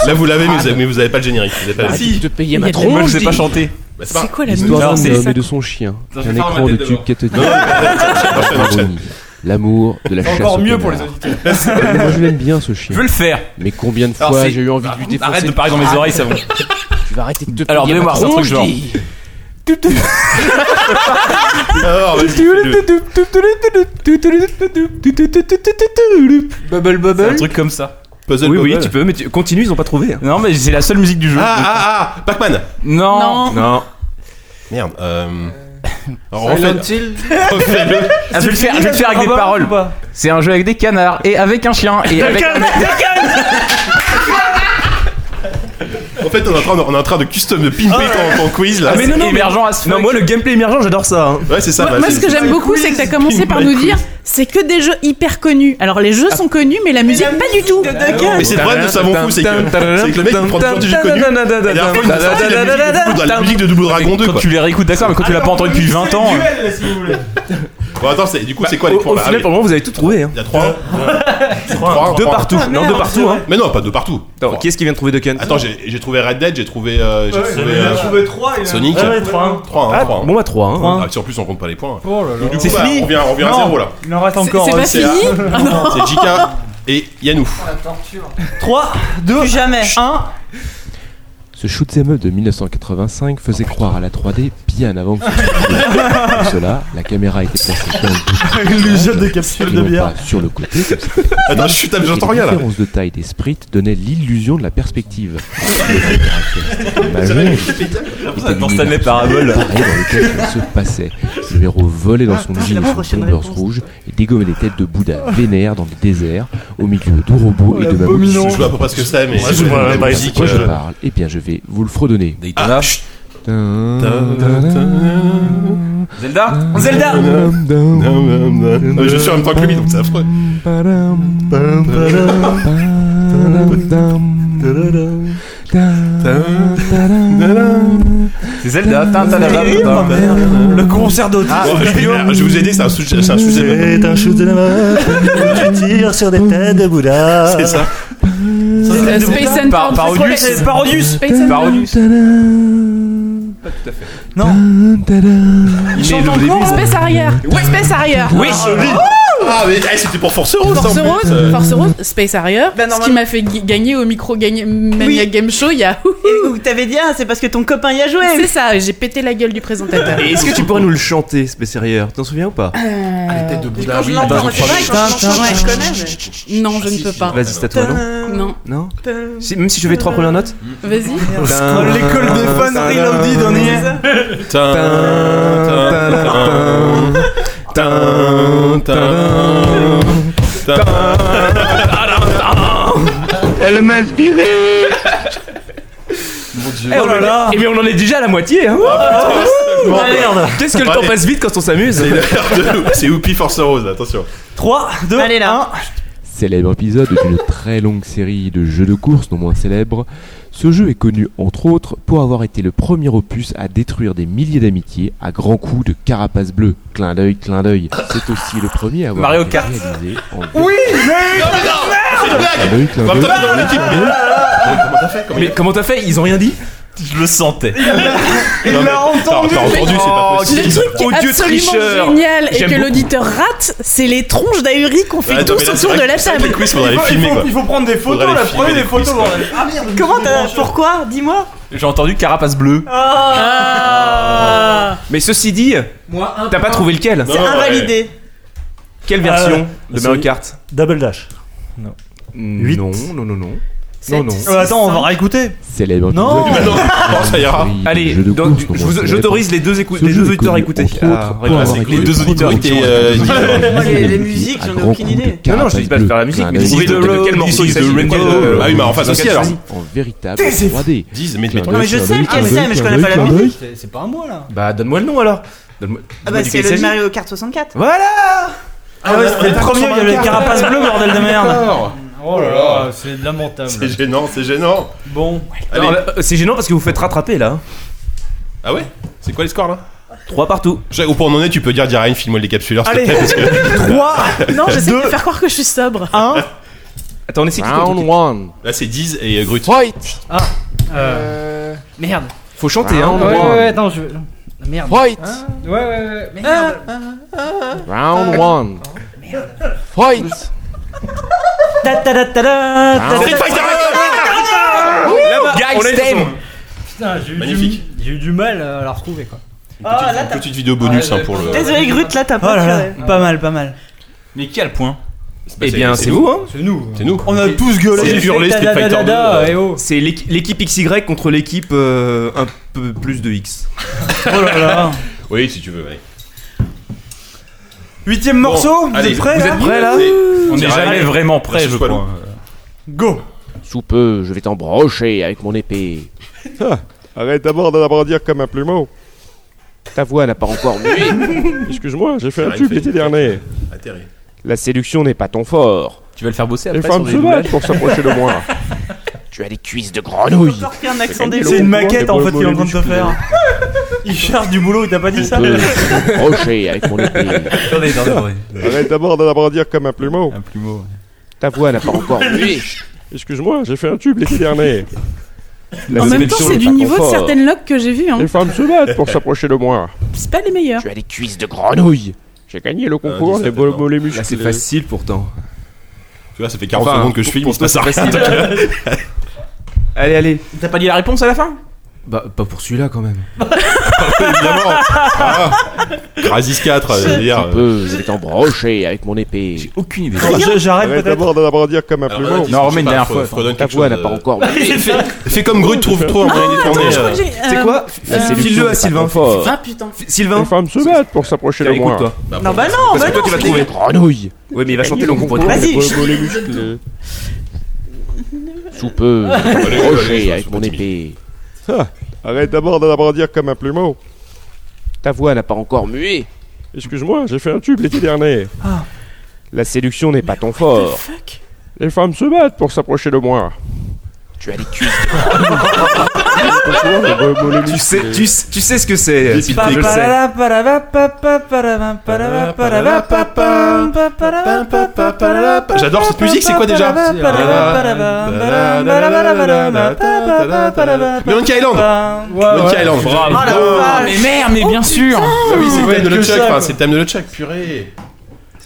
Speaker 1: Là, vous l'avez, mais vous avez- mais vous avez pas le générique. Vous avez pas la-
Speaker 5: Ah,
Speaker 1: Bah,
Speaker 5: si. te payer
Speaker 7: ma
Speaker 4: Moi, je sais pas chanter.
Speaker 1: C'est pas-
Speaker 7: quoi la musique
Speaker 5: L'histoire d'un
Speaker 4: c'est-
Speaker 5: homme et de son chien,
Speaker 4: Non,
Speaker 5: qu'un
Speaker 4: je vais faire ma
Speaker 5: écran de
Speaker 4: tête
Speaker 5: tube
Speaker 4: d'abord.
Speaker 5: cathodique
Speaker 1: Non, non,
Speaker 5: sépare,
Speaker 1: enchaîne,
Speaker 5: mais que
Speaker 1: enchaîne.
Speaker 5: l'amour unit. L'amour de la chasse au canard.
Speaker 11: Encore mieux pour les auditeurs.
Speaker 5: Et moi je l'aime bien ce
Speaker 4: Je
Speaker 5: chien.
Speaker 4: veux le faire.
Speaker 5: Mais combien de
Speaker 4: Alors,
Speaker 5: fois
Speaker 4: c'est-
Speaker 5: j'ai eu envie de lui défoncer Ah.
Speaker 4: Arrête de parler dans mes oreilles, ça va.
Speaker 5: Tu vas arrêter de te
Speaker 4: Alors,
Speaker 5: payer ma
Speaker 4: donnez-moi un truc
Speaker 5: tronche,
Speaker 4: genre.
Speaker 5: dis.
Speaker 1: Alors, Ah, vas-y, fais-le.
Speaker 11: Bubble
Speaker 4: C'est un
Speaker 11: bubble.
Speaker 4: truc comme ça.
Speaker 1: Puzzle
Speaker 8: Oui, oui,
Speaker 1: Bobble.
Speaker 8: tu peux, mais tu- continue, ils ont pas trouvé. hein.
Speaker 4: Non, mais c'est la seule musique du jeu.
Speaker 1: Ah, ah, ah Pac-Man
Speaker 7: Non.
Speaker 4: Non.
Speaker 8: Non.
Speaker 1: Merde. Euh... alors,
Speaker 11: Silent
Speaker 1: refais-
Speaker 11: Hill.
Speaker 1: Refais-le.
Speaker 4: Ah, je vais le faire, je vais le faire avec des paroles. C'est un jeu avec des canards et avec un chien et avec.
Speaker 1: En fait, on est en train de, on est en train de custom de pimper ton, ton quiz là.
Speaker 4: Ah, mais non, non, émergent à ce
Speaker 8: Non, moi le gameplay émergent, j'adore ça. hein.
Speaker 1: Ouais, c'est ça.
Speaker 7: Moi,
Speaker 1: bah,
Speaker 7: moi,
Speaker 1: c'est-
Speaker 7: ce que j'aime beaucoup, c'est que t'as commencé par nous dire c'est que des jeux hyper connus. Alors, les jeux sont connus, mais la musique, pas du tout.
Speaker 1: Ah. Mais c'est le problème de Savon Fou, c'est que, c'est que le mec il prend toujours du jeu connu. La dernière fois, il nous a sorti la musique de Double- la musique de Double Dragon 2.
Speaker 4: Quand
Speaker 1: Quoi.
Speaker 4: tu les réécoutes, d'accord, mais quand tu l'as pas entendu depuis 20 ans. hein. Bah,
Speaker 1: Bon, attends, c'est- du coup, c'est quoi les
Speaker 8: Au au
Speaker 1: points là Ah
Speaker 8: final,
Speaker 1: oui,
Speaker 8: pour le moment, vous avez tout trouvé. hein.
Speaker 1: Il y a 3
Speaker 5: Euh,
Speaker 8: Deux partout. Non, deux partout. hein.
Speaker 1: Mais non, pas deux partout.
Speaker 8: Attends, qui est-ce qui vient de trouver Duck Hunt
Speaker 1: Attends, j'ai j'ai trouvé Red Dead, j'ai trouvé, euh, j'ai trouvé
Speaker 3: Il a
Speaker 1: euh,
Speaker 3: trouvé 3
Speaker 1: Sonic.
Speaker 6: Ouais, 3
Speaker 1: 3, hein, 3.
Speaker 8: Bon, bah 3. hein.
Speaker 1: Ah, si en plus on compte pas les points.
Speaker 11: Oh là là.
Speaker 1: Du coup, bah, on revient, on revient à
Speaker 3: Non.
Speaker 1: 0 là.
Speaker 3: Il en reste
Speaker 7: C'est
Speaker 3: encore.
Speaker 8: hein,
Speaker 7: c'est pas
Speaker 1: c'est
Speaker 7: fini Ah non.
Speaker 1: C'est Jika et Yanou.
Speaker 3: 3, 2,
Speaker 15: Plus jamais.
Speaker 3: 1.
Speaker 5: Ce shoot'em up de 1985 faisait croire à la 3D bien avant que ce soit possible. Pour cela, la caméra était placée dans le bouchon du
Speaker 3: Le jeu
Speaker 5: cadre,
Speaker 3: des capsules
Speaker 5: et
Speaker 3: de
Speaker 5: non
Speaker 3: bière.
Speaker 5: pas sur le côté. comme c'était
Speaker 1: Attends, je suis tape, j'entends
Speaker 5: Et
Speaker 1: rien
Speaker 5: La
Speaker 1: là.
Speaker 5: différence de taille des sprites donnait l'illusion de la perspective.
Speaker 4: Dans Stanley Parable.
Speaker 5: Pareil dans lequel ça se passait. Le héros volait dans son
Speaker 15: Attends, j'ai
Speaker 5: jean
Speaker 15: la
Speaker 5: et son
Speaker 15: prochaine
Speaker 5: bombers
Speaker 15: réponse.
Speaker 5: rouge et dégommait des têtes de Bouddha vénères dans le désert au milieu
Speaker 4: Oh,
Speaker 5: d'Urobo et de Mammouth.
Speaker 1: Je vois à peu près ce que c'est, mais.
Speaker 6: Moi, je vois la
Speaker 1: la
Speaker 6: musique,
Speaker 1: musique.
Speaker 5: Quoi je
Speaker 1: euh,
Speaker 5: parle Eh bien, je vais vous le fredonner.
Speaker 1: Ah, chut.
Speaker 4: Ah, Zelda
Speaker 3: Zelda.
Speaker 1: Euh, Je suis en même temps que lui, donc c'est affreux. Euh,
Speaker 4: C'est Zelda. Tin, tin, tin, tin, tin.
Speaker 3: Le concert d'autisme.
Speaker 11: Ah,
Speaker 1: Bon, je, vais- je vais vous aider, c'est un sujet. C'est un sujet.
Speaker 6: C'est un shoot de la main, tu tires sur des têtes de Bouddha.
Speaker 1: C'est ça.
Speaker 7: Euh, Space and
Speaker 4: Par-
Speaker 7: Pound,
Speaker 4: par
Speaker 7: c'est quoi
Speaker 4: Odus.
Speaker 7: les-
Speaker 3: C'est Parodius.
Speaker 7: Space and Pound.
Speaker 4: Parodius.
Speaker 3: Non.
Speaker 5: Non.
Speaker 3: Il chante encore.
Speaker 8: hein.
Speaker 7: Ah, Espèce arrière. Espèce arrière.
Speaker 4: Oui.
Speaker 1: Ah, mais eh, c'était pour Force Rose
Speaker 7: Force
Speaker 1: en plus.
Speaker 7: Rose,
Speaker 1: Euh,
Speaker 7: Force Rose, Space Harrier, ce qui
Speaker 9: Bah, normalement-
Speaker 7: m'a fait gui- gagner au micro gagner, Mania Game Show il y a.
Speaker 9: Où t'avais dit, ah, c'est parce que ton copain y a joué.
Speaker 7: C'est ça, j'ai pété la gueule du présentateur.
Speaker 4: Et Est-ce que tu pourrais nous Ah, le chanter, Space Harrier T'en souviens ou pas
Speaker 15: Euh,
Speaker 7: la tête de
Speaker 4: Bouddha, Bah oui, dans une trois minutes.
Speaker 7: Non, je ne peux pas.
Speaker 4: Vas-y, c'est à toi, non
Speaker 7: Non.
Speaker 4: Non Si- Même si je fais les trois premières notes
Speaker 7: Vas-y.
Speaker 3: L'école des fans reloaded, on y est.
Speaker 11: Elle m'a inspiré.
Speaker 4: Eh, on
Speaker 11: Oh là
Speaker 4: en est-
Speaker 11: là.
Speaker 4: eh bien, on en est déjà à la moitié, hein
Speaker 1: Ah, merde.
Speaker 4: Qu'est-ce que le
Speaker 1: Ouais,
Speaker 4: temps
Speaker 1: mais-
Speaker 4: passe vite quand on s'amuse
Speaker 1: C'est l'heure de- C'est Whoopi Force Rose, là, attention.
Speaker 3: 3, 2, Allez là.
Speaker 5: Célèbre épisode d'une très longue série de jeux de course non moins célèbres, ce jeu est connu entre autres pour avoir été le premier opus à détruire des milliers d'amitiés à grands coups de carapace bleue. Clin d'œil, clin d'œil. C'est aussi le premier à avoir
Speaker 16: Mario
Speaker 5: été
Speaker 16: Kart.
Speaker 5: réalisé en
Speaker 3: Oui, mais non, mais non,
Speaker 5: clin d'œil, clin
Speaker 16: Va me
Speaker 5: d'œil.
Speaker 16: taper dans l'équipe.
Speaker 1: Comment t'as fait
Speaker 4: Mais comment t'as fait Ils ont rien dit
Speaker 16: Je le sentais.
Speaker 4: Non, mais-
Speaker 1: T'as entendu, c'est
Speaker 4: Oh,
Speaker 1: pas possible.
Speaker 7: Le truc qui est
Speaker 4: Odieux
Speaker 7: absolument
Speaker 4: tricheur.
Speaker 7: génial et
Speaker 4: J'aime
Speaker 7: que
Speaker 4: beaucoup.
Speaker 7: l'auditeur rate, c'est les tronches d'ahuris qu'on fait
Speaker 1: Ah, non,
Speaker 7: tous
Speaker 1: mais là, c'est
Speaker 7: autour
Speaker 1: vrai
Speaker 7: de
Speaker 1: que
Speaker 7: la
Speaker 1: c'est vrai que
Speaker 7: table.
Speaker 1: les quiz, faudrait les
Speaker 3: Il faut-
Speaker 1: filmer,
Speaker 3: il faut-
Speaker 1: quoi.
Speaker 3: Il faut prendre des
Speaker 1: Faudrait
Speaker 3: photos,
Speaker 1: les
Speaker 3: là,
Speaker 1: filmer,
Speaker 3: prenez
Speaker 1: les
Speaker 3: des
Speaker 1: quiz,
Speaker 3: photos.
Speaker 1: quoi.
Speaker 3: bordel. Ah merde,
Speaker 9: Comment t'as. Pourquoi Dis-moi.
Speaker 16: J'ai entendu carapace bleue.
Speaker 9: Ah
Speaker 4: Mais ceci dit, t'as pas trouvé lequel
Speaker 9: C'est invalidé.
Speaker 4: Quelle
Speaker 6: Ah,
Speaker 4: version de
Speaker 6: c'est-
Speaker 4: Mario Kart
Speaker 6: Double Dash. Non. Huit.
Speaker 4: Non, non, non, non.
Speaker 6: Sept,
Speaker 4: Non, non.
Speaker 6: six, Euh, attends, on va cinq.
Speaker 4: réécouter.
Speaker 5: Célèbre
Speaker 4: Non,
Speaker 5: épisode d'une
Speaker 1: ça ira.
Speaker 5: série de
Speaker 4: Allez,
Speaker 5: jeux de
Speaker 4: donc,
Speaker 5: course non
Speaker 4: je
Speaker 5: moins
Speaker 4: vous-
Speaker 5: célèbres.
Speaker 4: j'autorise les deux écou-
Speaker 5: Ce
Speaker 4: les
Speaker 5: jeu
Speaker 4: deux
Speaker 5: est
Speaker 4: auditeurs
Speaker 5: connu,
Speaker 4: à écouter.
Speaker 5: entre
Speaker 4: Ah,
Speaker 5: autres,
Speaker 4: ouais,
Speaker 5: pour
Speaker 4: c'est
Speaker 5: avoir
Speaker 4: les
Speaker 5: été le
Speaker 4: deux
Speaker 5: premier
Speaker 4: auditeurs
Speaker 5: opus
Speaker 4: qui,
Speaker 5: à
Speaker 4: euh,
Speaker 5: détruire
Speaker 4: disent-
Speaker 5: des milliers
Speaker 4: Les- les
Speaker 5: d'amitiés
Speaker 4: musiques,
Speaker 5: à
Speaker 4: j'en ai
Speaker 5: grands
Speaker 4: aucune
Speaker 5: coups
Speaker 4: idée.
Speaker 5: de
Speaker 4: Non, non, je te dis pas de faire la
Speaker 5: carapace
Speaker 4: musique, mais
Speaker 5: bleue, Ah,
Speaker 4: dis-moi
Speaker 5: clin
Speaker 4: de-
Speaker 5: d'œil,
Speaker 4: de quel morceau
Speaker 5: clin
Speaker 4: il s'agit,
Speaker 5: d'œil, clin
Speaker 4: quel-
Speaker 5: d'œil.
Speaker 1: Ah oui, mais en face aussi, alors.
Speaker 5: En véritable
Speaker 4: T'es- c'est-
Speaker 5: 3D.
Speaker 1: Dis, mais- mais-
Speaker 5: Clin d'œil,
Speaker 1: mais je
Speaker 5: clin
Speaker 1: sais
Speaker 5: d'œil,
Speaker 9: lequel
Speaker 5: clin
Speaker 9: c'est,
Speaker 5: d'œil,
Speaker 9: mais je
Speaker 5: clin
Speaker 9: connais pas
Speaker 5: d'œil,
Speaker 9: la
Speaker 5: clin d'œil.
Speaker 8: musique. C'est c'est pas à moi là.
Speaker 4: Bah, donne-moi le nom alors. Donne-moi-
Speaker 9: Ah
Speaker 4: dis-moi
Speaker 9: bah
Speaker 4: de
Speaker 9: c'est
Speaker 4: quel
Speaker 9: le
Speaker 4: il s'agit.
Speaker 9: Mario Kart 64.
Speaker 4: Voilà
Speaker 3: Ah ouais, c'était le
Speaker 4: D'accord.
Speaker 3: premier, il y avait les carapaces bleues, bordel de merde.
Speaker 1: D'accord.
Speaker 8: Oh là là, c'est lamentable.
Speaker 1: C'est gênant, c'est gênant.
Speaker 3: Bon.
Speaker 1: Allez.
Speaker 4: Non, là, euh, C'est gênant parce que vous faites rattraper là. hein.
Speaker 1: Ah ouais C'est quoi les scores là
Speaker 4: 3 partout.
Speaker 1: Jacques, au point où on en est, tu peux dire Diarine, filme-moi les capsuleurs, s'il te
Speaker 7: Allez.
Speaker 1: plaît, parce que.
Speaker 3: 3
Speaker 7: Non, j'essaie de faire croire que je suis sobre.
Speaker 3: Hein
Speaker 4: Attends, on essaie qui compte,
Speaker 5: Round
Speaker 4: qui-
Speaker 5: 1.
Speaker 1: Là, c'est 10 et euh, Grut.
Speaker 5: Fight.
Speaker 8: Ah. Euh... Merde.
Speaker 4: Faut chanter, hein.
Speaker 5: Round
Speaker 8: Ouais, ouais,
Speaker 5: one.
Speaker 8: ouais, attends, je. Merde.
Speaker 5: Fight.
Speaker 8: Ah, ouais, ouais, ouais. Merde. ah,
Speaker 5: Round 1. Fight.
Speaker 3: Ta ta ta ta ta ta
Speaker 5: Street
Speaker 3: ta-
Speaker 5: Fighter.
Speaker 4: Là-bas, on a une chanson.
Speaker 8: Putain, j'ai eu,
Speaker 1: Magnifique.
Speaker 8: du- j'ai eu du mal à la retrouver quoi.
Speaker 9: Ah là t'as.
Speaker 1: Petite vidéo bonus hein, pour le.
Speaker 9: Désolé Grut, là t'as
Speaker 3: Oh
Speaker 9: pas.
Speaker 3: là là,
Speaker 9: tiré.
Speaker 3: pas mal, pas mal.
Speaker 16: Mais qui a le point
Speaker 1: Bah,
Speaker 4: Eh bien, c'est vous, hein.
Speaker 8: C'est nous.
Speaker 1: C'est nous.
Speaker 3: On a tous
Speaker 1: C'est
Speaker 3: gueulé.
Speaker 1: hurler
Speaker 8: Da,
Speaker 1: Street
Speaker 8: da, da,
Speaker 1: Fighter
Speaker 8: da,
Speaker 1: 2.
Speaker 8: da,
Speaker 1: euh,
Speaker 8: eh oh.
Speaker 4: C'est l'équ- l'équipe XY contre l'équipe euh, un peu plus de X.
Speaker 3: Oh là là.
Speaker 1: Oui, si tu veux, allez.
Speaker 3: Huitième morceau, vous
Speaker 1: allez,
Speaker 3: êtes prêts
Speaker 1: vous
Speaker 3: là
Speaker 1: êtes prêts, là
Speaker 16: On n'est jamais vraiment prêt,
Speaker 1: Versus
Speaker 16: je
Speaker 1: Poilou.
Speaker 16: crois.
Speaker 3: Go
Speaker 5: Sous peu, je vais t'embrocher avec mon épée.
Speaker 17: Ah, Arrête d'abord de l'abrandir comme un plumeau.
Speaker 5: Ta voix n'a pas encore mué.
Speaker 17: Excuse-moi, j'ai fait un
Speaker 1: Arrête,
Speaker 17: tube
Speaker 1: fais-
Speaker 17: l'été dernier.
Speaker 1: Atterré.
Speaker 5: La séduction n'est pas ton fort.
Speaker 16: Tu vas le faire bosser
Speaker 17: Les
Speaker 16: après sur
Speaker 17: femmes
Speaker 16: des
Speaker 17: se
Speaker 16: doublages
Speaker 17: battent pour s'approcher de moi.
Speaker 5: Tu as des cuisses de grenouille.
Speaker 9: Encore fait un accent
Speaker 17: C'est
Speaker 9: dégueu.
Speaker 3: C'est une
Speaker 17: Bon,
Speaker 3: maquette hein,
Speaker 17: bon,
Speaker 3: en
Speaker 17: bon,
Speaker 3: fait qu'il est en train de te
Speaker 17: bon,
Speaker 3: faire. Il cherche du boulot, il t'a pas dit ça
Speaker 5: Peux t'embrocher avec mon épée.
Speaker 16: Attendez, attendez, attendez.
Speaker 17: Arrête d'abord de l'abrandir comme un plumeau.
Speaker 16: Un plumeau.
Speaker 5: Ta voix n'a pas encore mué.
Speaker 17: Excuse-moi, j'ai fait un tube l'été dernier.
Speaker 5: La
Speaker 7: En même temps,
Speaker 5: séduction
Speaker 7: c'est
Speaker 5: n'est
Speaker 7: du
Speaker 5: pas ton
Speaker 7: niveau de
Speaker 5: fort.
Speaker 7: certaines locks que j'ai vues. hein.
Speaker 17: Les femmes se battent pour s'approcher de moi.
Speaker 7: C'est pas les meilleurs.
Speaker 5: Tu as des cuisses de grenouille.
Speaker 17: J'ai gagné le concours
Speaker 1: Euh,
Speaker 17: des
Speaker 1: 17
Speaker 17: bol-
Speaker 1: ans.
Speaker 17: mollets
Speaker 4: Là, c'est
Speaker 17: musclés.
Speaker 4: facile pourtant.
Speaker 1: Tu vois, ça fait 40
Speaker 4: Enfin,
Speaker 1: secondes que je
Speaker 4: pour-
Speaker 1: filme,
Speaker 4: pour
Speaker 1: il se passe
Speaker 4: toi, c'est
Speaker 1: rien.
Speaker 4: Allez, allez.
Speaker 16: T'as pas dit la réponse à la fin
Speaker 4: Bah, pas pour celui-là quand même.
Speaker 1: Évidemment. Ah. Crasis 4, euh, je veux dire.
Speaker 5: Sous peu, je vais t'embrocher avec mon épée.
Speaker 16: J'ai aucune idée.
Speaker 3: Je- J'arrête
Speaker 17: Arrête
Speaker 3: peut-être.
Speaker 17: d'abord de l'abrandir comme un plumeau.
Speaker 16: Non, remets une dernière fois.
Speaker 5: Ta voix n'a pas encore mué.
Speaker 1: Fais comme Grut, trouve-toi un moyen d'y
Speaker 7: Attends,
Speaker 1: tourner.
Speaker 7: je crois
Speaker 1: euh.
Speaker 7: que j'ai.
Speaker 4: C'est
Speaker 7: euh,
Speaker 4: quoi
Speaker 5: La
Speaker 7: Euh,
Speaker 5: séduction
Speaker 4: File-le
Speaker 5: n'est
Speaker 4: à
Speaker 5: pas
Speaker 4: Sylvain.
Speaker 5: ton fort.
Speaker 7: Ah putain.
Speaker 4: Sylvain,
Speaker 17: Les femmes se battent pour s'approcher
Speaker 4: tiens,
Speaker 17: de moi. Oh,
Speaker 4: écoute-toi.
Speaker 9: Non bah non,
Speaker 4: Parce
Speaker 9: bah
Speaker 4: que toi,
Speaker 9: non.
Speaker 4: tu vas
Speaker 9: c'était-
Speaker 4: trouver.
Speaker 5: Grenouille.
Speaker 4: Ouais, mais il va chanter donc on comprend
Speaker 9: Vas-y.
Speaker 17: mollets musclés.
Speaker 5: Sous peu, je vais t'embrocher euh, avec mon épée.
Speaker 17: Arrête d'abord de l'abrandir comme un plumeau.
Speaker 5: Ta voix n'a pas encore mué.
Speaker 17: Excuse-moi, j'ai fait un tube l'été dernier.
Speaker 9: Ah.
Speaker 5: La séduction n'est pas ton fort.
Speaker 17: Les femmes se battent pour s'approcher de moi.
Speaker 5: Tu as des cuisses.
Speaker 17: Le concours des bol- mollets
Speaker 4: Tu sais,
Speaker 17: musclés.
Speaker 4: tu, sais- tu sais ce que c'est, euh, Sylvain, je le sais.
Speaker 3: Papalala, palava, papa, palava, palava, palava, papam, papalava, papa, palava,
Speaker 1: J'adore cette musique, c'est quoi déjà
Speaker 3: palava, palava, palava, palava, palava, palava,
Speaker 7: Ah,
Speaker 3: palava,
Speaker 5: Euh,
Speaker 3: palava,
Speaker 1: Monkey Island
Speaker 3: palava.
Speaker 1: Monkey Island
Speaker 16: Bravo.
Speaker 1: Ah,
Speaker 7: Oh,
Speaker 16: mais merde, mais bien sûr
Speaker 1: Oui, c'est le thème de
Speaker 3: que
Speaker 1: le check,
Speaker 3: ça,
Speaker 1: enfin,
Speaker 3: quoi.
Speaker 1: c'est le thème de le check, purée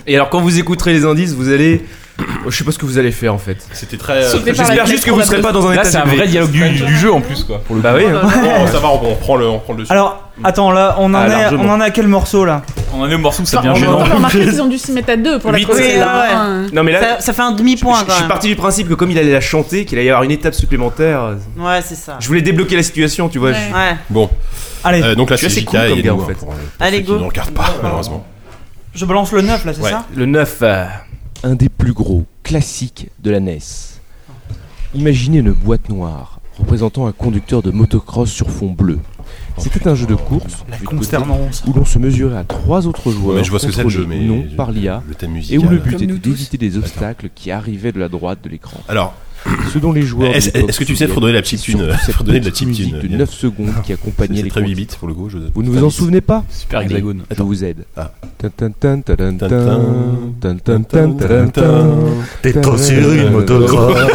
Speaker 11: Et alors, quand vous écouterez les indices, vous allez. Je sais pas ce que vous allez faire en fait.
Speaker 1: C'était très. euh,
Speaker 11: J'espère juste que vous serez pas dans un
Speaker 4: Là,
Speaker 11: état.
Speaker 4: c'est un
Speaker 11: élevé.
Speaker 4: vrai dialogue du, Ah Oh, du jeu en plus, quoi. Pour le
Speaker 11: Bah
Speaker 4: coup.
Speaker 11: oui.
Speaker 1: Bon, Ah ça va, on, on prend le, on prend le dessus.
Speaker 3: Alors, attends, là, on en,
Speaker 1: Ah,
Speaker 3: est,
Speaker 1: largement.
Speaker 3: on en est à quel morceau là
Speaker 4: On en est au morceau,
Speaker 1: ça
Speaker 4: devient
Speaker 7: On peut remarquer qu'ils ont dû s'y mettre à deux pour la
Speaker 11: Huit.
Speaker 7: trouver. Ah.
Speaker 11: Oui, ouais, ouais. Non, mais là-
Speaker 9: ça, ça fait un demi-point
Speaker 11: Je
Speaker 9: quand
Speaker 11: suis
Speaker 9: même.
Speaker 11: parti du principe que comme il allait la chanter, qu'il allait y avoir une étape supplémentaire. euh,
Speaker 9: Ouais, c'est ça.
Speaker 11: Je voulais débloquer la situation, tu vois.
Speaker 9: Ouais.
Speaker 11: je-
Speaker 9: Ouais.
Speaker 1: Bon.
Speaker 3: Allez.
Speaker 1: Euh, donc là,
Speaker 11: Je suis
Speaker 1: c'est
Speaker 11: assez
Speaker 1: JK
Speaker 11: cool comme
Speaker 1: et
Speaker 11: gars,
Speaker 1: nous,
Speaker 11: en
Speaker 1: hein,
Speaker 11: fait.
Speaker 1: pour, euh, pour
Speaker 3: Allez,
Speaker 1: ceux qui
Speaker 3: go.
Speaker 1: ne regardent pas, malheureusement.
Speaker 3: Je balance le 9 là, c'est
Speaker 5: Ouais.
Speaker 3: ça
Speaker 11: Le 9.
Speaker 4: euh,
Speaker 5: Un des plus gros classiques de la NES. Imaginez une boîte noire représentant un conducteur de motocross sur fond bleu. C'était un jeu de course vu de côté,
Speaker 3: consternance.
Speaker 5: où l'on se mesurait à trois autres joueurs
Speaker 1: Ouais, je vois ce que c'est le jeu, mais
Speaker 5: contrôlés non
Speaker 1: je-
Speaker 5: par l'IA
Speaker 1: le thème
Speaker 5: et
Speaker 1: musical.
Speaker 5: où le but
Speaker 1: Comme
Speaker 5: était
Speaker 1: nous tous.
Speaker 5: d'éviter des obstacles qui arrivaient de la droite de l'écran.
Speaker 1: Alors,
Speaker 5: ce dont les joueurs
Speaker 1: Est-ce-
Speaker 5: de l'époque
Speaker 1: est-ce que tu sais fredonner la petite
Speaker 5: surtout
Speaker 1: thune, euh,
Speaker 5: cette
Speaker 1: fredonner de la
Speaker 5: petite
Speaker 1: petite
Speaker 5: musique
Speaker 1: thune,
Speaker 5: de
Speaker 1: Yann
Speaker 5: 9 secondes qui accompagnait
Speaker 1: C'est
Speaker 5: les
Speaker 1: très 8
Speaker 5: contes.
Speaker 1: bits pour le coup. Je...
Speaker 5: Vous ne vous en souvenez pas
Speaker 1: Super
Speaker 5: Allez,
Speaker 1: hexagone.
Speaker 5: Je vous aide.
Speaker 1: Ah.
Speaker 5: Tin, tin, tin, tin, tin, tin, tin, tin, tin, tin.
Speaker 6: T'es trop sur une motocross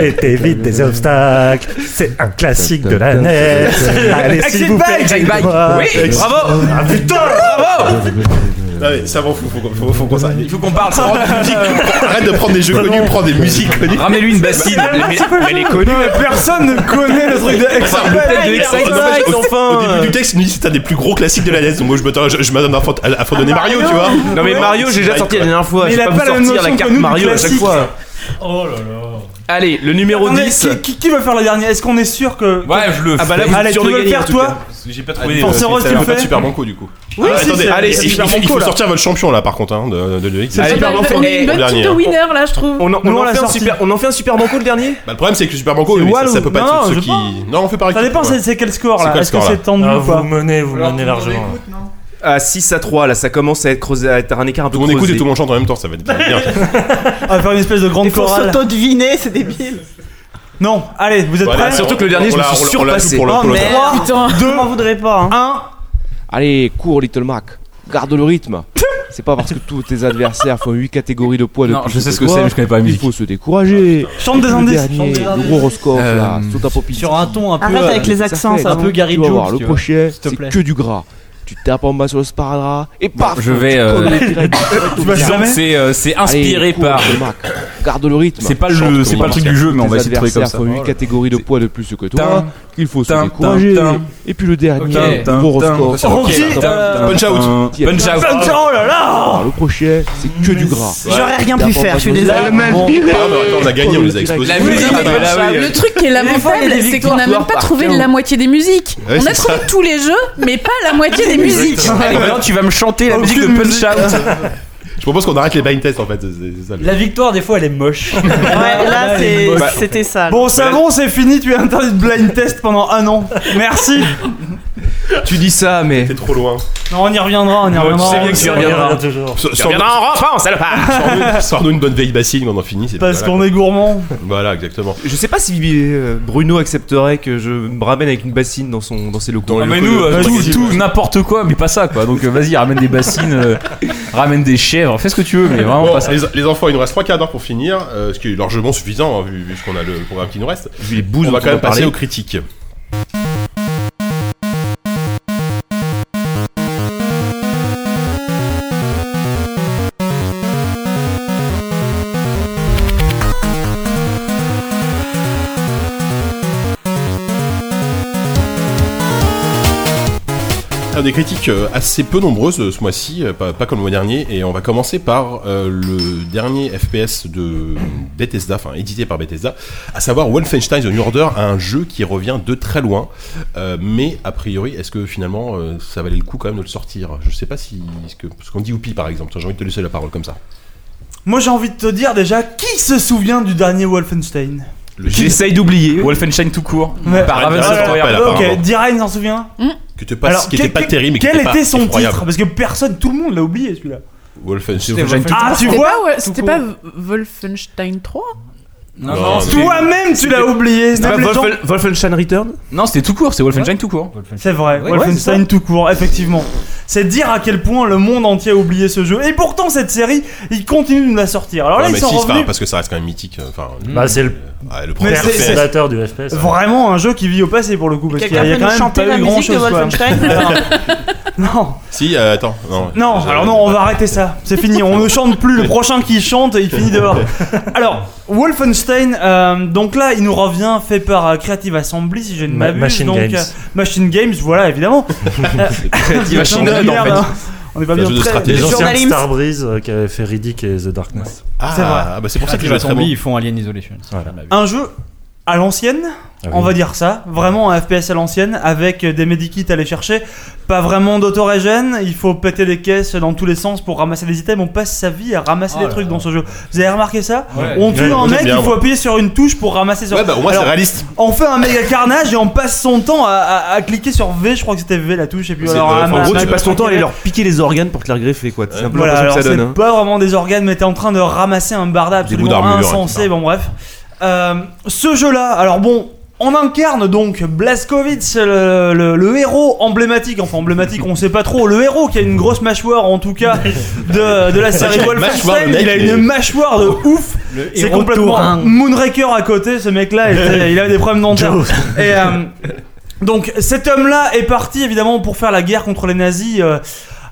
Speaker 6: et t'évites des obstacles. C'est un classique de la NES. Allez, s'il vous plaît, dites-moi.
Speaker 1: bravo
Speaker 6: Ah putain,
Speaker 1: bravo ouais, Ah ça m'en fout, faut, qu'on- faut, faut qu'on s'arrête. Il faut qu'on parle, ça rend la musique. Arrête de prendre des jeux connus, prends des musiques connues.
Speaker 4: Ramène-lui une bassine.
Speaker 3: Ah,
Speaker 1: Mais- mais elle est
Speaker 3: connue. Personne ne connaît le truc de
Speaker 1: Enfin, le texte de Excite Bike,
Speaker 3: Excite
Speaker 1: enfin, Au début du texte, il nous dit c'est un des plus gros classiques de la NES. Donc moi, je m'attends, je, je m'attends à fond- à, à fredonner Mario, tu vois.
Speaker 11: Non, mais Mario, j'ai déjà sorti la dernière fois.
Speaker 3: Ah, Mais
Speaker 11: je
Speaker 3: il
Speaker 11: vais
Speaker 3: a
Speaker 11: pas vous
Speaker 3: pas la
Speaker 11: sortir la
Speaker 3: notion
Speaker 11: carte
Speaker 3: que nous,
Speaker 11: Mario à chaque
Speaker 3: classique.
Speaker 11: fois.
Speaker 3: Oh là là.
Speaker 11: Allez, le numéro 10.
Speaker 3: Qui, qui- qui veut faire la dernière Est-ce qu'on est sûr que.
Speaker 4: Ouais, je le
Speaker 11: Ah bah là,
Speaker 3: fais.
Speaker 11: vous êtes
Speaker 3: Allez,
Speaker 11: sûr
Speaker 3: tu
Speaker 11: de
Speaker 3: veux le
Speaker 11: gagner, en
Speaker 3: faire
Speaker 11: tout
Speaker 3: toi
Speaker 11: cas.
Speaker 4: J'ai pas
Speaker 3: trouvé, Pensez euh, au reste,
Speaker 1: ça
Speaker 3: il
Speaker 1: va
Speaker 3: le
Speaker 1: pas
Speaker 3: fait.
Speaker 1: Super Banco du coup.
Speaker 3: Oui,
Speaker 1: Ah,
Speaker 3: si,
Speaker 1: attendez,
Speaker 3: c'est-
Speaker 1: allez,
Speaker 3: c'est
Speaker 1: il,
Speaker 3: Super
Speaker 1: il- il
Speaker 3: Banco,
Speaker 1: faut
Speaker 3: là.
Speaker 1: sortir votre champion là par contre hein, de, de, de-
Speaker 7: C'est
Speaker 1: Super Banco,
Speaker 7: une
Speaker 1: le
Speaker 7: bonne
Speaker 1: dernier,
Speaker 7: petite
Speaker 1: hein.
Speaker 7: winner là, je trouve.
Speaker 11: On en,
Speaker 1: Nous,
Speaker 11: on
Speaker 1: on
Speaker 11: en
Speaker 1: l'a
Speaker 11: fait un
Speaker 1: sorti.
Speaker 11: super, on en fait un super banco le dernier
Speaker 1: Bah, le problème c'est que Super Banco, oui, mais ça, ça peut pas
Speaker 3: Non,
Speaker 1: être ceux
Speaker 3: je
Speaker 1: qui.
Speaker 3: pense.
Speaker 1: Non, on fait pareil.
Speaker 3: Ça dépend, c'est c'est quel score là
Speaker 1: quoi le
Speaker 3: Est-ce que
Speaker 1: score, là
Speaker 3: c'est tendu
Speaker 6: Ah,
Speaker 3: ou pas
Speaker 6: vous menez, vous menez largement.
Speaker 11: À 6 à 3, là, ça commence à être, creusé, à être un écart un peu
Speaker 1: Tout le monde écoute
Speaker 11: creusé.
Speaker 1: et tout le monde chante en même temps, ça va être bien.
Speaker 3: On va faire une espèce de grande
Speaker 9: Il faut
Speaker 3: chorale.
Speaker 9: s'auto-deviner, c'est débile.
Speaker 3: Non, allez, vous êtes
Speaker 1: Voilà,
Speaker 3: prêts
Speaker 11: Surtout que le dernier, je me suis
Speaker 1: on l'a- on l'a
Speaker 11: surpassé.
Speaker 1: tout pour le-
Speaker 3: Oh,
Speaker 1: pour le-
Speaker 3: merde. Trois,
Speaker 9: Putain, je m'en voudrais pas. hein.
Speaker 3: Un.
Speaker 5: Allez, cours Little Mac. Garde le rythme. C'est pas parce que tous tes adversaires font 8 catégories de poids de
Speaker 4: Non,
Speaker 5: plus
Speaker 4: je sais
Speaker 5: que
Speaker 4: ce que
Speaker 5: toi,
Speaker 4: c'est, mais je connais pas la
Speaker 5: Il
Speaker 4: musique.
Speaker 5: faut se décourager.
Speaker 3: Chante des
Speaker 5: Le
Speaker 3: indices,
Speaker 5: dernier,
Speaker 3: chante des
Speaker 5: Le
Speaker 3: indices.
Speaker 5: gros Roscoff
Speaker 4: Euh,
Speaker 5: là, saute à Poppy.
Speaker 18: Sur un ton un peu.
Speaker 9: Arrête
Speaker 18: euh,
Speaker 9: avec les accents,
Speaker 5: fait,
Speaker 9: ça.
Speaker 18: un peu Gary
Speaker 5: Tu vas
Speaker 18: Jones.
Speaker 5: voir, le
Speaker 18: tu vois.
Speaker 5: prochain,
Speaker 18: te
Speaker 5: c'est
Speaker 18: plaît.
Speaker 5: que du gras. Tu tapes en bas sur le sparadrap et paf
Speaker 4: je vais,
Speaker 5: tu
Speaker 4: euh,
Speaker 5: colles les directs.
Speaker 3: Tu vas
Speaker 4: Donc
Speaker 3: jamais
Speaker 4: c'est euh, c'est
Speaker 5: Allez,
Speaker 4: inspiré
Speaker 5: cours,
Speaker 4: par.
Speaker 5: Little Mac. Garde le rythme.
Speaker 4: C'est pas le c'est pas le truc du jeu, mais on va essayer de trouver comme ça.
Speaker 5: Faut 8 catégories de poids de plus que toi,
Speaker 4: Tin,
Speaker 5: qu'il faut se
Speaker 4: tin,
Speaker 5: décourager.
Speaker 4: tin, tin.
Speaker 5: Et puis le dernier,
Speaker 4: Tin,
Speaker 5: le
Speaker 4: tin,
Speaker 5: gros
Speaker 4: tin.
Speaker 5: Roscoff.
Speaker 3: Rocky,
Speaker 4: Ok,
Speaker 3: euh,
Speaker 1: Punch out
Speaker 5: Qui a-
Speaker 4: Punch out.
Speaker 3: Punch- Oh là là
Speaker 5: Alors, le prochain, c'est que du gras.
Speaker 9: J'aurais rien pu faire, je suis désolée.
Speaker 1: Ah, mais attends, on a gagné, on les a explosés.
Speaker 4: La musique,
Speaker 1: Ah, bah,
Speaker 4: bah, là, oui.
Speaker 7: Le truc qui est lamentable, c'est qu'on n'a même pas trouvé la moitié des musiques.
Speaker 1: Ouais,
Speaker 7: on a
Speaker 1: c'est ça.
Speaker 7: trouvé tous les jeux, mais pas la moitié des musiques.
Speaker 4: Allez, maintenant tu vas me chanter la musique de Punch Out.
Speaker 1: Je propose qu'on arrête les blind tests en fait. c'est- c'est ça, le-
Speaker 18: La victoire, des fois, elle est moche.
Speaker 9: Ouais, là,
Speaker 18: elle est
Speaker 9: c'est-
Speaker 18: moche.
Speaker 9: c'était ça.
Speaker 3: Bon, c'est bon, c'est fini, tu es interdit de blind test pendant un an. Merci.
Speaker 11: Tu dis ça, mais.
Speaker 1: T'es trop loin.
Speaker 3: Non, on y reviendra, on y reviendra.
Speaker 11: sais bien que tu y
Speaker 6: On
Speaker 11: reviendras.
Speaker 6: reviendra toujours.
Speaker 1: Sors-
Speaker 11: Tu reviendras
Speaker 1: Sors-nous
Speaker 11: en repense, salopard
Speaker 1: sors-nous une bonne vieille bassine qu'on en finisse. et puis
Speaker 3: Parce
Speaker 1: voilà,
Speaker 3: qu'on est gourmand.
Speaker 1: quoi. Voilà, exactement.
Speaker 11: Je sais pas si euh, Bruno accepterait que je me ramène avec une bassine dans, son, dans ses locaux.
Speaker 4: Non, mais nous, euh, tout, tout, n'importe quoi, mais pas ça quoi. Donc euh, vas-y, ramène des bassines, euh, ramène des chèvres, fais ce que tu veux, mais vraiment
Speaker 1: Bon,
Speaker 4: pas ça.
Speaker 1: les, les enfants, il nous reste trois quarts d'heure pour finir, euh, ce qui est largement suffisant hein, vu, vu ce qu'on a le programme qui nous reste.
Speaker 11: Vu les bouses
Speaker 1: on va
Speaker 11: dont
Speaker 1: quand même
Speaker 11: a parlé.
Speaker 1: passer aux critiques. Alors, des critiques euh, assez peu nombreuses euh, ce mois-ci, euh, pas, pas comme le mois dernier, et on va commencer par euh, le dernier FPS de Bethesda, enfin édité par Bethesda, à savoir Wolfenstein The New Order, un jeu qui revient de très loin, euh, mais a priori, est-ce que finalement euh, ça valait le coup quand même de le sortir Je sais pas si ce que- ce qu'on dit Oupi par exemple, j'ai envie de te laisser la parole comme ça.
Speaker 3: Moi, j'ai envie de te dire déjà, qui se souvient du dernier Wolfenstein
Speaker 1: Le
Speaker 11: J'essaye d'oublier.
Speaker 4: Wolfenstein tout court.
Speaker 3: Ouais.
Speaker 4: Par
Speaker 1: Ah,
Speaker 4: Ravensoft
Speaker 1: ouais,
Speaker 4: Royal.
Speaker 1: ouais, là, apparemment.
Speaker 3: Ok, Dirain s'en souvient
Speaker 1: que te passe, qui
Speaker 3: quel-
Speaker 1: était pas
Speaker 3: quel-
Speaker 1: terrible, mais qui
Speaker 3: Quel
Speaker 1: était, pas
Speaker 3: était son
Speaker 1: effroyable.
Speaker 3: titre Parce que personne, tout le monde l'a oublié celui-là.
Speaker 1: Wolfenstein.
Speaker 4: C'était Wolfenstein.
Speaker 3: Ah, tu
Speaker 7: C'était
Speaker 3: vois
Speaker 7: pas- ouais, C'était pas Wolfenstein 3
Speaker 4: Non,
Speaker 1: Non,
Speaker 4: non,
Speaker 1: mais-
Speaker 4: c'était-
Speaker 3: Toi-même, tu l'as oublié
Speaker 11: C'est pas
Speaker 3: même les gens-
Speaker 11: Wolfen- Wolfenstein Return
Speaker 4: non, c'était tout court, c'est Wolfenstein tout court.
Speaker 3: C'est vrai,
Speaker 4: Ouais,
Speaker 3: Wolfenstein tout court, effectivement. C'est dire à quel point le monde entier a oublié ce jeu. Et pourtant, cette série, ils continuent de nous la sortir. Alors là,
Speaker 1: Ouais,
Speaker 3: Ah,
Speaker 1: bah,
Speaker 3: ils
Speaker 1: mais
Speaker 3: sont
Speaker 1: si, c'est pas-
Speaker 3: revenus.
Speaker 1: parce que ça reste quand même mythique. euh, Enfin, euh,
Speaker 6: Bah, c'est le
Speaker 1: ouais, le
Speaker 3: Mais
Speaker 1: premier
Speaker 6: père
Speaker 3: c'est-
Speaker 1: FPS.
Speaker 6: fondateur du FPS.
Speaker 3: Vraiment un jeu qui vit au passé pour le coup, parce qu'il y a,
Speaker 9: Quelqu'un
Speaker 3: il y a
Speaker 9: peut nous
Speaker 3: quand même
Speaker 9: chanter
Speaker 3: pas
Speaker 9: la
Speaker 3: eu grand
Speaker 9: musique de
Speaker 3: chose.
Speaker 9: Wolfenstein
Speaker 3: Non.
Speaker 1: Si, euh, attends. Non,
Speaker 3: Non, alors non, on va arrêter ça. C'est fini, on ne chante plus. Le prochain qui chante, il finit dehors. Alors, Wolfenstein, euh, donc là, il nous revient fait par euh, Creative Assembly, si je ne
Speaker 6: Ma-
Speaker 3: m'abuse.
Speaker 6: Machine
Speaker 3: donc,
Speaker 6: Games.
Speaker 3: euh, Machine Games, voilà, évidemment. Euh,
Speaker 6: Creative Machine
Speaker 3: on est
Speaker 6: Gun,
Speaker 3: bien,
Speaker 6: en fait.
Speaker 3: là. On est pas
Speaker 6: C'est un
Speaker 3: bien
Speaker 6: jeu de
Speaker 3: très-
Speaker 6: stratégie. Les
Speaker 3: Les
Speaker 6: anciens de
Speaker 3: journalistes.
Speaker 6: Starbreeze euh, qui avaient fait Riddick et The Darkness.
Speaker 1: Ah,
Speaker 3: C'est vrai.
Speaker 1: bah, c'est pour ça que
Speaker 8: Creative
Speaker 1: je vais être très
Speaker 8: Assembly,
Speaker 1: bon.
Speaker 8: ils font Alien Isolation. c'est
Speaker 6: Voilà.
Speaker 8: pas mal.
Speaker 3: Un jeu à l'ancienne,
Speaker 1: Ah
Speaker 8: oui.
Speaker 3: on va dire ça, vraiment un FPS à l'ancienne, avec des medikits à aller chercher, pas vraiment d'autorégène, il faut péter des caisses dans tous les sens pour ramasser des items, on passe sa vie à ramasser
Speaker 1: Oh
Speaker 3: des
Speaker 1: là
Speaker 3: trucs dans ce jeu. Vous avez remarqué ça
Speaker 1: Ouais.
Speaker 3: On tue
Speaker 1: Ouais,
Speaker 3: un
Speaker 1: j'aime
Speaker 3: mec,
Speaker 1: bien,
Speaker 3: il faut
Speaker 1: moi.
Speaker 3: appuyer sur une touche pour ramasser sur...
Speaker 1: Ouais, bah, au moins, c'est réaliste.
Speaker 3: On fait un méga carnage et on passe son temps à, à- à cliquer sur V, je crois que c'était V la touche, et puis
Speaker 5: C'est-
Speaker 3: alors...
Speaker 5: euh,
Speaker 3: ah,
Speaker 5: en gros,
Speaker 3: ma-
Speaker 5: tu
Speaker 3: ma-
Speaker 5: passes ton temps à aller leur piquer les organes pour te les greffer, quoi. C'est un peu
Speaker 3: voilà,
Speaker 5: l'impression
Speaker 3: alors
Speaker 5: que ça
Speaker 3: c'est
Speaker 5: donne. hein.
Speaker 3: pas vraiment des organes, mais t'es en train de ramasser un barda
Speaker 5: bouts
Speaker 3: absolument
Speaker 5: d'armure,
Speaker 3: insensé. Bon, bref. Euh, ce jeu-là, alors bon, on incarne donc Blazkowicz, le, le- le héros emblématique, enfin emblématique, on sait pas trop, le héros qui a une grosse mâchoire en tout cas de, de la série
Speaker 1: Mâchoire,
Speaker 3: Wolfenstein.
Speaker 1: le mec,
Speaker 3: Il a
Speaker 1: il est-
Speaker 3: une mâchoire de
Speaker 5: Oh.
Speaker 3: ouf. C'est
Speaker 1: héros
Speaker 3: complètement
Speaker 1: taurin.
Speaker 3: Moonraker à côté, ce mec-là, il, il a des problèmes dentaires. Et. euh, donc cet homme-là est parti évidemment pour faire la guerre contre les nazis euh,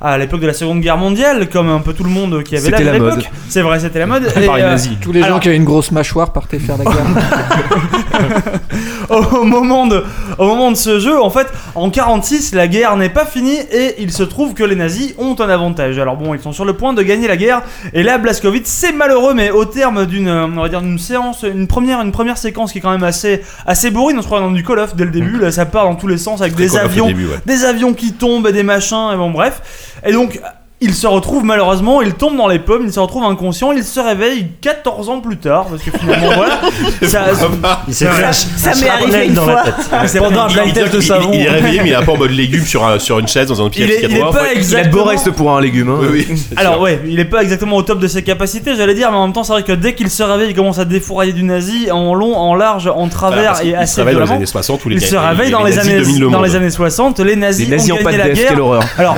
Speaker 3: à l'époque de la Seconde Guerre mondiale, comme un peu tout le monde qui avait l'âge
Speaker 10: C'était
Speaker 3: à
Speaker 10: la mode.
Speaker 3: l'époque. C'est vrai, c'était la mode. Et, euh,
Speaker 10: Tous les gens
Speaker 3: alors,
Speaker 10: qui avaient une grosse mâchoire partaient faire la
Speaker 19: Oh
Speaker 10: guerre.
Speaker 3: au, moment de, au moment de ce jeu, en fait, en 46, la guerre n'est pas finie et il se trouve que les nazis ont un avantage. Alors bon, ils sont sur le point de gagner la guerre et là, Blaskowitz, c'est malheureux, mais au terme d'une, euh, on va dire, d'une séance, une première, une première séquence qui est quand même assez, assez bourrine. On se croit dans du Call of dès le début. Là, ça part dans tous les sens avec
Speaker 1: Très
Speaker 3: des
Speaker 1: Mm. Call of au
Speaker 3: avions,
Speaker 1: début, ouais.
Speaker 3: des avions qui tombent et des machins et bon bref. Et donc il se retrouve malheureusement, il tombe dans les pommes, il se retrouve inconscient, il se réveille 14 ans plus tard parce que finalement voilà. ça,
Speaker 6: Il s'est fait un- Ça un m'est arrivé
Speaker 1: une dans la fois. tête.
Speaker 3: Ah, C'est pendant un
Speaker 1: Il-
Speaker 3: blind
Speaker 1: il-
Speaker 3: test de
Speaker 1: il-
Speaker 3: savon.
Speaker 1: Il est réveillé, mais il est pas en mode légume sur, un- sur une chaise dans un
Speaker 3: Il est- il est pas exactement-
Speaker 5: Il reste pour un légume. Hein.
Speaker 1: Oui, oui.
Speaker 3: Alors ouais, il est pas exactement au top de ses capacités, j'allais dire, mais en même temps c'est vrai que dès qu'il se réveille, il commence à défourailler du nazi en long, en large, en travers
Speaker 1: parce qu'il
Speaker 3: et assez
Speaker 1: se réveille dans les
Speaker 3: violemment.
Speaker 1: années 60 où les
Speaker 3: il se
Speaker 1: gars-
Speaker 3: réveille
Speaker 1: les-
Speaker 3: dans
Speaker 1: les
Speaker 3: les,
Speaker 1: nazis
Speaker 3: années
Speaker 1: dominent le
Speaker 3: dans
Speaker 1: monde.
Speaker 3: les années 60, les nazis,
Speaker 5: Les nazis
Speaker 3: ont
Speaker 5: ont pas
Speaker 3: gagné
Speaker 5: de
Speaker 3: la
Speaker 5: death,
Speaker 3: guerre.
Speaker 5: quelle horreur.
Speaker 3: Alors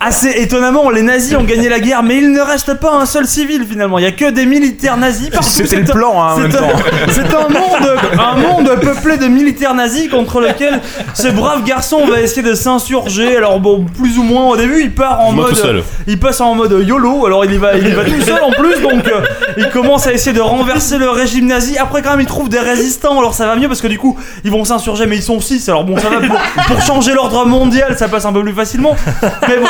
Speaker 3: assez étonnamment, les nazis ont gagné la guerre, mais il ne reste pas un seul civil finalement. Il y a que des militaires nazis partout.
Speaker 5: C'était
Speaker 3: C'est
Speaker 5: le
Speaker 3: un-
Speaker 5: plan, hein, en
Speaker 3: c'est
Speaker 5: même
Speaker 3: un-
Speaker 5: temps.
Speaker 3: C'est un monde, un monde peuplé de militaires nazis contre lequel ce brave garçon va essayer de s'insurger. Alors bon, plus ou moins au début, il part en
Speaker 1: Moi,
Speaker 3: mode,
Speaker 1: tout seul.
Speaker 3: il passe en mode YOLO. Alors il y va, il y va tout seul en plus, donc euh, il commence à essayer de renverser le régime nazi. Après quand même, il trouve des résistants. Alors ça va mieux parce que du coup, ils vont s'insurger, mais ils sont 6 Alors bon, ça va pour, pour changer l'ordre mondial, ça passe un peu plus facilement. Mais bon.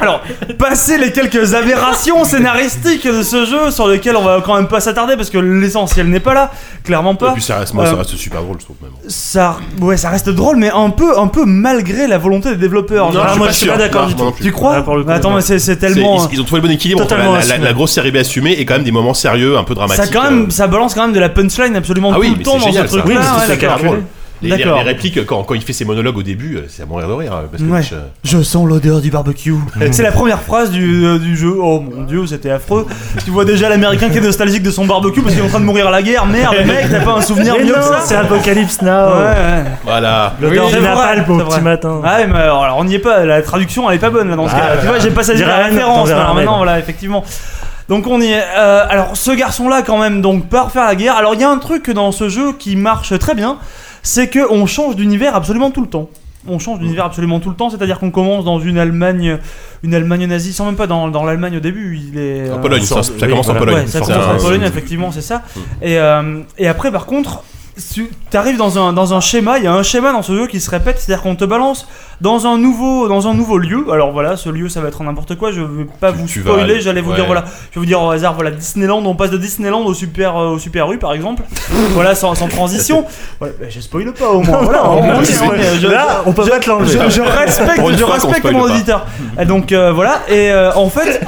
Speaker 3: Alors, passer les quelques aberrations scénaristiques de ce jeu sur lesquelles on va quand même pas s'attarder parce que l'essentiel n'est pas là, clairement pas.
Speaker 1: Et puis ça reste, moi, ça
Speaker 3: Euh,
Speaker 1: reste super drôle, je trouve même.
Speaker 3: ça, ouais, ça reste drôle, mais un peu, un peu malgré la volonté des développeurs.
Speaker 1: Non,
Speaker 3: Genre,
Speaker 1: je suis
Speaker 3: moi,
Speaker 1: pas
Speaker 3: je suis pas
Speaker 1: sûr.
Speaker 3: d'accord
Speaker 1: Non,
Speaker 3: du
Speaker 1: moi non
Speaker 3: tout.
Speaker 1: plus.
Speaker 3: Tu crois Mais Attends, mais c'est c'est tellement.
Speaker 1: C'est- Ils, ils ont trouvé le bon équilibre entre la,
Speaker 3: Totalement
Speaker 1: la- la-
Speaker 3: assumé.
Speaker 1: la grosse série B assumée et quand même des moments sérieux, un peu dramatiques.
Speaker 3: ça quand même, ça balance quand même de la punchline absolument
Speaker 1: euh. Ah
Speaker 3: tout
Speaker 1: oui,
Speaker 3: le
Speaker 1: mais
Speaker 3: temps
Speaker 1: c'est
Speaker 3: dans
Speaker 1: génial.
Speaker 3: ce
Speaker 1: ça.
Speaker 3: truc-là. ouais,
Speaker 1: c'est super
Speaker 3: d'accord.
Speaker 1: drôle. Les, les- les
Speaker 3: D'accord.
Speaker 1: répliques, quand, quand il fait ses monologues au début, euh, c'est à mourir de rire. euh, Parce que
Speaker 3: Ouais.
Speaker 1: je-
Speaker 3: Je sens l'odeur du barbecue. C'est la première phrase du, euh, du jeu. Oh mon dieu, c'était affreux. Tu vois déjà l'américain qui est nostalgique de son barbecue parce qu'il est en train de mourir à la guerre. Merde, mec, t'as pas un souvenir
Speaker 6: Mais
Speaker 3: mieux que
Speaker 6: non,
Speaker 3: ça
Speaker 6: c'est Apocalypse Now.
Speaker 3: Ouais, ouais.
Speaker 1: Voilà.
Speaker 6: L'odeur
Speaker 3: c'est
Speaker 6: du
Speaker 3: vrai,
Speaker 6: napalm au
Speaker 3: c'est vrai.
Speaker 6: petit matin.
Speaker 3: Ah ouais, mais alors, alors, on n'y est pas, la traduction elle est pas bonne là dans ce
Speaker 6: Bah,
Speaker 3: cas-là. Ah, Tu vois, j'ai pas cette
Speaker 6: dirais
Speaker 3: la
Speaker 6: rien,
Speaker 3: référence.
Speaker 6: t'enverras
Speaker 3: Alors
Speaker 6: un mail.
Speaker 3: maintenant, voilà, effectivement. Donc on y est. Euh, alors ce garçon-là, quand même, donc part faire la guerre. Alors il y a un truc dans ce jeu qui marche très bien, c'est que on change d'univers absolument tout le temps. On change d'univers absolument tout le temps, c'est-à-dire qu'on commence dans une Allemagne, une Allemagne nazie, sans même pas dans, dans l'Allemagne au début. Il est
Speaker 1: En
Speaker 3: euh,
Speaker 1: Pologne, ça- ça
Speaker 3: oui,
Speaker 1: commence en Pologne.
Speaker 3: Ouais, ça
Speaker 1: Forcément. Mm.
Speaker 3: commence en
Speaker 1: C'est un-
Speaker 3: Pologne, effectivement, c'est ça. Et, euh, et après, par contre, tu arrives dans un, dans un schéma, il y a un schéma dans ce jeu qui se répète, c'est-à-dire qu'on te balance dans un, nouveau, dans un nouveau lieu. Alors voilà, ce lieu, ça va être en n'importe quoi, je vais pas vous
Speaker 1: tu vas
Speaker 3: spoiler,
Speaker 1: aller-
Speaker 3: j'allais vous
Speaker 1: ouais.
Speaker 3: dire, voilà, je vais vous dire au hasard, voilà, Disneyland, on passe de Disneyland au Super, euh, au super U, par exemple. voilà, sans, sans transition. Voilà, bah, je spoil pas au moins. Voilà,
Speaker 6: Non,
Speaker 3: on-
Speaker 6: non,
Speaker 3: on-
Speaker 6: c'est-
Speaker 3: on- je-
Speaker 6: là, on peut
Speaker 3: je-
Speaker 6: pas te l'enlever.
Speaker 3: Je, je respecte,
Speaker 6: Pour une
Speaker 3: je
Speaker 6: fois qu'on
Speaker 3: respecte
Speaker 6: spoil
Speaker 3: mon
Speaker 6: pas.
Speaker 3: auditeur. Et donc euh, voilà, et euh, en fait,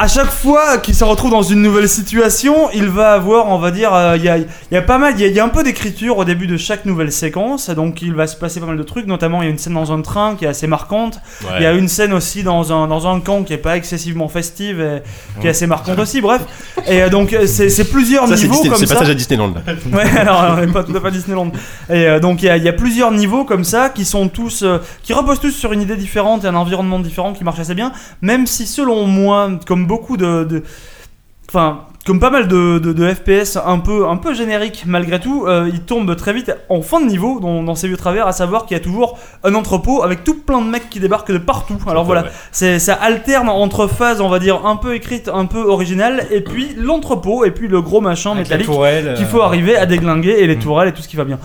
Speaker 3: à chaque fois qu'il se retrouve dans une nouvelle situation, il va avoir, on va dire, euh, il y, a, il y a pas mal, il y a- il y, a un peu d'écriture au début de chaque nouvelle séquence, donc il va se passer pas mal de trucs, notamment il y a une scène dans un train qui est assez marquante,
Speaker 1: Ouais.
Speaker 3: il y a une scène aussi dans un, dans un camp qui est pas excessivement festive, et, qui est assez marquante aussi, bref. Et euh, donc euh, c'est c'est plusieurs
Speaker 1: Ça, c'est
Speaker 3: niveaux
Speaker 1: Disney-
Speaker 3: comme
Speaker 1: c'est
Speaker 3: ça.
Speaker 1: passage à Disneyland, là.
Speaker 3: Ouais, alors on n'est pas tout à fait à Disneyland. Et euh, donc il y, a- il y a plusieurs niveaux comme ça qui sont tous, euh, qui reposent tous sur une idée différente et un environnement différent qui marche assez bien. Même si selon moi, comme beaucoup de, de- enfin comme pas mal de, de- de FPS un peu, un peu génériques malgré tout, euh, il tombe très vite en fin de niveau dans, dans ces vieux travers, à savoir qu'il y a toujours un entrepôt avec tout plein de mecs qui débarquent de partout. Alors voilà, c'est ça alterne entre phases, on va dire, un peu écrites, un peu originales, et puis l'entrepôt, et puis le gros machin
Speaker 8: la
Speaker 3: métallique
Speaker 8: tourelle, euh. Mm.
Speaker 3: qu'il faut arriver à déglinguer, et les tourelles et tout ce qui va bien.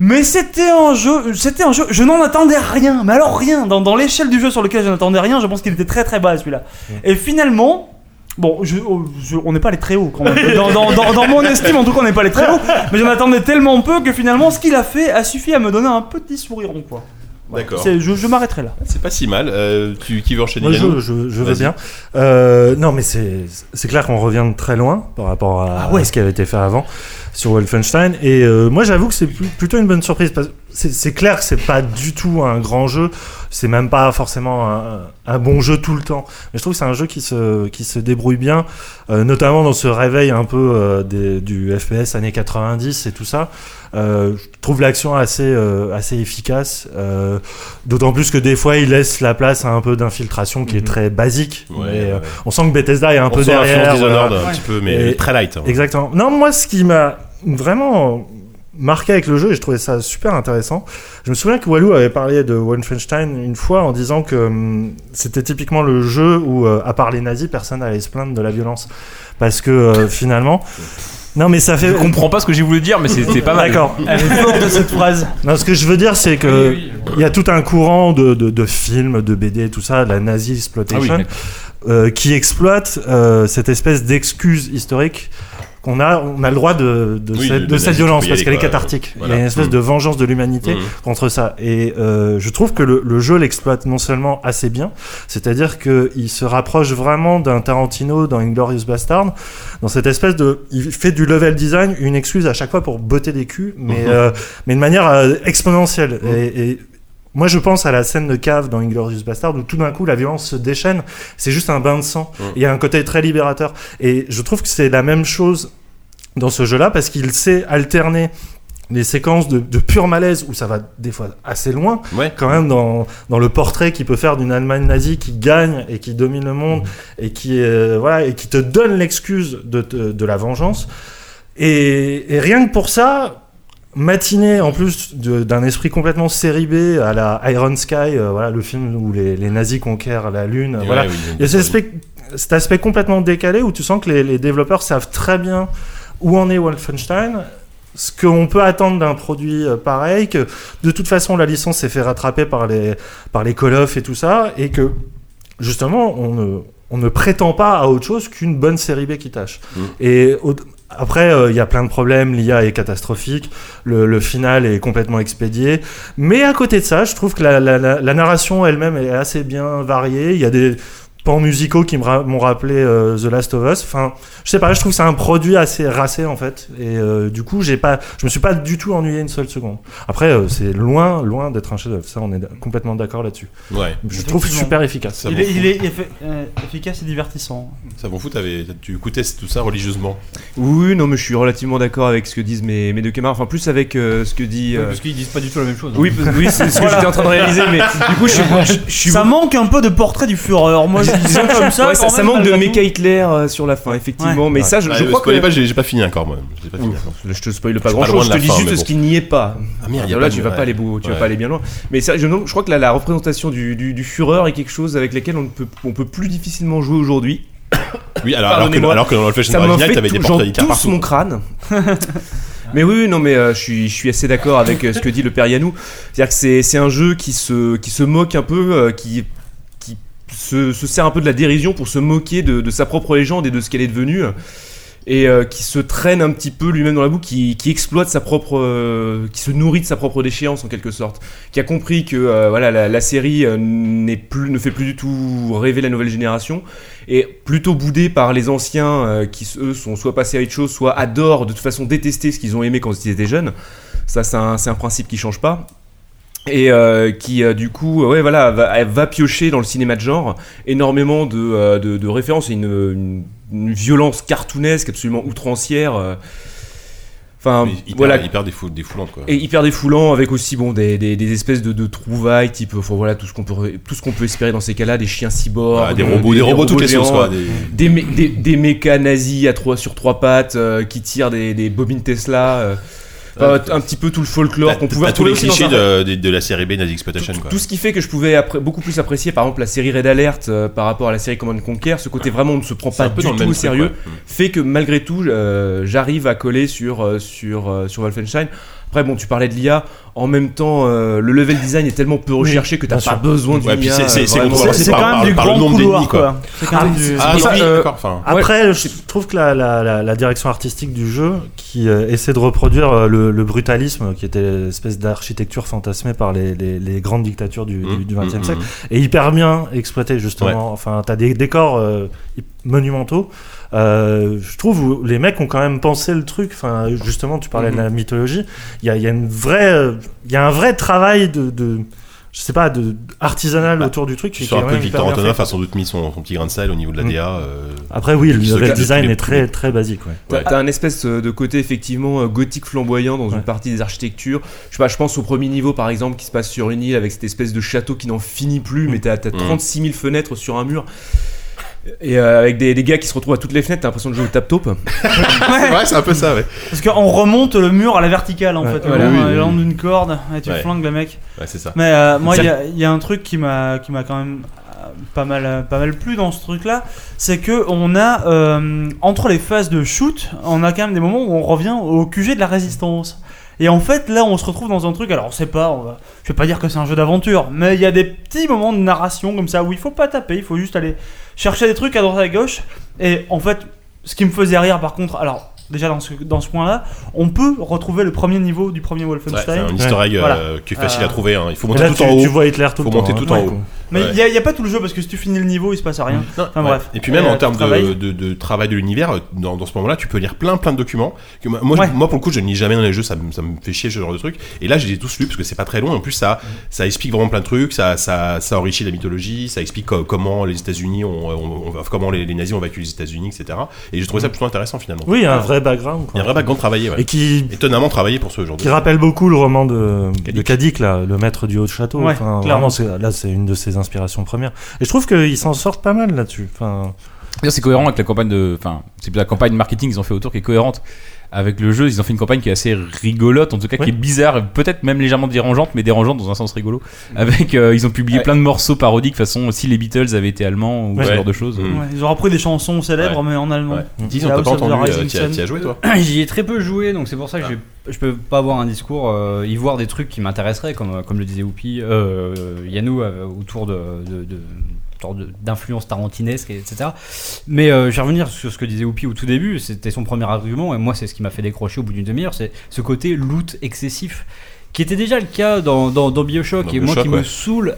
Speaker 3: Mais c'était un jeu, c'était un jeu, je n'en attendais rien, mais alors rien, dans, dans l'échelle du jeu sur lequel je n'attendais rien, je pense qu'il était très très bas celui-là.
Speaker 8: Mm.
Speaker 3: Et finalement, bon, je- oh, je- on n'est pas les très hauts quand même. Dans, dans- dans- dans mon estime, en tout cas, on n'est pas les très hauts, mais j'en attendais tellement peu que finalement, ce qu'il a fait a suffi à me donner un petit sourire rond, quoi. Voilà.
Speaker 1: D'accord.
Speaker 3: C'est- Je, je m'arrêterai là.
Speaker 1: C'est pas si mal. Euh, tu, qui veut enchaîner
Speaker 6: Moi,
Speaker 1: Yannou
Speaker 6: je, je, je veux
Speaker 1: Vas-y.
Speaker 6: bien. Euh, non, mais c'est c'est clair qu'on revient de très loin par rapport à, à ce qui avait été fait avant sur Wolfenstein. Et euh, moi, j'avoue que c'est plus- plutôt une bonne surprise. parce que C'est c'est clair que c'est pas du tout un grand jeu. C'est même pas forcément un, un bon jeu tout le temps. Mais je trouve que c'est un jeu qui se, qui se débrouille bien, euh, notamment dans ce réveil un peu euh, des- du FPS années 90 et tout ça. Euh, je trouve l'action assez, euh, assez efficace. euh, D'autant plus que des fois, il laisse la place à un peu d'infiltration qui est très basique.
Speaker 1: Mhm. Ouais,
Speaker 6: mais,
Speaker 1: ouais,
Speaker 6: euh,
Speaker 1: ouais.
Speaker 6: on sent que Bethesda est un
Speaker 1: On
Speaker 6: peu
Speaker 1: sent l'influence
Speaker 6: derrière.
Speaker 1: Dishonored un petit peu, mais très light, hein.
Speaker 6: Exactement. Non, moi, ce qui m'a vraiment marqué avec le jeu, et je trouvais ça super intéressant, je me souviens que Walou avait parlé de Wolfenstein une fois en disant que hum, c'était typiquement le jeu où, euh, à part les nazis, personne n'allait se plaindre de la violence. Parce que euh, finalement... Non mais ça fait...
Speaker 4: Je comprends pas ce que j'ai voulu dire, mais c'était pas mal.
Speaker 6: D'accord.
Speaker 4: Elle est forte de cette phrase.
Speaker 6: Non, ce que je veux dire, c'est que il y a tout un courant de, de, de films, de BD, tout ça, de la nazi exploitation,
Speaker 4: Ah oui,
Speaker 6: euh, qui exploite euh, cette espèce d'excuse historique qu'on a, on a le droit de, de,
Speaker 1: Oui,
Speaker 6: cette, de
Speaker 1: de- de
Speaker 6: cette
Speaker 1: nazis,
Speaker 6: violence
Speaker 1: tu peux y
Speaker 6: parce
Speaker 1: aller,
Speaker 6: qu'elle est
Speaker 1: quoi.
Speaker 6: cathartique.
Speaker 1: Voilà.
Speaker 6: Il y a une espèce
Speaker 1: Mm.
Speaker 6: de vengeance de l'humanité
Speaker 1: Mm.
Speaker 6: contre ça. Et euh, je trouve que le, le jeu l'exploite non seulement assez bien, c'est-à-dire qu'il se rapproche vraiment d'un Tarantino dans Inglorious Bastard, dans cette espèce de. Il fait du level design une excuse à chaque fois pour botter des culs, mais,
Speaker 1: Mhm.
Speaker 6: euh, mais de manière euh, exponentielle. Et, et moi, je pense à la scène de cave dans Inglorious Bastard où tout d'un coup la violence se déchaîne. C'est juste un bain de sang. Il y a un côté très libérateur. Et je trouve que c'est la même chose dans ce jeu-là parce qu'il sait alterner les séquences de, de pur malaise où ça va des fois assez loin quand même dans, dans le portrait qu'il peut faire d'une Allemagne nazie qui gagne et qui domine le monde et qui euh, voilà et qui te donne l'excuse de, te- de la vengeance et, et rien que pour ça matinée en plus de- d'un esprit complètement série B à la Iron Sky euh, voilà le film où les, les nazis conquièrent la lune
Speaker 1: Ouais,
Speaker 6: voilà
Speaker 1: oui,
Speaker 6: il y a cet aspect, cet aspect complètement décalé où tu sens que les, les développeurs savent très bien où en est Wolfenstein, ce qu'on peut attendre d'un produit euh, pareil, que de toute façon la licence s'est fait rattraper par les, par les Call of et tout ça, et que justement on ne, on ne prétend pas à autre chose qu'une bonne série B qui tâche.
Speaker 1: Mm.
Speaker 6: Et au- après, euh, il y a plein de problèmes, l'IA est catastrophique, le, le final est complètement expédié. Mais à côté de ça, je trouve que la, la- la- la narration elle-même est assez bien variée. Il y a des pans musicaux qui me ra- m'ont rappelé euh, The Last of Us. Enfin, je sais pas, je trouve que c'est un produit assez racé en fait. Et euh, du coup, j'ai pas, je me suis pas du tout ennuyé une seule seconde. Après, euh, c'est loin, loin d'être un chef-d'œuvre. Ça, on est d- complètement d'accord là-dessus.
Speaker 1: Ouais.
Speaker 6: Je trouve
Speaker 3: Effectivement.
Speaker 6: super efficace.
Speaker 3: Il est, il est effe- euh, efficace et divertissant.
Speaker 1: Ça m'en fout, t'avais- tu écoutais tout ça religieusement.
Speaker 5: Oui, non, mais je suis relativement d'accord avec ce que disent mes, mes deux camarades. Enfin, plus avec euh, ce que dit.
Speaker 8: Oui, parce qu'ils disent pas du tout la même chose, hein.
Speaker 5: Oui, parce- oui, c'est ce que
Speaker 8: Voilà.
Speaker 5: j'étais en train de réaliser, mais du coup, je suis. je- je suis-
Speaker 3: ça manque un peu de portrait du Führer. Moi, je dis ça comme ça.
Speaker 5: Ouais, ça,
Speaker 3: quand
Speaker 5: ça
Speaker 3: même,
Speaker 5: manque de
Speaker 3: malgré
Speaker 5: méca Hitler euh, sur la fin, effectivement.
Speaker 3: Ouais.
Speaker 5: Mais ça, je,
Speaker 1: Ah,
Speaker 5: je
Speaker 1: euh,
Speaker 5: crois
Speaker 1: spoilez
Speaker 5: que.
Speaker 1: pas, j'ai j'ai pas fini encore, moi. J'ai pas fini
Speaker 5: Ouf,
Speaker 1: encore.
Speaker 5: Je te spoil pas
Speaker 1: suis
Speaker 5: grand
Speaker 1: loin
Speaker 5: chose,
Speaker 1: de
Speaker 5: je te
Speaker 1: la
Speaker 5: dis
Speaker 1: fin,
Speaker 5: juste
Speaker 1: mais
Speaker 5: ce
Speaker 1: bon.
Speaker 5: qui n'y est pas.
Speaker 1: Ah merde, y a
Speaker 5: là,
Speaker 1: pas
Speaker 5: tu
Speaker 1: de-
Speaker 5: vas pas
Speaker 1: ouais.
Speaker 5: aller beau- tu vas
Speaker 1: Ouais.
Speaker 5: pas aller bien loin. Mais ça, je, non, je crois que là, la représentation du, du, du Führer est quelque chose avec lequel on ne peut, on peut plus difficilement jouer aujourd'hui.
Speaker 1: Oui, alors- alors que-
Speaker 5: Pardonnez-moi.
Speaker 1: alors que dans Wolfenstein
Speaker 5: Ça m'a
Speaker 1: original,
Speaker 5: fait
Speaker 1: t'avais des
Speaker 5: tout-
Speaker 1: portes
Speaker 5: j'en
Speaker 1: d'Icare
Speaker 5: tousse
Speaker 1: partout.
Speaker 5: mon crâne. Mais oui, oui, non, mais euh, je, suis, je suis assez d'accord avec euh, ce que dit le père Yanou. C'est-à-dire que c'est, c'est un jeu qui se, qui se moque un peu, euh, qui, qui se, se sert un peu de la dérision pour se moquer de, de sa propre légende et de ce qu'elle est devenue. Et euh, qui se traîne un petit peu lui-même dans la boue, qui, qui exploite sa propre. euh, qui se nourrit de sa propre déchéance en quelque sorte. Qui a compris que euh, voilà, la, la série euh, n'est plus, ne fait plus du tout rêver la nouvelle génération. Et plutôt boudé par les anciens euh, qui, eux, sont soit passés à autre chose, soit adorent de toute façon détester ce qu'ils ont aimé quand ils étaient jeunes. Ça, c'est un, c'est un principe qui change pas et euh, qui euh, du coup euh, ouais voilà va, elle va piocher dans le cinéma de genre énormément de, euh, de, de références et une, une- une violence cartoonesque absolument outrancière euh, Enfin,
Speaker 1: hyper,
Speaker 5: voilà.
Speaker 1: hyper défou- défoulant, quoi.
Speaker 5: Et hyper défoulant avec aussi bon des, des, des espèces de, de trouvailles type enfin, voilà tout ce qu'on peut tout ce qu'on peut espérer dans ces cas-là des chiens cyborgs euh,
Speaker 1: Ah, des robots- des robots toutes les
Speaker 5: géants,
Speaker 1: sauces, quoi,
Speaker 5: euh, des mé- des, des mécas nazis à trois sur trois pattes euh, qui tirent des, des bobines Tesla euh, enfin, un petit peu tout le folklore qu'on pouvait
Speaker 1: T'as tous
Speaker 5: retrouver
Speaker 1: les
Speaker 5: aussi dans
Speaker 1: clichés
Speaker 5: un-
Speaker 1: de, de- de la série B Nazi Exploitation, quoi.
Speaker 5: tout ce qui fait que je pouvais appré- beaucoup plus apprécier par exemple la série Red Alert euh, par rapport à la série Command Conquer, ce côté vraiment on ne se prend pas
Speaker 1: un peu
Speaker 5: du
Speaker 1: dans le
Speaker 5: tout
Speaker 1: même
Speaker 5: au
Speaker 1: truc,
Speaker 5: sérieux,
Speaker 1: ouais. Mm.
Speaker 5: fait que malgré tout euh, j'arrive à coller sur, euh, sur, euh, sur Wolfenstein. Après bon tu parlais de l'IA, en même temps euh, le level design est tellement peu recherché que t'as
Speaker 1: bien
Speaker 5: pas
Speaker 1: sûr.
Speaker 5: besoin d'une
Speaker 1: Ouais, puis
Speaker 5: IA,
Speaker 1: c'est- c'est-
Speaker 5: euh,
Speaker 1: c'est
Speaker 5: vraiment.
Speaker 1: contrôlé C'est par- quand même par- du par le grand nombre couloir, d'ennemis, quoi. quoi. C'est quand même du- Ah,
Speaker 6: ça,
Speaker 1: oui,
Speaker 6: euh,
Speaker 1: d'accord, enfin.
Speaker 6: Après, je trouve que la, la- la- la direction artistique du jeu, qui euh, essaie de reproduire euh, le, le brutalisme, qui était l'espèce d'architecture fantasmée par les, les- les grandes dictatures du, du- du XXe
Speaker 1: mmh,
Speaker 6: siècle,
Speaker 1: mmh.
Speaker 6: est hyper bien exploité justement.
Speaker 1: Ouais.
Speaker 6: Enfin, t'as des décors euh, hy- monumentaux. Euh, je trouve où les mecs ont quand même pensé le truc. Enfin, justement, tu parlais de
Speaker 1: Mmh.
Speaker 6: la mythologie. Il y a, il y a une vraie, euh, il y a un vrai travail de, de- je sais pas, de artisanal
Speaker 1: Bah.
Speaker 6: autour du truc.
Speaker 1: Tu
Speaker 6: qui- qui
Speaker 1: sens un
Speaker 6: est
Speaker 1: peu
Speaker 6: vraiment
Speaker 1: que Victor
Speaker 6: hyper bien fait.
Speaker 1: Antonoff a sans doute mis son, son petit grain de sel au niveau de la
Speaker 6: Mm.
Speaker 1: DA. euh,
Speaker 6: Après, oui, le
Speaker 1: qui se
Speaker 6: level
Speaker 1: cache
Speaker 6: design
Speaker 1: tous les-
Speaker 6: est très très basique. Ouais.
Speaker 5: T'as t'as un espèce euh, de côté effectivement euh, gothique flamboyant dans une partie des architectures. Je sais pas, je pense au premier niveau par exemple qui se passe sur une île avec cette espèce de château qui n'en finit plus, mais t'as t'as
Speaker 1: Mm.
Speaker 5: 36 000 fenêtres sur un mur. Et euh, avec des, des gars qui se retrouvent à toutes les fenêtres, t'as l'impression de jouer au tap-top.
Speaker 1: C'est vrai, c'est un peu ça, ouais.
Speaker 3: Parce qu'on remonte le mur à la verticale en
Speaker 5: Ouais.
Speaker 3: fait.
Speaker 5: Voilà.
Speaker 3: on
Speaker 5: Oui, oui, oui.
Speaker 3: d'une corde et tu
Speaker 1: Ouais.
Speaker 3: flanques le mec.
Speaker 1: Ouais, c'est ça.
Speaker 3: Mais euh, moi,
Speaker 1: Ça-
Speaker 3: il y a- il y, a un truc qui m'a qui m'a quand même euh, pas mal euh, pas mal plu dans ce truc là, c'est que on a euh, entre les phases de shoot, on a quand même des moments où on revient au QG de la résistance. Et en fait, là, on se retrouve dans un truc. Alors, on sait pas. on va- je vais pas dire que c'est un jeu d'aventure, mais il y a des petits moments de narration comme ça où il faut pas taper, il faut juste aller chercher des trucs à droite à gauche. Et en fait, ce qui me faisait rire, par contre, alors déjà dans ce dans ce point-là, on peut retrouver le premier niveau du premier Wolfenstein.
Speaker 1: Ouais, c'est un easter egg, euh,
Speaker 3: Voilà.
Speaker 1: qui est facile à
Speaker 3: Euh,
Speaker 1: trouver, hein. Il faut
Speaker 6: Et
Speaker 1: monter
Speaker 6: là,
Speaker 1: tout
Speaker 6: tu-
Speaker 1: en haut.
Speaker 6: tu vois Hitler tout
Speaker 1: faut
Speaker 6: le temps,
Speaker 1: monter
Speaker 6: hein.
Speaker 1: tout en
Speaker 6: Ouais.
Speaker 1: haut.
Speaker 3: mais
Speaker 1: Ouais.
Speaker 3: il n'y a, il y a pas tout le jeu parce que si tu finis le niveau, il se passe rien. Enfin
Speaker 1: Ouais.
Speaker 3: bref.
Speaker 1: Et puis même
Speaker 3: euh,
Speaker 1: en termes de,
Speaker 3: travail.
Speaker 1: de, de travail de l'univers, euh, dans, dans ce moment-là, tu peux lire plein plein de documents. Que moi, moi, je- moi, pour le coup, je ne lis jamais dans les jeux, ça, me- ça me fait chier ce genre de truc. Et là, je les ai tous lus parce que c'est pas très long. En plus, ça, ça explique vraiment plein de trucs, ça, ça, ça enrichit la mythologie, ça explique co- comment les États-Unis, ont, ont- ont- comment les, les nazis ont vaincu les États-Unis, etc. Et j'ai trouvé ça plutôt intéressant finalement.
Speaker 6: Mm. Oui, il y a un vrai background, quoi.
Speaker 1: Il y a un vrai background travaillé, ouais.
Speaker 6: Et qui-
Speaker 1: étonnamment travaillé pour ce genre de.
Speaker 6: Qui rappelle beaucoup le roman de de Cadic, là, le maître du haut de château.
Speaker 1: Ouais,
Speaker 6: Enfin,
Speaker 1: clairement.
Speaker 6: vraiment, c'est- là, c'est une de ses inspirations premières. Et je trouve qu'ils s'en sortent pas mal là-dessus. Enfin,
Speaker 4: D'ailleurs, C'est cohérent avec la campagne de. Enfin, c'est la campagne marketing qu'ils ont fait autour qui est cohérente avec le jeu. Ils ont fait une campagne qui est assez rigolote, en tout cas qui
Speaker 6: Ouais.
Speaker 4: est bizarre, et peut-être même légèrement dérangeante, mais dérangeante dans un sens rigolo. Avec, euh, ils ont publié plein de morceaux parodiques, façon si les Beatles avaient été allemands ou ce
Speaker 3: Ouais.
Speaker 4: genre de choses.
Speaker 1: hmm.
Speaker 3: Ouais, ils ont repris des chansons célèbres, mais en allemand.
Speaker 4: Mm.
Speaker 1: Dis, on
Speaker 3: Là
Speaker 1: t'a
Speaker 3: où
Speaker 1: pas
Speaker 3: ça faisait
Speaker 1: entendu, euh,
Speaker 3: Rising
Speaker 1: t'y as-
Speaker 3: Sun.
Speaker 1: t'y as joué, toi
Speaker 8: J'y ai très peu joué, donc c'est pour
Speaker 5: Ah.
Speaker 8: ça que j'ai- je peux pas avoir un discours, euh, y voir des trucs qui m'intéresseraient, comme, euh, comme le disait Oupi, euh, Yannou, euh, autour de. de- de- autour de- d'influence tarantinesque et- etc mais euh, je vais revenir sur ce que disait Oupi au tout début c'était son premier argument et moi c'est ce qui m'a fait décrocher au bout d'une demi-heure c'est ce côté loot excessif qui était déjà le cas dans, dans, dans Bioshock
Speaker 4: Dans
Speaker 8: et moi
Speaker 4: Bioshock,
Speaker 8: qui
Speaker 4: ouais.
Speaker 8: me saoule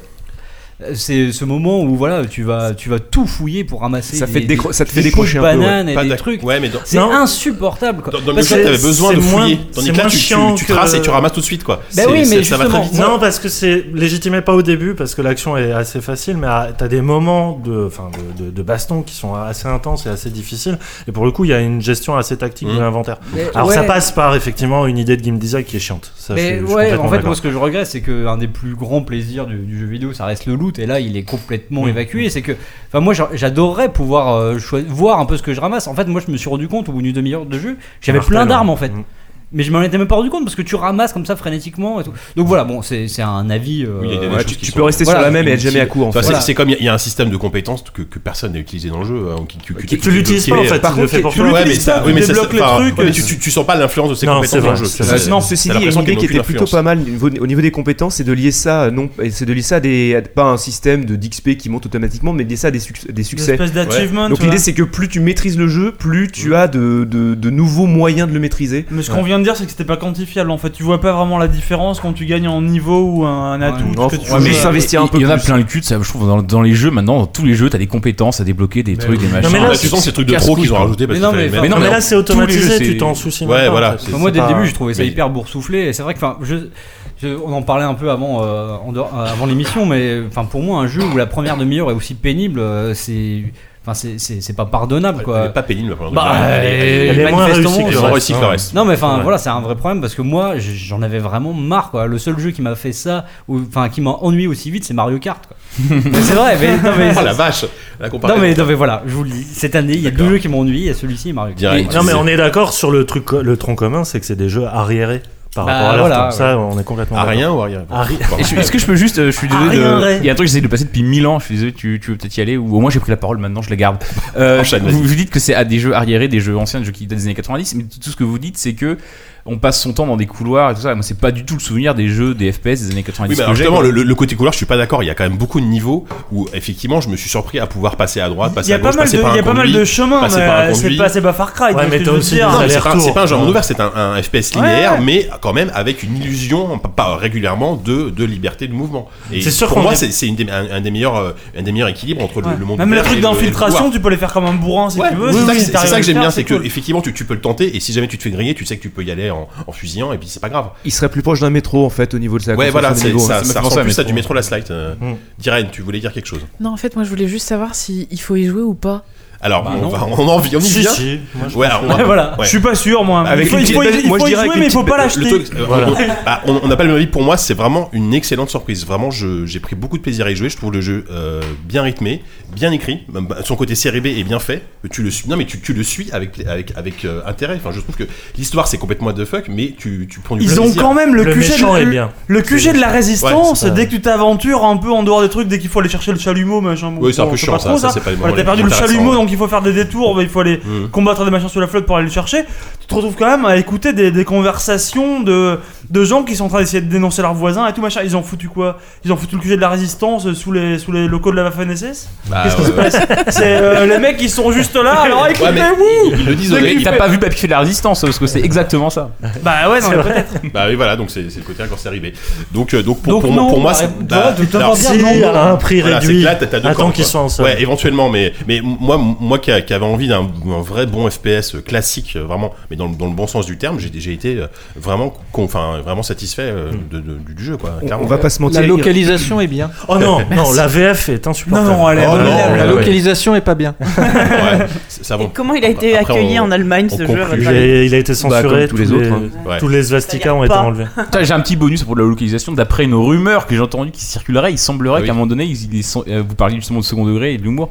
Speaker 8: euh, c'est ce moment où voilà tu vas tu vas tout fouiller pour ramasser
Speaker 5: Ça fait
Speaker 8: des,
Speaker 5: décro- ça te
Speaker 8: des
Speaker 5: fait décrocher un peu,
Speaker 8: choux de
Speaker 5: ouais.
Speaker 8: bananes et
Speaker 5: Pas
Speaker 8: des
Speaker 5: d'ac-
Speaker 8: trucs
Speaker 1: Ouais, mais dans-
Speaker 8: c'est
Speaker 1: Non.
Speaker 8: insupportable quoi.
Speaker 1: Dans, dans le
Speaker 8: Parce
Speaker 1: jeu,
Speaker 8: que
Speaker 1: t'avais besoin
Speaker 8: c'est
Speaker 1: de
Speaker 8: moins-
Speaker 1: fouiller. Tandis
Speaker 8: c'est
Speaker 1: que là,
Speaker 8: moins
Speaker 1: tu, tu-
Speaker 8: chiant
Speaker 1: tu
Speaker 8: que-
Speaker 1: traces et tu ramasses tout de suite, quoi.
Speaker 8: Bah
Speaker 1: C'est-
Speaker 8: oui,
Speaker 1: c'est-
Speaker 8: mais
Speaker 1: ça va très vite. hein.
Speaker 6: Non, parce que c'est légitimé pas au début, parce que l'action est assez facile, mais ah, t'as des moments de, enfin, de, de- de baston qui sont assez intenses et assez difficiles. Et pour le coup, il y a une gestion assez tactique
Speaker 8: Mmh.
Speaker 6: de l'inventaire.
Speaker 8: Mais-
Speaker 6: Alors
Speaker 8: ouais.
Speaker 6: ça passe par effectivement une idée de game design qui est chiante. Ça, je
Speaker 8: mais
Speaker 6: suis- je suis
Speaker 8: ouais,
Speaker 6: complètement
Speaker 8: en fait,
Speaker 6: d'accord.
Speaker 8: moi, ce que je regrette, c'est que un des plus grands plaisirs du, du jeu vidéo, ça reste le loot, et là, il est complètement
Speaker 6: Mm.
Speaker 8: évacué. C'est que, enfin, moi, j'a- j'adorerais pouvoir euh, choi- voir un peu ce que je ramasse. En fait, moi, je me suis rendu compte au bout d'une demi-heure de jeu, j'avais
Speaker 6: Un rappel,
Speaker 8: plein d'armes
Speaker 1: hein.
Speaker 6: ouais.
Speaker 8: en fait.
Speaker 1: Mm.
Speaker 8: Mais je m'en étais même pas rendu compte parce que tu ramasses comme ça frénétiquement et tout. Donc voilà, bon, c'est c'est un avis. euh,
Speaker 1: Oui, il y a des
Speaker 8: voilà,
Speaker 1: choses qui sont- voilà, inutiles. Enfin, c'est-
Speaker 8: Voilà.
Speaker 1: C'est comme il y a- il y, a un système de compétences que, que personne n'a utilisé dans le jeu. hein, qui- qui- que-
Speaker 6: Tu
Speaker 1: que-
Speaker 6: l'utilises
Speaker 1: qui-
Speaker 6: pas, en
Speaker 1: qui-
Speaker 6: fait,
Speaker 1: par
Speaker 6: tu le
Speaker 1: contre,
Speaker 6: fais pour
Speaker 1: tu
Speaker 6: toi.
Speaker 1: ouais,
Speaker 6: Tu
Speaker 1: mais ça-
Speaker 6: l'utilises
Speaker 1: oui, mais
Speaker 6: pas,
Speaker 1: ça-
Speaker 6: tu débloques les
Speaker 1: enfin,
Speaker 6: trucs,
Speaker 1: ouais, mais
Speaker 6: euh,
Speaker 1: tu, tu- tu sens pas l'influence de ces
Speaker 6: Non,
Speaker 1: compétences
Speaker 6: c'est
Speaker 1: dans le
Speaker 6: vrai,
Speaker 1: jeu.
Speaker 6: c'est
Speaker 1: C'est- Euh,
Speaker 6: vrai.
Speaker 1: c'est-
Speaker 5: non,
Speaker 1: t'as
Speaker 5: ceci dit, il y a
Speaker 1: l'impression
Speaker 5: une idée
Speaker 1: qu'ils n'ont
Speaker 5: qui était
Speaker 1: aucune
Speaker 5: plutôt
Speaker 1: influence.
Speaker 5: pas mal au niveau, au niveau des compétences, c'est de lier ça, euh, non, et c'est de lier ça à des, à- pas un système de d'XP qui monte automatiquement, mais de lier ça à des, suc- des succès.
Speaker 3: espèce d'achievement,
Speaker 5: Donc
Speaker 3: tu
Speaker 5: l'idée,
Speaker 3: vois.
Speaker 5: c'est que plus tu maîtrises le jeu, plus tu as de, de- de nouveaux moyens de le maîtriser.
Speaker 3: Mais ce qu'on vient de dire, c'est que c'était pas quantifiable en fait. Tu vois pas vraiment la différence quand tu gagnes en niveau ou un atout.
Speaker 5: non,
Speaker 3: que tu
Speaker 5: faut
Speaker 3: joues. euh,
Speaker 5: juste s'investir un peu
Speaker 4: Il y en a
Speaker 5: plus.
Speaker 4: plein le cul, ça, je trouve, dans, dans les jeux maintenant, dans tous les jeux, t'as des compétences à débloquer, des trucs, des
Speaker 1: oui.
Speaker 4: machins.
Speaker 1: Non, mais là, tu sens que c'est des trucs de trop qu'ils ont rajouté parce
Speaker 4: Mais non,
Speaker 1: qu'il
Speaker 4: mais-
Speaker 1: fallait
Speaker 4: mais non, mais
Speaker 6: là, c'est
Speaker 4: tous les jeux,
Speaker 6: automatisé,
Speaker 4: c'est-
Speaker 6: tu t'en soucies même
Speaker 1: Ouais,
Speaker 6: pas,
Speaker 1: voilà.
Speaker 6: en fait.
Speaker 1: c'est-
Speaker 8: Enfin, moi,
Speaker 1: c'est
Speaker 8: dès le
Speaker 1: pas-
Speaker 8: début, je trouvais ça
Speaker 1: mais-
Speaker 8: hyper boursouflé. Et c'est vrai que, enfin, je- je- on en parlait un peu avant, euh, en dehors- euh, avant l'émission, mais enfin, pour moi, un jeu où la première demi-heure est aussi pénible, euh, c'est. enfin, Enfin, c'est- c'est c'est pas pardonnable quoi.
Speaker 1: Elle est pas pénible, pendant
Speaker 8: Bah,
Speaker 1: deux heures. Elle est- elle est moins réussie que le reste, réussie que le reste.
Speaker 8: Non, mais enfin
Speaker 1: Ouais.
Speaker 8: voilà, c'est un vrai problème parce que moi, j- j'en avais vraiment marre quoi. Le seul jeu qui m'a fait ça, ou enfin qui m'a ennuyé aussi vite, c'est Mario Kart quoi. Mais c'est vrai, mais, non, mais
Speaker 1: Oh la vache, la
Speaker 8: non
Speaker 1: comparaison.
Speaker 8: mais, non, mais voilà, je vous le dis, cette année, il y a deux jeux qui m'ont ennuyé, il y a celui-ci et Mario Kart.
Speaker 6: Et- non, mais on est d'accord sur le, truc, le tronc commun, c'est que c'est des jeux arriérés par
Speaker 8: Bah,
Speaker 6: rapport à leur
Speaker 8: voilà,
Speaker 6: temps. Ça, on est complètement.
Speaker 1: Arien
Speaker 6: d'accord.
Speaker 1: ou
Speaker 4: Ah,
Speaker 1: arriéré
Speaker 6: Arri-
Speaker 4: Et je- Est-ce que je peux juste, euh, je suis
Speaker 3: Ah,
Speaker 4: désolé,
Speaker 6: Arien,
Speaker 4: de-
Speaker 6: ouais.
Speaker 4: il y a un truc que j'essaie de passer depuis 1000 ans, je suis désolé, tu, tu veux peut-être y aller, ou au moins j'ai pris la parole, maintenant je la garde. Euh, vous, vous dites que c'est à des jeux arriérés, des jeux anciens, des jeux qui datent des années 90, mais tout ce que vous dites c'est que on passe son temps dans des couloirs et tout ça, moi c'est pas du tout le souvenir des jeux des FPS des années
Speaker 1: Oui,
Speaker 4: 90.
Speaker 1: mais
Speaker 4: que
Speaker 1: alors,
Speaker 4: j'ai,
Speaker 1: justement,
Speaker 4: quoi.
Speaker 1: le, le côté couleur, je suis pas d'accord. Il y a quand même beaucoup de niveaux où, effectivement, je me suis surpris à pouvoir passer à droite,
Speaker 3: Il y
Speaker 1: passer
Speaker 3: a
Speaker 1: à
Speaker 3: pas
Speaker 1: gauche,
Speaker 3: mal de,
Speaker 1: passer par un
Speaker 3: il y a pas mal de
Speaker 1: conduit,
Speaker 3: chemins,
Speaker 1: passer par un
Speaker 3: mais euh, c'est
Speaker 1: conduit.
Speaker 3: pas, c'est pas Far Cry. donc, je veux dire. euh,
Speaker 1: Non, mais c'est pas, c'est pas un jeu en ouvert, c'est un, un FPS linéaire, mais euh, quand même avec une illusion, pas- pas régulièrement, de, de liberté de mouvement. Et
Speaker 3: C'est sûr
Speaker 1: pour
Speaker 3: qu'on
Speaker 1: moi,
Speaker 3: est-
Speaker 1: c'est c'est une des- un, un des meilleurs, euh, un des meilleurs équilibres entre le,
Speaker 3: Ouais.
Speaker 1: le monde
Speaker 3: Même le
Speaker 1: ouvert et
Speaker 3: truc
Speaker 1: et pouvoir.
Speaker 3: d'infiltration, tu peux les faire comme un bourrin si
Speaker 1: Ouais,
Speaker 3: tu veux.
Speaker 1: oui,
Speaker 3: si
Speaker 1: oui,
Speaker 3: t'arrives
Speaker 1: c'est
Speaker 3: à
Speaker 1: c'est ça
Speaker 3: le
Speaker 1: que j'aime
Speaker 3: faire,
Speaker 1: bien, c'est que
Speaker 3: cool.
Speaker 1: effectivement tu, tu peux le tenter et si jamais tu te fais griller, tu sais que tu peux y aller en, en fusillant et puis c'est pas grave.
Speaker 12: Il serait plus proche d'un métro en fait au niveau de sa
Speaker 1: Ouais,
Speaker 12: construction
Speaker 1: voilà,
Speaker 12: de
Speaker 1: c'est-
Speaker 12: niveau, hein.
Speaker 1: ça,
Speaker 12: m'a
Speaker 1: ça
Speaker 12: fait
Speaker 1: ressemble
Speaker 12: penser à
Speaker 1: plus à du
Speaker 12: métro.
Speaker 1: métro Last Light. euh,
Speaker 3: Mm.
Speaker 1: Diren, tu voulais dire quelque chose
Speaker 7: Non, en fait, moi, je voulais juste savoir s'il il faut y jouer ou pas.
Speaker 1: Alors,
Speaker 7: Bah,
Speaker 1: on,
Speaker 7: non.
Speaker 1: va, on en vient, on y
Speaker 7: Si,
Speaker 1: vient.
Speaker 7: si, moi, je
Speaker 1: Ouais,
Speaker 7: pense
Speaker 1: alors,
Speaker 7: que-
Speaker 1: on-
Speaker 7: Ouais, voilà.
Speaker 1: ouais.
Speaker 3: Je suis pas sûr, moi.
Speaker 1: Avec
Speaker 3: Il faut-
Speaker 1: une
Speaker 3: il faut-
Speaker 1: petite-
Speaker 3: il faut-
Speaker 1: moi, je
Speaker 3: il faut y
Speaker 1: dirais
Speaker 3: jouer,
Speaker 1: avec
Speaker 3: mais
Speaker 1: une
Speaker 3: faut
Speaker 1: petite-
Speaker 3: pas l'acheter.
Speaker 1: le truc, euh,
Speaker 3: Voilà.
Speaker 1: on- bah, on on n'a pas le même avis. Pour moi, c'est vraiment une excellente surprise. Vraiment, je- j'ai pris beaucoup de plaisir à y jouer. Je trouve le jeu euh, bien rythmé, bien écrit. Même, bah, Son côté série B est bien fait. Tu le suis. Non, mais tu, tu le suis avec avec avec euh, intérêt. Enfin, je trouve que l'histoire c'est complètement what the fuck, mais tu tu prends du
Speaker 3: Ils ont
Speaker 1: plaisir.
Speaker 3: quand même le, QG, de, le QG de la résistance.
Speaker 1: Ouais, c'est pas-
Speaker 3: dès que tu t'aventures un peu en dehors des trucs, dès qu'il faut aller chercher le chalumeau, machin. bon,
Speaker 1: Oui, c'est un peu
Speaker 3: on sait
Speaker 1: chiant,
Speaker 3: pas
Speaker 1: ça,
Speaker 3: trop,
Speaker 1: ça, c'est pas les moments
Speaker 3: Voilà, T'as
Speaker 1: les
Speaker 3: perdu
Speaker 1: plus
Speaker 3: le chalumeau,
Speaker 1: intéressants, ouais.
Speaker 3: donc il faut faire des détours, bah, il faut aller
Speaker 1: Mhm.
Speaker 3: combattre des machins sur la flotte pour aller le chercher. Tu te retrouves quand même à écouter des, des conversations de, de gens qui sont en train d'essayer de dénoncer leurs voisins et tout machin. Ils ont foutu quoi Ils ont foutu le QG de la résistance euh, sous les, sous les locaux de la Waffen-SS
Speaker 4: Bah,
Speaker 3: Qu'est-ce qui
Speaker 4: ouais,
Speaker 3: se
Speaker 4: ouais.
Speaker 3: passe C'est euh, les mecs qui sont juste là, alors écoutez,
Speaker 4: Ouais, mais
Speaker 3: wouh
Speaker 4: ils le disent,
Speaker 3: Dès
Speaker 4: mais
Speaker 3: qu'il
Speaker 4: t'as
Speaker 3: fait-
Speaker 4: pas vu le papier de la résistance, parce que c'est exactement ça.
Speaker 3: Bah ouais, non, mais peut-être.
Speaker 1: Bah oui, voilà, donc c'est c'est le côté quand c'est arrivé. Donc, euh, donc pour,
Speaker 3: Donc
Speaker 1: pour,
Speaker 3: non,
Speaker 1: moi- pour moi,
Speaker 3: bah,
Speaker 1: c'est.
Speaker 3: tu vois, tu peux pas dire
Speaker 1: si,
Speaker 3: non, non.
Speaker 1: voilà,
Speaker 3: à un prix
Speaker 1: voilà,
Speaker 3: réduit.
Speaker 1: c'est que là, t'as- t'as deux
Speaker 3: Attends
Speaker 1: camps,
Speaker 3: qu'ils
Speaker 1: quoi.
Speaker 3: soient ensemble.
Speaker 1: Ouais, éventuellement, mais, mais moi, moi qui, a- qui avait envie d'un d'un vrai bon FPS classique, euh, vraiment, mais dans, le- dans le bon sens du terme, j'ai j'ai été euh, vraiment, con- enfin, vraiment satisfait euh, de- de- du, du jeu, quoi.
Speaker 12: On-
Speaker 1: clairement.
Speaker 12: on va pas se mentir. La localisation est bien.
Speaker 6: Oh non, non,
Speaker 1: Merci.
Speaker 6: la VF est insupportable.
Speaker 1: Non, non, elle est abominable.
Speaker 6: non,
Speaker 1: La
Speaker 6: ouais.
Speaker 10: Localisation est pas bien.
Speaker 1: Ouais, c'est- ça va.
Speaker 9: Comment il a été
Speaker 1: Après,
Speaker 9: accueilli
Speaker 1: on-
Speaker 9: en Allemagne
Speaker 1: on
Speaker 9: ce jeu à
Speaker 1: conclut.
Speaker 9: votre
Speaker 6: Il
Speaker 9: avis
Speaker 6: a, il a été
Speaker 4: Bah,
Speaker 6: censuré,
Speaker 4: comme tous les autres, hein. Ouais.
Speaker 6: Tous les swastikas ont été
Speaker 9: pas.
Speaker 6: enlevés.
Speaker 4: Putain, J'ai un petit bonus pour la localisation. D'après une rumeur que j'ai entendue qui circulerait, il semblerait qu'à un moment donné, ils- ils sont- euh, vous parliez justement de second degré et de l'humour.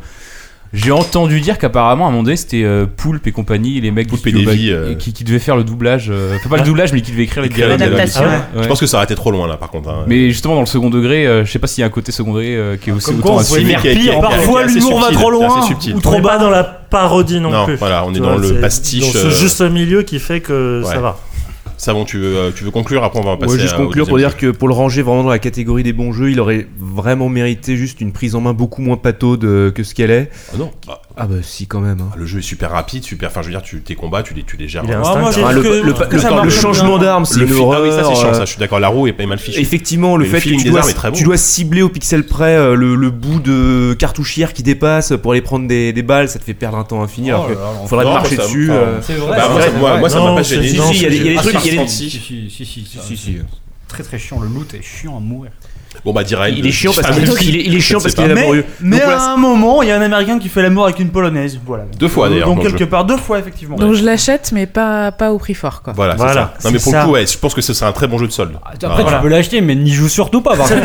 Speaker 4: J'ai entendu dire qu'apparemment, à un moment donné, c'était euh, Poulpe et compagnie, les mecs du
Speaker 1: et
Speaker 4: studio
Speaker 1: Davy,
Speaker 4: Bag-
Speaker 1: euh,
Speaker 4: qui, qui devaient faire le doublage. euh, enfin, pas le
Speaker 1: Ouais.
Speaker 4: doublage, mais qui devaient écrire les
Speaker 1: Écrire
Speaker 4: dialogues.
Speaker 1: les dialogues.
Speaker 4: Ouais.
Speaker 1: Ah ouais. Je pense que ça aurait été trop loin, là, par contre. hein.
Speaker 4: Mais justement, dans le second degré, euh, je sais pas s'il y a un côté second degré euh, qui est aussi
Speaker 1: Comme
Speaker 4: autant
Speaker 1: quoi, on
Speaker 4: assumé.
Speaker 1: pouvait faire
Speaker 4: Qui est- qui est-
Speaker 1: pire,
Speaker 4: qui est-
Speaker 1: parfois,
Speaker 4: qui est assez
Speaker 1: l'humour va
Speaker 4: subtil,
Speaker 1: trop
Speaker 4: qui est assez
Speaker 1: loin.
Speaker 4: subtil.
Speaker 6: Ou trop
Speaker 1: On est
Speaker 6: bas dans la parodie non,
Speaker 1: Non,
Speaker 6: plus.
Speaker 1: voilà, on est
Speaker 6: Tu
Speaker 1: dans
Speaker 6: vois,
Speaker 1: le
Speaker 6: c'est
Speaker 1: pastiche,
Speaker 6: Dans ce
Speaker 1: euh,
Speaker 6: juste milieu qui fait que
Speaker 1: Ouais.
Speaker 6: euh, ça va.
Speaker 1: Ça, bon, tu veux, euh, tu veux conclure, après on va passer
Speaker 12: Ouais, juste
Speaker 1: à- au
Speaker 12: conclure
Speaker 1: deuxième
Speaker 12: pour dire que pour le ranger vraiment dans la catégorie des bons jeux, il aurait vraiment mérité juste une prise en main beaucoup moins pataude euh, que ce qu'elle est.
Speaker 1: Ah non.
Speaker 12: Ah bah si quand même. hein.
Speaker 1: Le jeu est super rapide, super. Enfin, je veux dire, tu, tes combats, tu les, tu les gères.
Speaker 12: Il est
Speaker 1: Ah,
Speaker 12: instinctif.
Speaker 1: moi, j'ai
Speaker 12: Ah,
Speaker 1: vu
Speaker 12: le- le- le- le- le changement d'arme, c'est
Speaker 1: Le
Speaker 12: une
Speaker 1: fi- Ah oui, ça c'est
Speaker 12: horreur,
Speaker 1: chiant,
Speaker 12: euh.
Speaker 1: ça. Je suis d'accord. La roue est pas mal fichue.
Speaker 12: Effectivement, le
Speaker 1: Mais
Speaker 12: fait que
Speaker 1: feeling
Speaker 12: tu
Speaker 1: des
Speaker 12: dois,
Speaker 1: armes est très bon.
Speaker 12: tu dois cibler au pixel près euh, le, le bout de cartouchière qui dépasse pour aller prendre des, des balles, ça te fait perdre un temps infini.
Speaker 8: Oh
Speaker 12: alors que
Speaker 1: là là,
Speaker 12: faudrait
Speaker 1: non,
Speaker 12: te marcher
Speaker 1: ça-
Speaker 12: dessus.
Speaker 1: enfin,
Speaker 12: euh,
Speaker 1: c'est vrai, Bah, moi, c'est ça- vrai. moi- moi, ça m'a pas gêné.
Speaker 12: Si,
Speaker 1: Non,
Speaker 12: si, il y a des- il y a des
Speaker 1: c'est-
Speaker 12: trucs. il y a des-
Speaker 1: Si,
Speaker 8: si, si, si, si, si. Très très chiant, le loot est chiant à mourir.
Speaker 1: Bon bah direct.
Speaker 12: Il est chiant parce
Speaker 1: Enfin,
Speaker 12: qu'il-
Speaker 1: donc,
Speaker 12: il est- il est chiant
Speaker 1: je
Speaker 12: parce
Speaker 1: sais
Speaker 12: qu'il est
Speaker 1: pas.
Speaker 12: laborieux.
Speaker 3: Mais
Speaker 1: Donc, voilà,
Speaker 3: à un moment, il y a un américain qui fait l'amour avec une polonaise. Voilà. Euh,
Speaker 1: Deux fois, d'ailleurs,
Speaker 3: Donc
Speaker 1: dans le
Speaker 3: quelque
Speaker 1: jeu.
Speaker 3: part, deux fois effectivement.
Speaker 7: Donc, je l'achète, mais pas, pas au prix fort, quoi.
Speaker 1: Voilà. c'est
Speaker 3: Voilà,
Speaker 1: ça. Non mais
Speaker 3: c'est
Speaker 1: pour
Speaker 3: ça.
Speaker 1: le coup, ouais, je pense que ce serait un très bon jeu de solde.
Speaker 8: Après, tu peux l'acheter, mais n'y joue surtout pas. par contre.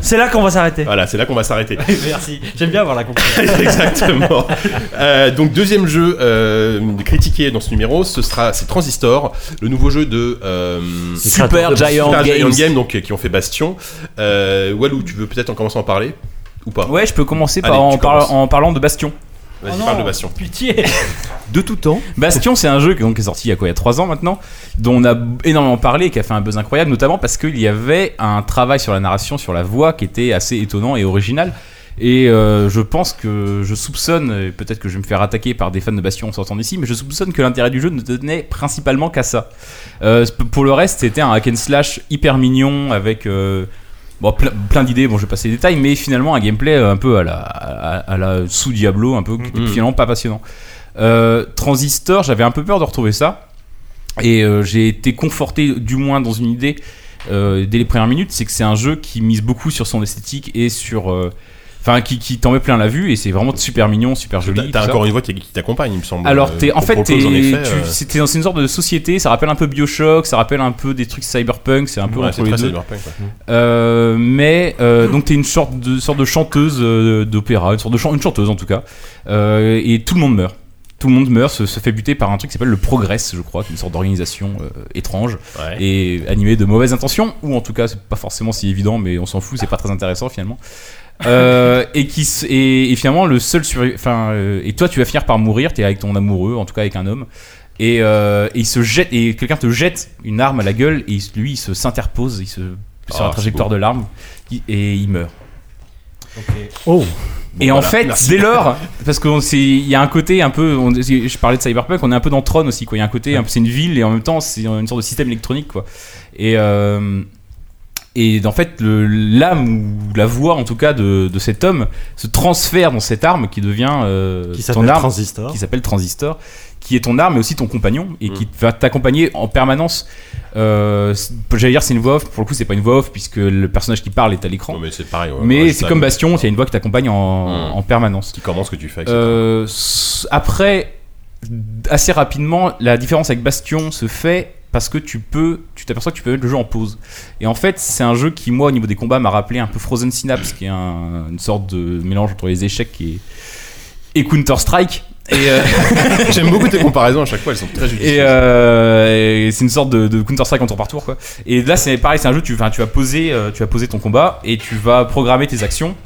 Speaker 3: C'est là qu'on va s'arrêter.
Speaker 1: Voilà, c'est là qu'on va s'arrêter.
Speaker 8: Merci, j'aime bien avoir la conclusion.
Speaker 1: Exactement. Euh, donc deuxième jeu euh, critiqué dans ce numéro, ce sera c'est Transistor, le nouveau jeu de euh,
Speaker 4: Super
Speaker 1: de
Speaker 4: Giant
Speaker 1: Super Giant
Speaker 4: Games.
Speaker 1: Games, donc euh, qui ont fait Bastion. Euh, Walou, tu veux peut-être en commencer à en parler ou pas
Speaker 4: Ouais, je peux commencer par
Speaker 1: Allez,
Speaker 4: en,
Speaker 1: tu
Speaker 4: par- Oh.
Speaker 1: commences.
Speaker 4: en parlant de Bastion.
Speaker 1: Vas-y, parle de Bastion.
Speaker 8: Pitié
Speaker 4: De tout temps. Bastion, c'est un jeu qui donc, est sorti il y a quoi Il y a 3 ans maintenant, dont on a énormément parlé et qui a fait un buzz incroyable, notamment parce qu'il y avait un travail sur la narration, sur la voix qui était assez étonnant et original. Et euh, je pense que je soupçonne, et peut-être que je vais me faire attaquer par des fans de Bastion en sortant d'ici, mais je soupçonne que l'intérêt du jeu ne tenait principalement qu'à ça. Euh, pour le reste, c'était un hack and slash hyper mignon avec euh, Bon, ple- plein d'idées, bon, je vais passer les détails, mais finalement un gameplay euh, un peu à la, à, à la sous Diablo, un peu qui était finalement pas passionnant. Euh, Transistor, j'avais un peu peur de retrouver ça, et euh, j'ai été conforté du moins dans une idée euh, dès les premières minutes, c'est que c'est un jeu qui mise beaucoup sur son esthétique et sur euh, Enfin, qui, qui t'en met plein la vue et c'est vraiment super mignon, super joli.
Speaker 1: T'as
Speaker 4: tout ça.
Speaker 1: encore une voix qui, qui t'accompagne, il me semble.
Speaker 4: Alors,
Speaker 1: Euh,
Speaker 4: t'es, en
Speaker 1: pour-
Speaker 4: fait,
Speaker 1: pour le
Speaker 4: t'es,
Speaker 1: cause, en effet,
Speaker 4: tu-
Speaker 1: euh,
Speaker 4: c'est- t'es dans une sorte de société, ça rappelle un peu Bioshock, ça rappelle un peu des trucs cyberpunk, c'est un peu
Speaker 1: Ouais,
Speaker 4: entre
Speaker 1: c'est
Speaker 4: les
Speaker 1: très
Speaker 4: deux.
Speaker 1: cyberpunk, ouais.
Speaker 4: Euh, mais, euh, donc t'es une sorte de, sorte de chanteuse euh, d'opéra, une sorte de chan- une chanteuse en tout cas, Euh, et tout le monde meurt. Tout le monde meurt, se, se fait buter par un truc qui s'appelle le Progress, je crois, qui est une sorte d'organisation euh, étrange et animée de mauvaises intentions, ou en tout cas, c'est pas forcément si évident, mais on s'en fout, c'est pas très intéressant finalement. Euh, et qui s- et, et finalement le seul survi- enfin euh, et toi tu vas finir par mourir t'es avec ton amoureux en tout cas avec un homme et, euh, et il se jette et quelqu'un te jette une arme à la gueule et il se- lui il se s'interpose il se sur
Speaker 1: Ah,
Speaker 4: la trajectoire
Speaker 1: c'est beau.
Speaker 4: de l'arme il- et il meurt
Speaker 6: Oh
Speaker 4: et
Speaker 1: Bon,
Speaker 4: en
Speaker 1: voilà,
Speaker 4: fait,
Speaker 1: merci.
Speaker 4: dès lors, parce qu'il y a un côté un peu, on- je parlais de Cyberpunk, on est un peu dans Tron aussi, quoi. Il y a un côté, un peu- c'est une ville et en même temps, c'est une sorte de système électronique, quoi. Et, euh, et en fait, le- l'âme ou la voix, en tout cas, de, de cet homme se transfère dans cette arme qui devient euh,
Speaker 6: Qui
Speaker 4: ton
Speaker 6: s'appelle
Speaker 4: arme,
Speaker 6: Transistor.
Speaker 4: qui s'appelle Transistor, qui est ton arme mais aussi ton compagnon et
Speaker 1: Mm.
Speaker 4: qui va t'accompagner en permanence. Euh, c'est- J'allais dire c'est une voix off, pour le coup c'est pas une voix off puisque le personnage qui parle est à l'écran.
Speaker 1: Mais c'est pareil. ouais, ouais,
Speaker 4: Mais c'est
Speaker 1: ça-
Speaker 4: comme bah, Bastion, il y a une voix qui t'accompagne en, en permanence.
Speaker 1: Hmm. Qui commence, que tu fais. etc.
Speaker 4: Euh, s- après, assez rapidement, la différence avec Bastion se fait parce que tu peux, tu t'aperçois que tu peux mettre le jeu en pause. Et en fait, c'est un jeu qui, moi, au niveau des combats, m'a rappelé un peu Frozen Synapse, qui est un- une sorte de mélange entre les échecs et, et Counter-Strike. Et, euh,
Speaker 1: J'aime beaucoup tes comparaisons à chaque fois, elles sont très judicieuses.
Speaker 4: et, euh, et c'est une sorte de, de Counter Strike en tour par tour quoi. Et là c'est pareil, c'est un jeu tu, enfin, tu vas poser, euh, tu vas poser ton combat et tu vas programmer tes actions,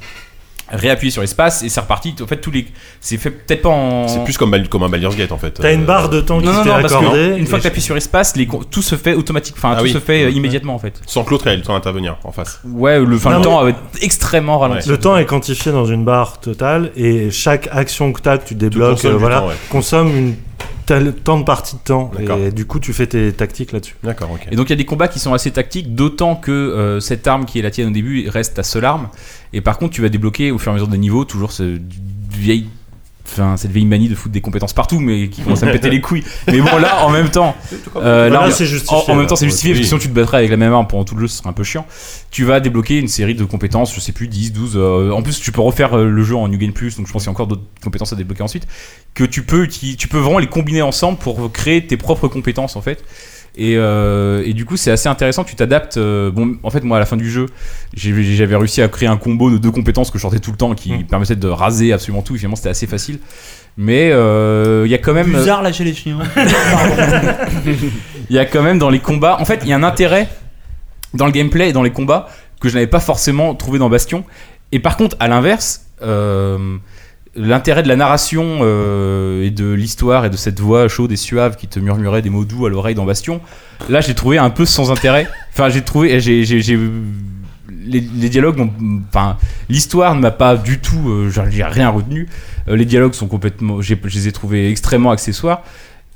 Speaker 4: réappuyer sur l'espace et c'est reparti. En fait tous les, c'est fait peut-être pas en.
Speaker 1: C'est plus comme, Bal- comme un Baldur's Gate en fait.
Speaker 6: T'as une barre de temps
Speaker 4: Non,
Speaker 6: qui
Speaker 4: non,
Speaker 6: se fait
Speaker 4: non, parce que
Speaker 6: accorder.
Speaker 4: une fois
Speaker 6: et-
Speaker 4: que t'appuies sur espace, les, con- tout se fait automatiquement, enfin
Speaker 1: Ah
Speaker 4: tout
Speaker 1: oui.
Speaker 4: se fait euh, immédiatement en fait.
Speaker 1: Sans que l'autre ait le temps d'intervenir en face.
Speaker 4: Ouais, le,
Speaker 6: Non,
Speaker 4: enfin, le
Speaker 6: mais-
Speaker 4: temps va être extrêmement ralenti.
Speaker 6: Le temps est quantifié dans une barre totale et chaque action que tu as, que tu débloques,
Speaker 1: consommes
Speaker 6: euh,
Speaker 1: du
Speaker 6: voilà,
Speaker 1: temps, ouais.
Speaker 6: consomme une telle, tant de parties de temps.
Speaker 1: D'accord.
Speaker 6: Et du coup, tu fais tes tactiques là-dessus.
Speaker 1: D'accord, ok.
Speaker 4: Et donc il y a des combats qui sont assez tactiques, d'autant que euh, cette arme qui est la tienne au début reste ta seule arme. Et par contre, tu vas débloquer au fur et à mesure des niveaux toujours ce du- du vieil, enfin cette vieille manie de foutre des compétences partout, mais qui commence à me péter les couilles. Mais bon, là, en même temps, euh,
Speaker 6: Voilà,
Speaker 4: on-
Speaker 6: c'est justifié,
Speaker 4: En, en même temps,
Speaker 6: là,
Speaker 4: c'est
Speaker 6: pour
Speaker 4: justifié
Speaker 6: le coup,
Speaker 4: parce que sinon
Speaker 6: oui.
Speaker 4: tu te battrais avec la même arme pendant tout le jeu, ce serait un peu chiant. Tu vas débloquer une série de compétences, je sais plus 10, 12. euh, en plus, tu peux refaire euh, le jeu en New Game Plus, donc je pense qu'il y a encore d'autres compétences à débloquer ensuite que tu peux utiliser- tu peux vraiment les combiner ensemble pour créer tes propres compétences en fait. Et, euh, et du coup, c'est assez intéressant. Tu t'adaptes. euh, bon, en fait, moi, à la fin du jeu, j'ai- j'avais réussi à créer un combo de deux compétences que je sortais tout le temps, qui permettait de raser absolument tout. Et finalement, c'était assez facile. Mais euh, il y a quand même.
Speaker 3: Bizarre lâcher les chiens.
Speaker 4: Il y a quand même dans les combats, en fait, il y a un intérêt dans le gameplay et dans les combats que je n'avais pas forcément trouvé dans Bastion. Et par contre, à l'inverse, euh, l'intérêt de la narration euh, et de l'histoire et de cette voix chaude et suave qui te murmurait des mots doux à l'oreille dans Bastion, là, j'ai trouvé un peu sans intérêt. Enfin, j'ai trouvé, j'ai, j'ai- j'ai- les, les dialogues, n'ont- enfin, l'histoire ne m'a pas du tout, euh, j'en- j'ai rien retenu. Euh, les dialogues sont complètement, j'ai- je les ai trouvés extrêmement accessoires.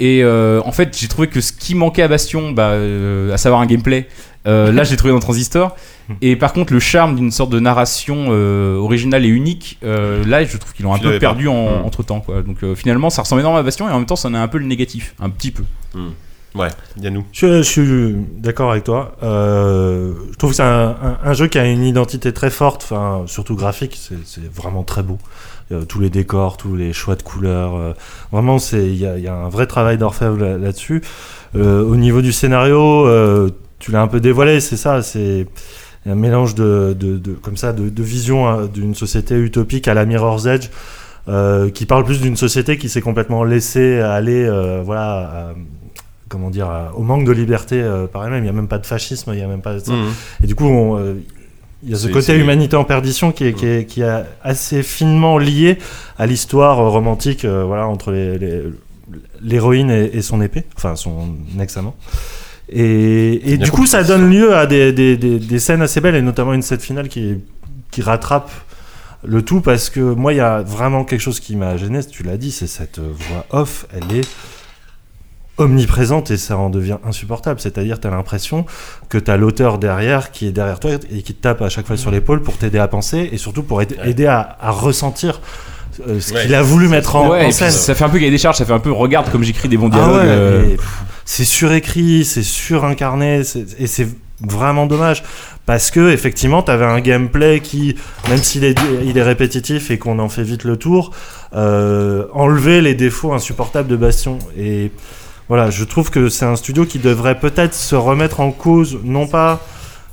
Speaker 4: Et euh, en fait, j'ai trouvé que ce qui manquait à Bastion, bah, euh, à savoir un gameplay, euh, là, j'ai trouvé dans Transistor. Et par contre, le charme d'une sorte de narration euh, originale et unique, euh, là, je trouve qu'ils l'ont un
Speaker 1: Tu
Speaker 4: peu
Speaker 1: l'avais pas.
Speaker 4: perdu en-
Speaker 1: Mm.
Speaker 4: entre temps. Quoi. Donc euh, finalement, ça ressemble énormément à Bastion et en même temps, ça en a un peu le négatif, un petit peu.
Speaker 1: Hmm. Ouais, Yannou.
Speaker 6: Je, je suis d'accord avec toi. Euh, je trouve que c'est un, un- un jeu qui a une identité très forte, enfin, surtout graphique. C'est c'est vraiment très beau. Euh, tous les décors, tous les choix de couleurs. euh, vraiment, c'est- il y, a- il y a un vrai travail d'orfèvre là- là-dessus. Euh, au niveau du scénario, euh, tu l'as un peu dévoilé, c'est ça. C'est un mélange de, de- de- comme ça, de, de vision hein, d'une société utopique à la Mirror's Edge. euh, qui parle plus d'une société qui s'est complètement laissée aller euh, voilà, à- comment dire, euh, au manque de liberté euh, par elle-même. Il n'y a même pas de fascisme, il n'y a même pas de ça.
Speaker 1: Mhm.
Speaker 6: Et du coup, on, euh, il y a ce
Speaker 1: C'est-
Speaker 6: côté
Speaker 1: c'est-
Speaker 6: humanité en perdition qui est, qui est, qui est assez finement lié à l'histoire euh, romantique euh, voilà, entre les- les- l'héroïne et, et son épée, enfin son ex-amant. Et, et
Speaker 1: bien
Speaker 6: du coup,
Speaker 1: compliqué,
Speaker 6: ça donne lieu à des, des- des- des scènes assez belles, et notamment une scène finale qui, qui rattrape le tout, parce que moi, il y a vraiment quelque chose qui m'a gêné, tu l'as dit, c'est cette euh, voix off, elle est omniprésente et ça en devient insupportable. C'est-à-dire, tu as l'impression que tu as l'auteur derrière qui est derrière toi et qui te tape à chaque fois sur l'épaule pour t'aider à penser et surtout pour aide- aider à, à ressentir euh, ce
Speaker 4: Ouais.
Speaker 6: qu'il a voulu mettre en,
Speaker 4: Ouais,
Speaker 6: en
Speaker 4: et puis
Speaker 6: scène.
Speaker 4: ça fait un peu cahier des charges, ça fait un peu regarde comme j'écris des bons
Speaker 6: Ah
Speaker 4: dialogues.
Speaker 6: ouais,
Speaker 4: euh.
Speaker 6: mais, pff, C'est surécrit, c'est surincarné, c'est- et c'est vraiment dommage parce que effectivement t'avais un gameplay qui même s'il est il est répétitif et qu'on en fait vite le tour euh, enlevait les défauts insupportables de Bastion et voilà je trouve que c'est un studio qui devrait peut-être se remettre en cause non pas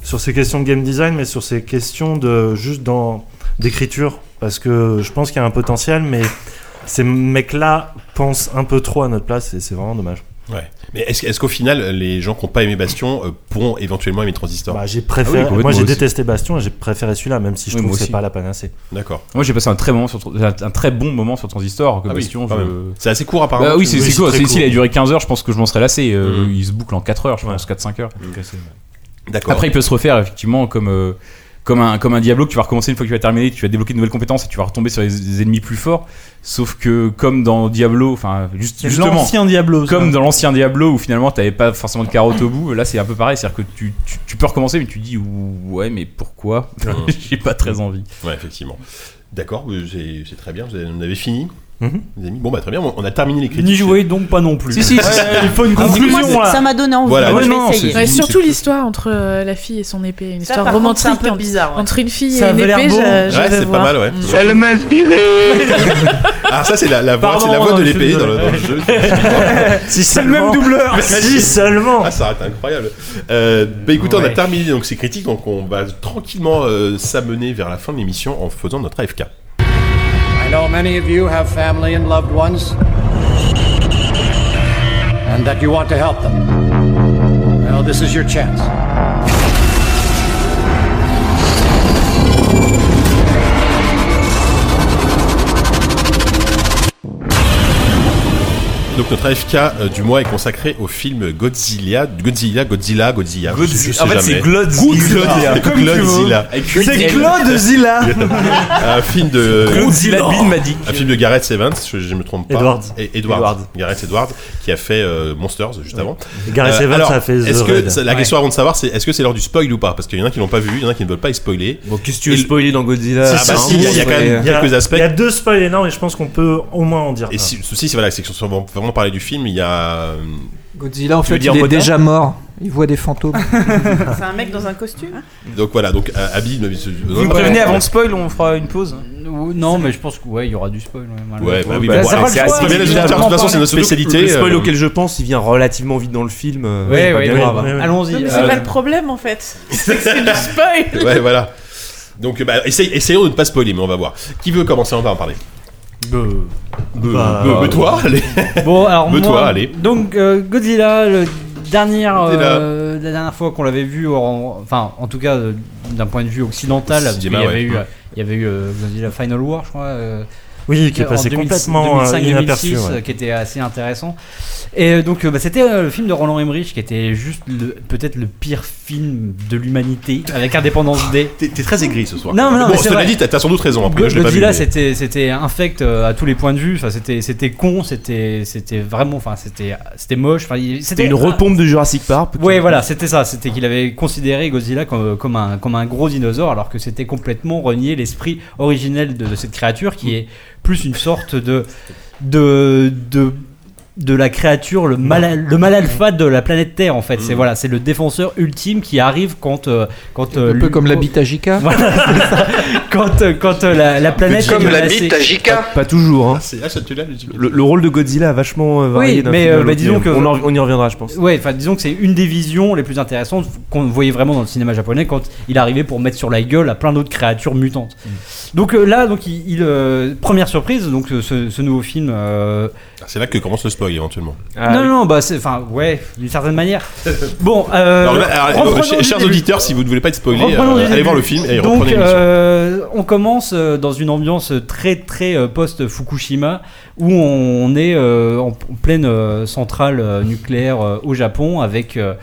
Speaker 6: sur ces questions de game design mais sur ces questions de juste dans d'écriture parce que je pense qu'il y a un potentiel mais ces mecs là pensent un peu trop à notre place et c'est vraiment dommage
Speaker 1: Ouais. Mais est-ce est qu'au final, les gens qui n'ont pas aimé Bastion euh, pourront éventuellement aimer Transistor
Speaker 6: Bah,
Speaker 4: Ah
Speaker 6: j'ai préféré, moi j'ai détesté Bastion et j'ai préféré celui-là, même si je
Speaker 4: Oui,
Speaker 6: trouve
Speaker 4: moi
Speaker 6: que c'est
Speaker 4: aussi.
Speaker 6: pas la panacée.
Speaker 1: D'accord.
Speaker 4: Moi j'ai passé un très, moment sur, Tran- un un très bon moment sur Transistor. que
Speaker 1: Ah oui,
Speaker 4: Bastion,
Speaker 1: quand
Speaker 4: je-
Speaker 1: même. C'est assez court, apparemment.
Speaker 4: Bah oui, c'est
Speaker 1: Oui,
Speaker 4: c'est
Speaker 1: c'est
Speaker 4: court.
Speaker 1: très
Speaker 4: C'est- S'il
Speaker 1: court. Mm-hmm.
Speaker 4: a duré 15 heures, je pense que je m'en serais lassé. Euh, Il se boucle en 4 heures, je pense, 4-5 heures.
Speaker 1: Mm. D'accord.
Speaker 4: Après, il peut se refaire effectivement comme. euh, Comme un, comme un Diablo que tu vas recommencer une fois que tu vas terminer, tu vas débloquer de nouvelles compétences et tu vas retomber sur les, les ennemis plus forts. Sauf que comme dans Diablo, enfin juste,
Speaker 3: C'est
Speaker 4: justement,
Speaker 3: l'ancien Diablo, ça.
Speaker 4: comme dans l'ancien Diablo où finalement t'avais pas forcément de carotte au bout, là c'est un peu pareil, c'est-à-dire que tu, tu, tu peux recommencer mais tu dis ouais mais pourquoi
Speaker 1: Ouais.
Speaker 4: J'ai pas très envie.
Speaker 1: Ouais, effectivement. D'accord, euh, c'est c'est très bien. Vous avez- on avait fini.
Speaker 4: Mm-hmm.
Speaker 6: Mhm.
Speaker 1: Les amis Bon, bah très bien. on- On a terminé les critiques.
Speaker 3: N'y jouez donc pas non plus.
Speaker 1: Si, si, si, si.
Speaker 3: il faut une
Speaker 1: Ah,
Speaker 3: conclusion
Speaker 1: moi,
Speaker 3: là.
Speaker 9: ça m'a donné envie.
Speaker 1: Voilà,
Speaker 9: Je
Speaker 1: ouais,
Speaker 9: vais
Speaker 1: non,
Speaker 9: essayer.
Speaker 1: c'est-
Speaker 7: Ouais,
Speaker 1: c'est-
Speaker 7: surtout l'histoire entre euh, la fille et son épée, une histoire
Speaker 9: par contre,
Speaker 7: romantique
Speaker 9: c'est un peu
Speaker 7: entre-
Speaker 9: bizarre, ouais.
Speaker 7: entre une fille
Speaker 9: Ça
Speaker 7: et une
Speaker 9: avait l'air
Speaker 7: épée.
Speaker 9: beau.
Speaker 7: je- je vais
Speaker 1: Ouais, c'est pas
Speaker 7: voir.
Speaker 1: mal, ouais.
Speaker 20: Elle m'a inspiré
Speaker 1: Ah, ça, c'est la, la voix,
Speaker 20: Pardon,
Speaker 1: c'est la voix
Speaker 20: non,
Speaker 1: de
Speaker 20: je suis
Speaker 1: l'épée dans, le
Speaker 20: désolé.
Speaker 1: dans le jeu.
Speaker 6: si c'est le même doubleur, si seulement.
Speaker 1: Ah, ça aurait été incroyable. Euh, bah écoutez, on a
Speaker 6: Ouais.
Speaker 1: terminé donc ces critiques, donc on va tranquillement euh, s'amener vers la fin de l'émission en faisant notre AFK.
Speaker 19: I know many of you have family and loved ones, and that you want to help them. Well, this is your chance.
Speaker 1: Donc notre AFK euh, du mois est consacré au film Godzilla, Godzilla, Godzilla, Godzilla.
Speaker 3: Godzi-
Speaker 1: je sais
Speaker 3: en fait,
Speaker 1: jamais.
Speaker 3: c'est
Speaker 1: Godzilla.
Speaker 3: Glodzilla. Comme tu veux.
Speaker 1: Godzilla.
Speaker 3: Avec C'est Godzilla. Glodzilla.
Speaker 1: un film de
Speaker 3: Godzilla Bin Madik.
Speaker 1: Un film de Gareth Evans, je, je me trompe pas.
Speaker 6: Edwards.
Speaker 1: Et, Edwards.
Speaker 6: Edwards.
Speaker 1: Gareth Edwards qui a fait euh, Monsters juste avant. Euh,
Speaker 6: Et Gareth Evans
Speaker 1: alors,
Speaker 6: a fait The
Speaker 1: est-ce que
Speaker 6: Raid.
Speaker 1: ça- la
Speaker 6: Ouais.
Speaker 1: question avant de savoir c'est est-ce que c'est l'heure du spoil ou pas parce qu'il y en a qui l'ont pas vu, il y en a qui ne veulent pas y spoiler. Bon,
Speaker 12: qu'est-ce que tu veux spoiler dans Godzilla
Speaker 1: Ah, bah, si, il y a- il y a quand même
Speaker 6: Il y a-
Speaker 1: quelques aspects.
Speaker 6: Il y a deux spoils énormes et je pense qu'on peut au moins en dire.
Speaker 1: Et si, ceci, c'est voilà, c'est qu'on va vraiment parler du film. Il y a. euh,
Speaker 10: Godzilla, en
Speaker 1: Tu veux
Speaker 10: fait,
Speaker 1: dire
Speaker 10: il est
Speaker 1: Godzilla
Speaker 10: déjà mort. Il voit des fantômes.
Speaker 9: C'est un mec dans un costume.
Speaker 1: Donc voilà, donc euh, Abby. Vous
Speaker 3: Vous me prévenez avant le spoil, on fera une pause.
Speaker 8: Non, mais je pense que ouais, il y aura du spoil.
Speaker 1: Ouais, bah oui,
Speaker 8: bah,
Speaker 1: bon,
Speaker 8: ça
Speaker 1: alors,
Speaker 8: fera le
Speaker 1: c'est
Speaker 8: choix,
Speaker 1: bien, les
Speaker 8: évidemment.
Speaker 1: auditeurs, de toute façon, c'est notre
Speaker 12: Le-
Speaker 1: spécialité.
Speaker 12: Le spoil
Speaker 1: euh,
Speaker 12: auquel je pense, il vient relativement vite dans le film. euh,
Speaker 8: Ouais,
Speaker 12: c'est pas
Speaker 8: ouais,
Speaker 12: bien
Speaker 8: ouais,
Speaker 12: grave.
Speaker 8: ouais, ouais.
Speaker 7: Non,
Speaker 8: Allons-y.
Speaker 7: mais c'est
Speaker 12: Euh,
Speaker 7: pas le problème en fait. C'est que c'est du spoil.
Speaker 1: Ouais, voilà. Donc bah, essaye- essayons de ne pas spoiler, mais on va voir. Qui veut commencer On va en parler.
Speaker 8: Bah,
Speaker 11: Euh,
Speaker 1: Bah, bah, toi, allez.
Speaker 8: Bon, alors
Speaker 1: Bah,
Speaker 8: moi,
Speaker 1: toi, allez.
Speaker 8: Donc euh, Godzilla, le dernière,
Speaker 1: Godzilla.
Speaker 8: euh, la dernière fois qu'on l'avait vu, en- enfin en tout cas euh, d'un point de vue occidental, parce qu'il
Speaker 6: Cinéma,
Speaker 8: y
Speaker 6: ouais.
Speaker 8: avait eu, euh, il y avait eu euh, Godzilla Final War, je crois. euh,
Speaker 6: Oui, qui est
Speaker 8: en
Speaker 6: passé
Speaker 8: 2000-
Speaker 6: complètement, euh,
Speaker 8: 2005,
Speaker 6: inaperçu,
Speaker 8: 2006,
Speaker 6: ouais.
Speaker 8: euh, qui était assez intéressant. Et euh, donc euh, bah, c'était euh, le film de Roland Emmerich qui était juste le- peut-être le pire film de l'humanité avec Indépendance Day.
Speaker 1: T'es t'es très aigri ce soir.
Speaker 8: Non, mais non,
Speaker 1: bon,
Speaker 8: mais
Speaker 1: je
Speaker 8: c'est
Speaker 1: te l'ai
Speaker 8: vrai.
Speaker 1: dit, t'as t'as sans doute raison. Après,
Speaker 8: Go-
Speaker 1: je l'ai pas vu.
Speaker 8: Godzilla,
Speaker 1: mais-
Speaker 8: c'était c'était infect euh, à tous les points de vue. Enfin, c'était c'était con, c'était c'était vraiment, enfin, c'était c'était moche. Enfin, il-
Speaker 12: C'était une repompe de Jurassic Park.
Speaker 8: Ouais, voilà, c'était ça. C'était qu'il avait considéré Godzilla comme, comme un comme un gros dinosaure, alors que c'était complètement renier l'esprit originel de, de cette créature, qui est plus une sorte de de de de la créature le mal le mal alpha de la planète Terre en fait c'est voilà c'est le défenseur ultime qui arrive quand euh, quand
Speaker 10: Un peu comme l'habitat JK.
Speaker 8: quand euh, quand euh, la, la planète est menacée.
Speaker 12: Pas toujours. hein.
Speaker 1: Ah, ça, tu l'as, le-
Speaker 12: Le, le rôle de Godzilla a vachement euh, varié
Speaker 8: Oui,
Speaker 12: d'un
Speaker 8: mais,
Speaker 12: film à
Speaker 8: euh, bah,
Speaker 12: l'autre,
Speaker 8: disons
Speaker 12: mais
Speaker 8: que-
Speaker 12: on, en- on y reviendra, je pense.
Speaker 8: Ouais, enfin disons que c'est une des visions les plus intéressantes qu'on voyait vraiment dans le cinéma japonais quand il arrivait pour mettre sur la gueule à plein d'autres créatures mutantes.
Speaker 12: Mm.
Speaker 8: Donc euh, là, donc il, il, euh, première surprise, donc euh, ce, ce nouveau film. euh,
Speaker 1: Ah, C'est là que commence le spoil éventuellement.
Speaker 12: Ah,
Speaker 8: non, non, non, bah c'est, enfin ouais, d'une certaine manière. Bon, euh,
Speaker 1: Alors, là, alors,
Speaker 8: reprenons
Speaker 1: chers
Speaker 8: du
Speaker 1: chers
Speaker 8: début.
Speaker 1: auditeurs, si vous ne voulez pas être spoilé,
Speaker 8: Reprenons du
Speaker 1: euh, allez
Speaker 8: début.
Speaker 1: voir le film et
Speaker 8: Donc,
Speaker 1: reprenez l'émission.
Speaker 8: euh, on commence euh, dans une ambiance très très euh, post-Fukushima où on est euh, en en pleine euh, centrale euh, nucléaire euh, au Japon avec euh,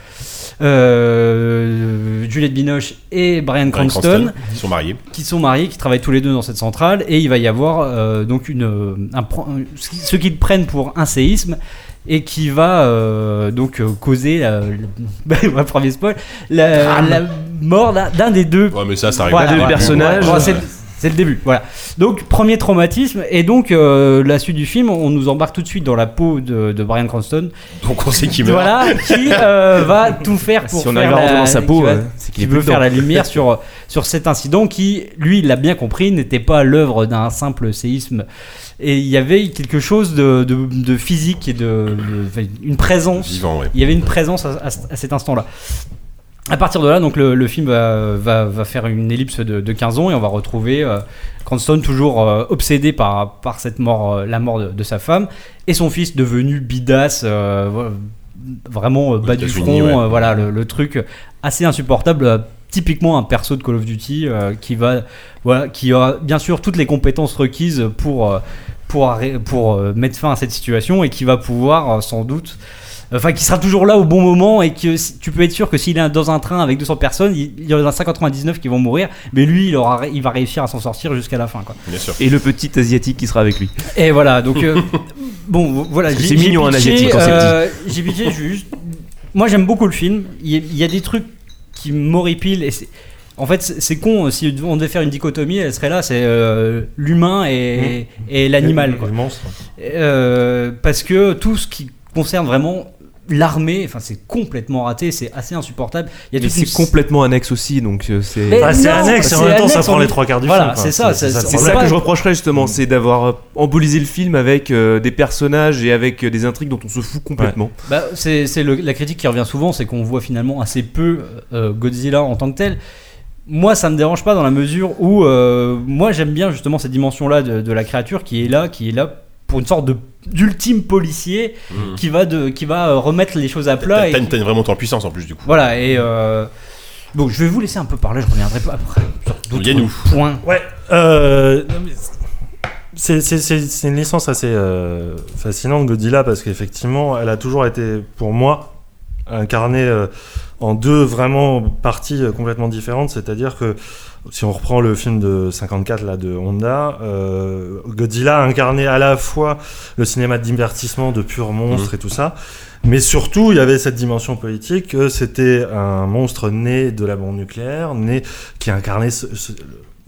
Speaker 8: euh, Juliette Binoche et Brian
Speaker 1: Bryan
Speaker 8: Cranston,
Speaker 1: Cranston, qui sont mariés.
Speaker 8: qui sont mariés, qui travaillent tous les deux dans cette centrale et il va y avoir euh, donc une euh, un pro- ce qui- ce qu'ils prennent pour un séisme et qui va euh, donc euh, causer la, la- premier spoil la,
Speaker 12: Drame.
Speaker 8: la mort d'un d'un des deux
Speaker 1: Ouais, mais ça, ça arrive.
Speaker 8: voilà,
Speaker 1: au
Speaker 8: voilà.
Speaker 1: début, ouais.
Speaker 8: Voilà, c'est- C'est le début, voilà. Donc, premier traumatisme, et donc, euh, la suite du film, on nous embarque tout de suite dans la peau de, de Brian Cranston.
Speaker 1: Donc, on sait qui meurt.
Speaker 8: Voilà, qui euh, va tout faire pour
Speaker 5: Si on
Speaker 8: faire
Speaker 5: arrive à rentrer
Speaker 8: la-
Speaker 5: dans sa peau,
Speaker 8: qui va-
Speaker 5: euh, c'est qu'il
Speaker 8: qui
Speaker 5: est
Speaker 8: veut
Speaker 5: plus
Speaker 8: faire
Speaker 5: dedans.
Speaker 8: la lumière sur, sur cet incident qui, lui, il l'a bien compris, n'était pas l'œuvre d'un simple séisme. Et il y avait quelque chose de, de- de physique et de, de- enfin, une présence.
Speaker 1: Vivant, ouais.
Speaker 8: Il y avait une présence à, à- à cet instant-là. À partir de là, donc le, le film va, va- va faire une ellipse de, de 15 ans et on va retrouver euh, Cranston toujours euh, obsédé par, par cette mort, euh, la mort de, de sa femme et son fils devenu bidasse, euh, voilà, vraiment euh, bas du
Speaker 4: États-Unis,
Speaker 8: front,
Speaker 4: ouais.
Speaker 8: euh, voilà le, le truc assez insupportable. euh, Typiquement un perso de Call of Duty euh, qui va, voilà, qui a bien sûr toutes les compétences requises pour euh, pour arrê- pour euh, mettre fin à cette situation et qui va pouvoir euh, sans doute Enfin, qui sera toujours là au bon moment et que si- tu peux être sûr que s'il est dans un train avec 200 personnes, il il y en a 599 qui vont mourir, mais lui, il, aura, ré- il va réussir à s'en sortir jusqu'à la fin. Quoi.
Speaker 1: Bien sûr.
Speaker 5: Et le petit asiatique qui sera avec lui.
Speaker 8: Et voilà, donc euh, bon, voilà.
Speaker 5: Parce que c'est
Speaker 8: j'ai- j'ai
Speaker 5: mignon, un
Speaker 8: pitché,
Speaker 5: Asiatique, quand c'est
Speaker 8: euh, J'ai piqué juste. Moi, j'aime beaucoup le film. Il y, a- il y a des trucs qui m'horripilent et c'est- En fait, c'est c'est con, si on devait faire une dichotomie, elle serait là, c'est euh, l'humain et,
Speaker 5: Mmh.
Speaker 8: et l'animal. quoi.
Speaker 6: Le monstre.
Speaker 8: Euh, parce que tout ce qui concerne vraiment l'armée, enfin, c'est complètement raté, c'est assez insupportable. Il y a
Speaker 5: Mais
Speaker 8: toute une
Speaker 5: c'est complètement annexe aussi, donc euh, c'est.
Speaker 8: Mais Bah, c'est non, annexe, et en c'est même temps, ça annexe, prend on-
Speaker 5: prend
Speaker 8: les trois quarts du voilà, film, quoi. c'est ça,
Speaker 5: C'est
Speaker 8: c'est-
Speaker 5: ça,
Speaker 8: c'est-
Speaker 5: c'est
Speaker 8: c'est
Speaker 5: ça
Speaker 8: pas-
Speaker 5: que je reprocherais justement, c'est d'avoir euh, embolisé le film avec euh, des personnages et avec euh, des intrigues dont on se fout complètement.
Speaker 8: Bah, c'est c'est le- la critique qui revient souvent, c'est qu'on voit finalement assez peu euh, Godzilla en tant que tel. Moi, ça me dérange pas dans la mesure où euh, moi j'aime bien justement cette dimension-là de, de la créature qui est là, qui est là pour une sorte de d'ultime policier
Speaker 1: Mhm.
Speaker 8: qui va de qui va euh, remettre les choses à plat.
Speaker 1: T'as
Speaker 8: et
Speaker 1: t'as-
Speaker 8: qui-
Speaker 1: t'as vraiment en puissance en plus du coup.
Speaker 8: voilà et euh, bon, je vais vous laisser un peu parler, je reviendrai pas après. sur d'autres
Speaker 1: Yannou.
Speaker 8: points.
Speaker 6: Ouais. Euh, non, mais c'est- c'est c'est- c'est une licence assez euh, fascinante, Godzilla, parce qu'effectivement, elle a toujours été, pour moi, incarnée euh, en deux vraiment parties euh, complètement différentes. C'est-à-dire que si on reprend le film de 54 là de Honda, euh, Godzilla a incarné à la fois le cinéma de divertissement de pur monstre
Speaker 1: Mhm.
Speaker 6: et tout ça, mais surtout, il y avait cette dimension politique que c'était un monstre né de la bombe nucléaire, né qui incarnait, ce- ce-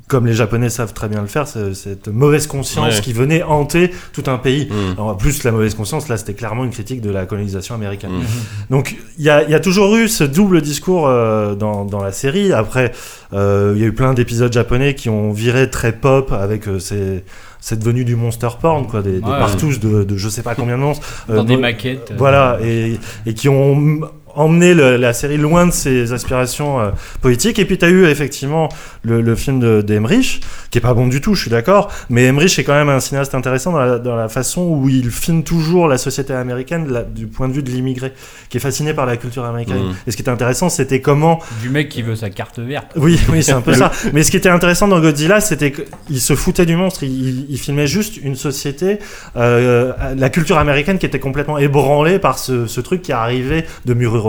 Speaker 6: comme les Japonais savent très bien le faire, ce- cette mauvaise conscience
Speaker 1: Ouais.
Speaker 6: qui venait hanter tout un pays. Alors, en plus, la mauvaise conscience, là, c'était clairement une critique de la colonisation américaine. Mm-hmm. Donc, il y a, il y a toujours eu ce double discours euh, dans, dans la série. Après, euh, il y a eu plein d'épisodes japonais qui ont viré très pop avec euh, ces- cette venue du monster porn, quoi, des, des
Speaker 8: Ouais.
Speaker 6: partouzes de, de je sais pas combien de monstres.
Speaker 8: Dans des
Speaker 6: mo-
Speaker 8: maquettes, euh.
Speaker 6: Voilà, et, et qui ont m- emmené le- la série loin de ses aspirations euh, poétiques. Et puis tu as eu effectivement le, le film de- d'Emmerich, qui est pas bon du tout, je suis d'accord, mais Emmerich est quand même un cinéaste intéressant dans la, dans la façon où il filme toujours la société américaine de la- du point de vue de l'immigré, qui est fasciné par la culture américaine.
Speaker 8: Mhm.
Speaker 6: Et ce qui était intéressant, c'était comment
Speaker 8: Du mec qui veut sa carte verte.
Speaker 6: oui, oui, c'est un peu ça. Mais ce qui était intéressant dans Godzilla, c'était qu'il se foutait du monstre. Il, il- il filmait juste une société, euh, la culture américaine qui était complètement ébranlée par ce, ce truc qui arrivait de Mururoa.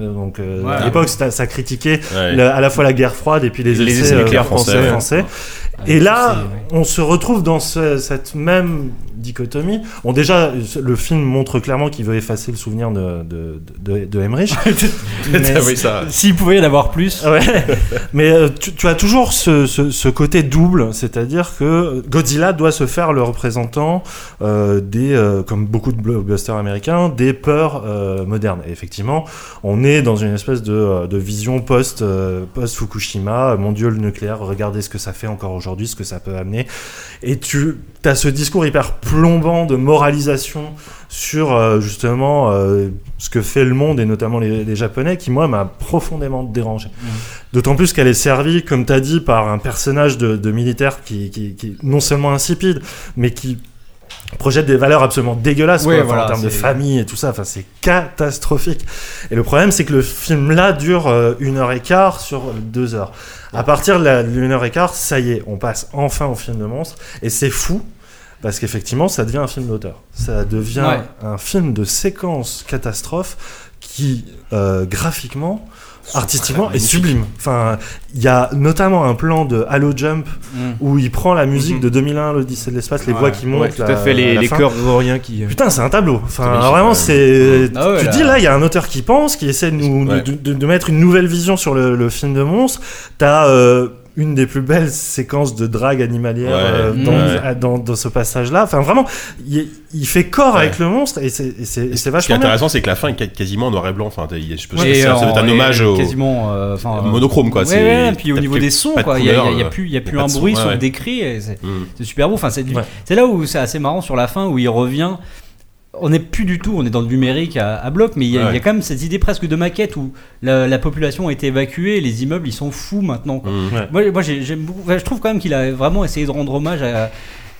Speaker 6: Euh, Donc euh,
Speaker 1: Ouais.
Speaker 6: à l'époque, ça, ça critiquait
Speaker 1: Ouais.
Speaker 6: le- à la fois la guerre froide et puis les, euh,
Speaker 1: Les essais nucléaires français, ouais.
Speaker 6: Et là, on se retrouve dans ce- cette même dichotomie. Bon, déjà, le film montre clairement qu'il veut effacer le souvenir de, de, de, de Emmerich. Mais-
Speaker 1: oui, ça.
Speaker 8: S'il pouvait y en avoir plus.
Speaker 6: Ouais. Mais euh, tu, tu as toujours ce, ce- ce côté double, c'est-à-dire que Godzilla doit se faire le représentant euh, des, euh, comme beaucoup de blockbusters américains, des peurs euh, modernes. Et effectivement, on est dans une espèce de, euh, de vision post, euh, post-Fukushima, mon Dieu, le nucléaire, regardez ce que ça fait encore aujourd'hui, ce que ça peut amener. Et tu as ce discours hyper plombant de moralisation sur euh, justement euh, ce que fait le monde et notamment les, les Japonais qui, moi, m'a profondément dérangé. D'autant plus qu'elle est servie, comme tu as dit, par un personnage de, de militaire qui, qui, qui est non seulement insipide, mais qui projette des valeurs absolument dégueulasses
Speaker 8: Ouais,
Speaker 6: quoi, enfin,
Speaker 8: voilà,
Speaker 6: en termes de
Speaker 8: c'est-
Speaker 6: famille et tout ça. Enfin, c'est catastrophique. Et le problème, c'est que le film là dure euh, une heure et quart sur deux heures. À partir de la- de l'une heure et quart, ça y est, on passe enfin au film de monstre. Et c'est fou. Parce qu'effectivement, ça devient un film d'auteur. Ça devient
Speaker 8: Ouais.
Speaker 6: un film de séquence catastrophe qui, euh, graphiquement, artistiquement, est
Speaker 1: magnifiques.
Speaker 6: sublime. Enfin, il y a notamment un plan de Halo Jump où il prend la musique de 2001, l'Odyssée de l'espace, les
Speaker 5: Mm. Mm-hmm. Ouais,
Speaker 6: voix qui
Speaker 5: ouais,
Speaker 6: montent.
Speaker 5: tout à
Speaker 6: la-
Speaker 5: fait, les-
Speaker 6: la
Speaker 5: les
Speaker 6: fin.
Speaker 5: chœurs grégoriens qui- euh,
Speaker 6: Putain, c'est un tableau. Enfin,
Speaker 5: magnifique,
Speaker 6: vraiment,
Speaker 5: ouais.
Speaker 6: c'est.
Speaker 5: Ah ouais,
Speaker 6: tu
Speaker 5: là.
Speaker 6: te dis là, il y a un auteur qui pense, qui essaie de nous, nous- de, de- de mettre une nouvelle vision sur le, le film de monstre. T'as euh, une des plus belles séquences de drague animalière
Speaker 1: Ouais.
Speaker 6: euh,
Speaker 5: Mm.
Speaker 6: dans,
Speaker 1: Ouais.
Speaker 6: à- dans- dans ce passage-là. Enfin, vraiment, il, il fait corps avec le monstre et c'est- et c'est et c'est
Speaker 1: Ce qui est
Speaker 6: vachement bien.
Speaker 1: intéressant, c'est que la fin est quasi- quasiment en noir et blanc. Enfin, t'as- je pense
Speaker 8: Ouais,
Speaker 1: que ça, ça doit être un
Speaker 8: et
Speaker 1: hommage au.
Speaker 8: quasiment, euh, enfin,
Speaker 1: monochrome, quoi.
Speaker 8: Ouais,
Speaker 1: c'est-
Speaker 8: ouais, et puis au
Speaker 1: t'as
Speaker 8: niveau
Speaker 1: que-
Speaker 8: des sons,
Speaker 1: pas de
Speaker 8: quoi. Il n'y a,
Speaker 1: couleur,
Speaker 8: il y a
Speaker 1: euh,
Speaker 8: plus, il y a plus
Speaker 1: pas
Speaker 8: un
Speaker 1: de son,
Speaker 8: bruit, sauf
Speaker 1: ouais, Mm. ouais.
Speaker 8: des cris. et C'est c'est super beau. Enfin, c'est du- c'est là où c'est assez marrant sur la fin où il revient. On n'est plus du tout, on est dans le numérique à, à bloc, mais il y, a,
Speaker 1: Ouais.
Speaker 8: il y a quand même cette idée presque de maquette où la, la population a été évacuée, les immeubles ils sont fous maintenant. quoi.
Speaker 1: Mhm. Ouais.
Speaker 8: Moi, moi, j'ai- j'aime beaucoup. enfin, je trouve quand même qu'il a vraiment essayé de rendre hommage à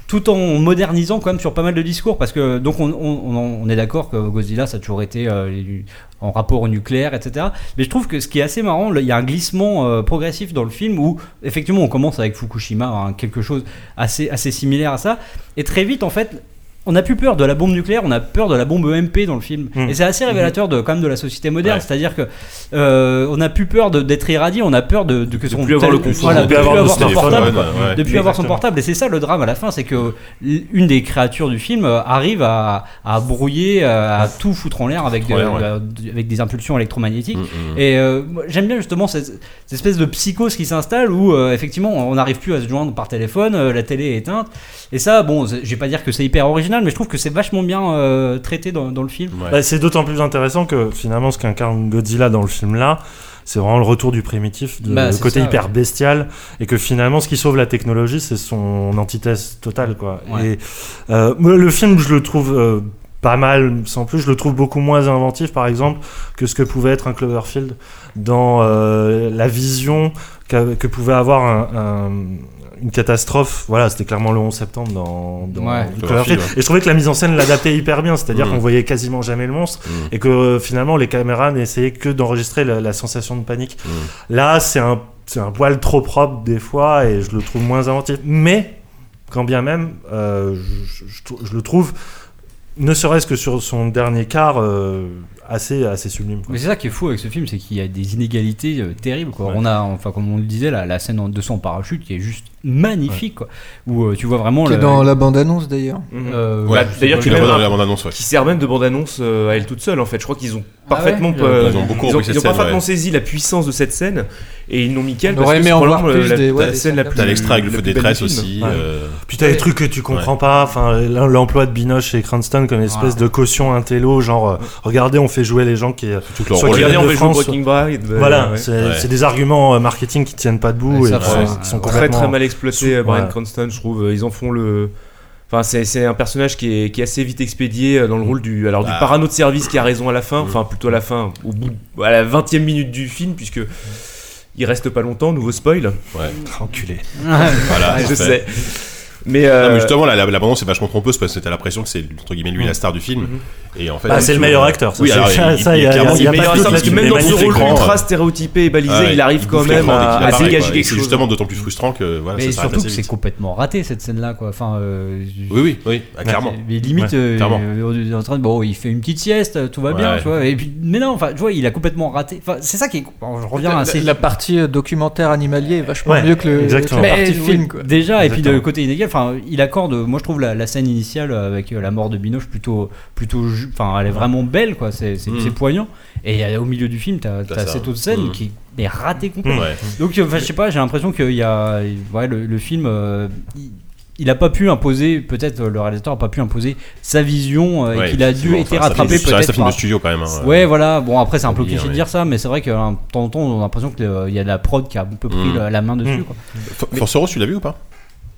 Speaker 8: tout en modernisant quand même sur pas mal de discours parce que donc on, on- on en- on est d'accord que Godzilla ça a toujours été euh, les- en rapport au nucléaire etc mais je trouve que ce qui est assez marrant là, il y a un glissement euh, progressif dans le film où effectivement on commence avec Fukushima hein, quelque chose assez assez similaire à ça et très vite en fait on n'a plus peur de la bombe nucléaire, on a peur de la bombe EMP dans le film. Et c'est assez révélateur de, quand même de la société moderne. C'est-à-dire que euh, on n'a plus peur de- d'être irradié, on a peur de, de que son
Speaker 5: plus avoir
Speaker 8: tel-
Speaker 5: le confort.
Speaker 8: voilà,
Speaker 5: De
Speaker 8: de
Speaker 5: plus
Speaker 8: plus
Speaker 5: avoir
Speaker 8: avoir
Speaker 5: de
Speaker 8: son
Speaker 5: téléphone,
Speaker 8: portable,
Speaker 5: ouais, ouais, ouais.
Speaker 8: de plus avoir son
Speaker 5: Exactement.
Speaker 8: portable. Et c'est ça le drame à la fin, c'est que l- une des créatures du film euh, arrive à, à brouiller, euh, à, à tout foutre en l'air avec,
Speaker 5: Foutre en l'air,
Speaker 8: euh, euh, avec des impulsions électromagnétiques.
Speaker 5: Mm, mm.
Speaker 8: Et euh, moi, j'aime bien justement cette, cette espèce de psychose qui s'installe où euh, effectivement on n'arrive plus à se joindre par téléphone, euh, la télé est éteinte. Et ça, bon, c'est- je vais pas dire que c'est hyper original, mais je trouve que c'est vachement bien euh, traité dans, dans le film.
Speaker 6: Bah, c'est d'autant plus intéressant que finalement ce qu'incarne Godzilla dans le film là, c'est vraiment le retour du primitif, de-
Speaker 8: Bah,
Speaker 6: le
Speaker 8: c'est
Speaker 6: côté
Speaker 8: ça,
Speaker 6: hyper
Speaker 8: ouais.
Speaker 6: bestial, et que finalement ce qui sauve la technologie, c'est son antithèse totale quoi.
Speaker 8: Ouais.
Speaker 6: Et euh, moi, le film, je le trouve euh, pas mal, sans plus, je le trouve beaucoup moins inventif par exemple que ce que pouvait être un Cloverfield dans euh, la vision qu'a- que pouvait avoir un- un- une catastrophe, voilà, c'était clairement le 11 septembre dans, dans
Speaker 8: Ouais.
Speaker 6: Cloverfield.
Speaker 8: Cloverfield, ouais.
Speaker 6: Et je trouvais que la mise en scène l'adaptait hyper bien, c'est-à-dire
Speaker 8: Mm.
Speaker 6: qu'on voyait quasiment jamais le monstre
Speaker 8: Mm.
Speaker 6: et que euh, finalement les caméras n'essayaient que d'enregistrer la, la sensation de panique. Là, c'est un, c'est un poil trop propre des fois et je le trouve moins inventif. Mais, quand bien même, euh, je, je- je trou- je le trouve, ne serait-ce que sur son dernier quart, euh, assez, assez sublime. quoi.
Speaker 8: Mais c'est ça qui est fou avec ce film, c'est qu'il y a des inégalités euh, terribles. Quoi. On a, enfin, comme on le disait, la, la scène en- de son parachute qui est juste magnifique, quoi. Où euh, tu vois vraiment
Speaker 10: Qui est
Speaker 8: le-
Speaker 10: dans la bande-annonce d'ailleurs.
Speaker 8: Euh,
Speaker 1: Ouais,
Speaker 8: je sais
Speaker 1: Mhm. Bah, d'ailleurs,
Speaker 8: pas,
Speaker 1: tu
Speaker 8: je
Speaker 1: la
Speaker 8: sais
Speaker 1: vois
Speaker 8: pas.
Speaker 1: dans la bande-annonce, ouais.
Speaker 5: qui sert même de bande-annonce euh, à elle toute seule en fait. Je crois qu'ils ont
Speaker 8: Ah ouais
Speaker 5: parfaitement,
Speaker 8: Ils ont-
Speaker 5: euh,
Speaker 1: ils ont beaucoup
Speaker 5: ils ont,
Speaker 1: repris cette
Speaker 5: ils ont
Speaker 1: scène,
Speaker 5: parfaitement
Speaker 1: ouais.
Speaker 5: saisi la puissance de cette scène et ils n'ont mis qu'elle
Speaker 10: On
Speaker 5: parce
Speaker 10: aurait
Speaker 5: que
Speaker 10: aimé
Speaker 5: c'est
Speaker 10: en voir
Speaker 5: probablement
Speaker 10: plus
Speaker 5: la,
Speaker 10: des- ouais,
Speaker 5: euh, la
Speaker 10: des
Speaker 5: scène la plus
Speaker 1: T'as l'extrait avec le
Speaker 5: la
Speaker 1: feu
Speaker 5: plus
Speaker 1: détresse
Speaker 5: belle du film.
Speaker 1: aussi,
Speaker 6: Ouais.
Speaker 1: euh,
Speaker 6: Puis t'as les trucs que tu comprends pas, enfin l'em- l'emploi de Binoche et Cranston comme une espèce de caution intello, genre euh, regardez on fait jouer les gens qui euh,
Speaker 1: leur
Speaker 6: soit
Speaker 1: rôle.
Speaker 6: qui viennent
Speaker 1: Regardez, on
Speaker 6: de
Speaker 1: fait jouer
Speaker 6: France,
Speaker 5: Breaking
Speaker 6: soit-
Speaker 5: Bad, euh,
Speaker 6: Voilà,
Speaker 5: ouais.
Speaker 6: c'est
Speaker 5: Ouais.
Speaker 6: c'est des arguments euh, marketing qui tiennent pas debout
Speaker 5: Ouais,
Speaker 6: et
Speaker 5: ça,
Speaker 6: qui
Speaker 5: c'est-
Speaker 6: sont- qui sont
Speaker 5: très
Speaker 6: complètement
Speaker 5: très mal exploité
Speaker 6: Ouais.
Speaker 5: euh, Bryan Cranston je trouve ils en font le enfin c'est c'est un personnage qui est, qui est assez vite expédié euh, dans le rôle du alors du
Speaker 1: Bah.
Speaker 5: parano de service qui a raison à la fin enfin plutôt à la fin au bout à la 20 e minute du film puisque il reste pas longtemps nouveau spoil
Speaker 1: ouais
Speaker 6: enculé
Speaker 1: Voilà,
Speaker 5: je
Speaker 1: c'est
Speaker 5: sais
Speaker 1: fait.
Speaker 5: mais,
Speaker 1: Non,
Speaker 5: euh,
Speaker 1: mais justement, la, la, la bande-annonce est vachement trompeuse parce que t'as l'impression que c'est entre guillemets
Speaker 8: Mm.
Speaker 1: lui la star du film.
Speaker 8: Mm-hmm.
Speaker 1: Et en fait,
Speaker 6: Bah, c'est le meilleur acteur, ça,
Speaker 1: oui,
Speaker 6: c'est-
Speaker 1: alors,
Speaker 6: ça,
Speaker 1: il,
Speaker 6: ça,
Speaker 1: il,
Speaker 6: y a-
Speaker 1: clairement,
Speaker 6: y a
Speaker 1: il
Speaker 6: pas de doute
Speaker 1: est meilleur
Speaker 6: là-dessus.
Speaker 1: acteur,
Speaker 5: même
Speaker 1: il est
Speaker 5: dans ce
Speaker 1: magnifique
Speaker 5: rôle
Speaker 1: écran,
Speaker 5: ultra
Speaker 1: euh.
Speaker 5: stéréotypé et balisé,
Speaker 1: Ah ouais,
Speaker 5: il arrive quand
Speaker 1: bouffe
Speaker 5: même
Speaker 1: l'écran dès qu'il
Speaker 5: à, à
Speaker 1: apparaît,
Speaker 5: dégager
Speaker 1: quoi. Et
Speaker 5: quelque
Speaker 1: C'est
Speaker 5: chose.
Speaker 1: justement d'autant plus frustrant que voilà,
Speaker 8: Mais
Speaker 1: ça s'arrête
Speaker 8: surtout
Speaker 1: assez
Speaker 8: que c'est
Speaker 1: vite.
Speaker 8: complètement raté cette scène-là, quoi. Enfin, euh, je-
Speaker 1: Oui, oui, oui, ah, clairement.
Speaker 8: Mais limite,
Speaker 1: Ouais,
Speaker 8: euh,
Speaker 1: clairement.
Speaker 8: euh, on est en train de- bon, il fait une petite sieste, tout va bien,
Speaker 1: Ouais.
Speaker 8: tu vois. Et puis, mais non, enfin, tu vois, il a complètement raté. Enfin, c'est ça qui est. bon, je reviens à
Speaker 10: La,
Speaker 8: ces-
Speaker 10: la partie euh, documentaire animalier est vachement
Speaker 8: Ouais,
Speaker 10: mieux que, le,
Speaker 8: exactement.
Speaker 10: que la
Speaker 8: Mais,
Speaker 10: partie
Speaker 1: euh,
Speaker 8: oui,
Speaker 10: film. Quoi.
Speaker 8: Déjà, et puis
Speaker 10: Exactement.
Speaker 8: de côté inégal, enfin, il accorde. euh, Moi, je trouve la, la scène initiale avec euh, la mort de Binoche plutôt, plutôt, ju- enfin, elle est vraiment belle, quoi. C'est, c'est,
Speaker 5: Mm.
Speaker 8: c'est poignant. Et euh, au milieu du film, t'as,
Speaker 5: T'as
Speaker 8: t'as
Speaker 5: ça.
Speaker 8: cette autre scène
Speaker 5: Mm.
Speaker 8: qui est ratée complètement.
Speaker 5: Ouais.
Speaker 8: Donc, euh, enfin, je sais pas, j'ai l'impression qu'il y a, ouais, le, le film. euh, il, il a pas pu imposer, peut-être euh, le réalisateur a pas pu imposer sa vision euh, et
Speaker 1: Ouais,
Speaker 8: qu'il a dû
Speaker 1: effectivement,
Speaker 8: été
Speaker 1: enfin, ça
Speaker 8: rattrapé
Speaker 1: reste- ça
Speaker 8: peut-être.
Speaker 1: reste un film de
Speaker 8: par-
Speaker 1: studio, quand même, hein,
Speaker 8: ouais, voilà. Bon après c'est un peu
Speaker 1: Faut dire,
Speaker 8: cliché de
Speaker 1: mais-
Speaker 8: dire ça, mais c'est vrai que euh, de temps en temps on a l'impression qu'il y a de la prod qui a un peu pris
Speaker 1: Mm.
Speaker 8: la, la main dessus.
Speaker 1: Mm.
Speaker 8: Quoi.
Speaker 1: F- Forcero, tu l'as vu ou pas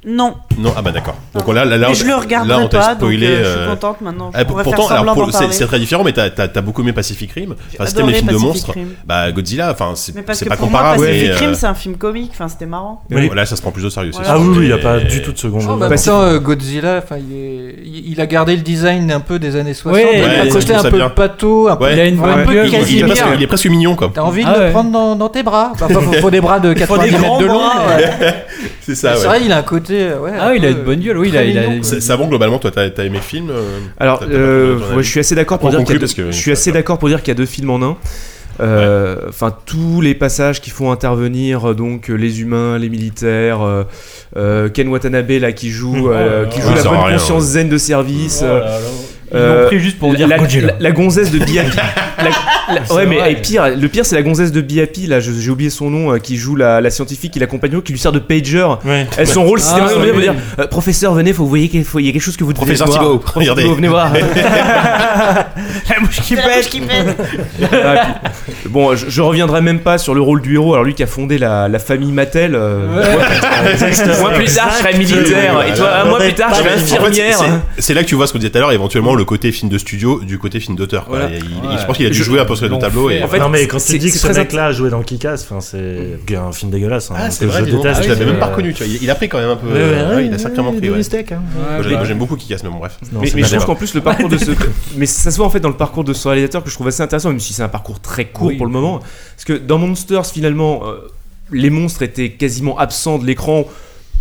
Speaker 9: Non.
Speaker 1: Non, ah bah d'accord. Donc là, là, là,
Speaker 9: Mais je le regarderai
Speaker 1: là, on t'a
Speaker 9: pas, donc,
Speaker 1: spoilé.
Speaker 9: euh, je suis contente maintenant.
Speaker 1: Ah,
Speaker 9: On va
Speaker 1: pourtant,
Speaker 9: faire semblant
Speaker 1: alors, pour-
Speaker 9: d'en
Speaker 1: c'est-
Speaker 9: parler.
Speaker 1: c'est très différent, mais t'as t'as- t'as beaucoup aimé Pacific Rim. Enfin, si t'aimes
Speaker 9: adoré
Speaker 1: les films de
Speaker 9: Pacific
Speaker 1: monstres,
Speaker 9: Rim.
Speaker 1: bah Godzilla, enfin, c'est
Speaker 9: Mais parce
Speaker 1: c'est
Speaker 9: que
Speaker 1: pas
Speaker 9: pour moi,
Speaker 1: comparable.
Speaker 9: Pacific
Speaker 1: mais, euh,
Speaker 9: Rim, c'est un film comique, enfin, c'était marrant.
Speaker 1: Mais Là, ça se prend plus au sérieux. c'est
Speaker 9: Voilà.
Speaker 1: sûr,
Speaker 6: Ah oui, oui, y a
Speaker 1: mais-
Speaker 6: pas du tout de seconde.
Speaker 1: Bah,
Speaker 10: En même
Speaker 6: Pacific-
Speaker 10: temps, euh, Godzilla, enfin, il, est- il- il a gardé le design un peu des années 60.
Speaker 1: Ouais,
Speaker 10: il
Speaker 1: ouais,
Speaker 10: a un
Speaker 1: je
Speaker 10: côté
Speaker 1: trouve
Speaker 10: un
Speaker 1: ça
Speaker 10: peu
Speaker 1: bien.
Speaker 10: pâteau, un peu,
Speaker 1: Ouais.
Speaker 10: un
Speaker 1: Ouais. Il
Speaker 10: peu
Speaker 1: est presque- il est
Speaker 10: Casimir.
Speaker 1: presque- il est presque mignon, quoi.
Speaker 10: T'as envie
Speaker 1: Ah
Speaker 10: de
Speaker 1: ouais.
Speaker 10: le prendre dans, dans tes bras. Enfin, faut, faut des bras de
Speaker 1: Il faut
Speaker 10: 90
Speaker 1: des
Speaker 10: mètres de
Speaker 1: grands
Speaker 10: long. euh,
Speaker 1: bras,
Speaker 10: ouais.
Speaker 1: C'est ça,
Speaker 10: Mais
Speaker 1: ouais.
Speaker 10: C'est vrai, il a un côté. euh,
Speaker 5: Ah
Speaker 10: Ouais, un peu, euh, très mignon, quoi.
Speaker 1: Ça- ça bon, globalement, toi, t'as t'as aimé le film euh,
Speaker 5: Alors,
Speaker 1: t'as- t'as pas
Speaker 5: euh,
Speaker 1: donné ton
Speaker 5: ouais,
Speaker 1: avis
Speaker 5: je suis assez d'accord pour
Speaker 1: On
Speaker 5: dire qu'il y
Speaker 1: conclut
Speaker 5: a deux,
Speaker 1: parce que-
Speaker 5: je suis assez d'accord pour dire qu'il y a deux films en un. Euh, Enfin, tous les passages qui font intervenir euh, donc euh, les humains, les militaires, euh, euh, Ken Watanabe là qui joue, euh, qui joue
Speaker 1: Ouais,
Speaker 5: la
Speaker 1: ça sert à
Speaker 5: bonne
Speaker 1: rien,
Speaker 5: conscience
Speaker 1: ouais.
Speaker 5: zen de service.
Speaker 1: Oh
Speaker 5: euh,
Speaker 1: là là.
Speaker 8: Ils
Speaker 5: Euh,
Speaker 8: l'ont pris juste pour
Speaker 5: la-
Speaker 8: dire
Speaker 5: la,
Speaker 8: Godzilla.
Speaker 5: la- la gonzesse de Biapi. La- la-
Speaker 8: C'est
Speaker 5: ouais, mais
Speaker 8: vrai.
Speaker 5: et pire, le pire, c'est la gonzesse de Biapi, là, je- j'ai oublié son nom, euh, qui joue la, la scientifique qui l'accompagne, qui lui sert de pager. Elle, son rôle, c'était
Speaker 12: Ah,
Speaker 5: vraiment de
Speaker 12: oui,
Speaker 5: dire,
Speaker 12: oui.
Speaker 5: euh, professeur, venez, faut, vous voyez qu'il faut- il y a quelque chose que vous devez
Speaker 12: Professeur
Speaker 5: voir.
Speaker 12: Thibault,
Speaker 5: Professeur
Speaker 12: regardez.
Speaker 5: Thibault, venez voir.
Speaker 3: La mouche qui pète.
Speaker 5: Ah, puis- bon, je, je reviendrai même pas sur le rôle du héros. Alors lui qui a fondé la, la famille Mattel. euh, moi, plus tard- moi, plus tard, je serai militaire. Et toi, ah, moi plus tard, je serai infirmière.
Speaker 1: En fait, c'est- C'est là que tu vois ce qu'on disait tout à l'heure, éventuellement le côté film de studio du côté film d'auteur. quoi.
Speaker 5: Voilà.
Speaker 1: Il- il-
Speaker 5: Ouais.
Speaker 1: Je pense qu'il a dû
Speaker 5: Je-
Speaker 1: jouer un peu sur le
Speaker 5: l'ont
Speaker 1: tableau. et
Speaker 5: fait. En fait,
Speaker 1: voilà.
Speaker 6: non mais quand
Speaker 5: c'est-
Speaker 6: tu dis que
Speaker 5: c'est
Speaker 6: ce
Speaker 5: très
Speaker 6: mec-là a joué dans Kikas, enfin c'est un film dégueulasse. hein,
Speaker 1: Ah, c'est
Speaker 6: que
Speaker 1: vrai,
Speaker 6: je
Speaker 1: dis donc.
Speaker 6: déteste.
Speaker 1: Ah, je l'avais
Speaker 6: mais-
Speaker 1: même pas reconnu, tu vois. Il, il a pris quand même un peu.
Speaker 6: Ouais, ouais,
Speaker 1: euh,
Speaker 6: ouais,
Speaker 1: il a sacrément
Speaker 6: ouais,
Speaker 1: pris.
Speaker 6: des
Speaker 1: ouais.
Speaker 6: steaks, hein.
Speaker 1: Moi,
Speaker 5: Ouais, bah.
Speaker 1: j'aime-
Speaker 5: mais-
Speaker 1: J'aime beaucoup qui casse, mais bon, bref.
Speaker 5: mais
Speaker 1: c'est
Speaker 5: mais
Speaker 1: pas
Speaker 5: je trouve
Speaker 1: grave.
Speaker 5: qu'en plus le parcours de ce mais ça se voit en fait dans le parcours de ce réalisateur que je trouve assez intéressant même si c'est un parcours très court
Speaker 1: Oui.
Speaker 5: pour le moment parce que dans Monsters finalement euh, les monstres étaient quasiment absents de l'écran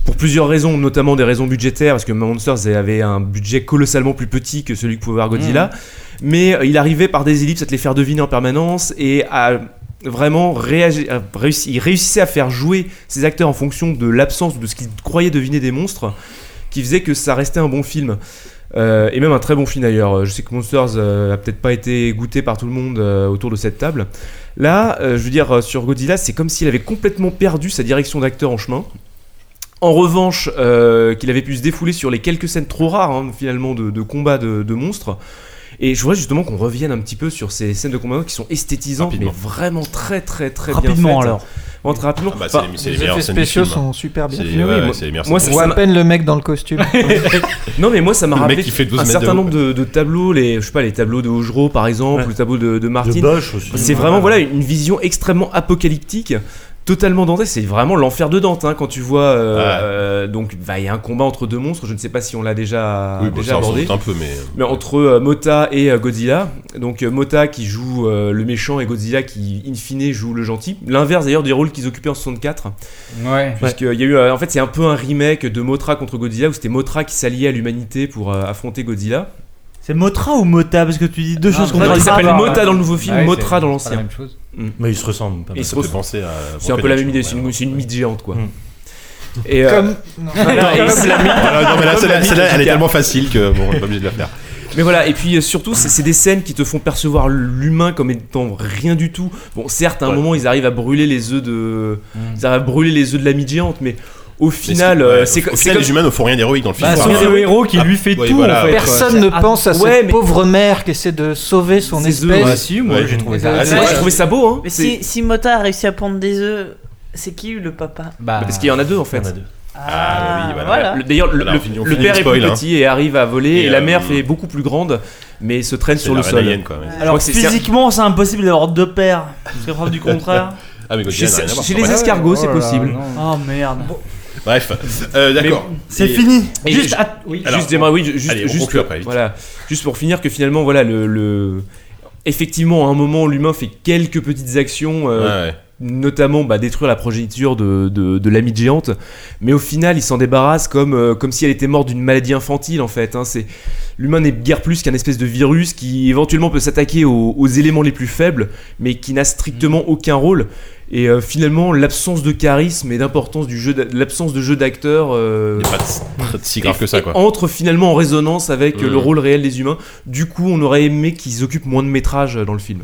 Speaker 5: pour plusieurs raisons notamment des raisons budgétaires parce que Monsters avait un budget colossalement plus petit que celui que pouvait avoir Godzilla
Speaker 12: Mhm.
Speaker 5: mais euh, il arrivait par des ellipses à te les faire deviner en permanence et à vraiment réagir, à réussir- il réussissait à faire jouer ses acteurs en fonction de l'absence ou de ce qu'ils croyaient deviner des monstres, qui faisait que ça restait un bon film. Euh, et même un très bon film d'ailleurs. Euh, Je sais que Monsters euh, a peut-être pas été goûté par tout le monde euh, autour de cette table. Là, euh, je veux dire, euh, sur Godzilla, c'est comme s'il avait complètement perdu sa direction d'acteur en chemin. En revanche, euh, qu'il avait pu se défouler sur les quelques scènes trop rares, hein, finalement, de, de combats de, de monstres. Et je voudrais justement qu'on revienne un petit peu sur ces scènes de combat qui sont esthétisantes, mais vraiment très, très, très bien
Speaker 8: Rapidement,
Speaker 5: faites.
Speaker 8: alors.
Speaker 5: Bon, très rapidement.
Speaker 1: Ah bah, c'est les- c'est les Les meilleures effets scènes du hein.
Speaker 10: spéciaux film.
Speaker 5: hein.
Speaker 10: sont super bien finis, oui, moi- moi,
Speaker 5: Moi,
Speaker 10: c'est à peine le mec dans le costume.
Speaker 5: non mais moi ça m'a
Speaker 10: Le mec
Speaker 5: rappelé
Speaker 10: qui fait 12
Speaker 5: un
Speaker 10: mètres de
Speaker 5: certain
Speaker 10: haut.
Speaker 5: nombre de, de tableaux, les je sais pas les tableaux de Augereau par exemple, le tableau de, de Martin.
Speaker 6: De Bosch aussi.
Speaker 5: C'est
Speaker 6: Ouais,
Speaker 5: vraiment
Speaker 6: ouais.
Speaker 5: voilà une vision extrêmement apocalyptique. Totalement dantesque, c'est vraiment l'enfer de Dante hein, quand tu vois. euh,
Speaker 1: Ouais.
Speaker 5: euh, donc, bah, il y a un combat entre deux monstres. Je ne sais pas si on l'a déjà,
Speaker 1: Oui, bah,
Speaker 5: déjà
Speaker 1: ça, on s'en
Speaker 5: abordé.
Speaker 1: doute un peu, mais-
Speaker 5: entre euh, Mota et euh, Godzilla. Donc euh, Mota qui joue euh, le méchant et Godzilla qui, in fine, joue le gentil. L'inverse d'ailleurs des rôles qu'ils occupaient en 64.
Speaker 8: Ouais.
Speaker 5: Parce qu'il y a eu, euh, en fait, c'est un peu un remake de Motra contre Godzilla où c'était Motra qui s'alliait à l'humanité pour euh, affronter Godzilla.
Speaker 3: C'est Motra ou Mota Parce que tu dis deux
Speaker 5: Non,
Speaker 3: choses
Speaker 5: mais
Speaker 3: contradictoires.
Speaker 5: il s'appelle Mota dans le nouveau film, Motra dans l'ancien. Mm.
Speaker 6: Mais ils se ressemblent pas mal.
Speaker 5: Ils se
Speaker 6: Ça fait
Speaker 5: ressemblent.
Speaker 6: penser à
Speaker 5: C'est un peu
Speaker 6: Broken
Speaker 5: la même
Speaker 6: Age,
Speaker 5: idée, c'est une, c'est une mythe géante
Speaker 1: Hmm.
Speaker 5: quoi. Et,
Speaker 10: Comme- non.
Speaker 5: et c'est la mythe-
Speaker 1: Voilà, Ah, non, mais là,
Speaker 5: comme
Speaker 1: celle-là,
Speaker 5: la mythe
Speaker 1: celle-là, elle est
Speaker 5: géante.
Speaker 1: tellement facile que bon, on est pas obligé de la faire.
Speaker 5: Mais voilà, et puis euh, surtout, c'est c'est des scènes qui te font percevoir l'humain comme étant rien du tout. Bon, certes, à un moment, ils arrivent à brûler les œufs de, ils arrivent à brûler les œufs de la mythe géante, mais au
Speaker 1: ouais,
Speaker 5: final, euh,
Speaker 1: au-
Speaker 5: c'est
Speaker 1: au
Speaker 5: co- c'est
Speaker 1: final,
Speaker 5: comme-
Speaker 1: les humains ne font rien d'héroïque dans le film.
Speaker 5: Bah,
Speaker 1: Voilà.
Speaker 5: sauf le héros qui
Speaker 1: Ah,
Speaker 5: lui fait
Speaker 1: oui,
Speaker 5: tout,
Speaker 1: voilà,
Speaker 5: en fait.
Speaker 1: ouais.
Speaker 10: Personne ne pense à cette pauvre mère qui essaie de sauver son
Speaker 5: Ses
Speaker 10: espèce.
Speaker 5: œufs, ouais. Si, moi, Ouais. j'ai trouvé ça-
Speaker 10: Euh,
Speaker 5: Ah, c'est- moi, j'ai trouvé ça beau, hein.
Speaker 9: Mais
Speaker 5: C'est-
Speaker 9: si, si Mota a réussi à pondre des œufs, c'est qui le papa
Speaker 5: Bah, parce qu'il y en a deux en fait.
Speaker 9: Ah, oui, voilà. voilà.
Speaker 5: Le- D'ailleurs, le,
Speaker 1: bah Voilà,
Speaker 5: le-
Speaker 1: on finit- on
Speaker 5: le
Speaker 1: finit
Speaker 5: père
Speaker 1: le
Speaker 5: est
Speaker 1: spoil,
Speaker 5: plus
Speaker 1: hein.
Speaker 5: petit et arrive à voler, et,
Speaker 1: Et,
Speaker 5: la
Speaker 1: euh,
Speaker 5: mère fait beaucoup plus grande, mais se traîne
Speaker 1: c'est
Speaker 5: sur
Speaker 1: la
Speaker 5: le
Speaker 1: reine
Speaker 5: sol.
Speaker 1: alien, quoi, ouais.
Speaker 5: Je crois
Speaker 3: Alors
Speaker 5: que c'est- c'est-
Speaker 3: physiquement, c'est impossible d'avoir deux paires. Parce que preuve du contraire.
Speaker 1: Ah, mais Godzilla
Speaker 5: Chez-
Speaker 1: n'a rien à voir,
Speaker 5: chez
Speaker 1: c'est
Speaker 5: les
Speaker 1: vrai.
Speaker 5: escargots, c'est Oh là là, possible.
Speaker 3: Oh merde.
Speaker 1: Bref, Euh, d'accord.
Speaker 5: Mais-
Speaker 1: Et-
Speaker 5: Et
Speaker 1: Juste
Speaker 5: ju-
Speaker 1: à-
Speaker 5: oui.
Speaker 1: Alors,
Speaker 5: juste, j'aimerais- oui, ju- juste,
Speaker 1: allez, on
Speaker 5: juste
Speaker 1: conclut
Speaker 5: que-
Speaker 1: après, vite.
Speaker 5: voilà, juste pour finir que finalement, voilà, le, le- effectivement, à un moment, l'humain fait quelques petites actions. euh,
Speaker 1: Ouais, ouais.
Speaker 5: notamment bah, détruire la progéniture de, de, de l'amie géante, mais au final il s'en débarrasse comme, euh, comme si elle était morte d'une maladie infantile en fait. hein. C'est- L'humain n'est guère plus qu'un espèce de virus qui éventuellement peut s'attaquer aux, aux éléments les plus faibles, mais qui n'a
Speaker 1: Mm.
Speaker 5: strictement aucun rôle. Et euh, finalement l'absence de charisme et d'importance du jeu, d'a- l'absence de jeu d'acteur euh,
Speaker 1: C'est pas t- si grave que ça, quoi.
Speaker 5: entre finalement en résonance avec euh,
Speaker 1: Mm.
Speaker 5: le rôle réel des humains. Du coup, on aurait aimé qu'ils occupent moins de métrage euh, dans le film.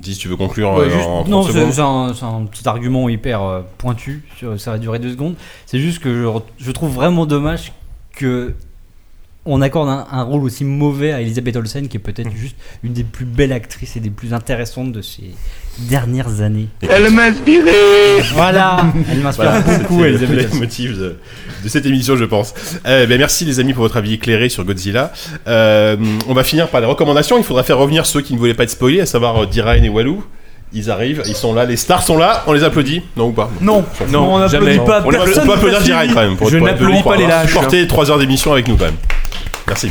Speaker 1: Dis, tu veux conclure
Speaker 8: Ouais,
Speaker 1: euh,
Speaker 8: juste-
Speaker 1: en 30
Speaker 8: non, c'est
Speaker 1: secondes
Speaker 8: c'est un, c'est un petit argument hyper euh, pointu, sur- ça va durer deux secondes. C'est juste que je, re- je trouve vraiment dommage que on accorde un, un rôle aussi mauvais à Elisabeth Olsen, qui est peut-être juste une des plus belles actrices et des plus intéressantes de ces dernières années.
Speaker 20: Elle m'inspirait
Speaker 8: Voilà, elle m'inspire
Speaker 1: Voilà,
Speaker 8: beaucoup,
Speaker 1: c'était
Speaker 8: Elisabeth
Speaker 1: le
Speaker 8: Olsen.
Speaker 1: motif de, de cette émission, je pense. Euh, ben, merci les amis pour votre avis éclairé sur Godzilla. Euh, on va finir par les recommandations. Il faudra faire revenir ceux qui ne voulaient pas être spoilés, à savoir euh, Diraen et Walou. Ils arrivent, ils sont là, les stars sont là, on les applaudit, non ou pas
Speaker 3: Non, non, on n'applaudit
Speaker 1: jamais.
Speaker 3: pas,
Speaker 1: On,
Speaker 3: personne
Speaker 1: on peut
Speaker 3: ne
Speaker 1: applaudir
Speaker 3: t'a
Speaker 1: Diraen
Speaker 3: suivi.
Speaker 1: quand même.
Speaker 3: Je n'applaudis pas les lâches,
Speaker 1: Porter 3 heures d'émission avec nous quand même. Merci.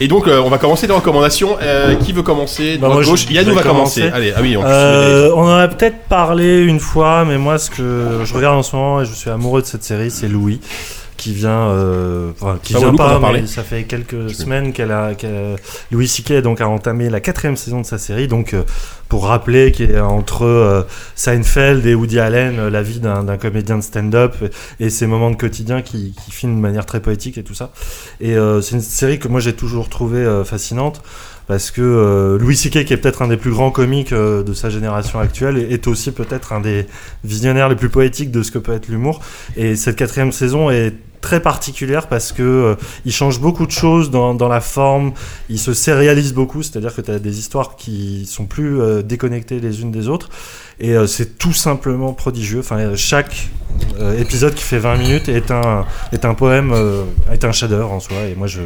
Speaker 1: Et donc euh, on va commencer les recommandations. Euh, qui veut commencer
Speaker 6: Bah,
Speaker 1: Droite,
Speaker 6: moi, je-
Speaker 1: gauche.
Speaker 6: je
Speaker 1: Yann
Speaker 6: vais
Speaker 1: va commencer. Allez, ah oui, en plus,
Speaker 6: Euh, on en a peut-être parlé une fois, mais moi, ce que je regarde en ce moment et je suis amoureux de cette série, c'est Louis, qui vient, euh, enfin, qui
Speaker 1: Ça,
Speaker 6: vient
Speaker 1: Bah, Walou, qu'on
Speaker 6: pas,
Speaker 1: en parlait.
Speaker 6: mais ça fait quelques
Speaker 1: Je sais.
Speaker 6: semaines qu'elle a, qu'elle- Louis C.K. donc a entamé la quatrième saison de sa série. Donc, euh, pour rappeler qu'il est entre euh, Seinfeld et Woody Allen, euh, la vie d'un d'un comédien de stand-up et ses moments de quotidien qui, qui filment de manière très poétique et tout ça. Et euh, c'est une série que moi j'ai toujours trouvée euh, fascinante parce que euh, Louis C.K. qui est peut-être un des plus grands comiques euh, de sa génération actuelle est- est aussi peut-être un des visionnaires les plus poétiques de ce que peut être l'humour et cette quatrième saison est très particulière parce que euh, il change beaucoup de choses dans, dans la forme, il se sérialise beaucoup, c'est-à-dire que tu as des histoires qui sont plus euh, déconnectées les unes des autres et euh, c'est tout simplement prodigieux. Enfin, euh, chaque euh, épisode qui fait 20 minutes est un est un poème euh, est un chef-d'œuvre en soi et moi je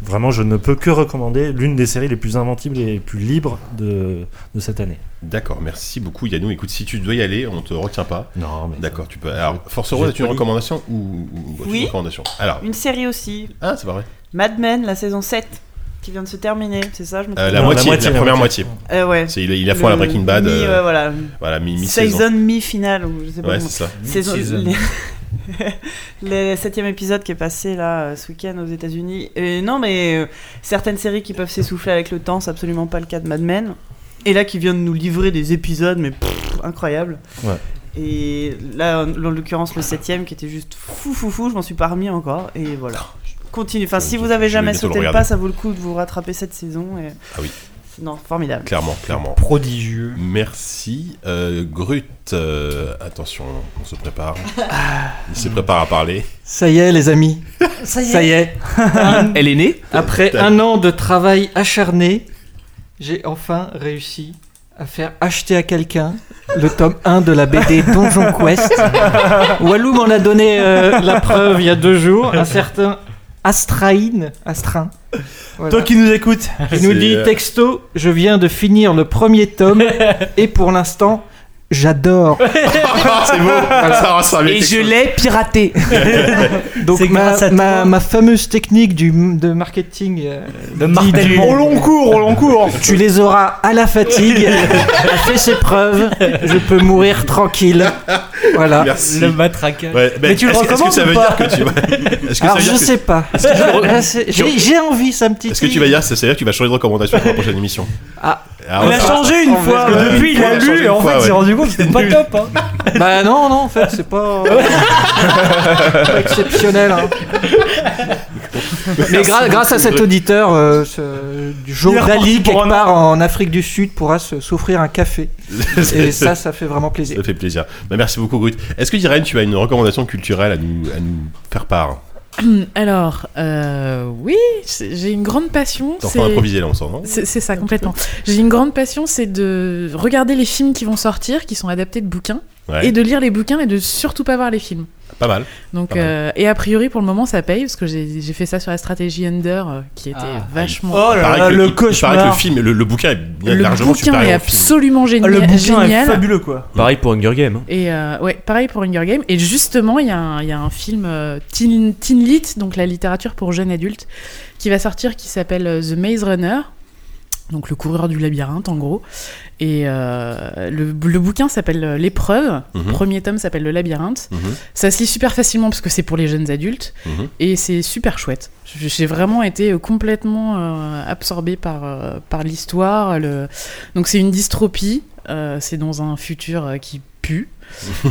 Speaker 6: Vraiment, je ne peux que recommander l'une des séries les plus inventibles et les plus libres de, de cette année.
Speaker 1: D'accord, merci beaucoup Yannou. Écoute, si tu dois y aller, on te retient pas.
Speaker 6: Non, mais.
Speaker 1: D'accord, tu peux. Alors, Force
Speaker 6: J'ai
Speaker 1: Rose, as-tu une
Speaker 6: poli.
Speaker 1: recommandation ou, ou- ou as-tu
Speaker 9: Ah, Oui.
Speaker 1: une recommandation Alors,
Speaker 9: Une série aussi.
Speaker 1: Ah, c'est pas vrai.
Speaker 9: Mad Men, la saison 7, qui vient de se terminer, c'est ça je me
Speaker 1: euh,
Speaker 9: trompe
Speaker 1: la,
Speaker 9: pas
Speaker 1: moitié, la première moitié.
Speaker 9: Euh, ouais.
Speaker 1: C'est- il, il a fond à la
Speaker 9: Le-
Speaker 1: Breaking Bad.
Speaker 9: mi-
Speaker 1: euh,
Speaker 9: ouais, voilà.
Speaker 1: Voilà, mi- mi-saison.
Speaker 9: Saison mi-finale, ou je sais pas
Speaker 1: Ouais,
Speaker 9: comment.
Speaker 1: c'est ça.
Speaker 9: Saison-
Speaker 1: Mid-season.
Speaker 9: les- Le septième épisode qui est passé là euh, ce week-end aux États-Unis. Et non, mais euh, certaines séries qui peuvent s'essouffler avec le temps, c'est absolument pas le cas de Mad Men. Et là, qui vient de nous livrer des épisodes, mais pff, incroyables.
Speaker 6: Ouais.
Speaker 9: Et là, en, en l'occurrence, le septième qui était juste fou, fou, fou, je m'en suis pas remis encore. Et voilà. Continue. Enfin, si vous avez
Speaker 1: je vais
Speaker 9: jamais
Speaker 1: bientôt le
Speaker 9: sauté le
Speaker 1: regarder.
Speaker 9: pas, ça vaut le coup de vous rattraper cette saison. Et...
Speaker 1: Ah oui.
Speaker 9: Non, formidable.
Speaker 1: Clairement, clairement.
Speaker 8: Prodigieux.
Speaker 1: Merci. Euh, Grut, euh, attention, on se prépare.
Speaker 10: Ah.
Speaker 1: Il se prépare à parler.
Speaker 10: Ça y est, les amis.
Speaker 8: Ça y est.
Speaker 10: Elle est née. Après
Speaker 1: T'as-
Speaker 10: un an de travail acharné, j'ai enfin réussi à faire acheter à quelqu'un le tome 1 de la BD Donjon Quest. Walou m'en a donné euh, la preuve il y a deux jours. Un certain Astraïne. Astrin. Voilà.
Speaker 8: Toi qui nous écoutes.
Speaker 10: Il nous
Speaker 8: C'est,
Speaker 10: dit
Speaker 8: euh,
Speaker 10: texto, je viens de finir le premier tome et pour l'instant, j'adore.
Speaker 1: C'est beau. Ça rassemble
Speaker 10: Et
Speaker 1: quelque
Speaker 10: je
Speaker 1: chose.
Speaker 10: l'ai piraté. Donc
Speaker 8: C'est
Speaker 10: ma,
Speaker 8: grâce à
Speaker 10: ma- ma fameuse technique du, de marketing euh,
Speaker 8: Le
Speaker 10: dit
Speaker 8: martèlement.
Speaker 10: du-
Speaker 8: Au long cours, au long cours.
Speaker 10: Tu les auras à la fatigue, a fait ses preuves, je peux mourir tranquille. Voilà.
Speaker 1: Merci.
Speaker 8: Le matraquage.
Speaker 1: Ouais, ben,
Speaker 10: Mais tu le
Speaker 1: est-ce-
Speaker 10: recommandes
Speaker 1: Est-ce que ça
Speaker 10: ou
Speaker 1: veut
Speaker 10: pas
Speaker 1: dire que tu vas. Est-ce que ça
Speaker 10: Alors
Speaker 1: veut
Speaker 10: je
Speaker 1: dire que-
Speaker 10: sais pas.
Speaker 1: Est-ce que tu vas-
Speaker 10: Là, Ah, c'est- J'ai j'ai envie, ça me titille.
Speaker 1: Est-ce que tu vas dire, c'est-à-dire que tu vas changer de recommandation pour la prochaine émission
Speaker 10: Ah.
Speaker 1: on va- on va-
Speaker 8: Depuis, il
Speaker 1: on
Speaker 8: a
Speaker 1: va changer
Speaker 8: lu
Speaker 1: une
Speaker 8: et en
Speaker 1: fois,
Speaker 8: fait, il
Speaker 1: ouais.
Speaker 8: s'est rendu compte que c'était pas top. hein.
Speaker 10: Bah non, non, en fait, c'est pas, pas exceptionnel. hein. Mais gra- grâce à cet auditeur, euh, ce- du jour
Speaker 8: Il est
Speaker 10: d'Ali,
Speaker 8: reparti pour
Speaker 10: quelque part en Afrique du Sud, pourra se- s'offrir un café. Et ça, ça fait vraiment plaisir.
Speaker 1: Ça fait plaisir. Bah, merci beaucoup, Grut. Est-ce que, Irène, tu as une recommandation culturelle à nous, à nous faire part
Speaker 7: Alors, euh, oui, c'est- j'ai une grande passion.
Speaker 1: T'es en
Speaker 7: c'est-
Speaker 1: train d'improviser, là, on sent, non
Speaker 7: C'est c'est ça, complètement. J'ai une grande passion, c'est de regarder les films qui vont sortir, qui sont adaptés de bouquins,
Speaker 1: Ouais.
Speaker 7: et de lire les bouquins et de surtout pas voir les films.
Speaker 1: Pas mal.
Speaker 7: Donc,
Speaker 1: Pas mal.
Speaker 7: euh, et a priori, pour le moment, ça paye, parce que j'ai j'ai fait ça sur la stratégie Ender, euh, qui était
Speaker 9: Ah,
Speaker 7: vachement.
Speaker 8: Oh
Speaker 1: Il
Speaker 8: là
Speaker 1: paraît
Speaker 8: là,
Speaker 1: que-
Speaker 8: le
Speaker 1: il paraît
Speaker 8: cauchemar.
Speaker 1: que Euh, le film, le, le bouquin est bien
Speaker 7: Le
Speaker 1: largement
Speaker 7: bouquin est
Speaker 1: supérieur. au film.
Speaker 7: absolument génial.
Speaker 3: Ah,
Speaker 8: Le bouquin
Speaker 7: génial.
Speaker 8: est fabuleux, quoi.
Speaker 12: Pareil pour Hunger
Speaker 5: hein.
Speaker 12: Game.
Speaker 7: Et euh, ouais, pareil pour Hunger Games. Et justement, il y, a un- il y a un film euh, teen, teen lit, donc la littérature pour jeunes adultes, qui va sortir qui s'appelle euh, The Maze Runner. Donc le coureur du labyrinthe en gros. Et euh, le, le bouquin s'appelle euh, L'épreuve.
Speaker 2: Mhm.
Speaker 7: Le premier tome s'appelle Le labyrinthe.
Speaker 2: Mhm.
Speaker 7: Ça se lit super facilement parce que c'est pour les jeunes adultes.
Speaker 2: Mhm.
Speaker 7: Et c'est super chouette. J- J'ai vraiment été euh, complètement euh, absorbée par, euh, par l'histoire. le- Donc c'est une dystropie. euh, c'est dans un futur euh, qui pue.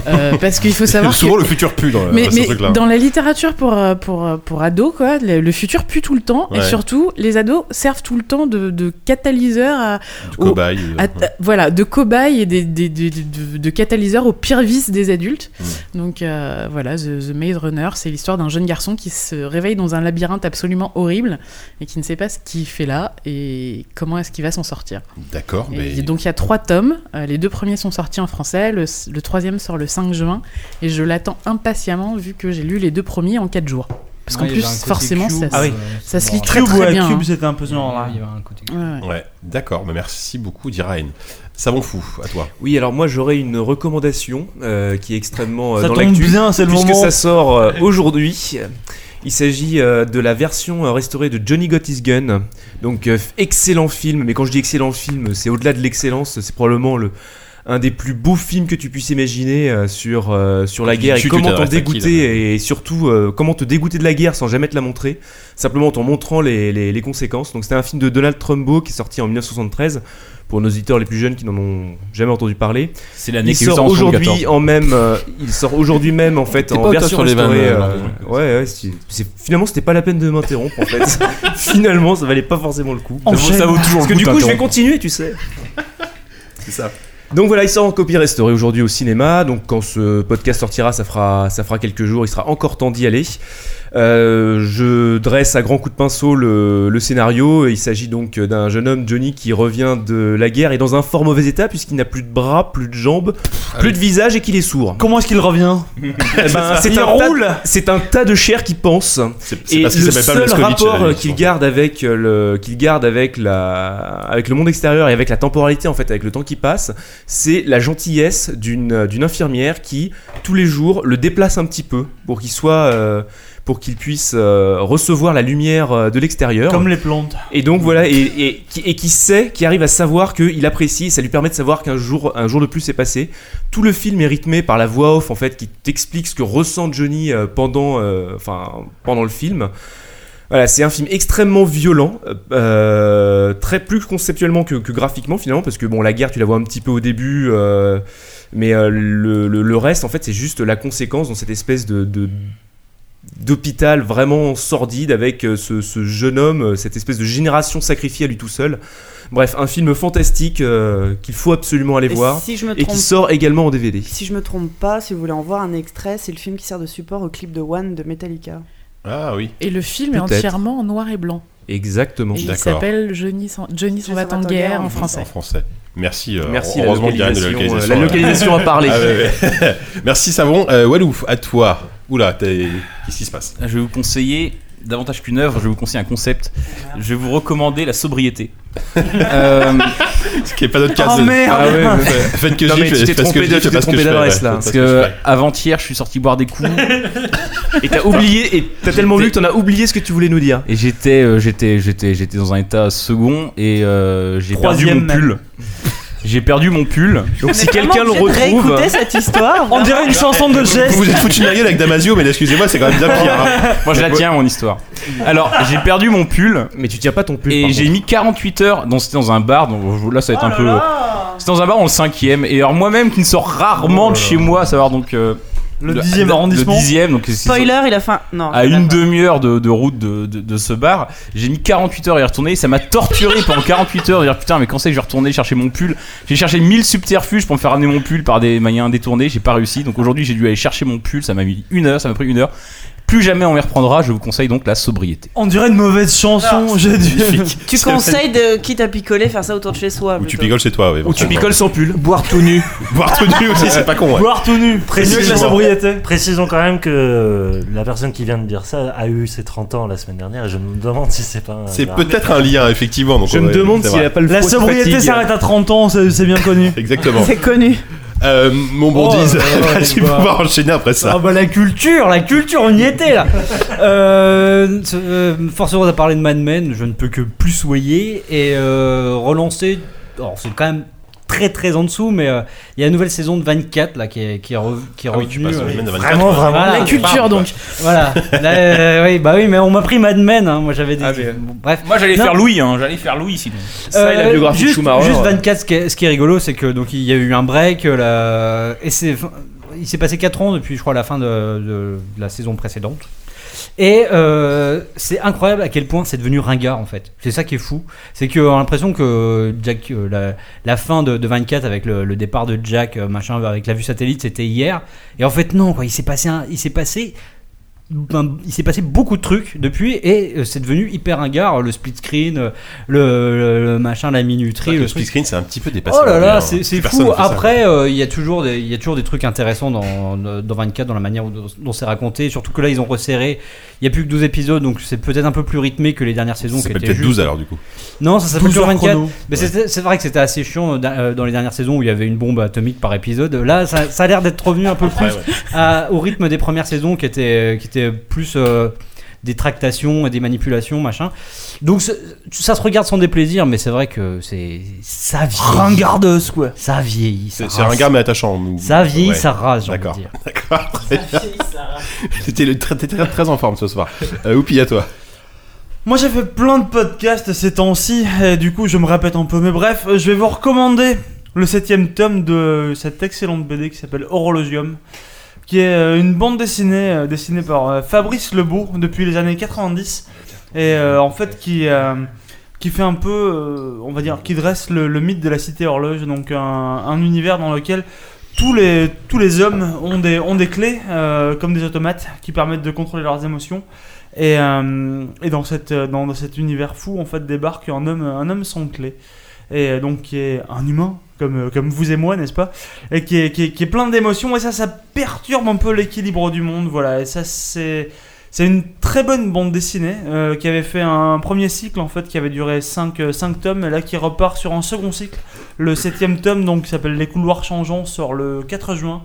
Speaker 7: Euh, parce qu'il faut savoir
Speaker 1: Souvent,
Speaker 7: que-
Speaker 1: le futur pue dans,
Speaker 7: mais,
Speaker 1: dans ce
Speaker 7: mais
Speaker 1: truc-là.
Speaker 7: dans la littérature pour, euh, pour, euh, pour ados, quoi, le, le futur pue tout le temps. Et
Speaker 1: Ouais.
Speaker 7: surtout, les ados servent tout le temps de, de catalyseur à.
Speaker 1: De
Speaker 7: au-
Speaker 1: cobaye,
Speaker 7: à-
Speaker 1: euh, ouais.
Speaker 7: Voilà, de cobaye et des, des, des- des- de, de catalyseur aux pires vices des adultes.
Speaker 1: Mm.
Speaker 7: Donc euh, voilà, The, The Maze Runner, c'est l'histoire d'un jeune garçon qui se réveille dans un labyrinthe absolument horrible et qui ne sait pas ce qu'il fait là et comment est-ce qu'il va s'en sortir.
Speaker 1: Mm. D'accord,
Speaker 7: Et
Speaker 1: mais-
Speaker 7: il y a- donc il y a trois tomes. Euh, les deux premiers sont sortis en français. Le, le troisième sort le 5 juin. Et je l'attends impatiemment vu que j'ai lu les deux premiers en quatre jours. Parce qu'en
Speaker 8: Ouais, il y
Speaker 7: plus,
Speaker 8: avait un côté
Speaker 7: forcément,
Speaker 8: cube,
Speaker 7: ça,
Speaker 8: euh,
Speaker 7: se- ça se lit
Speaker 8: bon.
Speaker 7: très
Speaker 8: Cube ou à
Speaker 7: très bien.
Speaker 8: cube,
Speaker 7: hein.
Speaker 8: c'était un peu ce
Speaker 1: Mmh.
Speaker 8: genre-là.
Speaker 3: hein,
Speaker 7: Ouais,
Speaker 1: Ouais, d'accord, mais merci beaucoup, Diraen. Savon fou, à toi.
Speaker 12: Oui, alors moi j'aurais une recommandation euh, qui est extrêmement euh,
Speaker 1: Ça
Speaker 12: dans
Speaker 1: tombe
Speaker 12: l'actu
Speaker 1: bien, c'est le
Speaker 12: puisque
Speaker 1: moment.
Speaker 12: ça sort euh, aujourd'hui. Il s'agit euh, de la version euh, restaurée de Johnny Got His Gun. Donc euh, excellent film, mais quand je dis excellent film, c'est au-delà de l'excellence, c'est probablement le
Speaker 5: un des plus beaux films que tu puisses imaginer euh, sur, euh, sur la
Speaker 12: Tu-
Speaker 5: guerre et
Speaker 12: tu- tu
Speaker 5: comment t'en
Speaker 12: t'adresses à qui,
Speaker 5: dégoûter et, surtout euh, comment te dégoûter de la guerre sans jamais te la montrer, simplement en t'en montrant les, les- les conséquences. Donc c'était un film de Donald Trumbo qui est sorti en 1973 pour nos auditeurs les plus jeunes qui n'en ont jamais entendu parler.
Speaker 4: C'est l'année
Speaker 5: Il
Speaker 4: qu'il
Speaker 5: sort
Speaker 4: sort en
Speaker 5: aujourd'hui
Speaker 4: 74.
Speaker 5: en même, euh, il sort aujourd'hui même en fait
Speaker 4: T'es
Speaker 5: en
Speaker 4: pas au top
Speaker 5: version
Speaker 4: sur les vannes,
Speaker 5: restaurée.
Speaker 4: euh,
Speaker 5: euh, ouais, ouais, c'est- c'est- finalement c'était pas la peine de m'interrompre en fait. finalement ça valait pas forcément le coup.
Speaker 12: Enchaîne. Ça vaut toujours le
Speaker 5: Parce que
Speaker 12: coup
Speaker 5: du
Speaker 12: de
Speaker 5: coup je vais
Speaker 12: t'interrompre.
Speaker 5: continuer, tu sais.
Speaker 1: C'est ça.
Speaker 5: Donc voilà, il sort en copie restaurée aujourd'hui au cinéma. Donc quand ce podcast sortira, ça fera, ça fera quelques jours. Il sera encore temps d'y aller. Euh, je dresse à grands coups de pinceau le, le scénario. Il s'agit donc d'un jeune homme, Johnny, qui revient de la guerre et dans un fort mauvais état puisqu'il n'a plus de bras, plus de jambes, plus de visage et qu'il est sourd.
Speaker 3: Comment est-ce qu'il revient
Speaker 5: Eh ben, c'est
Speaker 3: Il
Speaker 5: un
Speaker 3: roule.
Speaker 5: tas- C'est un tas de chair qui pense.
Speaker 1: c'est
Speaker 5: Et
Speaker 1: parce qu'il
Speaker 5: le
Speaker 1: s'appelle pas
Speaker 5: seul
Speaker 1: Blaskovitch, à la
Speaker 5: rapport
Speaker 1: limite,
Speaker 5: qu'il garde avec euh, le qu'il garde avec la avec le monde extérieur et avec la temporalité en fait, avec le temps qui passe, c'est la gentillesse d'une euh, d'une infirmière qui tous les jours le déplace un petit peu pour qu'il soit euh, pour qu'il puisse euh, recevoir la lumière euh, de l'extérieur.
Speaker 3: Comme les plantes.
Speaker 5: Et donc voilà, et, et, qui- et qui sait, qui arrive à savoir qu'il apprécie, et ça lui permet de savoir qu'un jour, un jour de plus est passé. Tout le film est rythmé par la voix off en fait, qui t'explique ce que ressent Johnny euh, pendant, euh, enfin, pendant le film. Voilà, c'est un film extrêmement violent, euh, très plus conceptuellement que, que graphiquement finalement, parce que bon, la guerre, tu la vois un petit peu au début, euh, mais euh, le, le- le reste, en fait, c'est juste la conséquence dans cette espèce de- de d'hôpital vraiment sordide avec euh, ce, ce jeune homme, euh, cette espèce de génération sacrifiée à lui tout seul. Bref, un film fantastique euh, qu'il faut absolument aller
Speaker 9: Et
Speaker 5: voir
Speaker 9: si je me
Speaker 5: et
Speaker 9: trompe-
Speaker 5: qui sort également en DVD.
Speaker 9: Si je me trompe pas, si vous voulez en voir un extrait, c'est le film qui sert de support au clip de One de Metallica.
Speaker 1: Ah oui.
Speaker 7: Et le film est
Speaker 5: Peut-être.
Speaker 7: entièrement en noir et blanc.
Speaker 5: Exactement.
Speaker 7: Et il s'appelle Johnny s'en Johnny s'en va en guerre en français.
Speaker 1: En français. Merci. euh,
Speaker 5: Merci,
Speaker 1: Heureusement
Speaker 5: la
Speaker 1: qu'il y a de la
Speaker 5: localisation,
Speaker 1: localisation.
Speaker 5: euh, la localisation a parlé.
Speaker 1: Ah ouais, ouais. Merci Savon. Euh, Walou, à toi. Oula, t'es- qu'est-ce qui se passe
Speaker 4: Je vais vous conseiller davantage qu'une œuvre, je vais vous conseiller un concept. Je vais vous recommander la sobriété. Euh,
Speaker 1: Ce qui est pas notre
Speaker 4: Oh,
Speaker 1: cas, c'est- Ah ouais, ouais. Faites que
Speaker 4: Non,
Speaker 1: j'y
Speaker 4: mais
Speaker 1: fais,
Speaker 4: tu t'es
Speaker 1: faites ce que
Speaker 4: trompé
Speaker 1: je
Speaker 4: de-
Speaker 1: fais,
Speaker 4: tu t'es
Speaker 1: faites ce que
Speaker 4: trompé
Speaker 1: je fais,
Speaker 4: d'adresse
Speaker 1: ouais,
Speaker 4: là.
Speaker 1: faites
Speaker 4: Parce
Speaker 1: ce que je
Speaker 4: que
Speaker 1: fais.
Speaker 4: avant-hier, je suis sorti boire des coups.
Speaker 5: Et t'as oublié, et t'as tellement lu que t'en as oublié ce que tu voulais nous dire.
Speaker 4: Et j'étais, euh, j'étais, j'étais, j'étais dans un état second et euh, j'ai perdu
Speaker 5: Troisième
Speaker 4: mon pull. J'ai perdu mon pull.
Speaker 9: On
Speaker 4: Donc si
Speaker 9: est vraiment
Speaker 4: quelqu'un le
Speaker 9: obligé de
Speaker 4: retrouve,
Speaker 9: réécouter cette histoire.
Speaker 3: On dirait une chanson de geste.
Speaker 1: Vous vous êtes foutu de la gueule avec Damasio, mais excusez-moi, c'est quand même bien pire. hein.
Speaker 4: Moi je la tiens mon histoire. Alors j'ai perdu mon pull.
Speaker 5: Mais tu tiens pas ton pull.
Speaker 4: Et j'ai mis 48 heures. dans c'était dans un bar. Donc là ça va être un
Speaker 3: Oh
Speaker 4: peu. C'était dans un bar en le cinquième. Et alors moi-même qui ne sors
Speaker 1: Oh
Speaker 4: rarement de chez moi, à savoir donc. euh,
Speaker 3: Le dixième arrondissement.
Speaker 4: Le dixième, donc c'est- Ah,
Speaker 9: Spoiler, il a faim. Non.
Speaker 4: à une demi-heure de, de route de, de- de ce bar. J'ai mis 48 heures à y retourner. Ça m'a torturé pendant 48 heures. de Dire putain, mais quand c'est que je vais retourner chercher mon pull J'ai cherché 1000 subterfuges pour me faire ramener mon pull par des moyens détournés. J'ai pas réussi. Donc aujourd'hui, j'ai dû aller chercher mon pull. Ça m'a mis une heure. Ça m'a pris une heure. Plus jamais on m'y reprendra. Je vous conseille donc la sobriété.
Speaker 3: On dirait une mauvaise chanson.
Speaker 1: Ah,
Speaker 3: J'ai dû.
Speaker 9: Tu conseilles de quitte à picoler faire ça autour de chez soi.
Speaker 1: Ou tu picoles chez toi, ouais,
Speaker 5: Ou tu
Speaker 1: éventuellement.
Speaker 5: picoles sans pull. Boire tout nu.
Speaker 1: Boire tout nu aussi, c'est pas con. ouais.
Speaker 3: tout nu,
Speaker 1: mieux que la sobriété.
Speaker 6: Précisons quand même que euh, la personne qui vient de dire ça a eu ses 30 ans la semaine dernière et je me demande si c'est pas un
Speaker 1: C'est
Speaker 6: hasard.
Speaker 1: peut-être un lien, effectivement. donc
Speaker 6: Je
Speaker 1: on
Speaker 6: me
Speaker 1: va-
Speaker 6: demande
Speaker 1: c'est
Speaker 6: s'il
Speaker 1: vrai.
Speaker 6: a pas le
Speaker 3: La sobriété s'arrête à 30 ans, c'est c'est bien connu.
Speaker 1: Exactement.
Speaker 9: C'est connu.
Speaker 1: Euh, mon
Speaker 3: Oh,
Speaker 1: bondise,
Speaker 3: ouais,
Speaker 1: tu
Speaker 3: bah.
Speaker 1: vas pouvoir enchaîner après ça.
Speaker 8: Ah bah la culture, la culture, on y était là. Euh, ce- euh, force heureuse à parler de Mad Men, je ne peux que plus soyer et euh, relancer. Alors c'est quand même très très en dessous, mais euh, il y a la nouvelle saison de 24 là qui est qui est, rev- qui est
Speaker 4: Ah
Speaker 8: revenue.
Speaker 1: passes Mad Men à
Speaker 8: euh,
Speaker 1: 24, Vraiment, ouais. vraiment.
Speaker 8: Voilà.
Speaker 1: La culture, donc.
Speaker 8: Voilà. Là, euh, oui bah oui, mais on m'a pris Mad Men. hein, moi j'avais des. bon, bref.
Speaker 4: Ah, Moi j'allais
Speaker 8: Non.
Speaker 4: faire Louis, hein, j'allais faire Louis sinon.
Speaker 8: Euh, juste, Juste 24, ce qui est, ce qui est rigolo, c'est que donc il y a eu un break. euh, la- et c'est- il s'est passé 4 ans depuis, je crois, la fin de, de- de la saison précédente. Et euh, c'est incroyable à quel point c'est devenu ringard en fait. C'est ça qui est fou. C'est qu'on a l'impression que Jack, euh, la, la fin de, de 24 avec le, le départ de Jack, euh, machin, avec la vue satellite, c'était hier. Et en fait, non, quoi. Il s'est passé, un- il s'est passé ben, il s'est passé beaucoup de trucs depuis et euh, c'est devenu hyper ringard le split screen euh, le, le- le machin la
Speaker 1: C'est vrai
Speaker 8: minuterie
Speaker 1: que
Speaker 8: le
Speaker 1: le split
Speaker 8: truc.
Speaker 1: screen, c'est un petit peu dépassé
Speaker 8: oh là
Speaker 1: aujourd'hui,
Speaker 8: là
Speaker 1: hein.
Speaker 8: c'est c'est
Speaker 1: Personne
Speaker 8: fou
Speaker 1: fait ça.
Speaker 8: après euh, il y a toujours des il y a toujours des trucs intéressants dans, dans 24 dans la manière dont, dont c'est raconté surtout que là ils ont resserré il y a plus que 12 épisodes donc c'est peut-être un peu plus rythmé que les dernières saisons
Speaker 1: Ça
Speaker 8: qui
Speaker 1: s'appelle
Speaker 8: étaient
Speaker 1: peut-être
Speaker 8: juste-
Speaker 1: 12 alors, du coup.
Speaker 8: non ça s'appelle
Speaker 3: 12
Speaker 8: toujours
Speaker 3: heures
Speaker 8: 24
Speaker 3: chrono.
Speaker 8: mais c'était- c'est vrai que c'était assez chiant euh, da- euh, dans les dernières saisons où il y avait une bombe atomique par épisode là ça, ça a l'air d'être revenu un peu plus
Speaker 3: Ouais, ouais.
Speaker 8: à- au rythme des premières saisons qui était qui était plus euh, des tractations et des manipulations, machin. Donc ce- ça se regarde sans déplaisir, mais c'est vrai que c'est ça vieillit.
Speaker 3: Ringardeuse, quoi.
Speaker 8: Ça vieillit. ça
Speaker 1: C'est c'est
Speaker 8: rase.
Speaker 1: un gars mais attachant. nous.
Speaker 8: Ça vieillit,
Speaker 1: Ouais.
Speaker 8: ça rase, j'ai envie de
Speaker 1: D'accord.
Speaker 8: dire.
Speaker 1: D'accord. très bien. T'étais le- très, très, très, très en forme ce soir. Euh, Oupi, à toi.
Speaker 3: Moi j'ai fait plein de podcasts ces temps-ci, et du coup je me répète un peu, mais bref, euh, je vais vous recommander le septième tome de cette excellente BD qui s'appelle Horologium, qui est euh, une bande dessinée euh, dessinée par euh, Fabrice Lebourg depuis les années 90, et euh, en fait qui, euh, qui fait un peu, euh, on va dire, qui dresse le, le mythe de la cité horloge, donc un, un univers dans lequel tous les, tous les hommes ont des, ont des clés, euh, comme des automates, qui permettent de contrôler leurs émotions. Et, euh, et dans, cette, euh, dans, dans cet univers fou, en fait, débarque un homme, un homme sans clé. Et euh, donc, qui est un humain, comme, euh, comme vous et moi, n'est-ce pas Et qui est, qui est, qui est plein d'émotions, et ça, ça perturbe un peu l'équilibre du monde, voilà. Et ça, c'est. C'est une très bonne bande dessinée euh, qui avait fait un premier cycle en fait qui avait duré 5, tomes et là qui repart sur un second cycle. Le septième tome donc qui s'appelle Les couloirs changeants sort le 4 juin.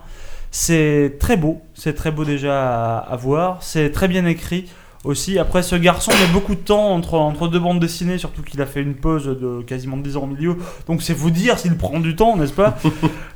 Speaker 3: C'est très beau, c'est très beau déjà à, à voir, c'est très bien écrit aussi. Après ce garçon met beaucoup de temps entre, entre deux bandes dessinées, surtout qu'il a fait une pause de quasiment 10 ans au milieu, donc c'est vous dire s'il prend du temps, n'est-ce pas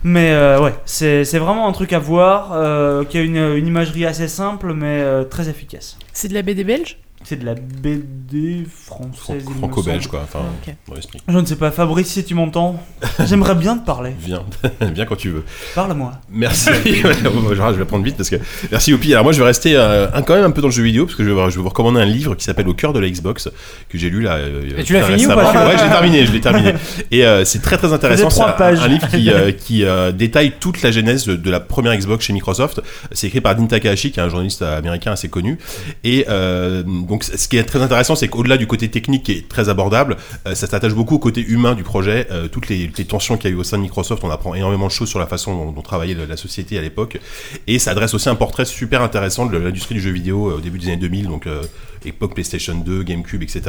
Speaker 3: Mais euh, ouais, c'est c'est vraiment un truc à voir, euh, qui a une, une imagerie assez simple mais euh, très efficace.
Speaker 7: C'est de la BD belge
Speaker 3: C'est de la BD française. il me
Speaker 1: franco-belge,
Speaker 3: semble.
Speaker 1: quoi, enfin,
Speaker 8: Ah,
Speaker 7: Ah, Ok.
Speaker 1: dans l'esprit.
Speaker 3: Je ne sais pas, Fabrice, si tu m'entends, j'aimerais bien te parler.
Speaker 1: Viens, viens quand tu veux.
Speaker 3: Parle-moi.
Speaker 1: Merci. Bon, je vais la prendre vite parce que. Merci Oupi. Alors moi je vais rester euh, un- quand même un peu dans le jeu vidéo parce que je vais, je vais vous recommander un livre qui s'appelle Au cœur de la Xbox que j'ai lu là. euh,
Speaker 8: Et tu l'as
Speaker 1: très
Speaker 8: fini ou
Speaker 1: récemment.
Speaker 8: pas
Speaker 1: Ouais, je l'ai terminé, je l'ai terminé. Et euh, c'est très très intéressant.
Speaker 3: Faisait trois
Speaker 1: C'est un-
Speaker 3: pages.
Speaker 1: Un, livre qui, euh, qui euh, détaille toute la genèse de la première Xbox chez Microsoft. C'est écrit par Dean Takahashi qui est un journaliste américain assez connu. Et euh, donc ce qui est très intéressant c'est qu'au-delà du côté technique qui est très abordable, euh, ça s'attache beaucoup au côté humain du projet. Euh, toutes les, les tensions qu'il y a eu au sein de Microsoft, on apprend énormément de choses sur la façon dont, dont travaillait la- la société à l'époque. Et ça adresse aussi un portrait super intéressant de l'industrie du jeu vidéo euh, au début des années 2000, donc euh, époque PlayStation 2, GameCube, etc.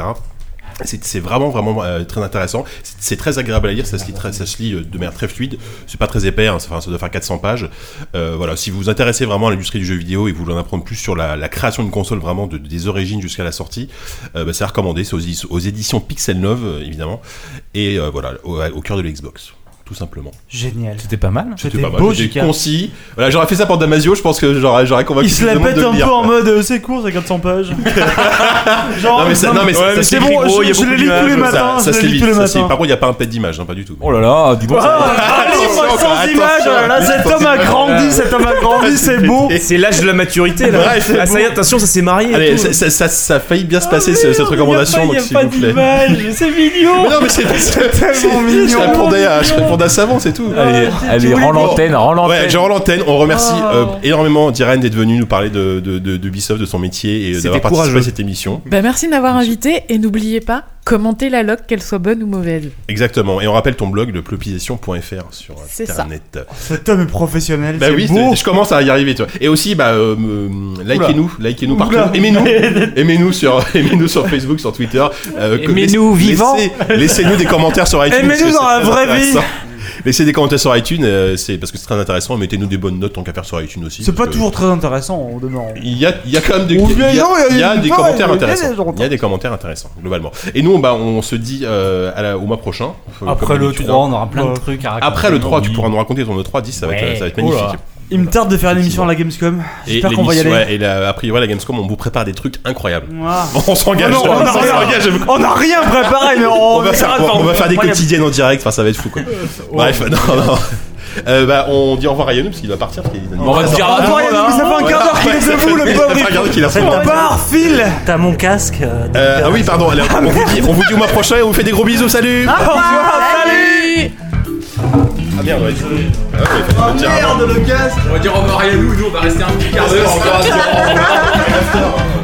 Speaker 1: C'est c'est vraiment vraiment euh, très intéressant. C'est c'est très agréable à lire, ça se lit, très- ça se lit euh, de manière très fluide. C'est pas très épais, hein, ça, enfin, ça doit faire 400 pages. Euh, voilà, si vous vous intéressez vraiment à l'industrie du jeu vidéo et que vous voulez en apprendre plus sur la, la création d'une console vraiment de- des origines jusqu'à la sortie, euh, bah, c'est recommandé. C'est aux, édi- aux éditions Pixel 9 euh, évidemment et euh, voilà au, au cœur de l'Xbox, tout simplement.
Speaker 3: Génial.
Speaker 4: C'était pas mal.
Speaker 1: C'était pas mal, c'était concis. Voilà, j'aurais fait ça pour Damasio, je pense que j'aurais j'aurais convaincu
Speaker 3: Il se la
Speaker 1: tout le monde Bah,
Speaker 3: pète
Speaker 1: de le
Speaker 3: un
Speaker 1: lire.
Speaker 3: peu en mode euh, c'est court, c'est 400 pages. Genre,
Speaker 1: non mais ça, non, mais ça-
Speaker 3: ouais,
Speaker 1: ça
Speaker 3: mais c'est
Speaker 1: s'écrit
Speaker 3: bon,
Speaker 1: gros, il y a
Speaker 3: je, je
Speaker 1: beaucoup
Speaker 3: les lis tous les
Speaker 1: d'images,
Speaker 3: matins.
Speaker 1: ça- ça
Speaker 3: je
Speaker 1: se
Speaker 3: les
Speaker 1: lit,
Speaker 3: lis tous les
Speaker 1: ça se lit.
Speaker 3: matins.
Speaker 1: Par contre, il n'y a pas un pet d'image, hein, pas du tout.
Speaker 4: Oh là là, dis donc. ça-
Speaker 3: Ah, livre sans
Speaker 1: attention,
Speaker 3: images, oh là là, cet homme a grandi, cet homme a grandi, c'est beau.
Speaker 1: C'est l'âge de la maturité
Speaker 3: là. Ah, ça y est,
Speaker 1: attention, ça s'est marié.
Speaker 3: et
Speaker 1: Allez,
Speaker 3: tout.
Speaker 1: ça, ça, ça, ça a failli bien
Speaker 3: Ah,
Speaker 1: se passer ce- cette recommandation,
Speaker 3: Il n'y
Speaker 1: donc
Speaker 3: a
Speaker 1: s'il
Speaker 3: pas
Speaker 1: vous plaît.
Speaker 3: d'image, c'est mignon.
Speaker 1: Mais non, mais c'est
Speaker 3: c'est
Speaker 1: c'est-
Speaker 3: tellement mignon.
Speaker 1: Je répondais à, je répondais à Savon, c'est
Speaker 3: Ah,
Speaker 1: tout.
Speaker 4: Allez, allez, rends l'antenne, rends l'antenne.
Speaker 1: Ouais, je rends l'antenne. On remercie
Speaker 3: Ah.
Speaker 1: euh, énormément Diren d'être venu nous parler de, de, de, de Ubisoft, de son métier et euh,
Speaker 4: C'était
Speaker 1: d'avoir participé à
Speaker 4: courageux.
Speaker 1: cette émission.
Speaker 7: Bah merci de m'avoir invité et n'oubliez pas, commentez la log, qu'elle soit bonne ou mauvaise.
Speaker 1: Exactement. Et on rappelle ton blog, leplopisation.fr sur
Speaker 7: C'est ça.
Speaker 1: internet.
Speaker 3: Cet homme est professionnel.
Speaker 1: Bah
Speaker 3: c'est
Speaker 1: oui,
Speaker 3: beau.
Speaker 1: c'est- je commence à y arriver, tu vois. Et aussi, bah, euh, euh, likez-nous, likez-nous
Speaker 3: Oula.
Speaker 1: partout, aimez-nous, aimez-nous sur, aimez-nous sur Facebook, sur Twitter, euh, que-
Speaker 4: Aimez-nous
Speaker 1: laissez-
Speaker 4: vivants.
Speaker 1: laissez- Laissez-nous des commentaires sur iTunes.
Speaker 3: Aimez-nous
Speaker 1: parce que
Speaker 3: dans la
Speaker 1: c'est très
Speaker 3: vraie vie.
Speaker 1: intéressant. Laissez des commentaires sur iTunes, euh, c'est parce que c'est très intéressant. et Mettez-nous des bonnes notes tant qu'à faire sur iTunes aussi.
Speaker 3: C'est pas
Speaker 1: parce que
Speaker 3: toujours très intéressant au demeurant.
Speaker 1: Il y a, il y a quand même des,
Speaker 3: On
Speaker 1: il y a-
Speaker 3: vient- non, il y a-
Speaker 1: il y a
Speaker 3: il y a
Speaker 1: des
Speaker 3: pas,
Speaker 1: commentaires
Speaker 3: il y a
Speaker 1: intéressants.
Speaker 3: des gens-
Speaker 1: Il y a des commentaires intéressants globalement. Et nous, on- bah, on se dit euh, à la- au mois prochain. Faut-
Speaker 8: Après
Speaker 1: comme
Speaker 8: le
Speaker 1: d'habitude,
Speaker 8: 3,
Speaker 1: hein.
Speaker 8: on aura plein de trucs à raconter. Oh
Speaker 1: Après le 3, tu pourras nous raconter ton E3 10, ça va être, ça va être magnifique.
Speaker 3: Il me tarde de faire une émission à la Gamescom.
Speaker 1: Et,
Speaker 3: J'espère qu'on va y
Speaker 1: l'émission,
Speaker 3: aller.
Speaker 1: ouais, et la, a priori, la Gamescom, on vous prépare des trucs incroyables.
Speaker 3: Ouah.
Speaker 1: On s'engage.
Speaker 3: Oh non, on a rien.
Speaker 1: s'engage à vous-
Speaker 3: On a rien préparé, mais on-
Speaker 1: On va faire,
Speaker 3: Attends,
Speaker 1: on va faire des
Speaker 3: incroyable.
Speaker 1: quotidiennes en direct. Enfin, ça va être fou, quoi. Bref, non, non. Euh, bah, on dit au revoir à Yannou parce qu'il doit partir. Parce qu'il
Speaker 4: On va se dire
Speaker 3: Au revoir,
Speaker 4: Ah,
Speaker 3: Yannou,
Speaker 4: voilà.
Speaker 3: ça fait un quart d'heure qu'il est chez vous, le
Speaker 1: Ça fait un quart d'heure qu'il est chez vous.
Speaker 3: pauvre. Par fil.
Speaker 6: T'as mon casque. euh,
Speaker 1: Euh, ah oui, pardon. allez, on, vous dit, on vous dit au mois prochain et on vous fait des gros bisous. Salut.
Speaker 3: Au revoir, salut
Speaker 1: Ah merde, ouais. Ah, ouais, faut le dire avant.
Speaker 3: le casque
Speaker 4: On va dire au revoir à Yannou, nous on va rester un petit quart d'heure encore à se dire au revoir.